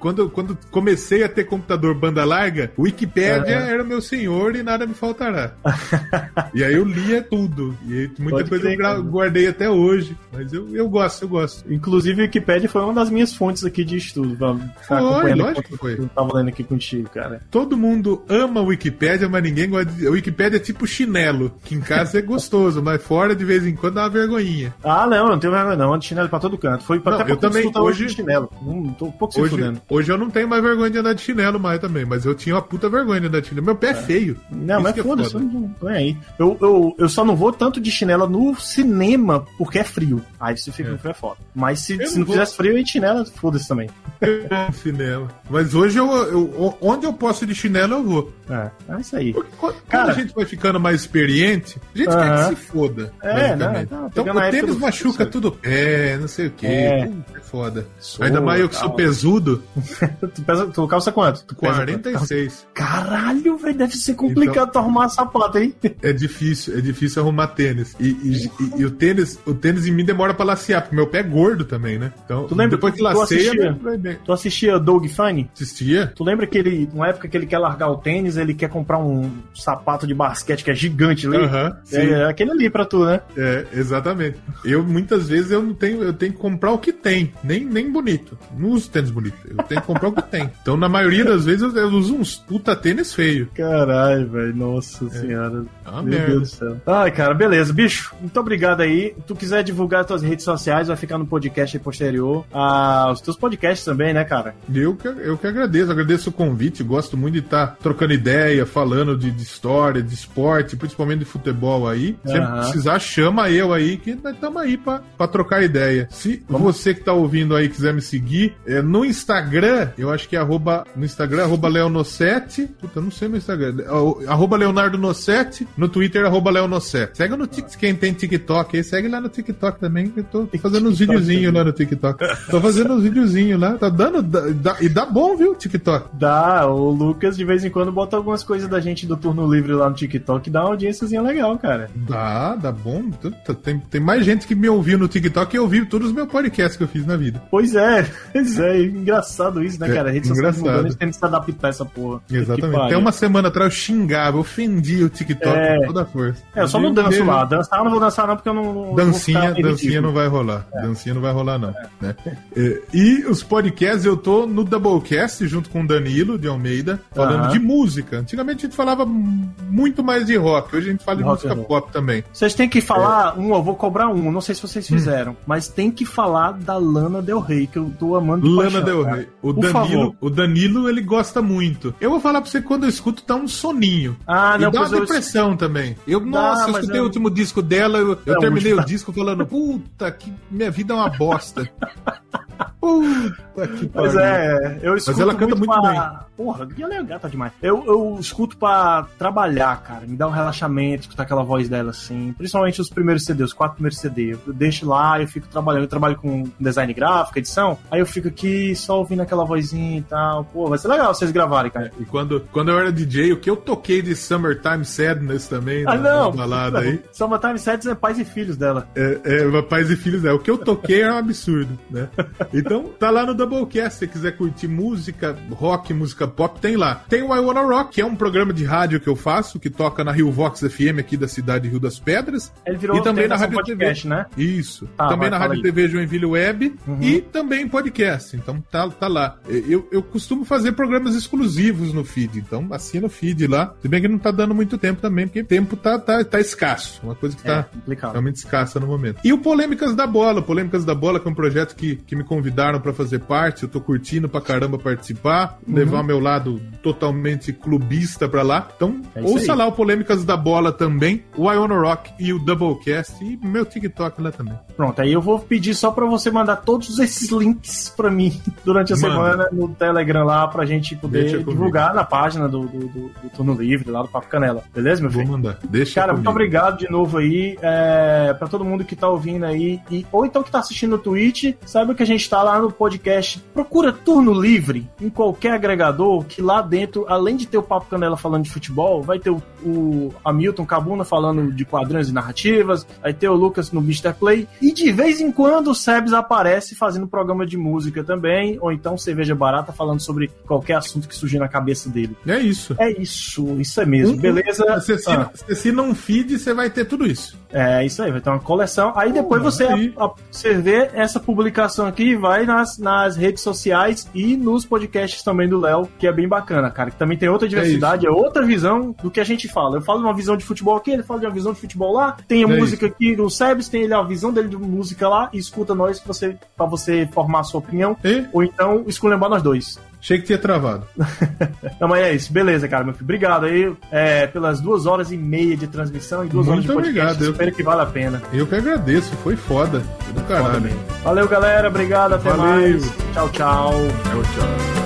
[SPEAKER 4] quando, quando comecei a ter computador banda larga, Wikipédia
[SPEAKER 3] Aham.
[SPEAKER 4] era meu senhor e nada me faltará. e aí eu lia tudo. E aí muita
[SPEAKER 3] Pode
[SPEAKER 4] coisa
[SPEAKER 3] crer,
[SPEAKER 4] eu gra-
[SPEAKER 3] cara.
[SPEAKER 4] guardei até hoje. Mas eu, eu gosto, eu gosto.
[SPEAKER 3] Inclusive, o Wikipedia foi uma das minhas fontes aqui de estudo. Pra, pra
[SPEAKER 4] Foi,
[SPEAKER 3] acompanhando
[SPEAKER 4] lógico
[SPEAKER 3] enquanto
[SPEAKER 4] que foi.
[SPEAKER 3] Eu tava lendo aqui contigo, cara.
[SPEAKER 4] Todo mundo ama Wikipédia, mas ninguém gosta de. Wikipédia é tipo chinelo, que em casa é gostoso, mas fora de vez em quando dá uma vergonhinha.
[SPEAKER 3] Ah, não, eu não tenho vergonha, não. Ando de chinelo pra todo canto. Foi pra
[SPEAKER 4] Não,
[SPEAKER 3] até pra
[SPEAKER 4] eu também,
[SPEAKER 3] consulta
[SPEAKER 4] hoje-
[SPEAKER 3] de chinelo. Não, tô um pouco se
[SPEAKER 4] Hoje,
[SPEAKER 3] fudendo.
[SPEAKER 4] hoje eu não tenho mais vergonha de andar de chinelo mais também, mas eu tinha uma puta vergonha de andar de chinelo. Meu pé é, feio.
[SPEAKER 3] Não,
[SPEAKER 4] Isso
[SPEAKER 3] mas
[SPEAKER 4] que é
[SPEAKER 3] foda-se, eu não tô nem aí. Eu, eu, eu só não vou tanto de chinelo no cinema porque é frio. Aí você fica é. é foda. Mas se,
[SPEAKER 4] Eu
[SPEAKER 3] se
[SPEAKER 4] não
[SPEAKER 3] não
[SPEAKER 4] vou.
[SPEAKER 3] fizesse frio, eu ia de chinelo, foda-se também.
[SPEAKER 4] É, chinelo. Mas hoje eu, eu- onde eu posso ir de chinelo eu vou.
[SPEAKER 3] É, é isso aí.
[SPEAKER 4] Porque quando
[SPEAKER 3] Cara.
[SPEAKER 4] a gente vai ficando mais experiente, a gente quer
[SPEAKER 3] Aham.
[SPEAKER 4] que se foda.
[SPEAKER 3] É,
[SPEAKER 4] basicamente.
[SPEAKER 3] não, tá
[SPEAKER 4] então
[SPEAKER 3] pegando a
[SPEAKER 4] o
[SPEAKER 3] época
[SPEAKER 4] tênis
[SPEAKER 3] do-
[SPEAKER 4] machuca
[SPEAKER 3] do-
[SPEAKER 4] tudo. É, não sei o que.
[SPEAKER 3] É.
[SPEAKER 4] É. foda.
[SPEAKER 3] Sou,
[SPEAKER 4] Ainda mais eu que sou
[SPEAKER 3] calma.
[SPEAKER 4] pesudo,
[SPEAKER 3] Tu, pesa, tu calça quanto? Tu pesa quanto?
[SPEAKER 4] 46.
[SPEAKER 3] Caralho, velho, deve ser complicado
[SPEAKER 4] Então-
[SPEAKER 3] tu arrumar sapato, hein?
[SPEAKER 4] É difícil, é difícil arrumar tênis. E, e- e- e o tênis, o tênis em mim demora pra lacear, porque meu pé é gordo também, né? Então,
[SPEAKER 3] Tu lembra
[SPEAKER 4] depois que
[SPEAKER 3] que tu
[SPEAKER 4] laceia,
[SPEAKER 3] assistia?
[SPEAKER 4] vai bem.
[SPEAKER 3] Tu assistia Doug Funny?
[SPEAKER 4] Assistia?
[SPEAKER 3] Tu lembra que ele, numa época que ele quer largar o tênis, ele quer comprar um sapato de basquete que é gigante, lembra?
[SPEAKER 4] Aham, sim.
[SPEAKER 3] É, é aquele ali pra tu, né?
[SPEAKER 4] É, exatamente. Eu muitas vezes eu não tenho, eu tenho que comprar o que tem, nem, nem bonito. Não uso tênis bonito, eu tenho que comprar o que tem. Então, na maioria das vezes eu, eu uso uns puta tênis feio.
[SPEAKER 3] Caralho, velho. Nossa senhora.
[SPEAKER 4] É uma
[SPEAKER 3] Meu
[SPEAKER 4] merda.
[SPEAKER 3] Deus do céu. Ai, cara, beleza. Bicho, muito obrigado aí. Tu quiser divulgar tuas redes sociais, vai ficar no podcast aí posterior. Ah, os teus podcasts também, né, cara?
[SPEAKER 4] E Eu que, eu que agradeço, agradeço o convite, gosto muito de estar trocando ideia, falando de, de história, de esporte, principalmente de futebol aí. Se
[SPEAKER 3] Aham.
[SPEAKER 4] precisar, chama eu aí, que nós estamos aí pra pra trocar ideia. Se você que tá ouvindo aí quiser me seguir, é, no Instagram, eu acho que é arroba, no Instagram, é arroba Leonossete, puta, eu não sei meu Instagram, É, o- arroba Leonardo Nossete, no Twitter, arroba Leonossete. Segue no TikTok, quem tem TikTok aí, segue lá no TikTok também, que eu tô fazendo uns videozinhos lá no TikTok. Tô fazendo uns videozinhos lá, tá dando, dá- dá- e dá bom, viu, TikTok.
[SPEAKER 3] Dá, o Lucas de vez em quando bota algumas coisas da gente do turno livre lá no TikTok e dá uma audiênciazinha legal, cara.
[SPEAKER 4] Dá, dá bom. Puta, Tem, tem mais gente que me ouviu no TikTok que eu ouvi todos os meus podcasts que eu fiz na vida.
[SPEAKER 3] Pois é, pois é, engraçado isso, né,
[SPEAKER 4] É,
[SPEAKER 3] cara? A gente social tá
[SPEAKER 4] engraçado.
[SPEAKER 3] mudando, a gente tem que se adaptar a essa porra. Que
[SPEAKER 4] Exatamente.
[SPEAKER 3] pariu.
[SPEAKER 4] Até uma semana atrás eu xingava, ofendia o TikTok
[SPEAKER 3] É.
[SPEAKER 4] com toda a força.
[SPEAKER 3] É, eu só não danço lá. Dançar eu não vou dançar não, porque eu não- não...
[SPEAKER 4] Dancinha,
[SPEAKER 3] vou ficar
[SPEAKER 4] dancinha não vai rolar. Dancinha não vai rolar, não. né? É, E os podcasts, eu tô no Doublecast junto com o Danilo de Almeida, falando
[SPEAKER 3] Aham.
[SPEAKER 4] de música. Antigamente a gente falava muito mais de rock, hoje a gente fala de
[SPEAKER 3] Rock and
[SPEAKER 4] música
[SPEAKER 3] roll.
[SPEAKER 4] pop também.
[SPEAKER 3] Vocês têm que
[SPEAKER 4] É.
[SPEAKER 3] falar um, eu vou cobrar um, não sei se vocês
[SPEAKER 4] Hum.
[SPEAKER 3] fizeram, mas tem que falar da Lana Del Rey, que eu tô amando. de
[SPEAKER 4] Lana
[SPEAKER 3] paixão,
[SPEAKER 4] Del
[SPEAKER 3] cara.
[SPEAKER 4] Rey. O
[SPEAKER 3] Por favor.
[SPEAKER 4] Danilo, o Danilo, ele gosta muito. Eu vou falar pra você, quando eu escuto, tá um soninho.
[SPEAKER 3] Ah, não,
[SPEAKER 4] e dá uma
[SPEAKER 3] pois eu...
[SPEAKER 4] depressão também. Eu, nossa, eu
[SPEAKER 3] mas
[SPEAKER 4] escutei
[SPEAKER 3] eu-
[SPEAKER 4] o último disco dela, eu, eu
[SPEAKER 3] É, o
[SPEAKER 4] terminei o
[SPEAKER 3] último.
[SPEAKER 4] disco falando, puta, que minha vida é uma bosta. Puta Puta que
[SPEAKER 3] Pois
[SPEAKER 4] pariu.
[SPEAKER 3] é, eu escuto
[SPEAKER 4] ela canta muito
[SPEAKER 3] pra... Porra, Guia Leão é gata demais. Eu, eu escuto pra trabalhar, cara. Me dá um relaxamento, escutar aquela voz dela, assim. Principalmente os primeiros CDs, os quatro primeiros CDs. Eu deixo lá, eu fico trabalhando. Eu trabalho com design gráfico, edição. Aí eu fico aqui só ouvindo aquela vozinha e tal. Pô, vai ser legal vocês gravarem, cara.
[SPEAKER 4] É, E quando, quando eu era DJ, o que eu toquei de Summertime Sadness também,
[SPEAKER 3] Ah,
[SPEAKER 4] na- nas
[SPEAKER 3] não!
[SPEAKER 4] baladas aí.
[SPEAKER 3] Summertime Sets é pais e filhos dela.
[SPEAKER 4] É, é, pais e filhos, é. O que eu toquei é um absurdo, né? Então, tá lá no Doublecast. Se você quiser curtir música, rock, música pop, tem lá. Tem o I Wanna Rock, que é um programa de rádio que eu faço, que toca na Rio Vox FM aqui da cidade de Rio das Pedras.
[SPEAKER 3] Ele virou
[SPEAKER 4] E também na
[SPEAKER 3] alternação
[SPEAKER 4] Rádio
[SPEAKER 3] podcast,
[SPEAKER 4] TV.
[SPEAKER 3] né?
[SPEAKER 4] Isso.
[SPEAKER 3] Tá, vai,
[SPEAKER 4] também
[SPEAKER 3] Uhum.
[SPEAKER 4] na
[SPEAKER 3] fala
[SPEAKER 4] Rádio
[SPEAKER 3] aí.
[SPEAKER 4] TV Joinville Web e também podcast. Então tá, tá lá. Eu, eu costumo fazer programas exclusivos no feed. Então assina o feed lá. Se bem que não tá dando muito tempo também, porque tempo tá, tá, tá escasso. Uma coisa que
[SPEAKER 3] É,
[SPEAKER 4] tá
[SPEAKER 3] complicado.
[SPEAKER 4] realmente escassa no momento. E o Polêmicas da Bola. Polêmicas da Bola, que é um projeto que, que me convidaram pra fazer parte. Eu tô curtindo pra caramba participar.
[SPEAKER 3] Uhum.
[SPEAKER 4] Levar meu lado totalmente clubista pra lá. Então
[SPEAKER 3] É isso
[SPEAKER 4] ouça
[SPEAKER 3] aí.
[SPEAKER 4] lá o Polêmicas da Bola também. O Iono Rock e o Doublecast. E meu TikTok lá também.
[SPEAKER 3] Pronto, aí eu vou pedir só pra você mandar todos esses links pra mim durante a
[SPEAKER 4] Manda.
[SPEAKER 3] semana no Telegram lá pra gente poder
[SPEAKER 4] Deixa comigo.
[SPEAKER 3] divulgar na página do, do, do- do Turno Livre, lá do Papo Canela. Beleza, meu
[SPEAKER 4] Vou
[SPEAKER 3] filho?
[SPEAKER 4] mandar. Deixa
[SPEAKER 3] Cara, muito
[SPEAKER 4] comigo.
[SPEAKER 3] obrigado de novo aí é, para todo mundo que tá ouvindo aí, e, ou então que tá assistindo no Twitch, saiba que a gente tá lá no podcast. Procura Turno Livre em qualquer agregador, que lá dentro, além de ter o Papo Canela falando de futebol, vai ter o, o Hamilton Cabuna falando de quadrinhos e narrativas, vai ter o Lucas no Mr. Play, e de vez em quando o Sebs aparece fazendo programa de música também, ou então Cerveja Barata falando sobre qualquer assunto que surgir na cabeça dele.
[SPEAKER 4] É isso.
[SPEAKER 3] É isso, isso é mesmo,
[SPEAKER 4] Um-
[SPEAKER 3] beleza?
[SPEAKER 4] Você assina,
[SPEAKER 3] Ah.
[SPEAKER 4] você assina um feed, você vai ter tudo isso.
[SPEAKER 3] É isso aí, vai ter uma coleção. Aí depois
[SPEAKER 4] Pô,
[SPEAKER 3] você,
[SPEAKER 4] aí.
[SPEAKER 3] a- a- você vê essa publicação aqui e vai nas, nas redes sociais e nos podcasts também do Léo, que é bem bacana, cara. Que também tem outra diversidade, é, outra visão do que a gente fala. Eu falo de uma visão de futebol aqui, ele fala de uma visão de futebol lá, tem a
[SPEAKER 4] É
[SPEAKER 3] música aqui do Sebs, tem ele a visão dele de música lá, e escuta nós que você, pra você formar a sua opinião.
[SPEAKER 4] E
[SPEAKER 3] Ou então esculhambar nós dois.
[SPEAKER 4] achei que tinha travado.
[SPEAKER 3] Não, mas é isso. Beleza, cara, meu filho. Obrigado aí é, pelas duas horas e meia de transmissão e duas horas de
[SPEAKER 4] Muito
[SPEAKER 3] podcast.
[SPEAKER 4] obrigado, eu-
[SPEAKER 3] Espero que vale a pena.
[SPEAKER 4] Eu que agradeço, foi foda. Foi Do caralho.
[SPEAKER 3] Valeu, galera. Obrigado. Até
[SPEAKER 4] Valeu.
[SPEAKER 3] mais. Tchau, tchau.
[SPEAKER 4] É, Tchau, tchau.